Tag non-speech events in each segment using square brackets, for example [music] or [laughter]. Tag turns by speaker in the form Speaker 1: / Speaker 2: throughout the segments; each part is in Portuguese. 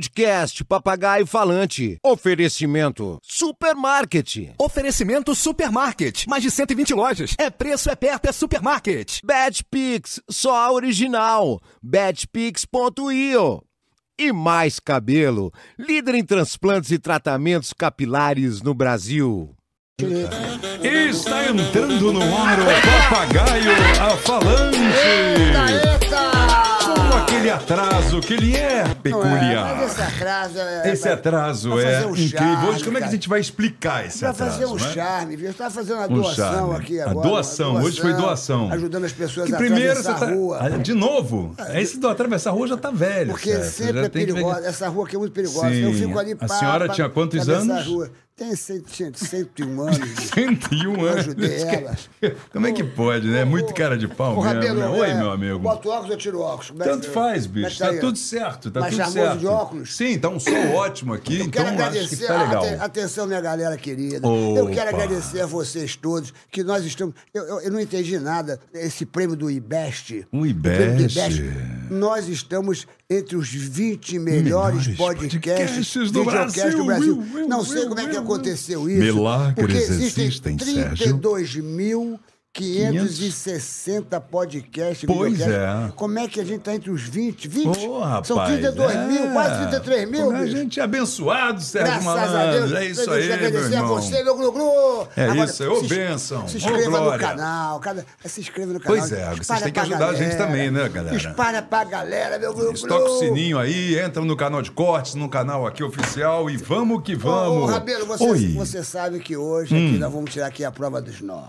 Speaker 1: Podcast Papagaio Falante. Oferecimento Supermarket.
Speaker 2: Oferecimento Supermarket. Mais de 120 lojas. É preço, é perto, é supermarket.
Speaker 1: Betpix, só a original. Betpix.io. E mais cabelo, líder em transplantes e tratamentos capilares no Brasil.
Speaker 3: Está entrando no ar o papagaio a falante. Com aquele atraso que ele é
Speaker 4: Mas
Speaker 3: peculiar.
Speaker 4: esse atraso é.
Speaker 3: Esse
Speaker 4: vai-
Speaker 3: atraso
Speaker 4: vai
Speaker 3: é
Speaker 4: fazer um
Speaker 3: incrível. Hoje,
Speaker 4: charme,
Speaker 3: como é que a
Speaker 4: cara.
Speaker 3: gente vai explicar esse
Speaker 4: Pra fazer
Speaker 3: atraso?
Speaker 4: um
Speaker 3: né?
Speaker 4: charme, viu? Você tá fazendo uma
Speaker 3: Um
Speaker 4: doação
Speaker 3: charme.
Speaker 4: aqui
Speaker 3: A
Speaker 4: agora.
Speaker 3: doação,
Speaker 4: uma
Speaker 3: hoje foi doação.
Speaker 4: Ajudando as pessoas
Speaker 3: Que
Speaker 4: a
Speaker 3: primeiro
Speaker 4: atravessar
Speaker 3: você tá-
Speaker 4: a rua.
Speaker 3: Ah, De novo? Esse do atravessar a rua já tá velho.
Speaker 4: Porque
Speaker 3: certo?
Speaker 4: sempre
Speaker 3: Já
Speaker 4: é
Speaker 3: tem que pegar-
Speaker 4: perigosa. Essa rua aqui é muito perigosa.
Speaker 3: Sim.
Speaker 4: Eu fico ali
Speaker 3: A senhora tinha quantos
Speaker 4: atravessar
Speaker 3: anos?
Speaker 4: a Rua. Tem cento- tinha 101
Speaker 3: [laughs]
Speaker 4: anos. Eu
Speaker 3: 101 anos.
Speaker 4: ajudei ela.
Speaker 3: Como é que pode, né? Muito cara de
Speaker 4: O
Speaker 3: pau. mesmo,
Speaker 4: Rabelo,
Speaker 3: né? Oi,
Speaker 4: é,
Speaker 3: meu amigo.
Speaker 4: Bota óculos ou tiro óculos? Como é que-
Speaker 3: Tanto faz,
Speaker 4: como é que
Speaker 3: bicho. Tá
Speaker 4: aí?
Speaker 3: tudo certo, tá
Speaker 4: Mais
Speaker 3: tudo
Speaker 4: charmoso
Speaker 3: certo.
Speaker 4: de óculos?
Speaker 3: Sim, tá um sol ótimo aqui,
Speaker 4: Eu quero
Speaker 3: então acho que
Speaker 4: agradecer
Speaker 3: tá legal.
Speaker 4: a aten- atenção, minha galera querida. Eu
Speaker 3: Opa.
Speaker 4: quero agradecer a vocês todos, que nós estamos. Eu, eu- eu não entendi nada. Esse prêmio do IBEST.
Speaker 3: Um
Speaker 4: o prêmio do
Speaker 3: IBEST.
Speaker 4: Nós estamos entre os 20 melhores,
Speaker 3: Melhores
Speaker 4: podcasts,
Speaker 3: podcasts do
Speaker 4: videocasts
Speaker 3: Brasil.
Speaker 4: do Brasil.
Speaker 3: Will, Will,
Speaker 4: não sei
Speaker 3: Will,
Speaker 4: como é que
Speaker 3: Will,
Speaker 4: aconteceu isso.
Speaker 3: Milagres
Speaker 4: porque existem,
Speaker 3: existem, Sérgio.
Speaker 4: 32 mil. 560 podcasts.
Speaker 3: Pois
Speaker 4: videocasts.
Speaker 3: é.
Speaker 4: Como é que a gente está entre os 20? 20?
Speaker 3: Ô, rapaz,
Speaker 4: São 32
Speaker 3: é.
Speaker 4: mil, quase 33 mil.
Speaker 3: A
Speaker 4: bicho.
Speaker 3: gente é abençoado, Sérgio
Speaker 4: Graças a Deus.
Speaker 3: Malandro. É isso
Speaker 4: Eu
Speaker 3: aí,
Speaker 4: queria
Speaker 3: meu
Speaker 4: agradecer a
Speaker 3: irmão.
Speaker 4: você, meu glu-glu.
Speaker 3: É
Speaker 4: Agora,
Speaker 3: isso, ô
Speaker 4: se ins-
Speaker 3: bênção,
Speaker 4: Se
Speaker 3: ô
Speaker 4: inscreva no
Speaker 3: glória.
Speaker 4: canal. Cada, se inscreva no canal.
Speaker 3: Pois é, vocês
Speaker 4: Espalha
Speaker 3: têm que
Speaker 4: pra
Speaker 3: ajudar a gente
Speaker 4: galera.
Speaker 3: também, né, galera?
Speaker 4: Espalha pra galera, meu glu-glu.
Speaker 3: Toca o sininho aí, entra no canal de cortes, no canal aqui oficial e vamos que
Speaker 4: Ô,
Speaker 3: vamos.
Speaker 4: Ô, Rabelo, você,
Speaker 3: Oi. Hum.
Speaker 4: você sabe que hoje aqui nós vamos tirar aqui a prova dos nove.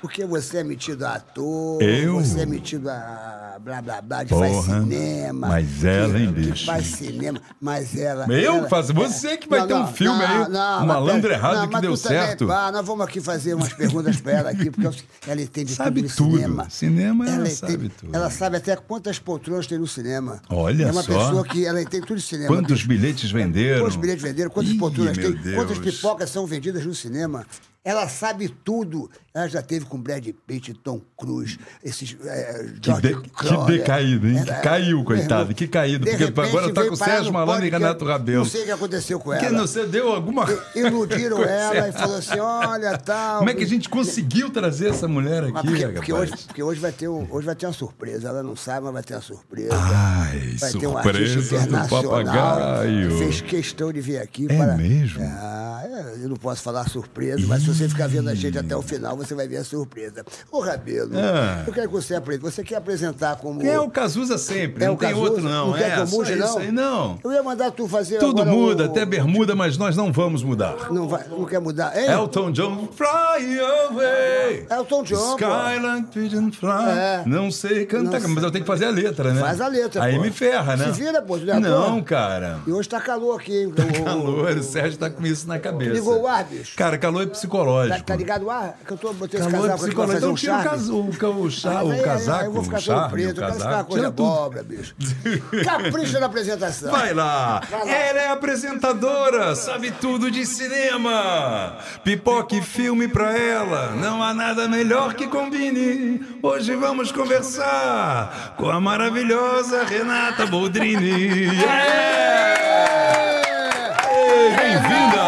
Speaker 4: Porque você é metido a ator,
Speaker 3: Ah. Eu?
Speaker 4: você é metido a blá blá blá, de faz
Speaker 3: Porra.
Speaker 4: cinema.
Speaker 3: Mas ela,
Speaker 4: que-
Speaker 3: hein,
Speaker 4: que
Speaker 3: bicho?
Speaker 4: Faz cinema, mas ela.
Speaker 3: Eu
Speaker 4: ela- é.
Speaker 3: faço? Você que vai ter um filme aí, Malandro
Speaker 4: pera-
Speaker 3: Errado, que
Speaker 4: mas
Speaker 3: deu
Speaker 4: tu também,
Speaker 3: certo.
Speaker 4: pá, nós vamos aqui fazer umas perguntas pra ela aqui, porque ela entende
Speaker 3: Sabe
Speaker 4: tudo
Speaker 3: tudo.
Speaker 4: no cinema.
Speaker 3: Cinema, ela
Speaker 4: entende-
Speaker 3: sabe tudo.
Speaker 4: Ela sabe até quantas poltronas tem no cinema.
Speaker 3: Olha
Speaker 4: É uma
Speaker 3: só.
Speaker 4: pessoa que ela entende tudo de cinema.
Speaker 3: Quantos bilhetes venderam?
Speaker 4: Quantos bilhetes venderam? Quantas
Speaker 3: Ih,
Speaker 4: poltronas
Speaker 3: meu
Speaker 4: tem? Quantas
Speaker 3: Deus.
Speaker 4: pipocas são vendidas no cinema? Ela sabe tudo. Ela já teve com Brad Pitt, Tom Cruise, esses. É,
Speaker 3: Que,
Speaker 4: George
Speaker 3: de, que
Speaker 4: Clooney.
Speaker 3: decaído, hein?
Speaker 4: Ela-
Speaker 3: Que caiu,
Speaker 4: meu
Speaker 3: coitado.
Speaker 4: irmão,
Speaker 3: Que caído.
Speaker 4: de
Speaker 3: Porque
Speaker 4: repente
Speaker 3: agora tá
Speaker 4: veio
Speaker 3: com o
Speaker 4: parar
Speaker 3: Sérgio
Speaker 4: no
Speaker 3: Malandro e
Speaker 4: podcast.
Speaker 3: Renato Rabelo.
Speaker 4: Não sei o que aconteceu com
Speaker 3: Que
Speaker 4: ela.
Speaker 3: não, você deu alguma. [laughs]
Speaker 4: Iludiram
Speaker 3: Coisa
Speaker 4: ela e
Speaker 3: errada.
Speaker 4: falou assim: olha, tal.
Speaker 3: Como é que a gente conseguiu trazer essa mulher aqui, né,
Speaker 4: Mas porque,
Speaker 3: rapaz?
Speaker 4: porque hoje, porque hoje, vai ter um- hoje vai ter uma surpresa. Ela não sabe, mas vai ter uma surpresa.
Speaker 3: Ai,
Speaker 4: Vai ter um artista
Speaker 3: surpresa do
Speaker 4: internacional
Speaker 3: papagaio.
Speaker 4: que fez questão de vir aqui
Speaker 3: É
Speaker 4: para...
Speaker 3: mesmo?
Speaker 4: Ah, é, eu não posso falar surpresa, mas se você ficar vendo a gente até o final, você vai ver a surpresa. Ô, Rabelo,
Speaker 3: Ah.
Speaker 4: eu quero que você apresente. Você quer apresentar como...
Speaker 3: É o Cazuza sempre, não tem
Speaker 4: Cazuza?
Speaker 3: outro não.
Speaker 4: quer
Speaker 3: é,
Speaker 4: que eu
Speaker 3: só
Speaker 4: mude,
Speaker 3: isso
Speaker 4: não?
Speaker 3: aí, não.
Speaker 4: Eu ia mandar tu fazer
Speaker 3: Tudo
Speaker 4: agora
Speaker 3: muda,
Speaker 4: o-
Speaker 3: até bermuda, mas nós não vamos mudar.
Speaker 4: Não, vai, não quer mudar, hein?
Speaker 3: Elton John, fly away.
Speaker 4: É. Elton John, pô.
Speaker 3: Skyline, pigeon fly.
Speaker 4: É.
Speaker 3: Não sei cantar,
Speaker 4: Não sei.
Speaker 3: mas eu tenho que fazer a letra, né?
Speaker 4: Faz a letra,
Speaker 3: Aí
Speaker 4: pô.
Speaker 3: me ferra, né?
Speaker 4: Se vira, pô, tu não é
Speaker 3: Não,
Speaker 4: ator?
Speaker 3: cara.
Speaker 4: E hoje tá calor aqui, hein? O- o-
Speaker 3: Calor, [laughs] o Sérgio tá com isso na cabeça.
Speaker 4: Ligou o ar, bicho?
Speaker 3: Cara, calor é
Speaker 4: Tá,
Speaker 3: psicológico.
Speaker 4: tá ligado o ar? Que eu tô botei esse
Speaker 3: Calor é
Speaker 4: casaco aqui pra
Speaker 3: psicológico.
Speaker 4: fazer
Speaker 3: Então
Speaker 4: um
Speaker 3: tira o,
Speaker 4: charme.
Speaker 3: caso, o, ca- o, chá,
Speaker 4: Mas aí-
Speaker 3: o
Speaker 4: aí
Speaker 3: casaco,
Speaker 4: eu vou ficar
Speaker 3: o
Speaker 4: todo
Speaker 3: charme,
Speaker 4: preto,
Speaker 3: o
Speaker 4: eu quero ficar uma
Speaker 3: casaco.
Speaker 4: coisa
Speaker 3: Tira tudo.
Speaker 4: pobre,
Speaker 3: [laughs]
Speaker 4: bicho. Capricha na apresentação.
Speaker 3: Vai lá!
Speaker 4: lá.
Speaker 3: Ela é apresentadora, sabe tudo de cinema. Pipoca e filme pra ela, não há nada melhor que combine. Hoje vamos conversar com a maravilhosa Renata Boldrini. Yeah! Ei, Bem-vinda!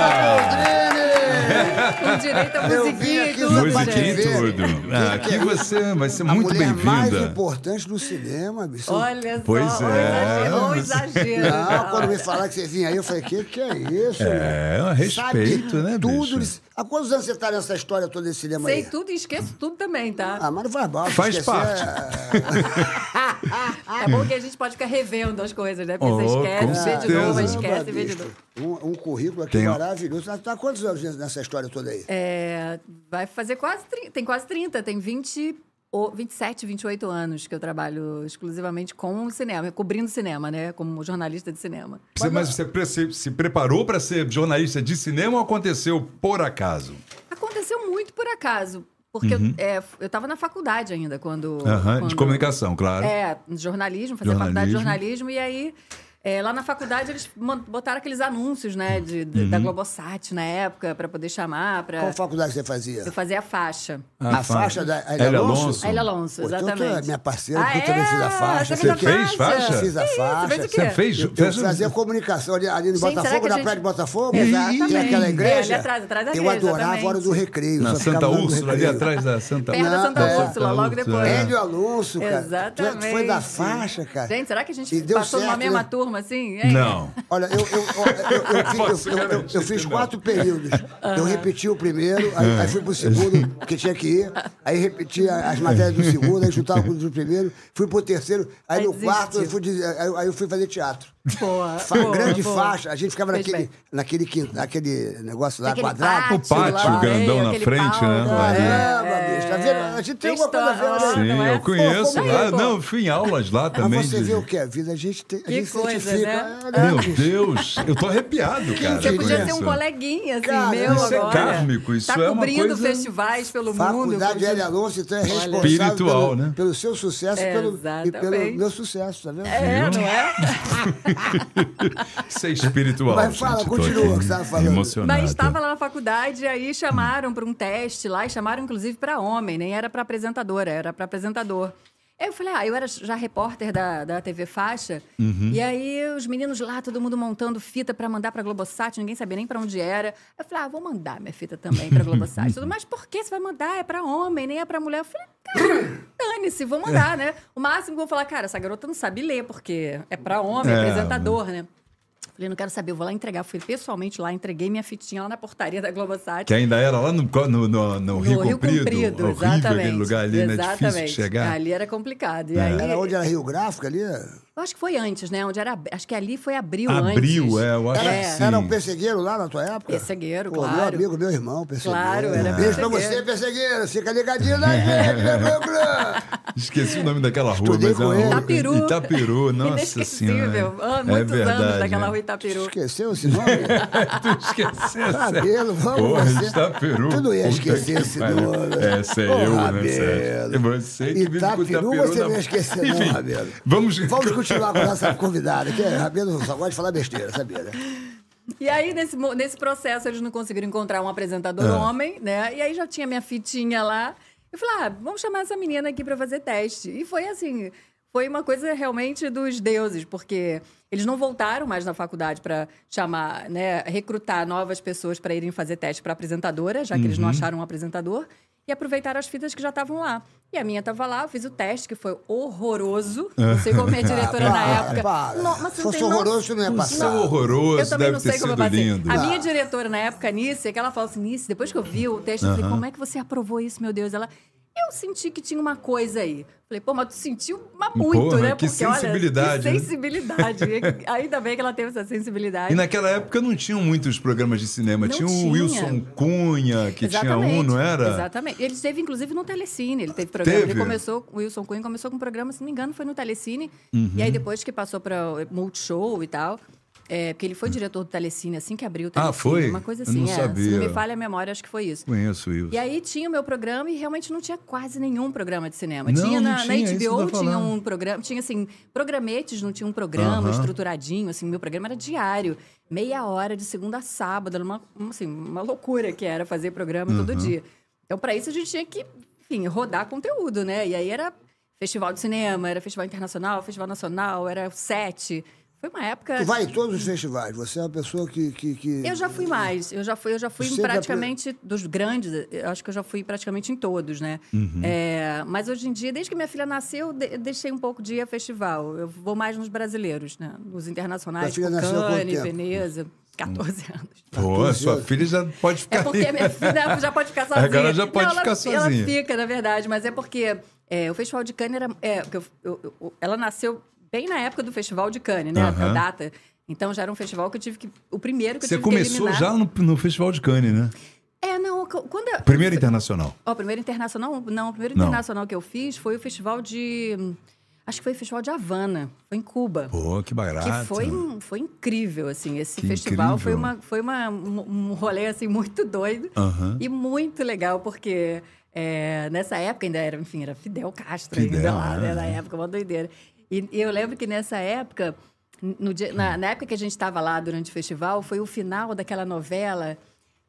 Speaker 4: É, né?
Speaker 5: Com direito a
Speaker 4: Eu vim
Speaker 5: musiquinha e
Speaker 4: aqui
Speaker 5: tudo.
Speaker 4: só pra
Speaker 3: Musiquinha e
Speaker 5: gente.
Speaker 4: ver.
Speaker 3: tudo. Ah, aqui você vai ser
Speaker 4: A
Speaker 3: muito
Speaker 4: mulher mais
Speaker 3: bem-vinda.
Speaker 4: importante do cinema, bicho.
Speaker 5: Olha só,
Speaker 3: Pois
Speaker 5: pois
Speaker 3: é.
Speaker 5: é. um exagero. Ah,
Speaker 4: Não, quando me falaram que você vinha aí, eu falei, que que é isso?
Speaker 3: É, um
Speaker 4: bicho?
Speaker 3: respeito,
Speaker 4: Sabe
Speaker 3: né,
Speaker 4: tudo
Speaker 3: bicho?
Speaker 4: de- Há quantos anos você tá nessa história toda desse cinema
Speaker 5: Sei
Speaker 4: aí?
Speaker 5: tudo e esqueço tudo também, tá?
Speaker 4: Ah, mas não faz mal.
Speaker 3: Faz
Speaker 4: esquecer
Speaker 3: parte.
Speaker 4: Ah.
Speaker 5: [laughs] É bom que a gente pode ficar revendo as coisas, né? Porque
Speaker 3: Oh,
Speaker 5: você
Speaker 3: com
Speaker 5: esquece, vê de
Speaker 3: certeza.
Speaker 5: novo,
Speaker 4: Caramba,
Speaker 5: esquece, vê de
Speaker 4: é, bicho.
Speaker 5: novo.
Speaker 4: Um, um currículo aqui
Speaker 3: Tem-
Speaker 4: maravilhoso. Tá, tá há quantos anos nessa história toda aí?
Speaker 5: É, vai fazer quase 30, tem quase 30, tem 20, ou 27, 28 anos que eu trabalho exclusivamente com o cinema, cobrindo cinema, né? Como jornalista de cinema.
Speaker 3: Você- mas você pre- se, se preparou para ser jornalista de cinema ou aconteceu por acaso?
Speaker 5: Aconteceu muito por acaso, porque eu, é, eu tava na faculdade ainda quando.
Speaker 3: Uhum. Aham,
Speaker 5: quando
Speaker 3: De comunicação, claro.
Speaker 5: É, jornalismo, fazer
Speaker 3: Tá? Jornalismo.
Speaker 5: faculdade de jornalismo. E aí É, lá na faculdade eles man- botaram aqueles anúncios, né, de, de-
Speaker 3: Uhum.
Speaker 5: da Globosat na época, pra poder chamar,
Speaker 4: Qual
Speaker 5: para
Speaker 4: faculdade você fazia?
Speaker 5: eu fazer a faixa.
Speaker 4: A,
Speaker 3: Ah,
Speaker 4: faixa
Speaker 3: fa-
Speaker 4: da
Speaker 3: Hélio
Speaker 4: Hélio Alonso?
Speaker 3: Alonso.
Speaker 5: A Hélio Alonso,
Speaker 4: Pô, então tu é
Speaker 5: exatamente.
Speaker 4: minha parceira, que
Speaker 5: Ah,
Speaker 4: eu também
Speaker 5: é?
Speaker 3: fiz a
Speaker 4: faixa.
Speaker 5: Você
Speaker 3: Você fez faixa?
Speaker 4: Eu fiz a
Speaker 5: Que isso?
Speaker 4: faixa.
Speaker 5: Fez o quê?
Speaker 3: Você fez?
Speaker 4: Eu
Speaker 3: fez-
Speaker 4: fazia comunicação ali, ali no
Speaker 5: Gente, será
Speaker 4: Botafogo,
Speaker 5: que a
Speaker 4: na
Speaker 5: gente-
Speaker 4: Praia de Botafogo.
Speaker 5: Exatamente.
Speaker 4: Tem aquela
Speaker 5: É,
Speaker 4: igreja.
Speaker 5: ali atrás, atrás da
Speaker 4: eu
Speaker 5: igreja,
Speaker 4: adorava a hora do
Speaker 5: exatamente.
Speaker 4: recreio.
Speaker 3: Na
Speaker 4: só ficava
Speaker 3: Santa
Speaker 4: lá no
Speaker 3: Úrsula, ali
Speaker 4: recreio.
Speaker 3: atrás da Santa
Speaker 5: Perto da
Speaker 4: Não,
Speaker 5: Santa
Speaker 4: é.
Speaker 5: Úrsula, logo
Speaker 3: Santa
Speaker 5: depois.
Speaker 3: Úrsula,
Speaker 4: Hélio Alonso, cara. Tu é-
Speaker 5: Exatamente.
Speaker 4: Tu foi da faixa, cara.
Speaker 5: Gente, será que a gente
Speaker 4: E deu
Speaker 5: passou numa
Speaker 4: certo,
Speaker 5: mesma
Speaker 4: né?
Speaker 5: turma, assim? hein?
Speaker 3: Não.
Speaker 4: Olha, eu, eu, eu, eu-
Speaker 3: [laughs]
Speaker 4: eu-
Speaker 3: Posso
Speaker 4: eu- eu- eu- eu
Speaker 3: garantir
Speaker 4: fiz
Speaker 3: que não. É.
Speaker 4: quatro períodos. Eu repeti o primeiro, aí, aí fui pro segundo, que tinha que ir. Aí repeti a- as matérias do segundo, aí juntava com o do primeiro, fui pro terceiro, aí,
Speaker 5: Aí
Speaker 4: no quarto eu
Speaker 5: desistiu.
Speaker 4: fui, dizer- aí, eu- aí eu fui fazer teatro.
Speaker 5: Boa,
Speaker 4: Fa-
Speaker 5: boa,
Speaker 4: um grande
Speaker 5: boa.
Speaker 4: faixa, a gente ficava
Speaker 5: Fez
Speaker 4: naquele,
Speaker 5: bem.
Speaker 4: naquele, quin- naquele negócio lá
Speaker 5: Aquele
Speaker 4: quadrado.
Speaker 3: O pátio
Speaker 5: lá no
Speaker 3: grandão
Speaker 5: meio,
Speaker 3: na
Speaker 5: aquele
Speaker 3: frente,
Speaker 5: palco,
Speaker 3: né?
Speaker 5: lá,
Speaker 4: É,
Speaker 5: né?
Speaker 4: meu bicho, tá vendo? A gente tem alguma coisa a ver, né?
Speaker 5: Sim,
Speaker 3: Sim,
Speaker 5: não é?
Speaker 3: eu conheço
Speaker 5: Pô, como é
Speaker 3: lá.
Speaker 5: que, pô?
Speaker 3: Não, eu fui em aulas lá
Speaker 4: Mas
Speaker 3: também.
Speaker 4: você
Speaker 3: de-
Speaker 4: vê o que é a vida, a gente, tem, a
Speaker 5: Que
Speaker 4: gente
Speaker 5: coisa,
Speaker 4: certifica.
Speaker 5: né?
Speaker 4: Ah,
Speaker 3: Meu
Speaker 4: bicho.
Speaker 3: Deus, eu tô arrepiado, cara.
Speaker 5: Você
Speaker 3: com
Speaker 5: podia ser
Speaker 3: isso.
Speaker 5: um coleguinha, assim,
Speaker 4: Cara,
Speaker 5: meu
Speaker 4: isso
Speaker 3: é
Speaker 5: agora.
Speaker 3: kármico, isso
Speaker 5: tá
Speaker 3: é uma
Speaker 5: cobrindo
Speaker 3: coisa-
Speaker 5: festivais pelo mundo.
Speaker 4: Faculdade
Speaker 5: cobrindo-
Speaker 4: Hélio Alonso, então é
Speaker 5: Olha.
Speaker 4: responsável
Speaker 3: Espiritual,
Speaker 4: pelo,
Speaker 3: né?
Speaker 4: pelo seu sucesso e pelo- e pelo
Speaker 5: Exatamente.
Speaker 4: meu sucesso, tá vendo?
Speaker 5: É, não é?
Speaker 3: [laughs] Isso é espiritual.
Speaker 4: Mas fala,
Speaker 3: gente, tô
Speaker 4: continua
Speaker 3: aqui
Speaker 4: o que você tava falando.
Speaker 3: Emocionado.
Speaker 5: Mas estava lá na faculdade, aí chamaram para um teste lá, e chamaram inclusive para homem, nem era para apresentadora, era para apresentador. Aí eu falei, ah, eu era já repórter da, da TV Faixa, e aí os meninos lá, todo mundo montando fita para mandar para Globosat, ninguém sabia nem para onde era. Eu falei, ah, vou mandar minha fita também para Globosat. Tudo, mas por que você vai mandar? É para homem, nem é para mulher. Eu falei, cara, dane-se, vou mandar, né? O máximo que eu vou falar, cara, essa garota não sabe ler, porque é para homem,
Speaker 3: É,
Speaker 5: apresentador, né? Falei, não quero saber, eu vou lá entregar. Fui pessoalmente lá, entreguei minha fitinha lá na portaria da Globosat.
Speaker 3: Que ainda era lá no, co- no, no, no um Rio, Comprido. horrível aquele
Speaker 5: exatamente.
Speaker 3: lugar ali, né? Difícil de
Speaker 5: Exatamente.
Speaker 3: chegar. É.
Speaker 5: Ali era complicado. E aí,
Speaker 4: Era onde é? era Rio Gráfico ali?
Speaker 5: eu acho que foi antes, né? Onde era, acho que ali foi abril,
Speaker 3: Abril,
Speaker 5: antes.
Speaker 3: é, eu acho
Speaker 4: Era,
Speaker 3: que sim.
Speaker 4: era um persegueiro lá na tua época?
Speaker 5: Persegueiro,
Speaker 4: Pô, Meu
Speaker 5: claro.
Speaker 4: amigo, meu irmão, persegueiro.
Speaker 5: Claro, era
Speaker 4: Beijo pra você,
Speaker 5: persegueiro.
Speaker 4: persegueiro. Fica ligadinho na gente.
Speaker 3: [laughs]
Speaker 4: blá, blá, blá.
Speaker 3: Esqueci o nome daquela rua,
Speaker 4: Estudei
Speaker 3: mas é
Speaker 4: com
Speaker 3: uma
Speaker 4: ele.
Speaker 3: rua.
Speaker 5: Itaperu. [laughs]
Speaker 3: Itaperu, nossa senhora.
Speaker 5: Inesquecível. Ah, muitos
Speaker 3: é verdade,
Speaker 5: anos daquela
Speaker 3: é.
Speaker 5: rua Itaperu.
Speaker 4: Esqueceu esse nome?
Speaker 3: [laughs] Tu esqueceu,
Speaker 4: Rabelo, Ah, vamos
Speaker 3: Porra,
Speaker 4: você.
Speaker 3: Itaperu.
Speaker 4: Tu não ia
Speaker 3: Puta
Speaker 4: esquecer
Speaker 3: que
Speaker 4: esse
Speaker 3: pariu.
Speaker 4: nome.
Speaker 3: Essa é
Speaker 4: Ô,
Speaker 3: eu, né?
Speaker 4: Rabelo.
Speaker 3: Sérgio? É Você que vive com
Speaker 4: Itaperu,
Speaker 3: Itaperu.
Speaker 4: você
Speaker 3: na-
Speaker 4: não ia esquecer, não,
Speaker 3: Enfim,
Speaker 4: Rabelo.
Speaker 3: Vamos...
Speaker 4: Vamos continuar com a
Speaker 3: [laughs]
Speaker 4: nossa convidada, que é Rabelo só gosta de falar besteira, sabia, né?
Speaker 5: E aí, nesse, mo- nesse processo, eles não conseguiram encontrar um apresentador homem, né? E aí já tinha minha fitinha lá. Eu falei, ah, vamos chamar essa menina aqui pra fazer teste. E foi assim, foi uma coisa realmente dos deuses, porque eles não voltaram mais na faculdade pra chamar, né, recrutar novas pessoas pra irem fazer teste pra apresentadora, já que eles não acharam um apresentador. E aproveitaram as fitas que já estavam lá. E a minha tava lá, eu fiz o teste, que foi horroroso. Não sei como minha diretora na
Speaker 4: para,
Speaker 5: época.
Speaker 4: para.
Speaker 5: No- mas
Speaker 4: Se fosse
Speaker 5: você não tem noção.
Speaker 4: horroroso, tu não ia
Speaker 3: Isso
Speaker 4: passar.
Speaker 3: é horroroso,
Speaker 5: Eu também
Speaker 3: deve
Speaker 5: não
Speaker 3: ter
Speaker 5: sei como eu
Speaker 3: sido
Speaker 5: passei.
Speaker 3: lindo.
Speaker 5: A minha diretora na época, a Nice, é que ela falou assim, Nice, depois que eu vi o texto, eu falei, como é que você aprovou isso, meu Deus? Ela, eu senti que tinha uma coisa aí. Falei, pô, mas tu sentiu mas muito,
Speaker 3: Porra,
Speaker 5: né?
Speaker 3: que
Speaker 5: olha,
Speaker 3: sensibilidade, né?
Speaker 5: que sensibilidade. [laughs] Ainda bem que ela teve essa sensibilidade.
Speaker 3: E naquela época não tinham muitos programas de cinema.
Speaker 5: Não
Speaker 3: tinha o
Speaker 5: tinha.
Speaker 3: Wilson Cunha, que tinha um, não era?
Speaker 5: Exatamente. Ele esteve, inclusive, no Telecine. Ele teve programa.
Speaker 3: Teve?
Speaker 5: Ele começou, o Wilson Cunha começou com um programa, se não me engano, foi no Telecine.
Speaker 3: Uhum.
Speaker 5: E aí, depois que passou para Multishow e tal. É, porque ele foi diretor do Telecine assim que abriu o Telecine.
Speaker 3: Ah, foi?
Speaker 5: Uma coisa
Speaker 3: Eu
Speaker 5: assim,
Speaker 3: não
Speaker 5: é.
Speaker 3: sabia.
Speaker 5: Se não me falha a memória, acho que foi isso.
Speaker 3: Conheço o Wilson.
Speaker 5: E aí tinha o meu programa e realmente não tinha quase nenhum programa de cinema.
Speaker 3: Não,
Speaker 5: tinha
Speaker 3: não
Speaker 5: na, na
Speaker 3: tinha, é isso que eu tô
Speaker 5: HBO, tinha
Speaker 3: falando.
Speaker 5: um programa, tinha assim, programetes, não tinha um programa
Speaker 3: Aham.
Speaker 5: estruturadinho, assim, meu programa era diário, meia hora de segunda a sábado, era uma, uma, assim, uma loucura que era fazer programa todo dia. Então, para isso a gente tinha que, enfim, rodar conteúdo, né? E aí era festival de cinema, era festival internacional, festival nacional, era sete. Foi uma época
Speaker 4: Tu vai em todos os festivais. Você é uma pessoa que. que, que...
Speaker 5: eu já fui mais. Eu já fui, eu já fui em
Speaker 4: Sempre apre-
Speaker 5: praticamente dos grandes. eu Acho que eu já fui praticamente em todos, né?
Speaker 3: Uhum.
Speaker 5: É, mas hoje em dia, desde que minha filha nasceu, eu de- eu deixei um pouco de ir a festival. Eu vou mais nos brasileiros, né? Nos internacionais,
Speaker 4: Tua filha
Speaker 5: tipo
Speaker 4: nasceu há quanto
Speaker 5: Cannes,
Speaker 4: tempo?
Speaker 3: Hum.
Speaker 5: Veneza.
Speaker 3: [laughs]
Speaker 5: 14 anos.
Speaker 3: Pô, sua filha já pode ficar
Speaker 5: É porque a
Speaker 3: aí.
Speaker 5: minha filha já pode ficar sozinha.
Speaker 3: Agora já pode
Speaker 5: Não, ela,
Speaker 3: ficar sozinha.
Speaker 5: Ela fica, na verdade, mas é porque é, o Festival de Cannes era. é, porque eu- eu- eu- ela nasceu bem na época do Festival de Cannes, né?
Speaker 3: Aham.
Speaker 5: A data. Então já era um festival que eu tive que. O primeiro que eu
Speaker 3: Você
Speaker 5: tive que
Speaker 3: começou
Speaker 5: eliminar.
Speaker 3: já no, no Festival de Cannes, né?
Speaker 5: É, não, co- quando eu-
Speaker 3: Primeiro internacional.
Speaker 5: Ó, o primeiro internacional, não, o primeiro
Speaker 3: Não.
Speaker 5: internacional que eu fiz foi o festival de hum, acho que foi o festival de Havana, foi em Cuba.
Speaker 3: Pô, que barato.
Speaker 5: Que foi, um- foi incrível, assim. Esse
Speaker 3: Que
Speaker 5: festival foi,
Speaker 3: incrível.
Speaker 5: uma, foi uma, um um rolê, assim, muito doido.
Speaker 3: Aham.
Speaker 5: E muito legal, porque é, nessa época ainda era, enfim, era Fidel Castro
Speaker 3: Fidel,
Speaker 5: ainda lá, né?
Speaker 3: é.
Speaker 5: Na época, uma doideira. E, e eu lembro que nessa época no dia- na, na época que a gente estava lá durante o festival, foi o final daquela novela.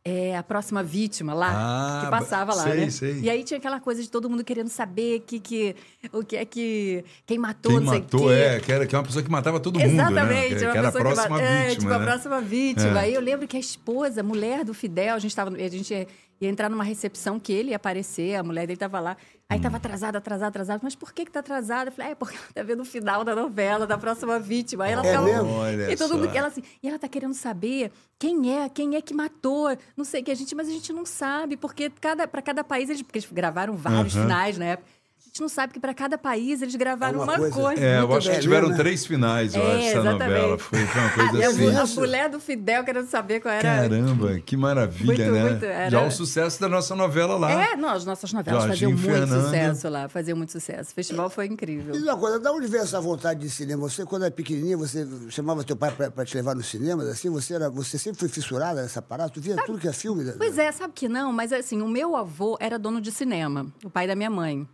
Speaker 5: É, a próxima vítima lá,
Speaker 3: Ah,
Speaker 5: que passava lá,
Speaker 3: sei,
Speaker 5: né?
Speaker 3: sei.
Speaker 5: E aí tinha aquela coisa de todo mundo querendo saber que, que, o que é que. Quem matou,
Speaker 3: Quem
Speaker 5: não sei o
Speaker 3: matou
Speaker 5: quê.
Speaker 3: é, que era, que é uma pessoa que matava todo mundo, né?
Speaker 5: Exatamente,
Speaker 3: Que,
Speaker 5: uma
Speaker 3: que era a
Speaker 5: pessoa que
Speaker 3: próxima
Speaker 5: va-
Speaker 3: vítima,
Speaker 5: é, tipo, a
Speaker 3: né?
Speaker 5: próxima vítima. Aí eu lembro que a esposa, a mulher do Fidel, a gente tava, a gente ia, ia entrar numa recepção que ele ia aparecer, a mulher dele tava lá. Aí
Speaker 3: Hum.
Speaker 5: tava atrasada, atrasada, atrasada. Mas por que que tá atrasada? Eu falei, "Ah, é porque ela tá vendo o final da novela, da próxima vítima. Aí ela
Speaker 4: É
Speaker 5: ficava-
Speaker 4: mesmo?
Speaker 3: Olha
Speaker 5: e todo
Speaker 3: só.
Speaker 5: mundo, ela assim, e ela tá querendo saber quem é, quem é que matou, não sei o que a gente, mas a gente não sabe, porque cada para cada país eles, porque eles gravaram vários finais na época. A gente não sabe que para cada país eles gravaram
Speaker 4: uma
Speaker 5: uma,
Speaker 4: coisa.
Speaker 5: coisa.
Speaker 3: É, eu
Speaker 5: Muito
Speaker 3: acho que
Speaker 5: doido.
Speaker 3: tiveram
Speaker 4: né?
Speaker 3: três finais, eu
Speaker 5: É,
Speaker 3: acho, essa
Speaker 5: exatamente.
Speaker 3: novela. Foi, foi
Speaker 5: [laughs]
Speaker 3: uma
Speaker 5: Ah,
Speaker 3: coisa
Speaker 5: eu-
Speaker 3: assim.
Speaker 5: a
Speaker 4: Isso.
Speaker 5: mulher do Fidel querendo saber qual era.
Speaker 3: Caramba, que maravilha,
Speaker 5: Muito,
Speaker 3: né?
Speaker 5: muito, era-
Speaker 3: Já o sucesso da nossa novela lá.
Speaker 5: É, não, as nossas novelas
Speaker 3: Jorginho
Speaker 5: faziam muito
Speaker 3: Fernando.
Speaker 5: sucesso lá, faziam muito sucesso. O festival foi incrível.
Speaker 4: Diz uma coisa, da onde veio essa vontade de cinema? Você, quando era pequenininha, você chamava teu pai pra, pra te levar nos cinemas, assim? Você, era, você sempre foi fissurada nessa parada? Tu via tudo que é filme? né?
Speaker 5: Pois é, sabe que não, mas assim, o meu avô era dono de cinema, o pai da minha mãe.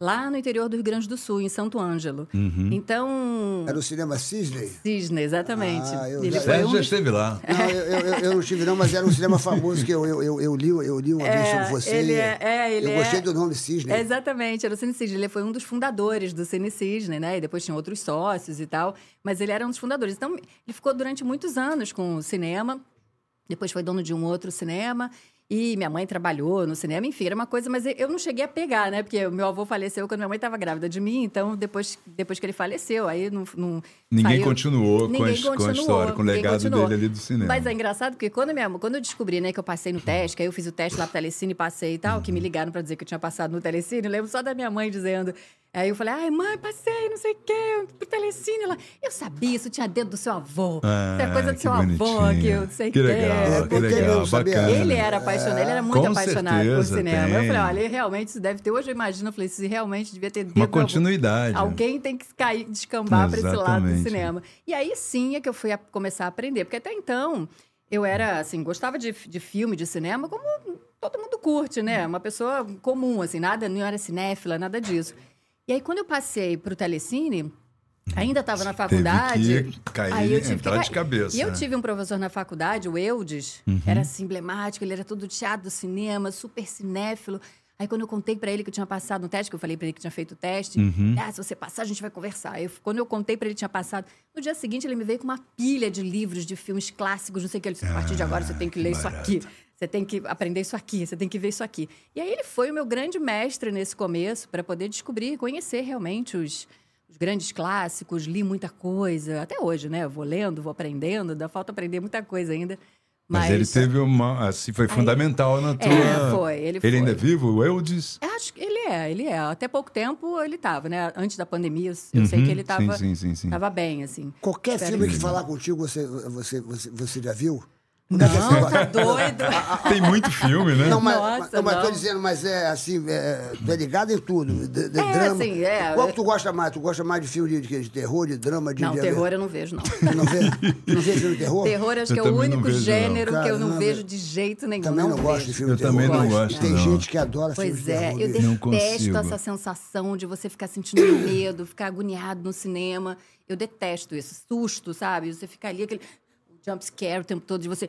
Speaker 5: Lá no interior do Rio Grande do Sul, em Santo Ângelo.
Speaker 3: Uhum.
Speaker 5: Então.
Speaker 4: Era o cinema
Speaker 5: [laughs]
Speaker 4: Cisney?
Speaker 5: Cisne, exatamente.
Speaker 4: Ah, eu
Speaker 5: Ele
Speaker 4: já-
Speaker 5: foi
Speaker 3: Sérgio
Speaker 5: um
Speaker 3: já
Speaker 5: dos-
Speaker 3: esteve lá.
Speaker 4: Não, eu, eu, eu- eu não tive não, mas era um cinema famoso que eu, eu, eu, eu li, eu li uma vez
Speaker 5: É,
Speaker 4: sobre você.
Speaker 5: ele é- é, ele
Speaker 4: eu gostei
Speaker 5: é-
Speaker 4: do nome Cisney.
Speaker 5: Exatamente, era o Cine Cisne. Ele foi um dos fundadores do Cine Cisne, né? E depois tinha outros sócios e tal. Mas ele era um dos fundadores. Então, ele ficou durante muitos anos com o cinema. Depois foi dono de um outro cinema. E minha mãe trabalhou no cinema, enfim, era uma coisa, mas eu não cheguei a pegar, né? Porque o meu avô faleceu quando minha mãe estava grávida de mim, então depois, depois que ele faleceu, aí não. não
Speaker 3: Ninguém
Speaker 5: saiu-
Speaker 3: continuou com a his- com a história, com o
Speaker 5: ninguém
Speaker 3: legado
Speaker 5: continuou.
Speaker 3: dele ali do cinema.
Speaker 5: Mas é engraçado porque quando, minha, quando eu descobri, né, que eu passei no teste, que aí eu fiz o teste lá pro Telecine, passei e tal, que me ligaram pra dizer que eu tinha passado no Telecine, eu lembro só da minha mãe dizendo. Aí eu falei, ai, mãe, passei, não sei o quê, pro Telecine. Ela, eu sabia, isso tinha dedo do seu avô.
Speaker 3: Ah,
Speaker 5: isso é coisa do
Speaker 3: que
Speaker 5: seu avô, que
Speaker 3: bonitinho.
Speaker 5: eu não sei o
Speaker 3: Que
Speaker 5: quê. É,
Speaker 3: legal, que
Speaker 4: É, porque
Speaker 3: legal,
Speaker 4: eu sabia.
Speaker 3: bacana.
Speaker 5: Ele era apaixonado, ele era muito
Speaker 3: Com
Speaker 5: apaixonado
Speaker 3: certeza,
Speaker 5: por cinema. Eu
Speaker 3: tem.
Speaker 5: falei, olha, ele realmente isso deve ter. Hoje eu imagino, eu falei, isso realmente devia ter dedo
Speaker 3: Uma
Speaker 5: do avô.
Speaker 3: continuidade.
Speaker 5: Alguém tem que cair, descambar para esse lado do
Speaker 3: Exatamente.
Speaker 5: cinema. E aí sim é que eu fui a- começar a aprender, porque até então eu era assim, gostava de, de filme, de cinema, como todo mundo curte, né? Uma pessoa comum, assim, nada, não era cinéfila, nada disso. E aí quando eu passei para o Telecine, ainda estava na faculdade,
Speaker 3: Teve que cair,
Speaker 5: aí eu tive
Speaker 3: entrar
Speaker 5: que cair.
Speaker 3: de cabeça.
Speaker 5: E eu
Speaker 3: né?
Speaker 5: tive um professor na faculdade, o Eudes, era assim, emblemático, ele era todo teado do cinema, super cinéfilo. Aí quando eu contei pra ele que eu tinha passado no teste, que eu falei pra ele que tinha feito o teste, ah, se você passar, a gente vai conversar. Aí, eu- quando eu contei pra ele que tinha passado, no dia seguinte ele me veio com uma pilha de livros, de filmes clássicos, não sei o que. Ele disse, a partir de agora você tem que ler isso
Speaker 3: barato.
Speaker 5: aqui. Você tem que aprender isso aqui, você tem que ver isso aqui. E aí ele foi o meu grande mestre nesse começo para poder descobrir, conhecer realmente os, os grandes clássicos, li muita coisa. Até hoje, né? Eu vou lendo, vou aprendendo, dá falta aprender muita coisa ainda.
Speaker 3: Mas,
Speaker 5: Mas,
Speaker 3: ele teve uma. Assim, foi fundamental na tua.
Speaker 5: foi, ele foi.
Speaker 3: ainda é vivo, o Eudes?
Speaker 5: Eu Acho que ele é, ele é. Até pouco tempo ele estava, né? Antes da pandemia, eu, eu sei que ele estava
Speaker 3: Uhum. Sim, sim, sim. sim.
Speaker 5: tava bem, assim.
Speaker 4: Qualquer
Speaker 5: Espero
Speaker 4: filme
Speaker 5: que
Speaker 4: que falar contigo, você, você, você, você já viu?
Speaker 5: Não,
Speaker 4: que assim,
Speaker 5: [laughs]
Speaker 4: [laughs]
Speaker 5: tá doido.
Speaker 3: Tem muito filme, né?
Speaker 4: Não, mas,
Speaker 5: Nossa,
Speaker 4: mas- não, mas tô
Speaker 5: não.
Speaker 4: dizendo, mas é assim, é, tu é ligado em tudo. De, de
Speaker 5: É,
Speaker 4: drama.
Speaker 5: assim, é.
Speaker 4: Qual que tu gosta mais? Tu gosta mais de filme de, de- de terror, de drama, de.
Speaker 5: Não,
Speaker 4: de-
Speaker 5: terror eu não vejo, não.
Speaker 4: Tu Não vê, tu não vê filme de terror?
Speaker 5: Terror acho
Speaker 3: Eu
Speaker 5: que é o
Speaker 3: também não
Speaker 5: único
Speaker 3: vejo, não.
Speaker 5: gênero que eu não
Speaker 4: Caramba.
Speaker 5: vejo de jeito nenhum.
Speaker 4: Também não, gosto
Speaker 5: vejo.
Speaker 4: de filme
Speaker 3: Eu
Speaker 4: de terror.
Speaker 3: também não
Speaker 4: mas
Speaker 3: gosto,
Speaker 4: Tem
Speaker 3: não.
Speaker 4: gente que adora filme
Speaker 5: Pois
Speaker 4: de
Speaker 5: é,
Speaker 4: terror.
Speaker 5: eu
Speaker 4: bicho.
Speaker 3: Não consigo.
Speaker 5: detesto essa sensação de você ficar sentindo [coughs] medo, ficar agoniado no cinema. Eu detesto isso. Susto, sabe? Você fica ali, aquele jump scare o tempo todo de você.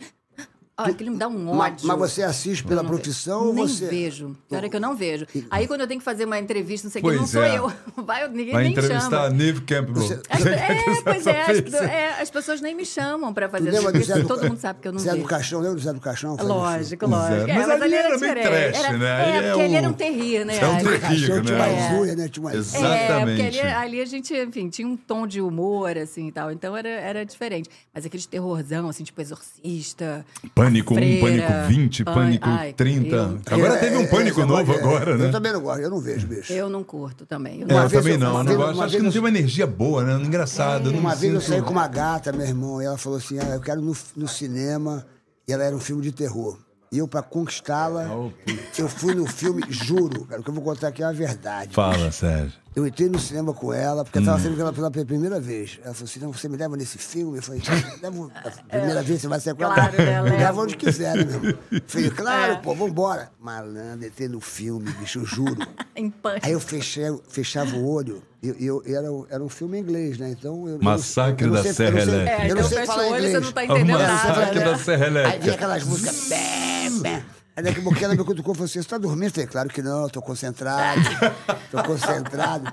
Speaker 5: Olha, aquilo me dá um ódio.
Speaker 4: Mas, mas você assiste pela
Speaker 5: Não vejo.
Speaker 4: profissão ou
Speaker 5: Nem
Speaker 4: você.
Speaker 5: vejo. Pior é que eu não vejo. Aí quando eu tenho que fazer uma entrevista, não sei o que,
Speaker 3: Pois
Speaker 5: não sou
Speaker 3: é.
Speaker 5: eu. [laughs] Vai, ninguém
Speaker 3: Vai
Speaker 5: nem
Speaker 3: entrevistar a
Speaker 5: chama.
Speaker 3: Neve Campbell.
Speaker 5: As pe-
Speaker 3: [laughs]
Speaker 5: é, pois é, as, é, as pessoas nem me chamam pra
Speaker 4: Tu
Speaker 5: fazer
Speaker 4: lembra
Speaker 5: essa
Speaker 4: do Zé do,
Speaker 5: entrevista. assim, Todo mundo sabe que eu não
Speaker 4: Zé
Speaker 5: vejo.
Speaker 4: do Caixão, lembra do Zé do Caixão? um Fazia
Speaker 5: Lógico, lógico.
Speaker 3: Exato.
Speaker 5: É,
Speaker 3: Mas
Speaker 5: mas,
Speaker 3: ali
Speaker 5: ali era,
Speaker 3: era bem
Speaker 5: diferente.
Speaker 3: trash, né?
Speaker 5: Era-
Speaker 3: Ele
Speaker 5: É,
Speaker 3: é
Speaker 5: porque ele
Speaker 3: o-
Speaker 5: era um terri, né?
Speaker 3: É um
Speaker 5: Acho que-
Speaker 4: filme. Caixão
Speaker 3: terrível,
Speaker 4: tinha
Speaker 3: né?
Speaker 4: mais duas, né? Tinha mais
Speaker 3: Exato.
Speaker 5: É, porque
Speaker 3: Exatamente.
Speaker 5: ali, ali a gente, enfim, tinha um tom de humor, assim, e tal. Então era, era diferente. Mas aquele terrorzão, assim, tipo exorcista.
Speaker 3: Pânico 1,
Speaker 5: Freira,
Speaker 3: Pânico 20,
Speaker 5: pan-
Speaker 3: Pânico
Speaker 5: ai,
Speaker 3: 30.
Speaker 5: eu-
Speaker 3: Agora
Speaker 4: É,
Speaker 3: teve um
Speaker 4: é,
Speaker 3: pânico
Speaker 4: esse
Speaker 3: novo
Speaker 4: negócio, é,
Speaker 3: agora, né?
Speaker 4: Eu também não gosto, eu não vejo, bicho.
Speaker 5: Eu não curto também. Eu
Speaker 3: É,
Speaker 5: não
Speaker 3: eu
Speaker 5: gosto.
Speaker 3: também
Speaker 4: eu-
Speaker 3: não,
Speaker 4: uma
Speaker 3: não
Speaker 4: vez-
Speaker 3: gosto.
Speaker 4: uma vez
Speaker 3: Acho que não
Speaker 4: eu-
Speaker 3: tem uma energia boa, né? Engraçado. não
Speaker 4: Uma vez eu
Speaker 3: sinto-
Speaker 4: saí com uma gata, meu irmão, e ela falou assim: ah, eu quero no, no cinema, e ela era um filme de terror. E eu, pra conquistá-la, eu fui no filme, juro, cara, o que eu vou contar aqui é a verdade.
Speaker 3: Fala, Sérgio.
Speaker 4: Eu entrei no cinema com ela, porque eu estava saindo com ela pela primeira vez. Ela falou assim: não, você me leva nesse filme? Eu falei: levo
Speaker 5: [laughs]
Speaker 4: a primeira vez, você vai sair com ela?
Speaker 5: É. Claro, né,
Speaker 4: Me leva
Speaker 5: levo.
Speaker 4: onde quiser, né, meu irmão? Eu Falei: claro,
Speaker 5: É.
Speaker 4: pô, vambora. Malandro, entrei no filme, bicho, eu juro.
Speaker 5: Em punk.
Speaker 4: Aí eu fechei, fechava o olho. E e eu, era, um- era um filme em inglês, né? Então eu. eu não-
Speaker 3: Massacre
Speaker 4: eu não
Speaker 3: da
Speaker 4: sei- eu
Speaker 3: Serra
Speaker 4: não sei-
Speaker 3: Elétrica.
Speaker 5: É,
Speaker 4: Eu não
Speaker 5: então
Speaker 4: sei
Speaker 5: fecha
Speaker 4: falar
Speaker 5: o olho, você
Speaker 4: inglês.
Speaker 5: não tá
Speaker 3: O
Speaker 5: entendendo nada.
Speaker 3: massacre
Speaker 5: né?
Speaker 3: da Serra
Speaker 4: Aí vinha
Speaker 3: Elétrica.
Speaker 4: aquelas músicas. Bé, bé. Aí daqui a pouco ela me cutucou e falou assim: você tá dormindo? Eu falei, claro que não, eu tô concentrado. Tô concentrado.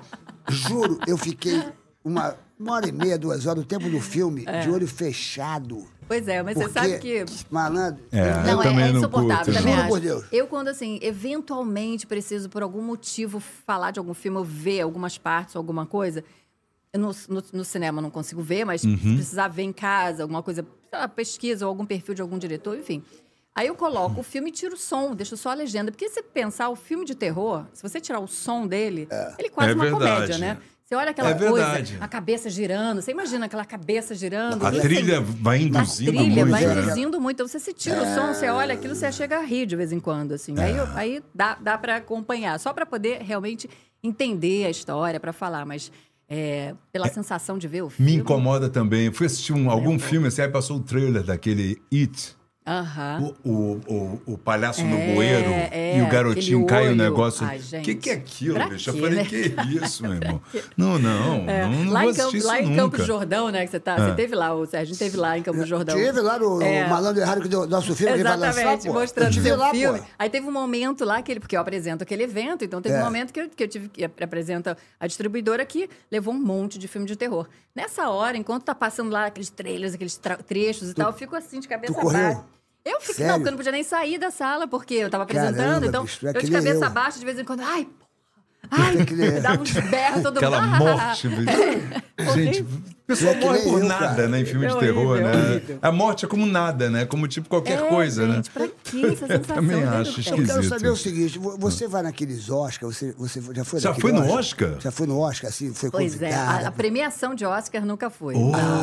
Speaker 4: Juro, eu fiquei uma, uma hora e meia, duas horas, o tempo do filme, de olho fechado.
Speaker 5: Pois é, mas você
Speaker 4: Porque,
Speaker 5: sabe que.
Speaker 4: Malandro.
Speaker 3: É, eu
Speaker 5: Não, é,
Speaker 3: também
Speaker 5: é
Speaker 3: não
Speaker 5: insuportável,
Speaker 3: curto,
Speaker 5: também
Speaker 4: não. Juro
Speaker 5: acho.
Speaker 4: por Deus.
Speaker 5: Eu, quando, assim, eventualmente preciso, por algum motivo, falar de algum filme, eu ver algumas partes ou alguma coisa. eu No, no, no cinema eu não consigo ver, mas
Speaker 3: Uhum.
Speaker 5: se precisar ver em casa, alguma coisa, sei lá, pesquisa ou algum perfil de algum diretor, enfim. Aí eu coloco o filme e tiro o som, deixo só a legenda. Porque se pensar, o filme de terror, se você tirar o som dele, ele é quase
Speaker 3: É
Speaker 5: uma
Speaker 3: verdade.
Speaker 5: comédia, né? Você olha aquela
Speaker 3: É verdade.
Speaker 5: coisa, a cabeça girando, você imagina aquela cabeça girando.
Speaker 3: A
Speaker 5: e assim,
Speaker 3: trilha vai induzindo
Speaker 5: a trilha
Speaker 3: muito, é.
Speaker 5: vai
Speaker 4: né?
Speaker 5: induzindo muito. Então, você se tira o som, você olha aquilo, você chega a rir de vez em quando, assim. Aí,
Speaker 3: É.
Speaker 5: eu- aí dá, dá para acompanhar, só para poder realmente entender a história, para falar. Mas é, pela sensação de ver o filme...
Speaker 3: Me incomoda também. Eu fui assistir um-
Speaker 5: É.
Speaker 3: algum filme assim, aí passou o trailer daquele It.
Speaker 5: Aham.
Speaker 3: O, o, o, o palhaço no
Speaker 5: É,
Speaker 3: bueiro
Speaker 5: é,
Speaker 3: e o garotinho
Speaker 5: aquele
Speaker 3: cai no
Speaker 5: olho.
Speaker 3: negócio.
Speaker 5: Ai,
Speaker 3: O
Speaker 5: gente.
Speaker 3: que, que é aquilo,
Speaker 5: Pra
Speaker 3: bicho? Eu
Speaker 5: quê,
Speaker 3: falei,
Speaker 5: né? É.
Speaker 3: que isso, meu
Speaker 5: [laughs]
Speaker 3: irmão? Não, não, não, não
Speaker 5: lá
Speaker 3: vou
Speaker 5: em, Campo,
Speaker 3: assistir
Speaker 5: lá
Speaker 3: isso
Speaker 5: em Campo
Speaker 3: nunca. É.
Speaker 5: do Jordão, né? Que você tá. Você teve lá, o Sérgio teve lá em Campo do Jordão.
Speaker 4: Tive lá no no
Speaker 5: É.
Speaker 4: Malandro Errado, que deu nosso filme, que vai lançar,
Speaker 5: Exatamente,
Speaker 4: pô.
Speaker 5: mostrando
Speaker 4: Tive
Speaker 5: seu
Speaker 4: lá, pô.
Speaker 5: filme. Aí teve um momento lá que ele, porque eu apresento aquele evento, então teve
Speaker 4: É.
Speaker 5: um momento que eu, que eu tive que apresenta a distribuidora que levou um monte de filme de terror. Nessa hora, enquanto tá passando lá aqueles trailers, aqueles tra- trechos e tal, eu fico assim de cabeça
Speaker 4: tu correu?
Speaker 5: baixa. Eu fico,
Speaker 4: Sério?
Speaker 5: não, porque eu não podia nem sair da sala, porque eu tava apresentando,
Speaker 4: Caramba,
Speaker 5: então
Speaker 4: bicho, é
Speaker 5: eu
Speaker 4: que
Speaker 5: de
Speaker 4: nem
Speaker 5: cabeça
Speaker 4: eu.
Speaker 5: baixa de vez em quando, ai, porra, ai,
Speaker 4: que nem eu.
Speaker 5: [laughs] dava uns berros todo [laughs]
Speaker 3: Aquela
Speaker 5: mundo.
Speaker 3: morte, bicho. Gente, o pessoal
Speaker 4: É que
Speaker 3: morre
Speaker 4: nem
Speaker 3: por
Speaker 4: eu,
Speaker 3: nada,
Speaker 4: cara.
Speaker 3: né? Em filme
Speaker 5: É
Speaker 3: de terror,
Speaker 5: horrível,
Speaker 3: né?
Speaker 5: horrível.
Speaker 3: A morte é como nada, né? Como tipo qualquer
Speaker 5: É,
Speaker 3: coisa,
Speaker 5: gente,
Speaker 3: né?
Speaker 5: pra que
Speaker 3: [laughs]
Speaker 5: essa sensação?
Speaker 3: também
Speaker 5: né?
Speaker 3: acho
Speaker 4: Eu
Speaker 5: Eu quero-
Speaker 4: quero
Speaker 3: Esquisito. Ah.
Speaker 4: saber o seguinte, vo- você vai naqueles Oscar, você, você já foi
Speaker 3: Já
Speaker 4: naquele
Speaker 3: foi no Oscar?
Speaker 4: Já foi no Oscar, assim, foi
Speaker 5: Pois é, a, a
Speaker 4: convidada.
Speaker 5: premiação de Oscar nunca foi.
Speaker 3: Oh.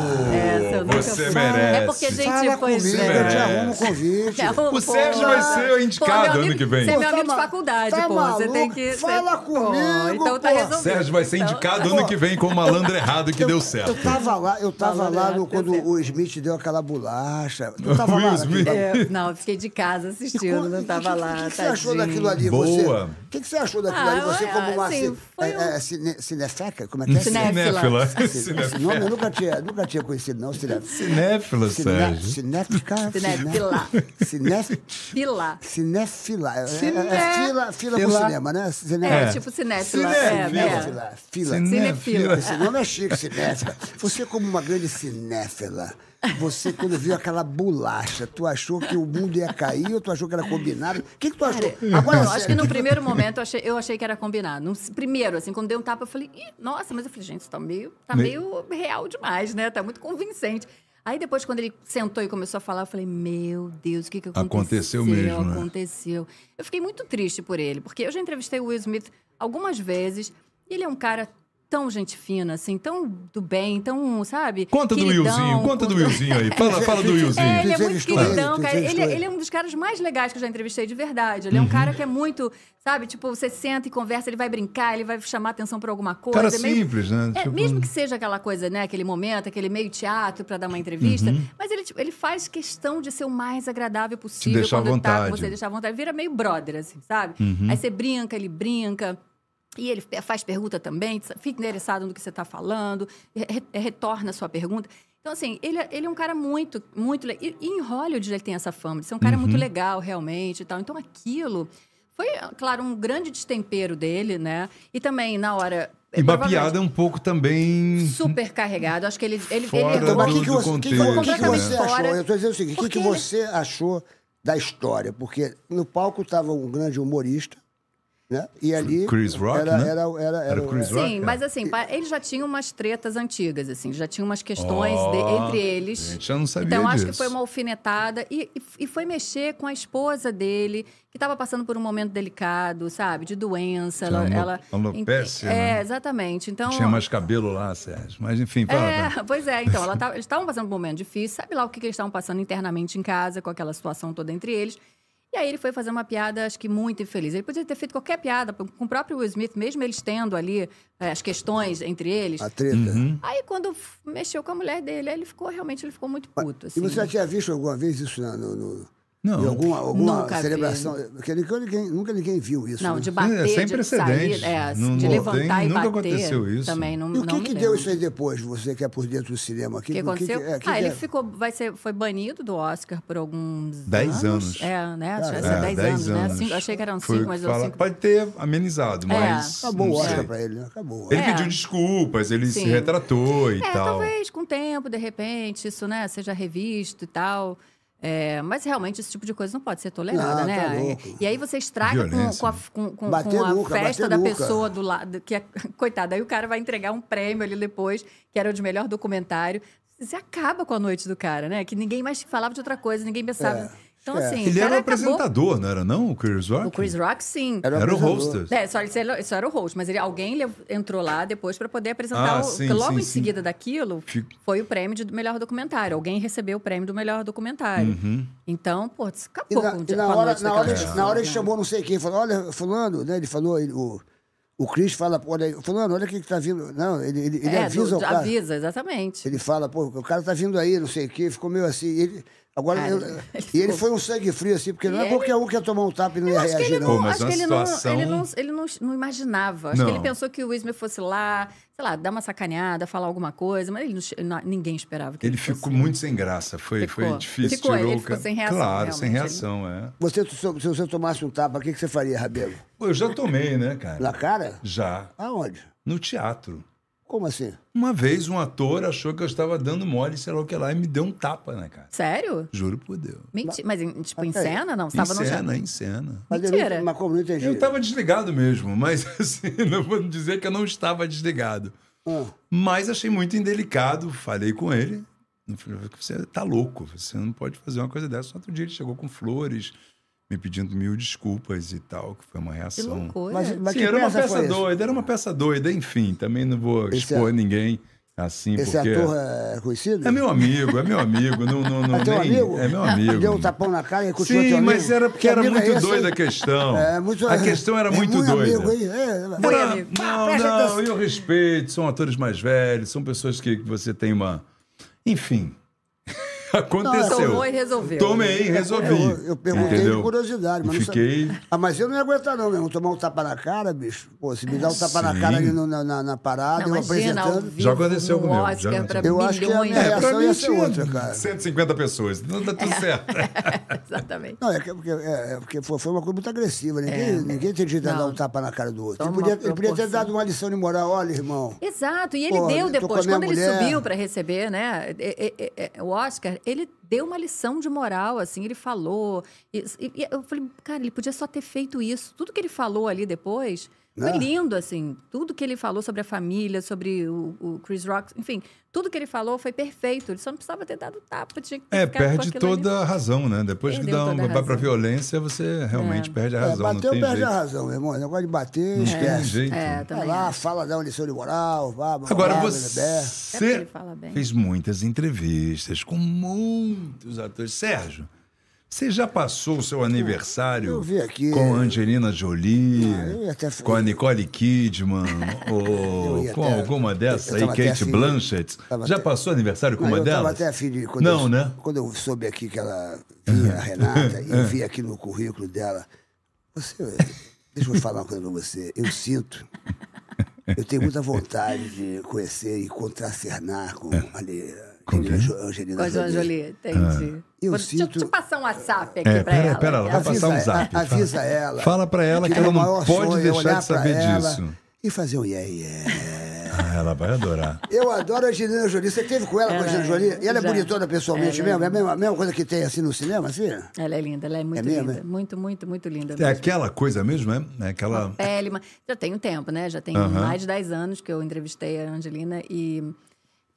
Speaker 5: Essa eu É, nunca
Speaker 3: você
Speaker 5: fui.
Speaker 3: merece.
Speaker 5: É porque a
Speaker 4: É,
Speaker 5: gente
Speaker 4: Fala
Speaker 5: pois
Speaker 4: comigo,
Speaker 5: é.
Speaker 4: eu te
Speaker 3: merece.
Speaker 4: arrumo o convite.
Speaker 5: É,
Speaker 3: O Sérgio vai ser indicado
Speaker 5: meu
Speaker 3: ano
Speaker 5: amigo-
Speaker 3: que vem.
Speaker 5: Você é
Speaker 4: Pô,
Speaker 5: meu amigo
Speaker 4: tá
Speaker 5: de
Speaker 4: ma-
Speaker 5: faculdade,
Speaker 4: tá
Speaker 5: pô. Você
Speaker 4: maluco?
Speaker 5: tem que. você-
Speaker 4: Fala
Speaker 5: Pô,
Speaker 4: comigo,
Speaker 5: Então tá
Speaker 4: pô.
Speaker 5: resolvido.
Speaker 3: Sérgio vai ser
Speaker 5: Então-
Speaker 3: indicado ano que vem com o malandro errado que deu certo.
Speaker 4: Eu tava lá, eu tava
Speaker 5: Malandro,
Speaker 4: lá
Speaker 5: né?
Speaker 4: no- quando
Speaker 5: Deu certo.
Speaker 4: o Smith deu aquela bolacha. Tu tava
Speaker 3: Will
Speaker 4: lá,
Speaker 3: Smith.
Speaker 4: naquele-
Speaker 5: É, não, eu fiquei de casa assistindo, não tava lá.
Speaker 4: O que, que você achou
Speaker 5: tadinho.
Speaker 4: daquilo ali?
Speaker 3: Boa.
Speaker 4: Você, o que, que você achou daquilo ali?
Speaker 5: Ah,
Speaker 4: Você
Speaker 5: olha,
Speaker 4: como uma
Speaker 5: assim,
Speaker 4: ci-
Speaker 5: foi
Speaker 4: é,
Speaker 5: um-
Speaker 4: é, cine- cinefeca? Como é que é?
Speaker 5: Cinéfila.
Speaker 4: Esse, esse nome eu nunca tinha, nunca tinha conhecido, não. Cinéfila.
Speaker 3: Cinéfila, Sérgio.
Speaker 4: Cinéfica?
Speaker 5: Cinéfila.
Speaker 4: Cinéfila.
Speaker 5: Pilar.
Speaker 4: Cinéfila. É,
Speaker 3: Ciné-
Speaker 4: É, é fila, fila pro
Speaker 3: Fila.
Speaker 4: cinema, né? Ciné...
Speaker 5: É,
Speaker 3: É.
Speaker 5: tipo cinéfila.
Speaker 3: Cinéfila.
Speaker 5: É, é.
Speaker 4: Cinéfila. Fila.
Speaker 5: Cinefila.
Speaker 4: Esse nome é chique, cinéfila. Você, como uma grande cinéfila, você, quando viu aquela bolacha, tu achou que o mundo ia cair ou tu achou que era combinado? O que, que tu achou? Agora,
Speaker 5: Eu acho que
Speaker 4: sério,
Speaker 5: no
Speaker 4: que-
Speaker 3: assim.
Speaker 5: primeiro momento eu achei, eu achei que era combinado. No s- primeiro, assim, quando dei um tapa, eu falei, Ih, nossa, mas eu falei, gente, isso tá meio, tá
Speaker 3: Me-
Speaker 5: meio real demais, né? Tá muito convincente. Aí depois, quando ele sentou e começou a falar, eu falei, meu Deus, o que, que aconteceu?
Speaker 3: Aconteceu mesmo, né?
Speaker 5: Aconteceu. Eu fiquei muito triste por ele, porque eu já entrevistei o Will Smith algumas vezes, e ele é um cara tão gente fina, assim, tão do bem, tão,
Speaker 3: [laughs]
Speaker 5: sabe?
Speaker 3: Conta do
Speaker 5: queridão,
Speaker 3: Willzinho, conta do
Speaker 5: com-
Speaker 3: Willzinho aí. Fala,
Speaker 5: [laughs]
Speaker 3: fala do
Speaker 5: é, ele
Speaker 3: Willzinho.
Speaker 5: é muito
Speaker 4: Entrevistou ele,
Speaker 5: queridão,
Speaker 4: tu
Speaker 5: cara. Ele,
Speaker 4: entrevistou
Speaker 5: ele
Speaker 4: ele.
Speaker 5: é um dos caras mais legais que eu já entrevistei de verdade. Ele é um cara que é muito, sabe, tipo, você senta e conversa, ele vai brincar, ele vai chamar atenção por alguma coisa.
Speaker 3: Cara
Speaker 5: é meio-
Speaker 3: simples, né?
Speaker 5: É,
Speaker 3: Tipo-
Speaker 5: mesmo que seja aquela coisa, né? Aquele momento, aquele meio teatro pra dar uma entrevista.
Speaker 3: Uhum.
Speaker 5: Mas ele, tipo, ele faz questão de ser o mais agradável possível.
Speaker 3: deixar à
Speaker 5: quando ele Tá
Speaker 3: vontade. Uhum.
Speaker 5: com você, deixar à vontade. Vira meio brother, assim, sabe? Aí você brinca, ele brinca. E ele pe- faz pergunta também, fica interessado no que você está falando, re- re- retorna a sua pergunta. Então, assim, ele, é- ele é um cara muito, muito... le- E, e em Hollywood ele tem essa fama de ser um cara
Speaker 3: Uhum.
Speaker 5: muito legal, realmente, e tal. Então, aquilo foi, claro, um grande destempero dele, né? E também, na hora...
Speaker 3: E uma
Speaker 5: é provavelmente-
Speaker 3: piada um pouco também.
Speaker 5: super carregado. Acho que ele, ele,
Speaker 3: Fora
Speaker 5: ele
Speaker 3: do-
Speaker 5: errou.
Speaker 4: Então, Mas o que, que
Speaker 3: do
Speaker 4: você, o que que-
Speaker 3: contexto,
Speaker 4: o que que você
Speaker 5: né?
Speaker 4: achou?
Speaker 5: Fora.
Speaker 4: Eu estou dizendo o seguinte: o que,
Speaker 5: Porque
Speaker 4: que
Speaker 5: ele-
Speaker 4: você achou da história? Porque no palco estava um grande humorista, né? E ali.
Speaker 3: Chris Rock,
Speaker 4: era,
Speaker 3: né?
Speaker 4: era, era, era, é,
Speaker 3: Era o Chris
Speaker 4: era-
Speaker 3: Rock.
Speaker 5: Sim, mas assim, pa- ele já tinha umas tretas antigas, assim, já tinha umas questões de-
Speaker 3: Ó,
Speaker 5: entre eles.
Speaker 3: gente, eu não sabia
Speaker 5: Então, acho que
Speaker 3: disso.
Speaker 5: foi uma alfinetada e, e, e foi mexer com a esposa dele, que estava passando por um momento delicado, sabe? De doença.
Speaker 3: Tinha
Speaker 5: Ela,
Speaker 3: alo-
Speaker 5: ela,
Speaker 3: alopécia,
Speaker 5: É,
Speaker 3: né?
Speaker 5: exatamente. Então,
Speaker 3: Tinha mais cabelo lá, Sérgio. Mas enfim, fala. vai.
Speaker 5: É, [laughs] pois é. Então, ela tá- eles estavam passando por um momento difícil. Sabe lá o que, que eles estavam passando internamente em casa, com aquela situação toda entre eles. E aí ele foi fazer uma piada, acho que muito infeliz. Ele podia ter feito qualquer piada, com o próprio Will Smith, mesmo eles tendo ali eh, as questões entre eles.
Speaker 4: A treta.
Speaker 3: Uhum.
Speaker 5: Aí quando f- mexeu com a mulher dele, aí ele ficou, realmente, ele ficou muito puto, assim.
Speaker 4: Ah, E você já tinha visto alguma vez isso na- no, no-
Speaker 3: Não.
Speaker 4: em alguma, alguma
Speaker 5: Nunca vi.
Speaker 4: celebração? Porque nunca ninguém, nunca ninguém viu isso.
Speaker 5: Não,
Speaker 4: né?
Speaker 5: de bater,
Speaker 3: É, sem
Speaker 5: de
Speaker 3: precedentes.
Speaker 5: sair, é,
Speaker 3: Não-
Speaker 5: de
Speaker 3: não
Speaker 5: levantar
Speaker 3: tem,
Speaker 5: e
Speaker 3: nunca
Speaker 5: bater.
Speaker 3: aconteceu isso.
Speaker 5: Também não,
Speaker 4: E o
Speaker 5: não
Speaker 4: que,
Speaker 5: me
Speaker 4: que
Speaker 5: lembro.
Speaker 4: deu isso aí depois, você que é por dentro do cinema?
Speaker 5: O que
Speaker 4: o
Speaker 5: aconteceu?
Speaker 4: é, o que
Speaker 5: ah,
Speaker 4: que
Speaker 5: ele
Speaker 4: é?
Speaker 5: ficou, vai ser, foi banido do Oscar por alguns
Speaker 3: Dez anos.
Speaker 5: É, né? Acho que
Speaker 4: Cara,
Speaker 5: vai ser
Speaker 3: É,
Speaker 5: 10 anos, né? Cinco- achei que eram
Speaker 3: Foi
Speaker 5: 5,
Speaker 3: o
Speaker 5: mas
Speaker 3: que
Speaker 5: É. eram
Speaker 3: fala-
Speaker 5: 5.
Speaker 3: Pode ter amenizado, mas.
Speaker 5: Tá
Speaker 4: Acabou
Speaker 3: não
Speaker 4: o Oscar
Speaker 3: sei.
Speaker 4: pra ele, né? acabou.
Speaker 3: Ele
Speaker 5: É.
Speaker 3: pediu desculpas, ele se
Speaker 5: Sim.
Speaker 3: retratou e
Speaker 5: É,
Speaker 3: tal.
Speaker 5: talvez com o tempo, de repente, isso né, seja revisto e tal. É, mas realmente esse tipo de coisa não pode ser tolerada,
Speaker 4: Não,
Speaker 5: né?
Speaker 4: tá louco.
Speaker 5: e aí você estraga com,
Speaker 3: Violência,
Speaker 5: com a,
Speaker 3: né?
Speaker 5: com- com-
Speaker 4: Bater
Speaker 5: com a
Speaker 4: nunca,
Speaker 5: festa
Speaker 4: bater
Speaker 5: da
Speaker 4: nunca.
Speaker 5: pessoa do lado. Que é, [laughs] coitada, aí o cara vai entregar um prêmio ali depois, que era o de melhor documentário. Você acaba com a noite do cara, né? Que ninguém mais falava de outra coisa, ninguém pensava.
Speaker 4: É,
Speaker 5: então,
Speaker 4: é.
Speaker 5: assim, o
Speaker 3: Ele era
Speaker 5: cara
Speaker 3: o
Speaker 5: acabou-
Speaker 3: apresentador, não era não? O Chris Rock?
Speaker 5: O Chris Rock, sim.
Speaker 3: Era o
Speaker 4: apresentador.
Speaker 3: hoster.
Speaker 5: É, só, isso, era, isso era o host, mas ele, alguém le- entrou lá depois para poder apresentar.
Speaker 3: Ah,
Speaker 5: o,
Speaker 3: sim,
Speaker 5: porque logo
Speaker 3: sim,
Speaker 5: em
Speaker 3: sim.
Speaker 5: seguida daquilo,
Speaker 3: Fico-
Speaker 5: foi o prêmio de melhor documentário. Alguém recebeu o prêmio do melhor documentário.
Speaker 3: Uhum.
Speaker 5: Então, pô, isso
Speaker 4: E
Speaker 5: acabou
Speaker 4: na,
Speaker 5: com, o
Speaker 4: e
Speaker 5: dia-
Speaker 4: na
Speaker 5: com a
Speaker 4: hora,
Speaker 5: noite
Speaker 4: na,
Speaker 5: daquela
Speaker 4: hora, ele-
Speaker 5: pessoa,
Speaker 4: na hora ele
Speaker 5: né?
Speaker 4: chamou não sei quem, falou, olha, fulano, né? Ele falou, ele- o, o Cris fala, olha, aí, fulano, olha o que que tá vindo. Não, ele, ele, ele
Speaker 5: É,
Speaker 4: avisa
Speaker 5: do-
Speaker 4: o cara.
Speaker 5: avisa, exatamente.
Speaker 4: Ele fala, pô, o cara tá vindo aí, não sei o quê, ficou meio assim. Ele, agora,
Speaker 5: Cara,
Speaker 4: eu-
Speaker 5: Ah, ele
Speaker 4: e ele
Speaker 5: ficou-
Speaker 4: foi um sangue frio, assim, porque não
Speaker 5: E
Speaker 4: é
Speaker 5: ele-
Speaker 4: qualquer um que ia tomar um tapa e não ia
Speaker 5: Acho que ele
Speaker 4: reagir,
Speaker 5: não,
Speaker 4: não.
Speaker 3: Pô, mas
Speaker 5: acho
Speaker 3: é uma
Speaker 5: que ele,
Speaker 3: situação-
Speaker 5: não, ele, não, ele não, não imaginava. Acho que
Speaker 3: Não.
Speaker 5: ele pensou que o Ismael fosse lá, sei lá, dar uma sacaneada, falar alguma coisa, mas ele não che- não- ninguém esperava que ele,
Speaker 3: Ele
Speaker 5: fosse.
Speaker 3: ficou muito sem graça, foi,
Speaker 5: Ficou.
Speaker 3: foi difícil.
Speaker 5: Ficou, ele
Speaker 3: tirou o
Speaker 5: ficou
Speaker 3: ca-
Speaker 5: sem reação,
Speaker 3: Claro, sem
Speaker 5: realmente,
Speaker 3: reação, é.
Speaker 4: Você, se se você tomasse um tapa, o que, que você faria, Rabelo?
Speaker 3: Pô, Eu já tomei, né, cara?
Speaker 4: Na cara?
Speaker 3: Já.
Speaker 4: Aonde?
Speaker 3: No teatro.
Speaker 4: Como assim?
Speaker 3: Uma vez um ator achou que eu estava dando mole, sei lá o que lá, e me deu um tapa, né, cara?
Speaker 5: Sério?
Speaker 3: Juro por Deus.
Speaker 5: Mentira. Mas, em- tipo, em
Speaker 4: Mas peraí.
Speaker 5: cena? Não,
Speaker 3: Em
Speaker 5: estava no
Speaker 3: cena, em cena.
Speaker 4: Mas eu
Speaker 5: Mentira.
Speaker 4: não, mas como não entendi.
Speaker 3: Eu estava desligado mesmo, mas [laughs] assim, não vou dizer que eu não estava desligado.
Speaker 4: Ah,
Speaker 3: Mas achei muito indelicado, falei com ele. Eu falei, Você tá louco, você não pode fazer uma coisa dessa. Outro dia ele chegou com flores, me pedindo mil desculpas e tal, que foi uma
Speaker 5: Que
Speaker 3: reação.
Speaker 5: loucura.
Speaker 4: mas, mas
Speaker 3: Sim,
Speaker 4: que
Speaker 3: era uma
Speaker 4: peça
Speaker 3: peça
Speaker 4: foi essa?
Speaker 3: doida, era uma peça doida, enfim, também não vou
Speaker 4: Esse
Speaker 3: expor
Speaker 4: é-
Speaker 3: ninguém assim,
Speaker 4: Esse
Speaker 3: porque.
Speaker 4: ator é conhecido?
Speaker 3: É meu amigo, é meu amigo. Não, não, não,
Speaker 4: É teu
Speaker 3: nem-
Speaker 4: amigo?
Speaker 3: É meu amigo.
Speaker 4: Deu um tapão na cara e continuou
Speaker 3: Sim,
Speaker 4: teu amigo?
Speaker 3: mas era porque
Speaker 4: Que
Speaker 3: era
Speaker 4: amigo é
Speaker 3: muito
Speaker 4: esse,
Speaker 3: doida a
Speaker 4: hein?
Speaker 3: questão.
Speaker 4: É, muito-
Speaker 3: a questão era
Speaker 4: é
Speaker 3: muito, doida.
Speaker 4: amigo, hein? É,
Speaker 5: Foi,
Speaker 3: Era-
Speaker 5: amigo.
Speaker 3: Não,
Speaker 4: presta
Speaker 3: não,
Speaker 4: atenção.
Speaker 3: eu respeito, são atores mais velhos, são pessoas que que você tem uma. Enfim. [laughs] Aconteceu.
Speaker 5: Tomou e resolveu.
Speaker 3: Tomei, resolvi.
Speaker 4: Eu, eu perguntei de
Speaker 3: entendeu?
Speaker 4: curiosidade, mas
Speaker 3: E
Speaker 4: não
Speaker 3: fiquei.
Speaker 4: sabia. Ah, mas eu não ia aguentar, não, meu irmão. Tomar um tapa na cara, bicho. Pô, se me dá um tapa na
Speaker 3: Sim.
Speaker 4: cara ali no- na, na- na parada,
Speaker 5: Não,
Speaker 4: eu
Speaker 5: imagina, ao
Speaker 4: apresentando.
Speaker 5: vivo,
Speaker 3: Já aconteceu
Speaker 5: no
Speaker 3: comigo, já
Speaker 5: Oscar
Speaker 3: aconteceu.
Speaker 5: pra
Speaker 4: Eu
Speaker 5: milhões.
Speaker 4: acho que é a minha
Speaker 3: É, pra
Speaker 4: reação
Speaker 3: mim
Speaker 4: ia ser
Speaker 3: tinha
Speaker 4: outra, cara.
Speaker 3: 150 pessoas, não tá
Speaker 5: É.
Speaker 3: tudo certo.
Speaker 5: [laughs] Exatamente.
Speaker 4: Não, é que- porque, é, é porque foi foi uma coisa muito agressiva. Ninguém, ninguém tem direito de dar
Speaker 5: É, Não.
Speaker 4: um tapa na cara do outro. Ele
Speaker 5: Toma
Speaker 4: podia,
Speaker 5: uma
Speaker 4: ele podia ter
Speaker 5: proporção.
Speaker 4: dado uma lição de moral. Olha, irmão.
Speaker 5: Exato, e ele
Speaker 4: Porra,
Speaker 5: deu
Speaker 4: eu tô
Speaker 5: depois,
Speaker 4: com a
Speaker 5: quando
Speaker 4: minha
Speaker 5: ele
Speaker 4: mulher.
Speaker 5: subiu para receber, né, é- é- é- é, o Oscar, ele deu uma lição de moral, assim, ele falou, e, e- e eu falei, cara, ele podia só ter feito isso, tudo que ele falou ali depois, foi
Speaker 4: Né?
Speaker 5: lindo, assim, tudo que ele falou sobre a família, sobre o, o Chris Rock, enfim, tudo que ele falou foi perfeito, ele só não precisava ter dado tapa, tinha que ter
Speaker 3: É,
Speaker 5: ficado com
Speaker 3: perde
Speaker 5: aquilo ali.
Speaker 3: toda a razão, né? Depois que
Speaker 5: Perdeu
Speaker 3: dá
Speaker 5: toda
Speaker 3: uma,
Speaker 5: a
Speaker 3: vai pra
Speaker 5: razão.
Speaker 3: violência, você realmente perde a
Speaker 4: É,
Speaker 3: razão. não
Speaker 4: bateu,
Speaker 3: tem
Speaker 4: perde
Speaker 3: jeito.
Speaker 4: a razão, meu irmão. Negócio de bater,
Speaker 3: Não tem
Speaker 4: esquece.
Speaker 3: jeito.
Speaker 5: É,
Speaker 4: Vai
Speaker 5: também
Speaker 4: lá,
Speaker 5: acho.
Speaker 4: fala, dá uma lição de moral. Vá, blá,
Speaker 3: Agora
Speaker 4: blá, blá, blá, blá.
Speaker 5: É porque ele
Speaker 3: você
Speaker 5: fala bem.
Speaker 3: fez muitas entrevistas com muitos atores. Sérgio, você já passou o seu aniversário
Speaker 4: eu vi aqui. Ah,
Speaker 3: com a Angelina Jolie,
Speaker 4: eu ia até-
Speaker 3: com a
Speaker 4: [laughs]
Speaker 3: Nicole Kidman,
Speaker 4: Eu
Speaker 3: ou
Speaker 4: ia
Speaker 3: com
Speaker 4: até-
Speaker 3: alguma dessa
Speaker 4: eu
Speaker 3: aí,
Speaker 4: tava até
Speaker 3: Kate
Speaker 4: afim de-
Speaker 3: Blanchett?
Speaker 4: tava
Speaker 3: Já
Speaker 4: até-
Speaker 3: passou aniversário com
Speaker 4: Não,
Speaker 3: uma
Speaker 4: eu
Speaker 3: delas?
Speaker 4: tava até afim de. Quando
Speaker 3: Não,
Speaker 4: eu,
Speaker 3: né? Uhum.
Speaker 4: Quando eu soube aqui que ela vinha, a Renata, e eu vi aqui no currículo dela. Você. Deixa eu falar uma coisa pra você. Eu sinto. Eu tenho muita vontade de conhecer e contracernar com ali,
Speaker 3: É. Com
Speaker 4: Angelina
Speaker 3: quem?
Speaker 4: Jo- Angelina
Speaker 5: Coisa,
Speaker 4: Jolie.
Speaker 5: Jolie, entendi.
Speaker 4: Eu
Speaker 5: Vou- deixa, eu-
Speaker 4: sinto-
Speaker 5: deixa eu passar um WhatsApp aqui
Speaker 3: Ah. É,
Speaker 5: pra
Speaker 3: pera,
Speaker 5: ela.
Speaker 3: pera, ela vai
Speaker 5: Ela-
Speaker 3: passar um zap.
Speaker 4: a- avisa ela.
Speaker 3: Fala pra ela que
Speaker 4: Tive
Speaker 3: ela
Speaker 4: o
Speaker 3: não
Speaker 4: maior
Speaker 3: pode
Speaker 4: sonho, é
Speaker 3: deixar
Speaker 4: olhar
Speaker 3: de saber
Speaker 4: pra ela
Speaker 3: disso.
Speaker 4: E fazer um yeah, yeah.
Speaker 3: Ah, ela vai adorar.
Speaker 4: Eu adoro a Angelina Jolie. Você teve com ela, com a
Speaker 5: Ela
Speaker 4: Angelina
Speaker 5: é-
Speaker 4: Jolie? E ela é
Speaker 5: já.
Speaker 4: bonitona pessoalmente
Speaker 5: Ela é-
Speaker 4: mesmo? É a mesma, a mesma coisa que tem assim no cinema, assim?
Speaker 5: Ela é linda, ela é muito
Speaker 4: mesmo,
Speaker 5: linda.
Speaker 4: é?
Speaker 5: Muito, muito, muito linda.
Speaker 3: É
Speaker 5: mesmo.
Speaker 3: aquela coisa mesmo, é? É aquela...
Speaker 5: pele. mas Já tem um tempo, né? Já tem
Speaker 3: Aham.
Speaker 5: mais de 10 anos que eu entrevistei a Angelina e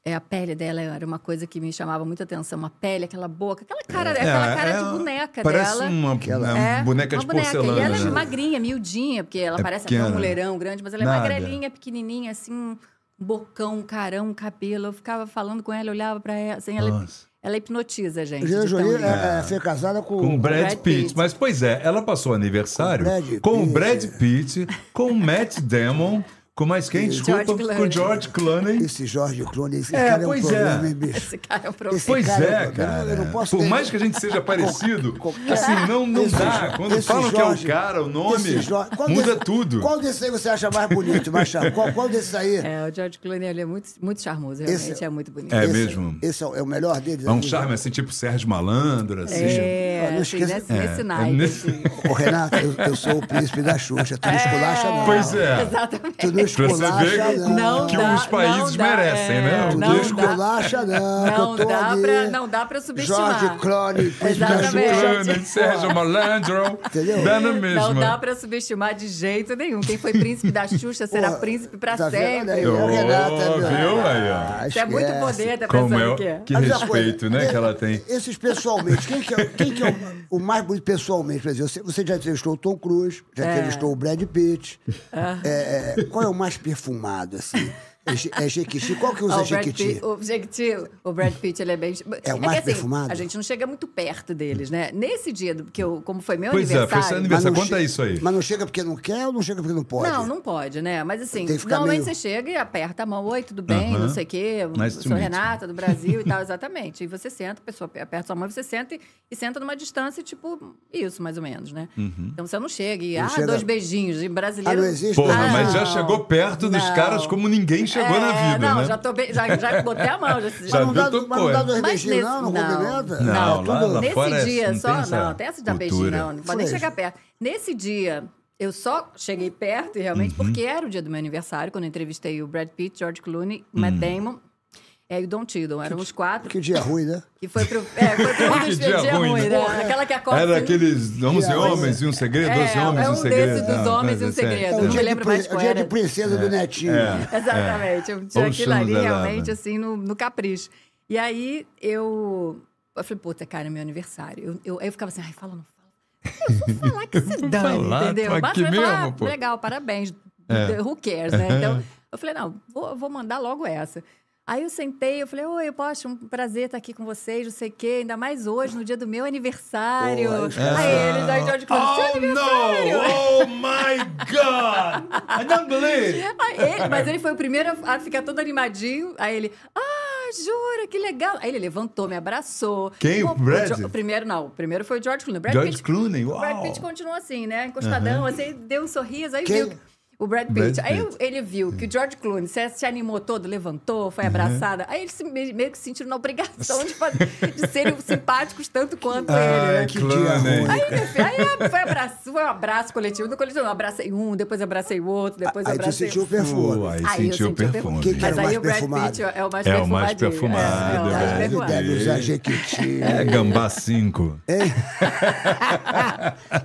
Speaker 5: é, a pele dela era uma coisa que me chamava muita atenção. A pele, aquela boca, aquela cara, É aquela cara de
Speaker 3: É.
Speaker 5: boneca
Speaker 3: um- parece
Speaker 5: dela.
Speaker 3: Uma, uma
Speaker 5: É,
Speaker 3: boneca de
Speaker 5: uma
Speaker 3: porcelana.
Speaker 5: E ela é
Speaker 3: né?
Speaker 5: magrinha, miudinha, porque ela
Speaker 3: É
Speaker 5: parece até
Speaker 3: pequena.
Speaker 5: um mulherão grande, mas ela é
Speaker 3: Nada.
Speaker 5: magrelinha, pequenininha, assim, um bocão, um carão, um cabelo. Eu ficava falando com ela, eu olhava pra ela, assim, ela
Speaker 3: Nossa.
Speaker 5: Ela hipnotiza a gente.
Speaker 4: Angelina
Speaker 5: de tão
Speaker 4: Jolie
Speaker 5: linda.
Speaker 4: é, é, foi casada com.
Speaker 3: Com o Brad,
Speaker 5: Brad
Speaker 3: Pitt.
Speaker 5: Pitt.
Speaker 3: Mas, pois é, ela passou aniversário
Speaker 4: Com o Brad
Speaker 3: com o
Speaker 4: Pitt.
Speaker 3: Brad Pitt, com o Matt Damon, com mais quem? Desculpa,
Speaker 5: George Clooney.
Speaker 3: com o George Clooney.
Speaker 4: Esse Jorge Clooney, esse
Speaker 3: É,
Speaker 4: cara é um
Speaker 3: pois é.
Speaker 4: problema, hein, bicho?
Speaker 5: Esse cara é um problema.
Speaker 4: Esse
Speaker 3: Pois
Speaker 4: cara é
Speaker 3: é,
Speaker 4: um problema,
Speaker 3: cara.
Speaker 4: eu não posso
Speaker 3: Por
Speaker 4: ter-
Speaker 3: mais que a gente seja É parecido,
Speaker 4: qualquer-
Speaker 3: assim, não, não
Speaker 4: Esse
Speaker 3: dá.
Speaker 4: Jo-
Speaker 3: Quando
Speaker 4: esse
Speaker 3: falam
Speaker 4: Jorge-
Speaker 3: que é o cara, o nome,
Speaker 4: esse Jo- é- qual
Speaker 3: muda
Speaker 4: desse-
Speaker 3: tudo.
Speaker 4: Qual desses aí você acha mais bonito, Machado? Qual, qual desses aí?
Speaker 5: É, o George Clooney ele é muito, muito charmoso, realmente.
Speaker 4: Esse-
Speaker 5: É muito bonito.
Speaker 3: É
Speaker 4: Esse-
Speaker 3: mesmo.
Speaker 4: Esse é o, é o melhor deles?
Speaker 3: É um
Speaker 4: aqui?
Speaker 3: charme assim, tipo Sérgio Malandro, assim.
Speaker 5: É,
Speaker 4: Ó, não
Speaker 5: assim,
Speaker 4: esqueça-
Speaker 5: nesse,
Speaker 3: É,
Speaker 5: nesse naipe,
Speaker 3: é nesse- [laughs]
Speaker 5: assim.
Speaker 4: Ô, Renato, eu, eu sou o príncipe da Xuxa.
Speaker 5: É.
Speaker 4: Tu não esculacha, não.
Speaker 3: Pois é.
Speaker 5: Exatamente.
Speaker 4: Tu não
Speaker 3: Pra você
Speaker 4: esculacha,
Speaker 3: ver
Speaker 4: não.
Speaker 5: Não
Speaker 3: que
Speaker 5: dá,
Speaker 3: os países
Speaker 5: não dá,
Speaker 3: merecem,
Speaker 5: é,
Speaker 3: né? O
Speaker 4: Tu
Speaker 5: não
Speaker 4: não
Speaker 3: que-
Speaker 5: dá.
Speaker 4: esculacha, não. que
Speaker 5: Não
Speaker 4: eu tô
Speaker 5: dá
Speaker 4: ali.
Speaker 5: pra- não dá pra subestimar.
Speaker 4: Jorge Clone, príncipe da
Speaker 5: Exatamente.
Speaker 4: Xuxa.
Speaker 5: Gente,
Speaker 3: Clooney, Sérgio Malandro,
Speaker 4: Entendeu?
Speaker 3: dá na
Speaker 5: Não dá
Speaker 3: mesma.
Speaker 5: pra subestimar de jeito nenhum. Quem foi príncipe da Xuxa será
Speaker 4: Porra,
Speaker 5: príncipe pra
Speaker 4: tá vendo? Olha
Speaker 5: sempre.
Speaker 4: aí,
Speaker 5: Isso
Speaker 4: ó,
Speaker 3: Oh,
Speaker 4: Renato, Ah,
Speaker 3: viu aí, ó.
Speaker 5: é muito
Speaker 4: assim.
Speaker 5: poder, tá
Speaker 3: Como
Speaker 5: pensando
Speaker 3: é, o-
Speaker 5: que é.
Speaker 3: que
Speaker 4: A mesma
Speaker 3: respeito,
Speaker 4: coisa. é,
Speaker 3: né, que ela tem.
Speaker 4: Esses pessoalmente, quem que é, quem que é o, o mais bonito pessoalmente? Por exemplo, você, você já entrevistou o Tom Cruise,
Speaker 5: É.
Speaker 4: já entrevistou o Brad Pitt.
Speaker 5: Ah.
Speaker 4: É, é, qual é o mais perfumado, assim? É, Je- é Jequiti? Qual que usa
Speaker 5: Ah, o, Brad
Speaker 4: Jequiti?
Speaker 5: Pitt, o Jequiti, o Brad Pitt, ele é bem...
Speaker 4: [laughs] É o
Speaker 5: que,
Speaker 4: mais
Speaker 5: assim,
Speaker 4: perfumado?
Speaker 5: A gente não chega muito perto deles, né? Nesse dia, do- que eu, como foi meu
Speaker 3: Pois é, foi seu
Speaker 5: aniversário...
Speaker 3: aniversário. Você
Speaker 4: não
Speaker 3: conta isso aí.
Speaker 4: Mas não chega porque não quer ou não chega porque não pode?
Speaker 5: Não, não pode, né? Mas assim,
Speaker 4: Tem que ficar
Speaker 5: normalmente
Speaker 4: meio-
Speaker 5: você chega e aperta a mão, oi, tudo bem,
Speaker 3: Aham.
Speaker 5: não sei o quê, eu
Speaker 3: Nice to
Speaker 5: sou
Speaker 3: meet you."
Speaker 5: Renata, do Brasil e tal,
Speaker 3: [laughs]
Speaker 5: exatamente. E você senta, a pessoa aperta sua mão, você senta e, e senta numa distância, tipo, isso, mais ou menos, né?
Speaker 3: Uhum.
Speaker 5: Então você não chega e,
Speaker 4: Não
Speaker 5: ah,
Speaker 4: chega-
Speaker 5: dois beijinhos, e brasileiro...
Speaker 4: Ah, não existe?
Speaker 3: Porra, mas já
Speaker 5: não.
Speaker 3: chegou perto dos
Speaker 5: Não.
Speaker 3: caras como ninguém chegou
Speaker 5: É,
Speaker 3: na vida,
Speaker 5: não,
Speaker 3: né?
Speaker 5: já, tô bem, já, já botei
Speaker 3: [laughs]
Speaker 5: a mão, já...
Speaker 3: Já
Speaker 4: Mas não dá,
Speaker 3: viu, tô
Speaker 4: mas não dá
Speaker 3: poeta.
Speaker 4: dois
Speaker 5: Mas
Speaker 4: beijinhos,
Speaker 5: nesse-
Speaker 4: não? Não
Speaker 5: não.
Speaker 4: cumprimenta?
Speaker 3: é.
Speaker 4: é
Speaker 3: Não, lá-
Speaker 4: tudo-
Speaker 3: lá-
Speaker 5: Nesse
Speaker 3: fora é-
Speaker 5: dia
Speaker 3: não
Speaker 5: só,
Speaker 3: tem essa
Speaker 5: não, tem essa de dar
Speaker 3: cultura.
Speaker 5: beijinho, não, não pode nem
Speaker 4: Foi.
Speaker 5: chegar perto. Nesse dia, eu só cheguei perto, e realmente,
Speaker 3: Uhum.
Speaker 5: porque era o dia do meu aniversário, quando eu entrevistei o Brad Pitt, George Clooney,
Speaker 3: Hum.
Speaker 5: Matt Damon é, e o Don Cheadle. Eram os quatro
Speaker 4: Que dia ruim, né?
Speaker 5: que foi pro. É,
Speaker 3: [laughs]
Speaker 5: foi pro um dos
Speaker 3: dia
Speaker 5: dia,
Speaker 3: ruim,
Speaker 5: ruim,
Speaker 3: né?
Speaker 5: né? Aquela que acorda. assim,
Speaker 3: Era aqueles 11
Speaker 4: É,
Speaker 3: homens e um segredo,
Speaker 5: é,
Speaker 3: 12 homens
Speaker 5: é
Speaker 3: e um
Speaker 5: um
Speaker 3: segredo.
Speaker 5: desses dos
Speaker 3: Não,
Speaker 5: homens e um
Speaker 3: mas é sério.
Speaker 5: segredo.
Speaker 4: É
Speaker 5: não
Speaker 4: o
Speaker 5: me
Speaker 4: dia, de,
Speaker 5: lembro
Speaker 4: pri-
Speaker 5: mais
Speaker 4: é o
Speaker 5: qual
Speaker 4: dia
Speaker 5: era.
Speaker 4: de princesa do Netinho.
Speaker 3: É.
Speaker 5: [laughs] Exatamente. Eu tinha
Speaker 3: Ou
Speaker 5: aquilo
Speaker 3: chama
Speaker 5: ali
Speaker 3: da Lava.
Speaker 5: realmente, assim, no, no capricho. E aí eu. Eu falei, puta, cara, é meu aniversário. Eu, eu, aí eu ficava assim, ai, fala, ou não fala. Eu vou falar
Speaker 3: [laughs]
Speaker 5: que se dane,
Speaker 3: falar, tô
Speaker 5: entendeu?
Speaker 3: tá aqui
Speaker 5: Basta eu falar,
Speaker 3: mesmo,
Speaker 5: ah,
Speaker 3: pô. É.
Speaker 5: legal, parabéns. Who cares, né?
Speaker 3: [laughs]
Speaker 5: Então, eu falei, não, vou, vou mandar logo essa. Aí eu sentei, eu falei, oi, poxa, um prazer estar aqui com vocês, não sei o quê, ainda mais hoje, no dia do meu aniversário.
Speaker 4: Pô, aí os caras-
Speaker 5: aí eles, aí George Clooney, é seu
Speaker 3: Oh,
Speaker 5: aniversário!
Speaker 3: no! Oh, my God! I don't believe!
Speaker 5: Aí Ah, ele- mas ele foi o primeiro a ficar todo animadinho. Aí ele, ah, jura, que legal. Aí ele levantou, me abraçou.
Speaker 3: Quem? O
Speaker 5: Bom,
Speaker 3: Brad?
Speaker 5: Jo- o primeiro não, o primeiro foi o George Clooney. O Brad
Speaker 3: George
Speaker 5: Pitt,
Speaker 3: Clooney,
Speaker 5: O Brad
Speaker 3: uau. Uhum.
Speaker 5: Pitt continuou assim, né, encostadão, assim, deu um sorriso, aí
Speaker 4: Quem?
Speaker 5: viu... O Brad Pitt.
Speaker 3: Brad
Speaker 5: Aí
Speaker 3: Pitt.
Speaker 5: ele viu que o George Clooney se, se animou todo, levantou,
Speaker 3: Uhum.
Speaker 5: foi abraçada. Aí eles se, me- meio que se sentiram na obrigação de, fazer-
Speaker 3: [laughs]
Speaker 5: de serem simpáticos tanto quanto
Speaker 3: Ah,
Speaker 5: ele. né?
Speaker 3: Ai,
Speaker 4: Que dia
Speaker 3: Clooney.
Speaker 4: ruim.
Speaker 5: Aí, meu filho, aí ah, foi, abraço, foi um abraço coletivo do coletivo. Eu abracei um, depois abracei o outro, depois
Speaker 4: Aí tu
Speaker 5: abracei
Speaker 4: sentiu o
Speaker 3: Pô,
Speaker 4: perfume.
Speaker 3: aí
Speaker 5: Aí eu
Speaker 3: sentiu o
Speaker 5: senti o
Speaker 3: perfume.
Speaker 4: perfume. Que que
Speaker 5: Mas
Speaker 4: era o mais
Speaker 5: aí o Brad
Speaker 4: perfumado.
Speaker 5: Pitt é o mais
Speaker 3: É
Speaker 5: perfumado.
Speaker 3: o mais
Speaker 5: É,
Speaker 3: perfumado,
Speaker 5: o mais
Speaker 3: é.
Speaker 4: Ele
Speaker 5: perfumado.
Speaker 4: deve usar Jequiti.
Speaker 3: É Gambá 5.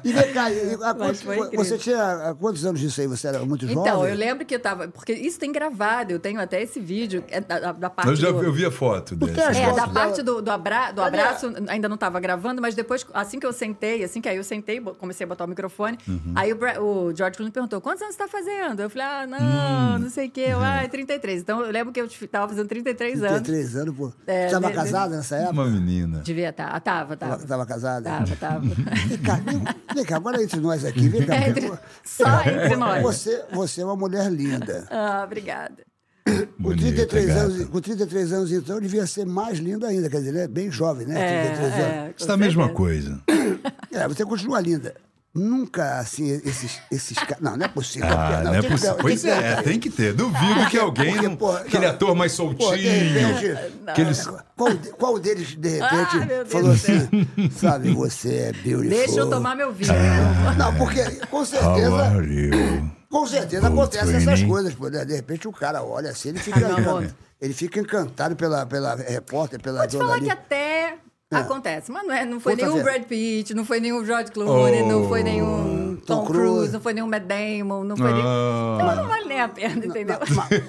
Speaker 4: E vem cá, e- e- a
Speaker 5: [laughs] Mas
Speaker 4: quanto-
Speaker 5: foi incrível.
Speaker 4: você tinha há quantos anos disso aí? Você era muito jovem?
Speaker 5: Então, eu lembro que eu tava. Porque isso tem gravado, eu tenho até esse vídeo é, da, da- da parte.
Speaker 3: Eu já
Speaker 5: do...
Speaker 3: eu vi a foto dele.
Speaker 4: tem as
Speaker 5: É, da
Speaker 4: fotos
Speaker 5: parte do, do, abra- do
Speaker 4: Cadê a-
Speaker 5: abraço, ainda não estava gravando, mas depois, assim que eu sentei, assim que aí eu sentei, bo- comecei a botar o microfone,
Speaker 3: Uhum.
Speaker 5: aí o, Bra- o George Clooney perguntou, quantos anos você tá fazendo? Eu falei, ah, não,
Speaker 3: Hum.
Speaker 5: não sei o quê,
Speaker 3: Uhum.
Speaker 5: eu, ah, é 33. Então, eu lembro que eu tava fazendo 33
Speaker 4: Tinha
Speaker 5: anos.
Speaker 4: três anos, pô.
Speaker 5: É,
Speaker 4: Você tava
Speaker 5: de- de-
Speaker 4: casada nessa época?
Speaker 3: Uma menina.
Speaker 5: Devia estar, tá, tava, tava.
Speaker 4: Tava casada? [laughs]
Speaker 5: Tava, tava. [laughs]
Speaker 4: Vem cá, vem- vem cá, agora entre nós aqui, vem cá.
Speaker 5: É,
Speaker 4: porque
Speaker 5: entre- Só entre nós.
Speaker 4: Você, você é uma mulher linda.
Speaker 5: Ah, obrigada.
Speaker 4: Com
Speaker 3: Bonita,
Speaker 4: 33,
Speaker 3: gata.
Speaker 4: anos, com 33 anos, então, eu devia ser mais linda ainda. Quer dizer, ele é bem jovem, né? 33 anos.
Speaker 5: É, é, com
Speaker 3: Está tá a mesma
Speaker 5: certeza.
Speaker 3: coisa.
Speaker 4: É, você continua linda. Nunca, assim, esses, esses caras. Não, não é possível.
Speaker 3: Ah, não é
Speaker 4: tem que
Speaker 3: possível.
Speaker 4: per-
Speaker 3: Pois
Speaker 4: tem que
Speaker 3: é,
Speaker 4: perguntar.
Speaker 3: tem que ter. Duvido que alguém.
Speaker 4: Porque,
Speaker 3: não-
Speaker 4: porra,
Speaker 3: Aquele
Speaker 4: não.
Speaker 3: ator mais
Speaker 4: Pô, de
Speaker 3: soltinho.
Speaker 4: repente,
Speaker 3: Aqueles.
Speaker 4: qual, de- qual deles, de repente,
Speaker 5: Ah, meu Deus
Speaker 4: falou
Speaker 5: do
Speaker 4: assim: sabe, você é beautiful.
Speaker 5: Deixa eu tomar meu vinho.
Speaker 4: Não, porque
Speaker 3: Ah,
Speaker 4: com
Speaker 3: How
Speaker 4: certeza,
Speaker 3: are you?
Speaker 4: com certeza
Speaker 3: Good
Speaker 4: acontecem essas
Speaker 3: training.
Speaker 4: coisas. Pô, né? De repente o cara olha assim, ele fica,
Speaker 5: Ah, não,
Speaker 4: encan-
Speaker 5: amor.
Speaker 4: ele fica encantado pela, pela repórter, pela
Speaker 5: Vou te falar que
Speaker 4: jornalista. Ah.
Speaker 5: até acontece, mas não, é, não foi
Speaker 4: Outra
Speaker 5: nenhum
Speaker 4: vez.
Speaker 5: Brad Pitt, não foi nenhum George Clooney,
Speaker 3: Oh.
Speaker 5: não foi nenhum Tom,
Speaker 4: Tom
Speaker 5: Cruise.
Speaker 4: Cruise,
Speaker 5: não foi nenhum Matt Damon, não foi
Speaker 3: Ah.
Speaker 5: nenhum... Então não vale nem a pena,
Speaker 4: [laughs]
Speaker 5: entendeu?
Speaker 4: Mas,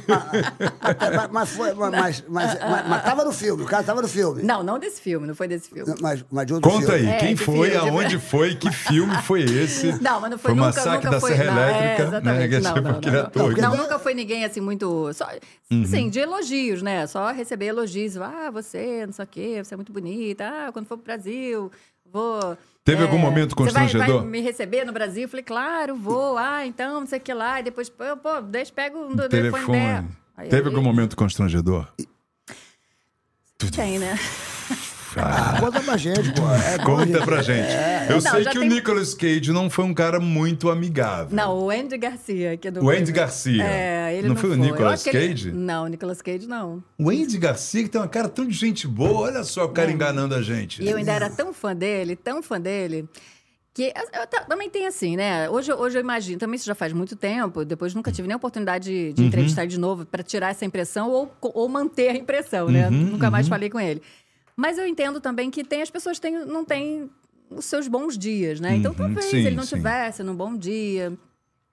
Speaker 4: mas, mas, foi, mas, mas, mas, mas, mas tava no filme, o cara tava no filme.
Speaker 5: Não, não desse filme, não foi desse filme.
Speaker 4: Mas, mas de outro
Speaker 3: Conta aí,
Speaker 4: filme.
Speaker 5: É,
Speaker 3: quem
Speaker 5: de
Speaker 3: foi,
Speaker 5: filme, de-
Speaker 3: aonde foi, que filme foi esse?
Speaker 5: Não, mas não foi,
Speaker 3: o
Speaker 5: nunca,
Speaker 3: massacre
Speaker 5: nunca
Speaker 3: da
Speaker 5: foi,
Speaker 3: Serra
Speaker 5: não, é,
Speaker 3: Elétrica, né?
Speaker 5: exatamente,
Speaker 3: Que é
Speaker 5: não,
Speaker 3: tipo
Speaker 5: não,
Speaker 3: aquele
Speaker 5: não, não.
Speaker 3: ator. que-
Speaker 5: Não, nunca foi ninguém assim muito. Só,
Speaker 3: Uhum.
Speaker 5: Sim, de elogios, né? Só receber elogios. Ah, você, não sei o quê, você é muito bonita. Ah, quando for pro Brasil, vou. é,
Speaker 3: Teve algum momento
Speaker 5: você vai- Vai,
Speaker 3: constrangedor?
Speaker 5: me receber no Brasil? Eu Falei, claro, vou. Ah, então, não sei o que lá. E depois, pô, pô, deixa, pega um do telefone dela.
Speaker 3: Telefone.
Speaker 5: Aí,
Speaker 3: Teve
Speaker 5: aí,
Speaker 3: algum momento constrangedor?
Speaker 5: Tem, né?
Speaker 4: Ah, conta pra gente, pô. É bom,
Speaker 3: Conta
Speaker 4: gente.
Speaker 3: pra gente. Eu
Speaker 5: É. Não,
Speaker 3: sei
Speaker 5: já
Speaker 3: que
Speaker 5: tem-
Speaker 3: o Nicolas Cage não foi um cara muito amigável.
Speaker 5: Não, o Andy Garcia, que é do.
Speaker 3: O Andy Garcia.
Speaker 5: É, ele
Speaker 3: Não
Speaker 5: não,
Speaker 3: foi o
Speaker 5: Eu
Speaker 3: Nicolas
Speaker 5: acho que ele-
Speaker 3: Cage?
Speaker 5: Não, o Nicolas Cage não.
Speaker 3: O Andy Garcia, que tem uma cara tão de gente boa, olha só o cara enganando a gente.
Speaker 5: É.
Speaker 3: né?
Speaker 5: E eu ainda era tão fã dele, tão fã dele, que eu ta- também tem assim, né? Hoje, eu- hoje eu imagino, também isso já faz muito tempo, depois nunca tive nem oportunidade de,
Speaker 3: Uhum.
Speaker 5: de entrevistar ele de novo para tirar essa impressão ou, co- ou manter a impressão, né?
Speaker 3: Uhum,
Speaker 5: nunca mais falei com ele. Mas eu entendo também que tem as pessoas têm, não têm os seus bons dias, né? Então
Speaker 3: Uhum,
Speaker 5: talvez
Speaker 3: sim,
Speaker 5: ele não
Speaker 3: sim.
Speaker 5: tivesse num bom dia.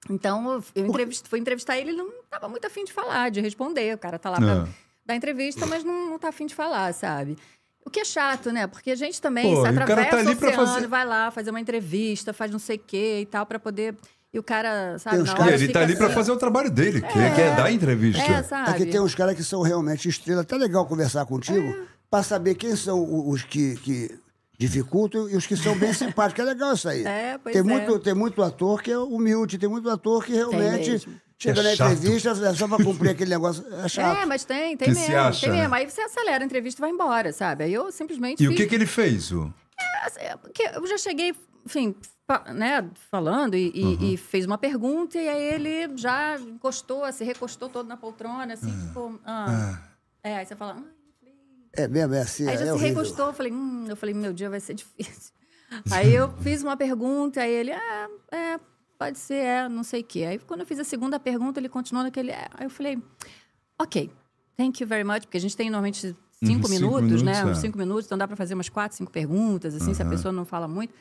Speaker 5: Então, eu- eu entrevist- fui entrevistar ele, ele não estava muito afim de falar, de responder. O cara tá lá pra
Speaker 3: Ah.
Speaker 5: dar entrevista, mas não, não tá afim de falar, sabe? O que é chato, né? Porque a gente também
Speaker 3: Pô,
Speaker 5: se
Speaker 3: e o cara
Speaker 5: atravessa
Speaker 3: tá ali
Speaker 5: o
Speaker 3: pra
Speaker 5: oceano,
Speaker 3: fazer-
Speaker 5: vai lá fazer uma entrevista, faz não sei o quê e tal, pra poder... E o cara, sabe,
Speaker 4: Tem uns
Speaker 5: na
Speaker 4: caras-
Speaker 5: hora
Speaker 3: E ele
Speaker 5: fica
Speaker 3: tá ali pra
Speaker 5: assim,
Speaker 3: fazer o trabalho dele, que é, que é dar entrevista.
Speaker 5: É,
Speaker 4: É
Speaker 5: sabe? É.
Speaker 4: que tem uns caras que são realmente estrela. É Até legal conversar contigo pra saber quem são o- os que, que dificultam e os que são
Speaker 5: [laughs]
Speaker 4: bem simpáticos. É legal isso aí.
Speaker 5: É, pois
Speaker 4: tem,
Speaker 5: é.
Speaker 4: muito, tem muito ator que é humilde, tem muito ator que realmente
Speaker 5: mesmo.
Speaker 4: chega
Speaker 3: É
Speaker 4: na
Speaker 3: chato.
Speaker 4: entrevista é só pra cumprir aquele negócio. É chato.
Speaker 5: É, mas tem, tem
Speaker 3: Que se
Speaker 5: mesmo,
Speaker 3: acha,
Speaker 5: tem
Speaker 3: né?
Speaker 5: mesmo. Aí você acelera a entrevista e vai embora, sabe? Aí eu simplesmente
Speaker 3: E o
Speaker 5: fiz-
Speaker 3: que, que ele fez? O...
Speaker 5: Assim, é porque eu já cheguei, enfim, fa- né, falando e, e-
Speaker 3: Uhum.
Speaker 5: e fez uma pergunta, e aí ele já encostou, se recostou todo na poltrona, assim, tipo. Ah. É, aí você fala. "Ah,
Speaker 4: É mesmo, é assim.
Speaker 5: Aí
Speaker 4: é
Speaker 5: já se
Speaker 4: horrível.
Speaker 5: recostou, eu falei, hum, eu falei, meu dia vai ser [laughs] difícil. Aí eu fiz uma pergunta, aí ele, ah, é, pode ser, é, não sei o quê. Aí quando eu fiz a segunda pergunta, ele continuou naquele. é. Aí eu falei, ok, thank you very much, porque a gente tem normalmente
Speaker 3: Uhum,
Speaker 5: cinco,
Speaker 3: cinco
Speaker 5: minutos, né?
Speaker 3: minutos,
Speaker 5: Uns
Speaker 3: é. Uhum.
Speaker 5: cinco minutos, então dá pra fazer umas quatro, cinco perguntas, assim, se a pessoa não fala muito.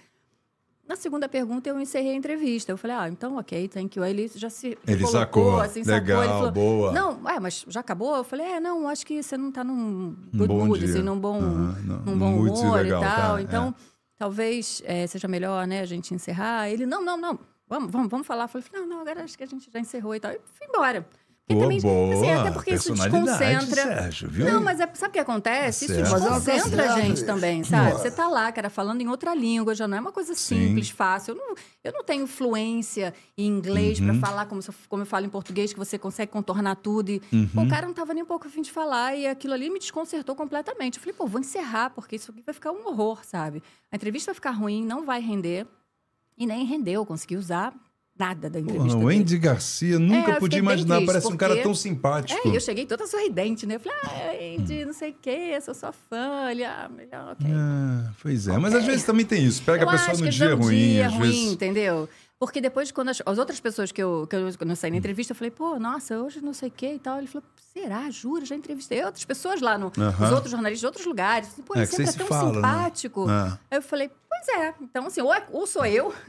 Speaker 5: Na segunda pergunta, eu encerrei a entrevista. Eu falei, ah, então ok, thank you. Aí ele já se.
Speaker 3: Ele
Speaker 5: colocou,
Speaker 3: sacou.
Speaker 5: Assim,
Speaker 3: Legal,
Speaker 5: sacou, ele falou,
Speaker 3: boa.
Speaker 5: Não, ué, mas já acabou? Eu falei, é, não, acho que você não tá num good
Speaker 3: bom
Speaker 5: mood,
Speaker 3: dia.
Speaker 5: assim, num bom,
Speaker 3: Aham, não-
Speaker 5: num
Speaker 3: num
Speaker 5: bom
Speaker 3: mood
Speaker 5: humor
Speaker 3: legal,
Speaker 5: e tal.
Speaker 3: tá,
Speaker 5: Então, talvez eh, seja melhor, né, a gente encerrar. Ele, não, não, não, vamos, vamos, vamos falar. Eu falei, não, não, agora acho que a gente já encerrou e tal. E fui embora. Porque
Speaker 3: Pô,
Speaker 5: também, assim,
Speaker 3: boa,
Speaker 5: até porque isso
Speaker 3: personalidade,
Speaker 5: desconcentra.
Speaker 3: Sérgio, viu?
Speaker 5: Não, mas é- sabe o que acontece? isso
Speaker 3: certo.
Speaker 4: Mas é uma
Speaker 5: desconcentra a
Speaker 4: coisa
Speaker 5: gente
Speaker 4: séria.
Speaker 5: também, sabe? Você tá lá, cara, falando em outra língua, já não é uma coisa simples, fácil. Eu não, eu não tenho fluência em inglês
Speaker 3: Uhum.
Speaker 5: pra falar como, se eu- como eu falo em português, que você consegue contornar tudo. E,
Speaker 3: Uhum.
Speaker 5: pô, o cara não tava nem um pouco afim de falar e aquilo ali me desconcertou completamente. Eu falei, pô, vou encerrar, porque isso aqui vai ficar um horror, sabe? A entrevista vai ficar ruim, não vai render. E nem rendeu, eu consegui usar nada da
Speaker 3: Porra,
Speaker 5: entrevista.
Speaker 3: o
Speaker 5: dele.
Speaker 3: Andy Garcia,
Speaker 5: É,
Speaker 3: nunca
Speaker 5: eu
Speaker 3: podia
Speaker 5: fiquei bem
Speaker 3: imaginar,
Speaker 5: triste,
Speaker 3: parece um cara
Speaker 5: porque-
Speaker 3: tão simpático.
Speaker 5: É, e eu cheguei toda sorridente, né? Eu falei, ah,
Speaker 3: Hum.
Speaker 5: Andy, não sei o quê, sou sua fã. Ele, ah, melhor, ok.
Speaker 3: Ah, pois é, mas às vezes também tem isso. Pega
Speaker 5: eu
Speaker 3: a pessoa
Speaker 5: acho
Speaker 3: num
Speaker 5: que
Speaker 3: dia
Speaker 5: dá um
Speaker 3: ruim,
Speaker 5: dia
Speaker 3: às
Speaker 5: ruim,
Speaker 3: vezes.
Speaker 5: entendeu? Porque depois, quando as, as outras pessoas que eu, que eu quando eu saí
Speaker 3: Hum.
Speaker 5: na entrevista, eu falei, pô, nossa, hoje não sei o quê e tal. Ele falou, será? Juro, já entrevistei outras pessoas lá, no,
Speaker 3: Aham.
Speaker 5: os outros jornalistas de outros lugares. Falei, Pô,
Speaker 3: É,
Speaker 5: ele
Speaker 3: que
Speaker 5: sempre é
Speaker 3: vocês
Speaker 5: tão
Speaker 3: se falam, né?
Speaker 5: simpático.
Speaker 3: Ah.
Speaker 5: Aí eu falei, pois é. Então, assim, ou, é- ou sou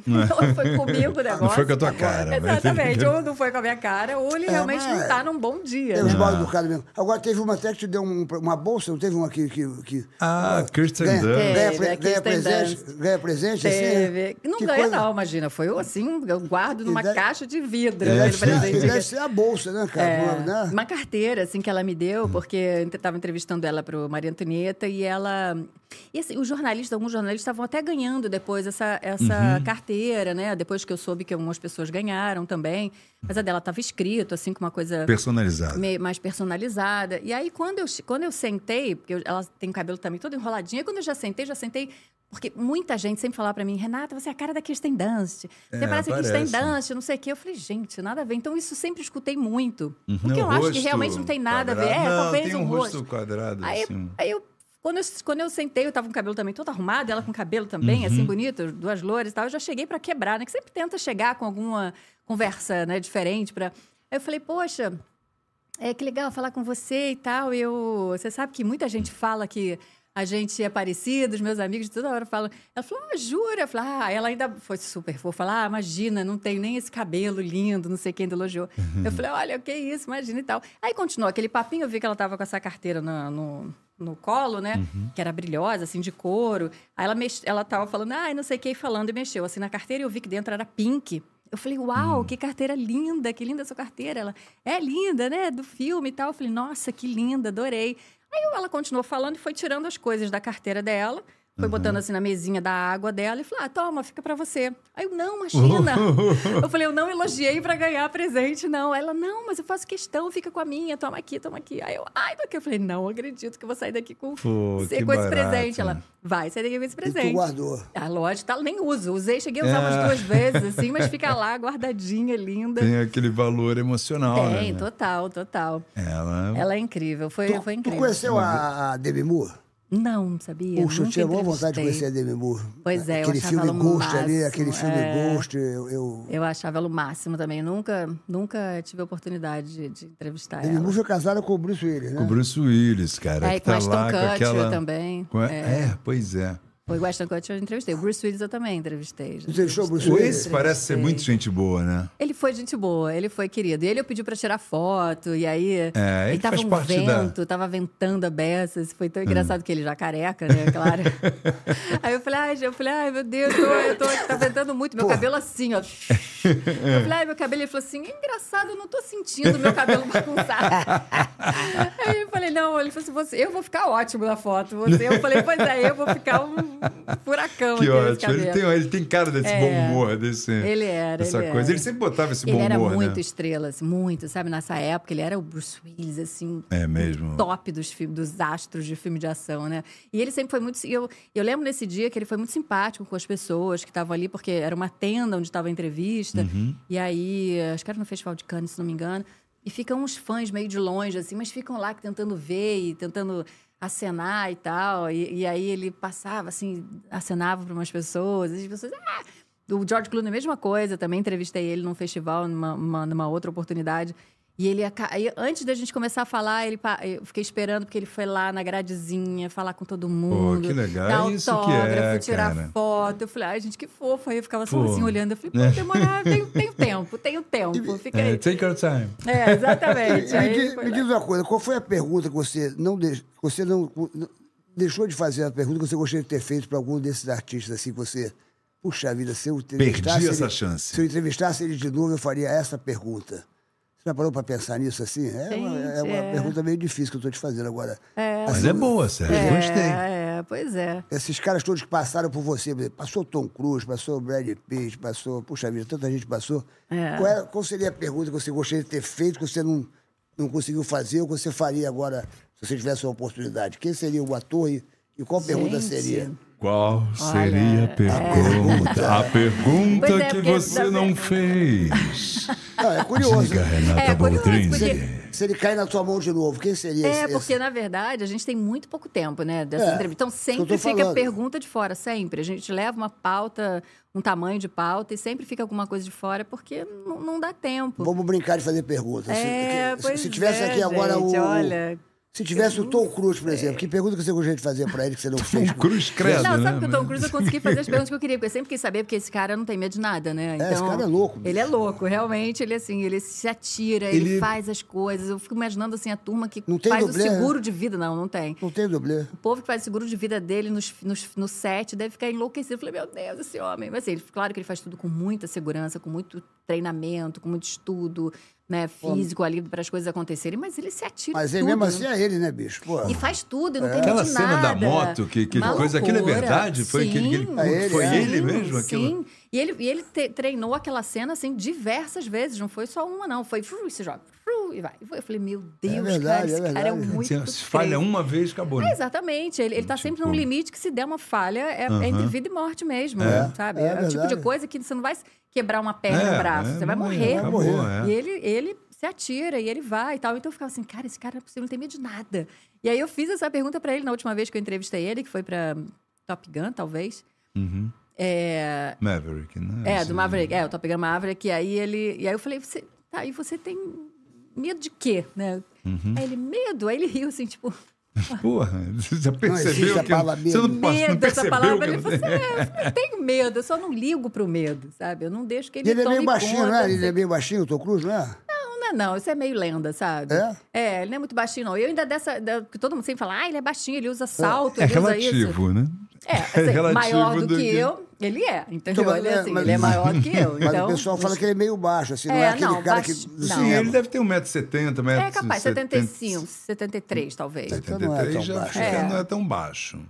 Speaker 3: [laughs]
Speaker 5: eu, [laughs] ou foi comigo o negócio.
Speaker 3: Não foi com a tua cara. mas-
Speaker 5: Exatamente, ou não foi com a minha cara, ou
Speaker 3: É,
Speaker 5: ele realmente
Speaker 4: mas-
Speaker 5: não tá num bom dia.
Speaker 4: Tem uns
Speaker 3: Ah.
Speaker 5: né?
Speaker 4: mal educados mesmo. Agora teve uma até que te deu um- uma bolsa, não teve uma que. que, que
Speaker 3: [laughs] Ah, Kirsten
Speaker 4: ganha,
Speaker 3: Dunst.
Speaker 4: ganha,
Speaker 5: Teve,
Speaker 4: pre-
Speaker 5: a
Speaker 4: ganha
Speaker 5: Kirsten
Speaker 4: presente,
Speaker 5: Dunst.
Speaker 4: ganha presente
Speaker 5: Teve.
Speaker 4: assim.
Speaker 5: Não
Speaker 4: Que
Speaker 5: ganha,
Speaker 4: coisa-
Speaker 5: não, imagina. Foi eu, assim, eu guardo numa
Speaker 4: deve-
Speaker 5: caixa de vidro.
Speaker 4: Deve,
Speaker 5: aquele
Speaker 4: ser,
Speaker 5: presente.
Speaker 4: deve ser a bolsa, né, cara?
Speaker 5: É,
Speaker 4: Não, né?
Speaker 5: Uma carteira, assim, que ela me deu, porque eu estava entrevistando ela para Maria Antonieta e ela... E, assim, os jornalistas, alguns jornalistas estavam até ganhando depois essa,
Speaker 4: Uhum.
Speaker 5: essa carteira, né? Depois que eu soube que algumas pessoas ganharam também. Mas a dela estava escrito, assim, com uma coisa...
Speaker 3: Personalizado.
Speaker 5: me- mais personalizada. E aí, quando eu, che- quando eu sentei, porque eu- ela tem o cabelo também todo enroladinho, e quando eu já sentei, já sentei. Porque muita gente sempre falava pra mim, Renata, você é a cara da Kirsten Dunst. Você
Speaker 3: É,
Speaker 5: parece a Kirsten
Speaker 3: parece.
Speaker 5: Dunst, não sei o quê. Eu falei, gente, nada a ver. Então, isso sempre escutei muito.
Speaker 3: Uhum. Não,
Speaker 5: Porque eu acho que
Speaker 3: rosto
Speaker 5: realmente não tem nada a ver.
Speaker 3: quadrado.
Speaker 5: É,
Speaker 3: não,
Speaker 5: talvez
Speaker 3: tem
Speaker 5: um,
Speaker 3: um
Speaker 5: rosto.
Speaker 3: quadrado,
Speaker 5: Aí,
Speaker 3: assim.
Speaker 5: aí eu, quando eu, quando eu sentei, eu tava com o cabelo também todo arrumado, ela com o cabelo também, assim,
Speaker 3: Uhum.
Speaker 5: bonito, duas loures e tal. Eu já cheguei pra quebrar, né? Que sempre tenta chegar com alguma conversa, né, diferente pra... Aí eu falei, poxa, é que legal falar com você e tal. Eu, você sabe que muita gente fala que A gente é parecido, os meus amigos de toda hora falam. Ela falou, ah, jura? Eu falei, ah, ela ainda foi super fofa. Falar, ah, imagina, não tenho nem esse cabelo lindo, não sei quem ainda elogiou. Eu falei, olha, o que é isso, imagina e tal. Aí continuou aquele papinho, eu vi que ela tava com essa carteira na- no, no colo, né? Que era brilhosa, assim, de couro. Aí ela, mex... ela tava falando, ai, não sei o que, e falando, e mexeu assim na carteira, e eu vi que dentro era pink. Eu falei, uau, que carteira linda, que linda sua carteira. Ela, é linda, né? Do filme e tal. Eu falei, nossa, que linda, adorei. Aí ela continuou falando e foi tirando as coisas da carteira dela, foi botando assim na mesinha da água dela e falou: ah, toma, fica pra você. Aí eu, não, imagina. eu falei, eu não elogiei pra ganhar presente, não. Ela, não, mas eu faço questão, fica com a minha, toma aqui, toma aqui. Aí eu, ai, daqui. Eu falei, não acredito que eu vou sair daqui com,
Speaker 3: Pô,
Speaker 5: com
Speaker 3: que
Speaker 5: esse
Speaker 3: barato.
Speaker 5: presente. Ela, vai sair daqui com esse
Speaker 4: E
Speaker 5: presente.
Speaker 4: tu guardou.
Speaker 5: A loja tá, nem uso. Usei, cheguei a usar
Speaker 3: É.
Speaker 5: umas duas vezes,
Speaker 4: [laughs]
Speaker 5: assim, mas fica lá guardadinha, linda.
Speaker 3: [laughs] Tem aquele valor emocional,
Speaker 5: Tem,
Speaker 3: né?
Speaker 5: total, total.
Speaker 3: Ela...
Speaker 5: Ela é incrível, foi,
Speaker 4: Então, Tu,
Speaker 5: foi
Speaker 4: tu
Speaker 5: incrível.
Speaker 4: conheceu a, a Demi Moore?
Speaker 5: Não, sabia?
Speaker 4: Puxa, eu
Speaker 5: Nunca
Speaker 4: tinha boa vontade de
Speaker 5: entrevistei.
Speaker 4: conhecer a Demi Moore.
Speaker 5: Pois é, eu
Speaker 4: Aquele
Speaker 5: achava
Speaker 4: filme
Speaker 5: ela um
Speaker 4: Ghost ali,
Speaker 5: máximo,
Speaker 4: aquele filme
Speaker 5: é.
Speaker 4: Ghost, eu... eu...
Speaker 5: Eu achava ela o máximo também. Nunca, nunca tive a oportunidade de, de entrevistar
Speaker 4: Demi
Speaker 5: ela.
Speaker 4: Moore foi casada com o Bruce Willis, né?
Speaker 3: Com o Bruce Willis, cara.
Speaker 5: É,
Speaker 3: que
Speaker 5: e com
Speaker 3: tá
Speaker 5: Ashton
Speaker 3: lá com
Speaker 5: Kutcher
Speaker 3: aquela...
Speaker 5: também.
Speaker 3: Com a- É. pois é.
Speaker 5: Foi o Ashton Kutcher eu entrevistei. O Bruce Willis eu também entrevistei. já
Speaker 4: Você achou o Bruce
Speaker 3: Pô,
Speaker 4: Willis?
Speaker 3: Esse parece ser muito gente boa, né?
Speaker 5: Ele foi gente boa, ele foi querido. E ele eu pedi pra tirar foto, e aí.
Speaker 3: É, ele
Speaker 5: e tava
Speaker 3: faz
Speaker 5: um
Speaker 3: parte da- Hum.
Speaker 5: vento, tava ventando a beça. isso Foi tão engraçado que ele já careca,
Speaker 3: [laughs]
Speaker 5: né? Claro. aí eu falei, ai, gente, eu falei, ai, meu Deus, eu tô, eu tô tá ventando muito. Meu cabelo assim, ó. Eu falei, ai, meu cabelo. Ele falou assim: é engraçado, eu não tô sentindo meu cabelo [laughs] bagunçado. aí eu falei, não, ele falou assim: você, eu vou ficar ótimo na foto. Você. Eu falei, pois é, eu vou ficar um furacão
Speaker 3: Que
Speaker 5: aqui nesse
Speaker 3: ótimo. Ele
Speaker 5: cabelo.
Speaker 3: tem, ele tem cara desse
Speaker 5: É.
Speaker 3: bom humor, desse.
Speaker 5: Ele era,
Speaker 3: Essa
Speaker 5: ele
Speaker 3: coisa.
Speaker 5: era.
Speaker 3: Ele sempre botava esse
Speaker 5: Ele
Speaker 3: bom
Speaker 5: era
Speaker 3: humor,
Speaker 5: muito
Speaker 3: né?
Speaker 5: estrela, assim, muito, sabe? Nessa época, ele era o Bruce Willis, assim.
Speaker 3: É mesmo.
Speaker 5: Top dos, filmes, dos astros de filme de ação, né? E ele sempre foi muito. e Eu, eu lembro nesse dia que ele foi muito simpático com as pessoas que estavam ali, porque era uma tenda onde estava a entrevista.
Speaker 3: Uhum.
Speaker 5: E aí, acho que era no Festival de Cannes, se não me engano. E ficam uns fãs meio de longe, assim, mas ficam lá tentando ver e tentando acenar e tal. E, e aí ele passava, assim, acenava para umas pessoas. E as pessoas. "Ah!" O George Clooney, a mesma coisa, também entrevistei ele num festival, numa, uma- numa outra oportunidade. E ele, aca- aí, antes da gente começar a falar, ele, pa- eu fiquei esperando, porque ele foi lá na gradezinha falar com todo mundo.
Speaker 3: que legal.
Speaker 5: Dar
Speaker 3: É isso que
Speaker 5: autógrafo,
Speaker 3: é,
Speaker 5: tirar
Speaker 3: cara.
Speaker 5: foto. Eu falei, ai, gente, que fofo. Aí eu ficava só
Speaker 3: Pô.
Speaker 5: assim olhando. Eu
Speaker 3: [laughs]
Speaker 5: falei, pô, demorar, tenho, tenho tempo, tenho tempo. Fica
Speaker 3: É,
Speaker 5: aí.
Speaker 3: take your time.
Speaker 5: É,
Speaker 4: Me,
Speaker 3: [laughs]
Speaker 5: exatamente. Aí ele
Speaker 4: diz,
Speaker 5: foi
Speaker 4: me
Speaker 5: lá.
Speaker 4: diz uma coisa, qual foi a pergunta que você não, de- que você não, não- deixou de fazer a pergunta que você gostaria de ter feito para algum desses artistas assim que você puxa vida, se eu entrevistasse
Speaker 3: Perdi essa
Speaker 4: ele-
Speaker 3: chance.
Speaker 4: se eu entrevistasse ele de novo eu faria essa pergunta. Você já parou para pensar nisso assim? É, uma, é
Speaker 5: Gente,
Speaker 4: uma
Speaker 5: é.
Speaker 4: pergunta meio difícil que eu estou te fazendo agora. Assim,
Speaker 3: Mas é boa, Sérgio. Eu Gostei.
Speaker 5: É, é, pois é.
Speaker 4: Esses caras todos que passaram por você, por exemplo, passou o Tom Cruise, passou o Brad Pitt, passou, puxa vida, tanta gente passou.
Speaker 5: É.
Speaker 4: Qual, era- qual seria a pergunta que você gostaria de ter feito, que você não, não conseguiu fazer, ou que você faria agora, se você tivesse uma oportunidade? Quem seria o ator e, e qual pergunta
Speaker 5: Gente.
Speaker 4: seria?
Speaker 3: Qual seria a pergunta? A pergunta
Speaker 5: Pois é,
Speaker 3: que
Speaker 5: porque
Speaker 3: você
Speaker 5: da-
Speaker 3: não fez.
Speaker 4: Não, é curioso.
Speaker 3: Diga, Renata
Speaker 5: É, curioso,
Speaker 3: Baldrinzi.
Speaker 5: porque-
Speaker 4: Se ele cair na tua mão de novo, quem seria esse?
Speaker 5: É, porque
Speaker 4: esse?
Speaker 5: na verdade a gente tem muito pouco tempo, né? Dessa
Speaker 4: É,
Speaker 5: entrevista. Então
Speaker 4: isso que eu tô
Speaker 5: sempre fica
Speaker 4: falando.
Speaker 5: a pergunta de fora, sempre. A gente leva uma pauta, um tamanho de pauta e sempre fica alguma coisa de fora porque não, não dá tempo.
Speaker 4: Vamos brincar de fazer perguntas. Se-
Speaker 5: é,
Speaker 4: se,
Speaker 5: pois
Speaker 4: se tivesse
Speaker 5: é,
Speaker 4: aqui agora
Speaker 5: gente,
Speaker 4: o.
Speaker 5: Olha.
Speaker 4: Se tivesse o Tom Cruise, por exemplo, que pergunta que você gostaria de fazer para ele que você não fez?
Speaker 3: Cruz credo,
Speaker 5: Não,
Speaker 3: né?
Speaker 5: sabe que o Tom Cruise eu consegui fazer as perguntas que eu queria, porque eu sempre quis saber, porque esse cara não tem medo de nada, né? Então,
Speaker 4: esse cara é louco, bicho.
Speaker 5: Ele é louco, realmente. Ele assim, ele se atira, ele,
Speaker 3: Ele-
Speaker 5: faz as coisas. Eu fico imaginando assim, a turma que
Speaker 4: Não tem
Speaker 5: faz
Speaker 4: dublê,
Speaker 5: o
Speaker 4: né?
Speaker 5: seguro de vida. Não, não tem.
Speaker 4: Não tem dublê.
Speaker 5: O povo que faz o seguro de vida dele nos, nos, no set deve ficar enlouquecido. Eu falei, meu Deus, esse homem. Mas assim, claro que ele faz tudo com muita segurança, com muito treinamento, com muito estudo né, físico ali para as coisas acontecerem, mas ele se atira. em
Speaker 4: Mas ele
Speaker 5: tudo.
Speaker 4: mesmo assim é ele, né, bicho? Pô.
Speaker 5: E faz tudo, e não tem medo
Speaker 3: Aquela
Speaker 5: de
Speaker 3: cena
Speaker 5: nada.
Speaker 3: da moto, que, que
Speaker 5: Uma
Speaker 3: coisa, aquilo é
Speaker 5: loucura.
Speaker 3: verdade? Foi, aquele,
Speaker 5: Sim,
Speaker 3: aquele-
Speaker 4: É ele,
Speaker 3: foi
Speaker 4: é.
Speaker 3: ele mesmo? Aquilo?
Speaker 5: Sim. E ele, e ele te- treinou aquela cena assim diversas vezes, não foi só uma, não. Foi fru, e se joga, fru, e vai. Eu falei, meu Deus,
Speaker 4: verdade,
Speaker 5: cara, esse
Speaker 4: é
Speaker 5: cara é
Speaker 4: verdade.
Speaker 5: muito.
Speaker 3: Se falha
Speaker 5: crazy.
Speaker 3: uma vez, acabou.
Speaker 5: É,
Speaker 3: Né?
Speaker 5: exatamente. Ele, ele tá sempre num
Speaker 3: Tipo-
Speaker 5: limite que se der uma falha, é, é entre vida e morte mesmo, sabe?
Speaker 4: É,
Speaker 5: É, o tipo
Speaker 4: verdade.
Speaker 5: de coisa que você não vai quebrar uma perna e
Speaker 3: É,
Speaker 5: um braço,
Speaker 3: é,
Speaker 5: você vai
Speaker 3: não é,
Speaker 5: morrer.
Speaker 3: acabou, é.
Speaker 5: E ele, ele se atira, e ele vai e tal. Então eu ficava assim, cara, esse cara não é possível, não tem medo de nada. E aí eu fiz essa pergunta pra ele na última vez que eu entrevistei ele, que foi pra Top Gun, talvez.
Speaker 3: Uhum.
Speaker 5: É,
Speaker 3: Maverick, né?
Speaker 5: é, do Maverick. É, o Top Gun Maverick. E aí ele. E aí eu falei, você.
Speaker 3: Uhum.
Speaker 5: Tá, e você tem medo de quê? Né? Aí ele, medo? Aí ele riu assim, tipo.
Speaker 3: Porra, você já
Speaker 4: existe a
Speaker 3: percebeu que. eu-
Speaker 4: palavra
Speaker 3: Você não,
Speaker 4: medo.
Speaker 3: você não
Speaker 5: Medo, essa
Speaker 3: percebeu
Speaker 5: palavra.
Speaker 3: que
Speaker 5: Eu
Speaker 3: eu não- é.
Speaker 5: falei, "Você- "É, eu
Speaker 3: [laughs]
Speaker 5: não tenho medo, eu só não ligo pro medo, sabe? Eu não deixo que ele
Speaker 4: E ele é
Speaker 5: tome
Speaker 4: meio baixinho,
Speaker 5: conta,
Speaker 4: não é?
Speaker 5: assim.
Speaker 4: Ele é meio baixinho, o Tom Cruise, não é?
Speaker 5: Não, não, é não, isso é meio lenda, sabe?
Speaker 4: É?
Speaker 5: É, ele não é muito baixinho, não. Eu ainda dessa. da- que todo mundo sempre fala, ah, ele é baixinho, ele usa salto,
Speaker 3: É
Speaker 5: ele usa isso.
Speaker 3: relativo, né? [laughs]
Speaker 5: É, assim,
Speaker 3: relativo
Speaker 5: maior do,
Speaker 3: do
Speaker 5: que,
Speaker 3: que-
Speaker 5: eu, ele é, entendeu?
Speaker 4: Então, mas-
Speaker 5: ele, é assim,
Speaker 4: mas-
Speaker 5: ele é maior do que eu.
Speaker 4: [laughs] Mas
Speaker 5: Então,
Speaker 4: o pessoal fala que ele é meio baixo, assim, não é,
Speaker 5: É,
Speaker 4: aquele
Speaker 5: não,
Speaker 4: cara
Speaker 5: baixo-
Speaker 4: que. do
Speaker 5: não.
Speaker 3: Sim,
Speaker 4: cinema.
Speaker 3: ele deve ter 1,70m, 1,70m.
Speaker 5: É capaz, 75, 73, talvez.
Speaker 4: Então não é tão
Speaker 3: 73 já
Speaker 4: baixo.
Speaker 3: fica-
Speaker 5: É.
Speaker 3: não é tão baixo.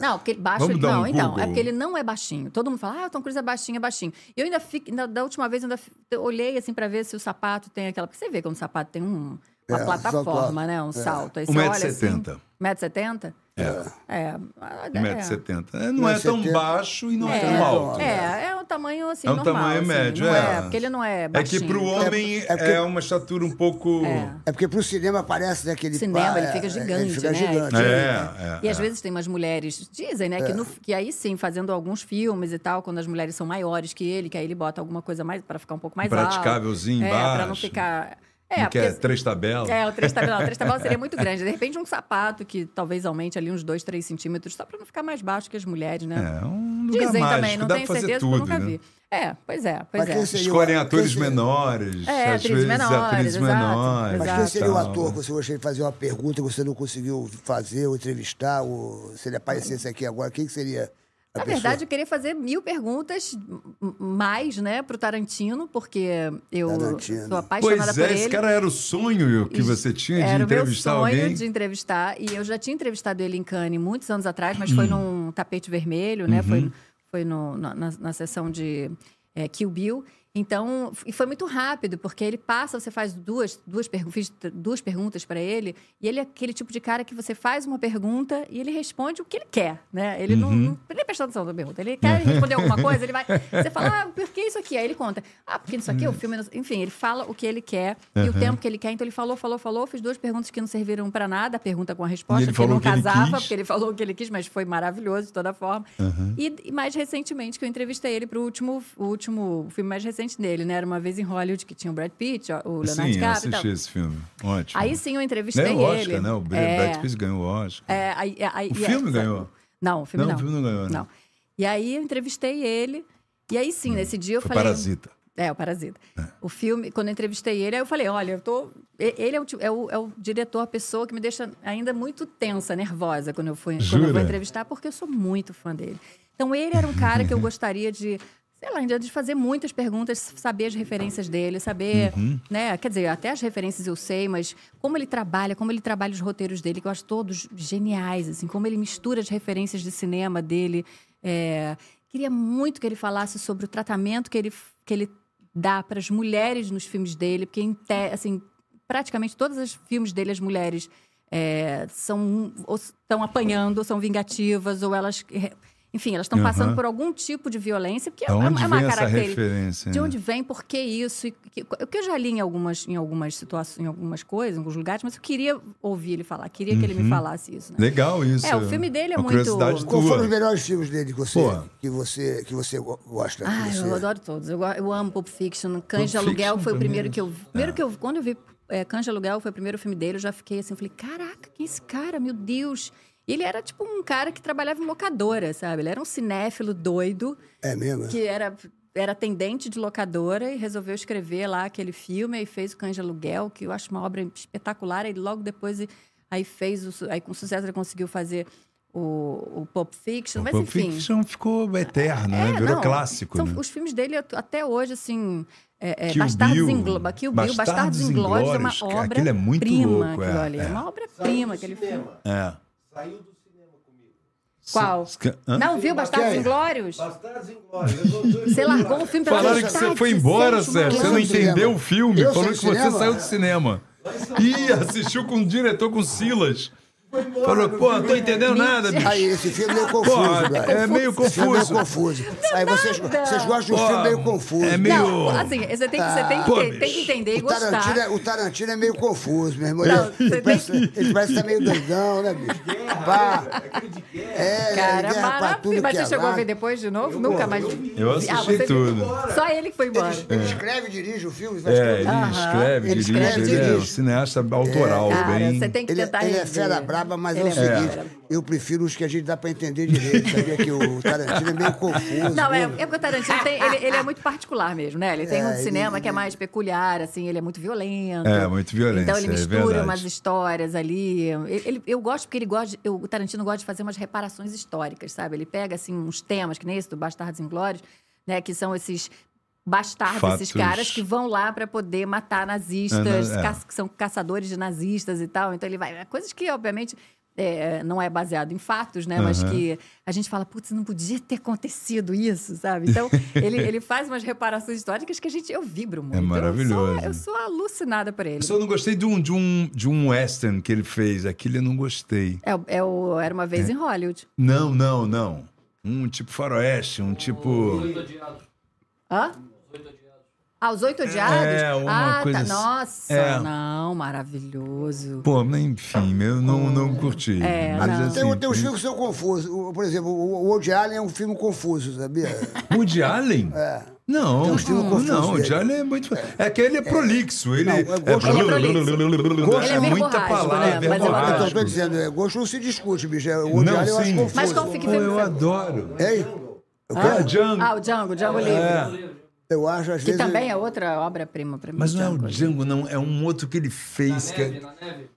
Speaker 5: Não, porque ele baixo.
Speaker 3: É. Vamos
Speaker 5: ele-
Speaker 3: dar
Speaker 5: não,
Speaker 3: um
Speaker 5: então.
Speaker 3: Google.
Speaker 5: É porque ele não é baixinho. Todo mundo fala, ah, o Tom Cruise é baixinho, é baixinho. E eu ainda fico. na- da última vez, eu ainda fi- eu olhei assim pra ver se o sapato tem aquela. Porque você vê quando o sapato tem um- uma
Speaker 4: É,
Speaker 5: plataforma,
Speaker 4: salto-
Speaker 5: né? Um salto. Aí
Speaker 3: Um
Speaker 5: você
Speaker 3: metro e
Speaker 5: olha assim.
Speaker 3: 70.
Speaker 5: 1,70m?
Speaker 3: É,
Speaker 5: É. 1,70m.
Speaker 3: 1,70m. É. não é tão
Speaker 4: 1,70.
Speaker 3: baixo e não é,
Speaker 5: É,
Speaker 3: tão alto.
Speaker 5: é, é um tamanho assim,
Speaker 3: É um
Speaker 5: normal.
Speaker 3: tamanho
Speaker 5: assim,
Speaker 3: médio,
Speaker 5: não
Speaker 3: é.
Speaker 5: Porque ele não é
Speaker 3: É
Speaker 5: baixinho.
Speaker 3: que pro homem
Speaker 4: É-
Speaker 3: é,
Speaker 4: é porque-
Speaker 3: uma estatura um pouco. É,
Speaker 4: É porque pro cinema aparece daquele.
Speaker 5: cinema,
Speaker 4: pá,
Speaker 5: ele
Speaker 4: é,
Speaker 5: fica
Speaker 4: é,
Speaker 5: gigante,
Speaker 4: Ele fica
Speaker 5: né?
Speaker 4: gigante.
Speaker 5: Ele
Speaker 3: É,
Speaker 5: E às
Speaker 3: é.
Speaker 5: vezes tem umas mulheres, dizem, né, que, no- que aí sim, fazendo alguns filmes e tal, quando as mulheres são maiores que ele, que aí ele bota alguma coisa mais para ficar um pouco mais
Speaker 3: Praticávelzinho
Speaker 5: alto. É, pra não
Speaker 3: embaixo.
Speaker 5: ficar... É,
Speaker 3: não quer
Speaker 5: porque...
Speaker 3: três tabelas.
Speaker 5: É, o três tabelas. O três tabelas seria muito grande. De repente, um sapato que talvez aumente ali uns dois, três centímetros, só pra não ficar mais baixo que as mulheres, né?
Speaker 3: É, um lugar
Speaker 5: Dizem
Speaker 3: mágico,
Speaker 5: também, não
Speaker 3: dá
Speaker 5: tenho
Speaker 3: pra fazer
Speaker 5: certeza,
Speaker 3: tudo,
Speaker 5: porque eu nunca
Speaker 3: né?
Speaker 5: vi. É, pois é, pois
Speaker 4: Mas quem
Speaker 5: é.
Speaker 4: seria o-
Speaker 3: Escolhem
Speaker 4: quem
Speaker 3: atores
Speaker 4: seria-
Speaker 3: menores,
Speaker 5: É,
Speaker 3: às
Speaker 5: atrizes
Speaker 3: vezes
Speaker 5: menores,
Speaker 3: atrizes
Speaker 5: exato,
Speaker 3: menores.
Speaker 4: Mas
Speaker 5: Exato.
Speaker 4: quem seria o
Speaker 3: tal.
Speaker 4: ator que você gostaria de fazer uma pergunta que você não conseguiu fazer ou entrevistar? Ou se ele aparecesse aqui agora, quem que seria a
Speaker 5: Na
Speaker 4: pessoa?
Speaker 5: verdade, eu queria fazer mil perguntas m- mais, né, pro Tarantino, porque eu
Speaker 4: Tarantino.
Speaker 5: sou apaixonada
Speaker 3: Pois
Speaker 5: por
Speaker 3: é,
Speaker 5: ele.
Speaker 3: esse cara era o sonho que você tinha de
Speaker 5: Era
Speaker 3: entrevistar
Speaker 5: o meu sonho
Speaker 3: alguém.
Speaker 5: de entrevistar. E eu já tinha entrevistado ele em Cannes muitos anos atrás, mas foi
Speaker 3: Hum.
Speaker 5: num tapete vermelho, né?
Speaker 3: Uhum.
Speaker 5: Foi, foi no- na, na- na sessão de é, Kill Bill. Então, e foi muito rápido, porque ele passa, você faz duas, duas, pergu- fiz t- duas perguntas para ele, e ele é aquele tipo de cara que você faz uma pergunta e ele responde o que ele quer, né? Ele
Speaker 3: Uhum.
Speaker 5: não, não ele nem presta atenção na pergunta. Ele quer responder alguma
Speaker 3: [laughs]
Speaker 5: coisa, ele vai. Você fala, ah, por que isso aqui? Aí ele conta, ah, porque isso
Speaker 3: Uhum.
Speaker 5: aqui, o filme. não- Enfim, ele fala o que ele quer e o tempo que ele quer. Então ele falou, falou, falou, fiz duas perguntas que não serviram para nada, a pergunta com a resposta,
Speaker 3: E ele
Speaker 5: porque
Speaker 3: falou
Speaker 5: não
Speaker 3: o que ele
Speaker 5: casava,
Speaker 3: quis. Uhum.
Speaker 5: porque ele falou o que ele quis, mas foi maravilhoso de toda forma. E, e mais recentemente, que eu entrevistei ele pro último, o último o filme mais recente dele, né? Era uma vez em Hollywood que tinha o Brad Pitt, ó, o Leonardo
Speaker 3: Sim, eu
Speaker 5: DiCaprio e
Speaker 3: assisti
Speaker 5: tal.
Speaker 3: esse filme. Ótimo.
Speaker 5: Aí sim eu entrevistei
Speaker 3: Ganhou o Oscar,
Speaker 5: ele.
Speaker 3: né? O
Speaker 5: É.
Speaker 3: Brad Pitt ganhou o Oscar.
Speaker 5: É, aí- aí-
Speaker 3: O
Speaker 5: e-
Speaker 3: filme
Speaker 5: é,
Speaker 3: ganhou?
Speaker 5: Não, o filme
Speaker 3: Não,
Speaker 5: não.
Speaker 3: o filme não ganhou, né? Hum,
Speaker 5: Não. E aí eu entrevistei ele. E aí sim, nesse dia eu
Speaker 3: Foi
Speaker 5: falei.
Speaker 3: Parasita.
Speaker 5: É, o Parasita. O filme, quando eu entrevistei ele, aí eu falei, olha, eu tô. e- Ele é o, ti- é o, é o diretor, a pessoa que me deixa ainda muito tensa, nervosa quando eu fui quando eu vou
Speaker 3: Jura?
Speaker 5: entrevistar, porque eu sou muito fã dele. Então ele era um cara que eu gostaria de. Sei lá, ainda de fazer muitas perguntas, saber as referências dele, saber, né? Quer dizer, até as referências eu sei, mas como ele trabalha, como ele trabalha os roteiros dele, que eu acho todos geniais, assim, como ele mistura as referências de cinema dele. É, Queria muito que ele falasse sobre o tratamento que ele, que ele dá para as mulheres nos filmes dele, porque em te- assim, praticamente todos os filmes dele, as mulheres é, são ou estão apanhando, ou são vingativas, ou elas. é, Enfim, elas estão passando
Speaker 3: Aham.
Speaker 5: por algum tipo de violência, porque é,
Speaker 3: Da
Speaker 5: é
Speaker 3: onde
Speaker 5: uma
Speaker 3: vem essa
Speaker 5: característica.
Speaker 3: referência?
Speaker 5: De
Speaker 3: né?
Speaker 5: onde vem, por que isso? E que- O que eu já li em algumas, em algumas situações, em algumas coisas, em alguns lugares, mas eu queria ouvir ele falar, queria que ele
Speaker 3: Uhum.
Speaker 5: me falasse isso. Né?
Speaker 3: Legal isso.
Speaker 5: É, o filme dele é
Speaker 3: Uma
Speaker 5: muito-
Speaker 3: curiosidade
Speaker 4: Qual foram
Speaker 3: tua.
Speaker 4: os melhores filmes dele que você,
Speaker 3: Pô.
Speaker 4: que você, que você go- gosta? que
Speaker 5: Ah,
Speaker 4: você-
Speaker 5: eu adoro todos. Eu, go- eu amo Pulp Fiction.
Speaker 3: Pulp
Speaker 5: Cães de Aluguel
Speaker 3: Fiction é
Speaker 5: foi o
Speaker 3: também,
Speaker 5: primeiro que eu vi. Primeiro que eu, quando eu vi é, Cães de Aluguel, foi o primeiro filme dele, eu já fiquei assim, eu falei, caraca, quem é esse cara? Meu Deus! E Ele era tipo um cara que trabalhava em locadora, sabe? Ele era um cinéfilo doido,
Speaker 4: É mesmo? é?
Speaker 5: que era, era atendente de locadora e resolveu escrever lá aquele filme e fez o Cães de Aluguel, que eu acho uma obra espetacular. E logo depois, e- aí fez, o su- aí com sucesso ele conseguiu fazer o, o Pulp Fiction.
Speaker 3: O
Speaker 5: mas
Speaker 3: Pulp
Speaker 5: enfim...
Speaker 3: Fiction ficou eterno, né?
Speaker 5: É,
Speaker 3: Virou
Speaker 5: não.
Speaker 3: clássico.
Speaker 5: São-
Speaker 3: né?
Speaker 5: Os filmes dele, at- até hoje, assim. É, é,
Speaker 3: Kill
Speaker 5: Bastardos
Speaker 3: Bill.
Speaker 5: Ingloba, Kill Bill, Bastardos,
Speaker 3: Bastardos
Speaker 5: Inglórios é uma
Speaker 3: Inglórios, cara,
Speaker 5: obra
Speaker 3: aquilo é muito
Speaker 5: prima,
Speaker 3: louco, é,
Speaker 5: aquilo ali. É.
Speaker 3: é.
Speaker 5: uma obra prima aquele filme.
Speaker 3: É.
Speaker 5: Qual?
Speaker 3: Sca- Hã?
Speaker 5: Não viu Bastardos
Speaker 4: Quem?
Speaker 5: Inglórios? Você largou o filme pela
Speaker 3: Falaram que você
Speaker 5: metade,
Speaker 3: foi
Speaker 5: você
Speaker 3: embora,
Speaker 5: sente
Speaker 3: Sérgio. Você
Speaker 5: uma
Speaker 4: Eu
Speaker 3: não
Speaker 4: sou do
Speaker 3: entendeu
Speaker 4: cinema.
Speaker 3: o filme.
Speaker 4: Eu sou
Speaker 3: Falou que
Speaker 4: do
Speaker 3: você
Speaker 4: cinema.
Speaker 3: saiu do cinema. Ih, assistiu com o diretor, com o Silas. Falou, pô, não tô entendendo nada, bicho.
Speaker 4: Aí, esse filme é meio confuso,
Speaker 3: Pô,
Speaker 4: Brian. Esse
Speaker 3: é meio
Speaker 4: filme é meio
Speaker 3: confuso.
Speaker 4: confuso. Aí vocês, vocês gostam de um
Speaker 3: Pô,
Speaker 4: filme meio confuso.
Speaker 3: é
Speaker 4: né?
Speaker 3: meio-
Speaker 5: Não, assim, você tem, que- você tem, que,
Speaker 3: Pô,
Speaker 5: tem que
Speaker 3: bicho.
Speaker 5: entender e
Speaker 4: O Tarantino, é,
Speaker 5: gostar.
Speaker 4: o Tarantino é meio confuso, meu irmão.
Speaker 5: Não,
Speaker 4: ele,
Speaker 5: você
Speaker 4: parece, ele parece que tá meio doidão, né, bicho? Pá. É, guerra
Speaker 5: Cara,
Speaker 4: pra
Speaker 5: maravilhoso.
Speaker 4: tudo
Speaker 5: Mas
Speaker 4: que
Speaker 5: você
Speaker 4: é
Speaker 5: chegou a
Speaker 4: lado.
Speaker 5: ver depois de novo? Nunca mais.
Speaker 3: Eu
Speaker 5: Ah,
Speaker 3: assisti
Speaker 5: você-
Speaker 3: tudo.
Speaker 5: Só ele que foi embora.
Speaker 4: Ele, é ele escreve, dirige o filme, faz
Speaker 3: É,
Speaker 4: tudo.
Speaker 5: Ah,
Speaker 3: ele escreve,
Speaker 4: Ele
Speaker 3: dirige,
Speaker 4: escreve,
Speaker 3: ele é um
Speaker 4: dirige.
Speaker 3: cineasta autoral,
Speaker 5: Cara,
Speaker 3: bem.
Speaker 5: Ah, você tem que
Speaker 4: Ele,
Speaker 5: tentar
Speaker 4: ele é
Speaker 5: rever.
Speaker 4: fera brava, braba, mas é o seguinte, eu prefiro os que a gente dá pra entender direito. Sabia que o Tarantino é meio confuso.
Speaker 5: Não, é,
Speaker 4: né?
Speaker 5: é porque o Tarantino tem- ele, ele é muito particular mesmo, né? Ele tem
Speaker 4: É,
Speaker 5: um
Speaker 4: ele-
Speaker 5: cinema que é mais peculiar, assim, ele é muito violento.
Speaker 3: É, muito violência,
Speaker 5: Então ele
Speaker 3: é
Speaker 5: mistura
Speaker 3: verdade.
Speaker 5: umas histórias ali. Ele, ele- eu gosto porque ele gosta. de- eu- o Tarantino gosta de fazer umas reparações históricas, sabe? Ele pega, assim, uns temas, que nem esse do Bastardos Inglórios, né? Que são esses. Bastardos, esses
Speaker 3: Fatos.
Speaker 5: caras que vão lá pra poder matar nazistas,
Speaker 3: É, na- é.
Speaker 5: ca- que são caçadores de nazistas e tal. Então ele vai. Coisas que, obviamente, é, não é baseado em fatos, né? Mas
Speaker 3: Aham.
Speaker 5: que a gente fala, putz, não podia ter acontecido isso, sabe?
Speaker 3: [laughs]
Speaker 5: Então, ele, ele faz umas reparações históricas que a gente. Eu vibro muito. Eu sou-
Speaker 3: É maravilhoso.
Speaker 5: Eu sou, alucinada por ele.
Speaker 3: Eu só não gostei de um, de, um, de um western que ele fez. Aquele eu não gostei.
Speaker 5: É, o- é o Era uma vez em Hollywood.
Speaker 3: Não, não, não. Um tipo faroeste, um tipo...
Speaker 5: Hã? Ah, os oito odiados?
Speaker 3: É, uma
Speaker 5: ah,
Speaker 3: coisa
Speaker 5: tá.
Speaker 3: assim.
Speaker 5: Nossa,
Speaker 3: É.
Speaker 5: não, maravilhoso.
Speaker 3: Pô, mas enfim, eu não, não curti.
Speaker 5: É,
Speaker 3: mas,
Speaker 5: não.
Speaker 4: Tem, tem uns filmes que são confusos. O- Por exemplo, o o Woody Allen é um filme confuso, sabia?
Speaker 3: Woody Allen? Não,
Speaker 4: um filme
Speaker 3: não,
Speaker 4: confuso
Speaker 3: não, Woody
Speaker 4: dele.
Speaker 3: Allen é muito. É que ele é prolixo, ele
Speaker 4: Não,
Speaker 3: é,
Speaker 4: é gosto- Ele
Speaker 5: é prolixo.
Speaker 3: é,
Speaker 5: Ele
Speaker 3: muita
Speaker 5: é verborrágico,
Speaker 3: palavra,
Speaker 5: né? [laughs] Mas eu-
Speaker 4: Mas eu
Speaker 3: verborrágico.
Speaker 4: estou dizendo, é, gosto não se discute, bicho. é, O Woody
Speaker 3: Não,
Speaker 4: Allen eu acho
Speaker 3: sim.
Speaker 4: confuso.
Speaker 5: Mas qual fica-
Speaker 3: Pô, eu adoro.
Speaker 4: Hein?
Speaker 3: Ah, Django.
Speaker 5: Ah, o Django, Django
Speaker 3: É.
Speaker 5: Livre.
Speaker 4: Eu acho, às
Speaker 5: Que
Speaker 4: vezes...
Speaker 5: também é outra obra-prima pra mim.
Speaker 3: Mas não é o
Speaker 5: Django.
Speaker 3: Django, não, é um outro que ele fez. que... é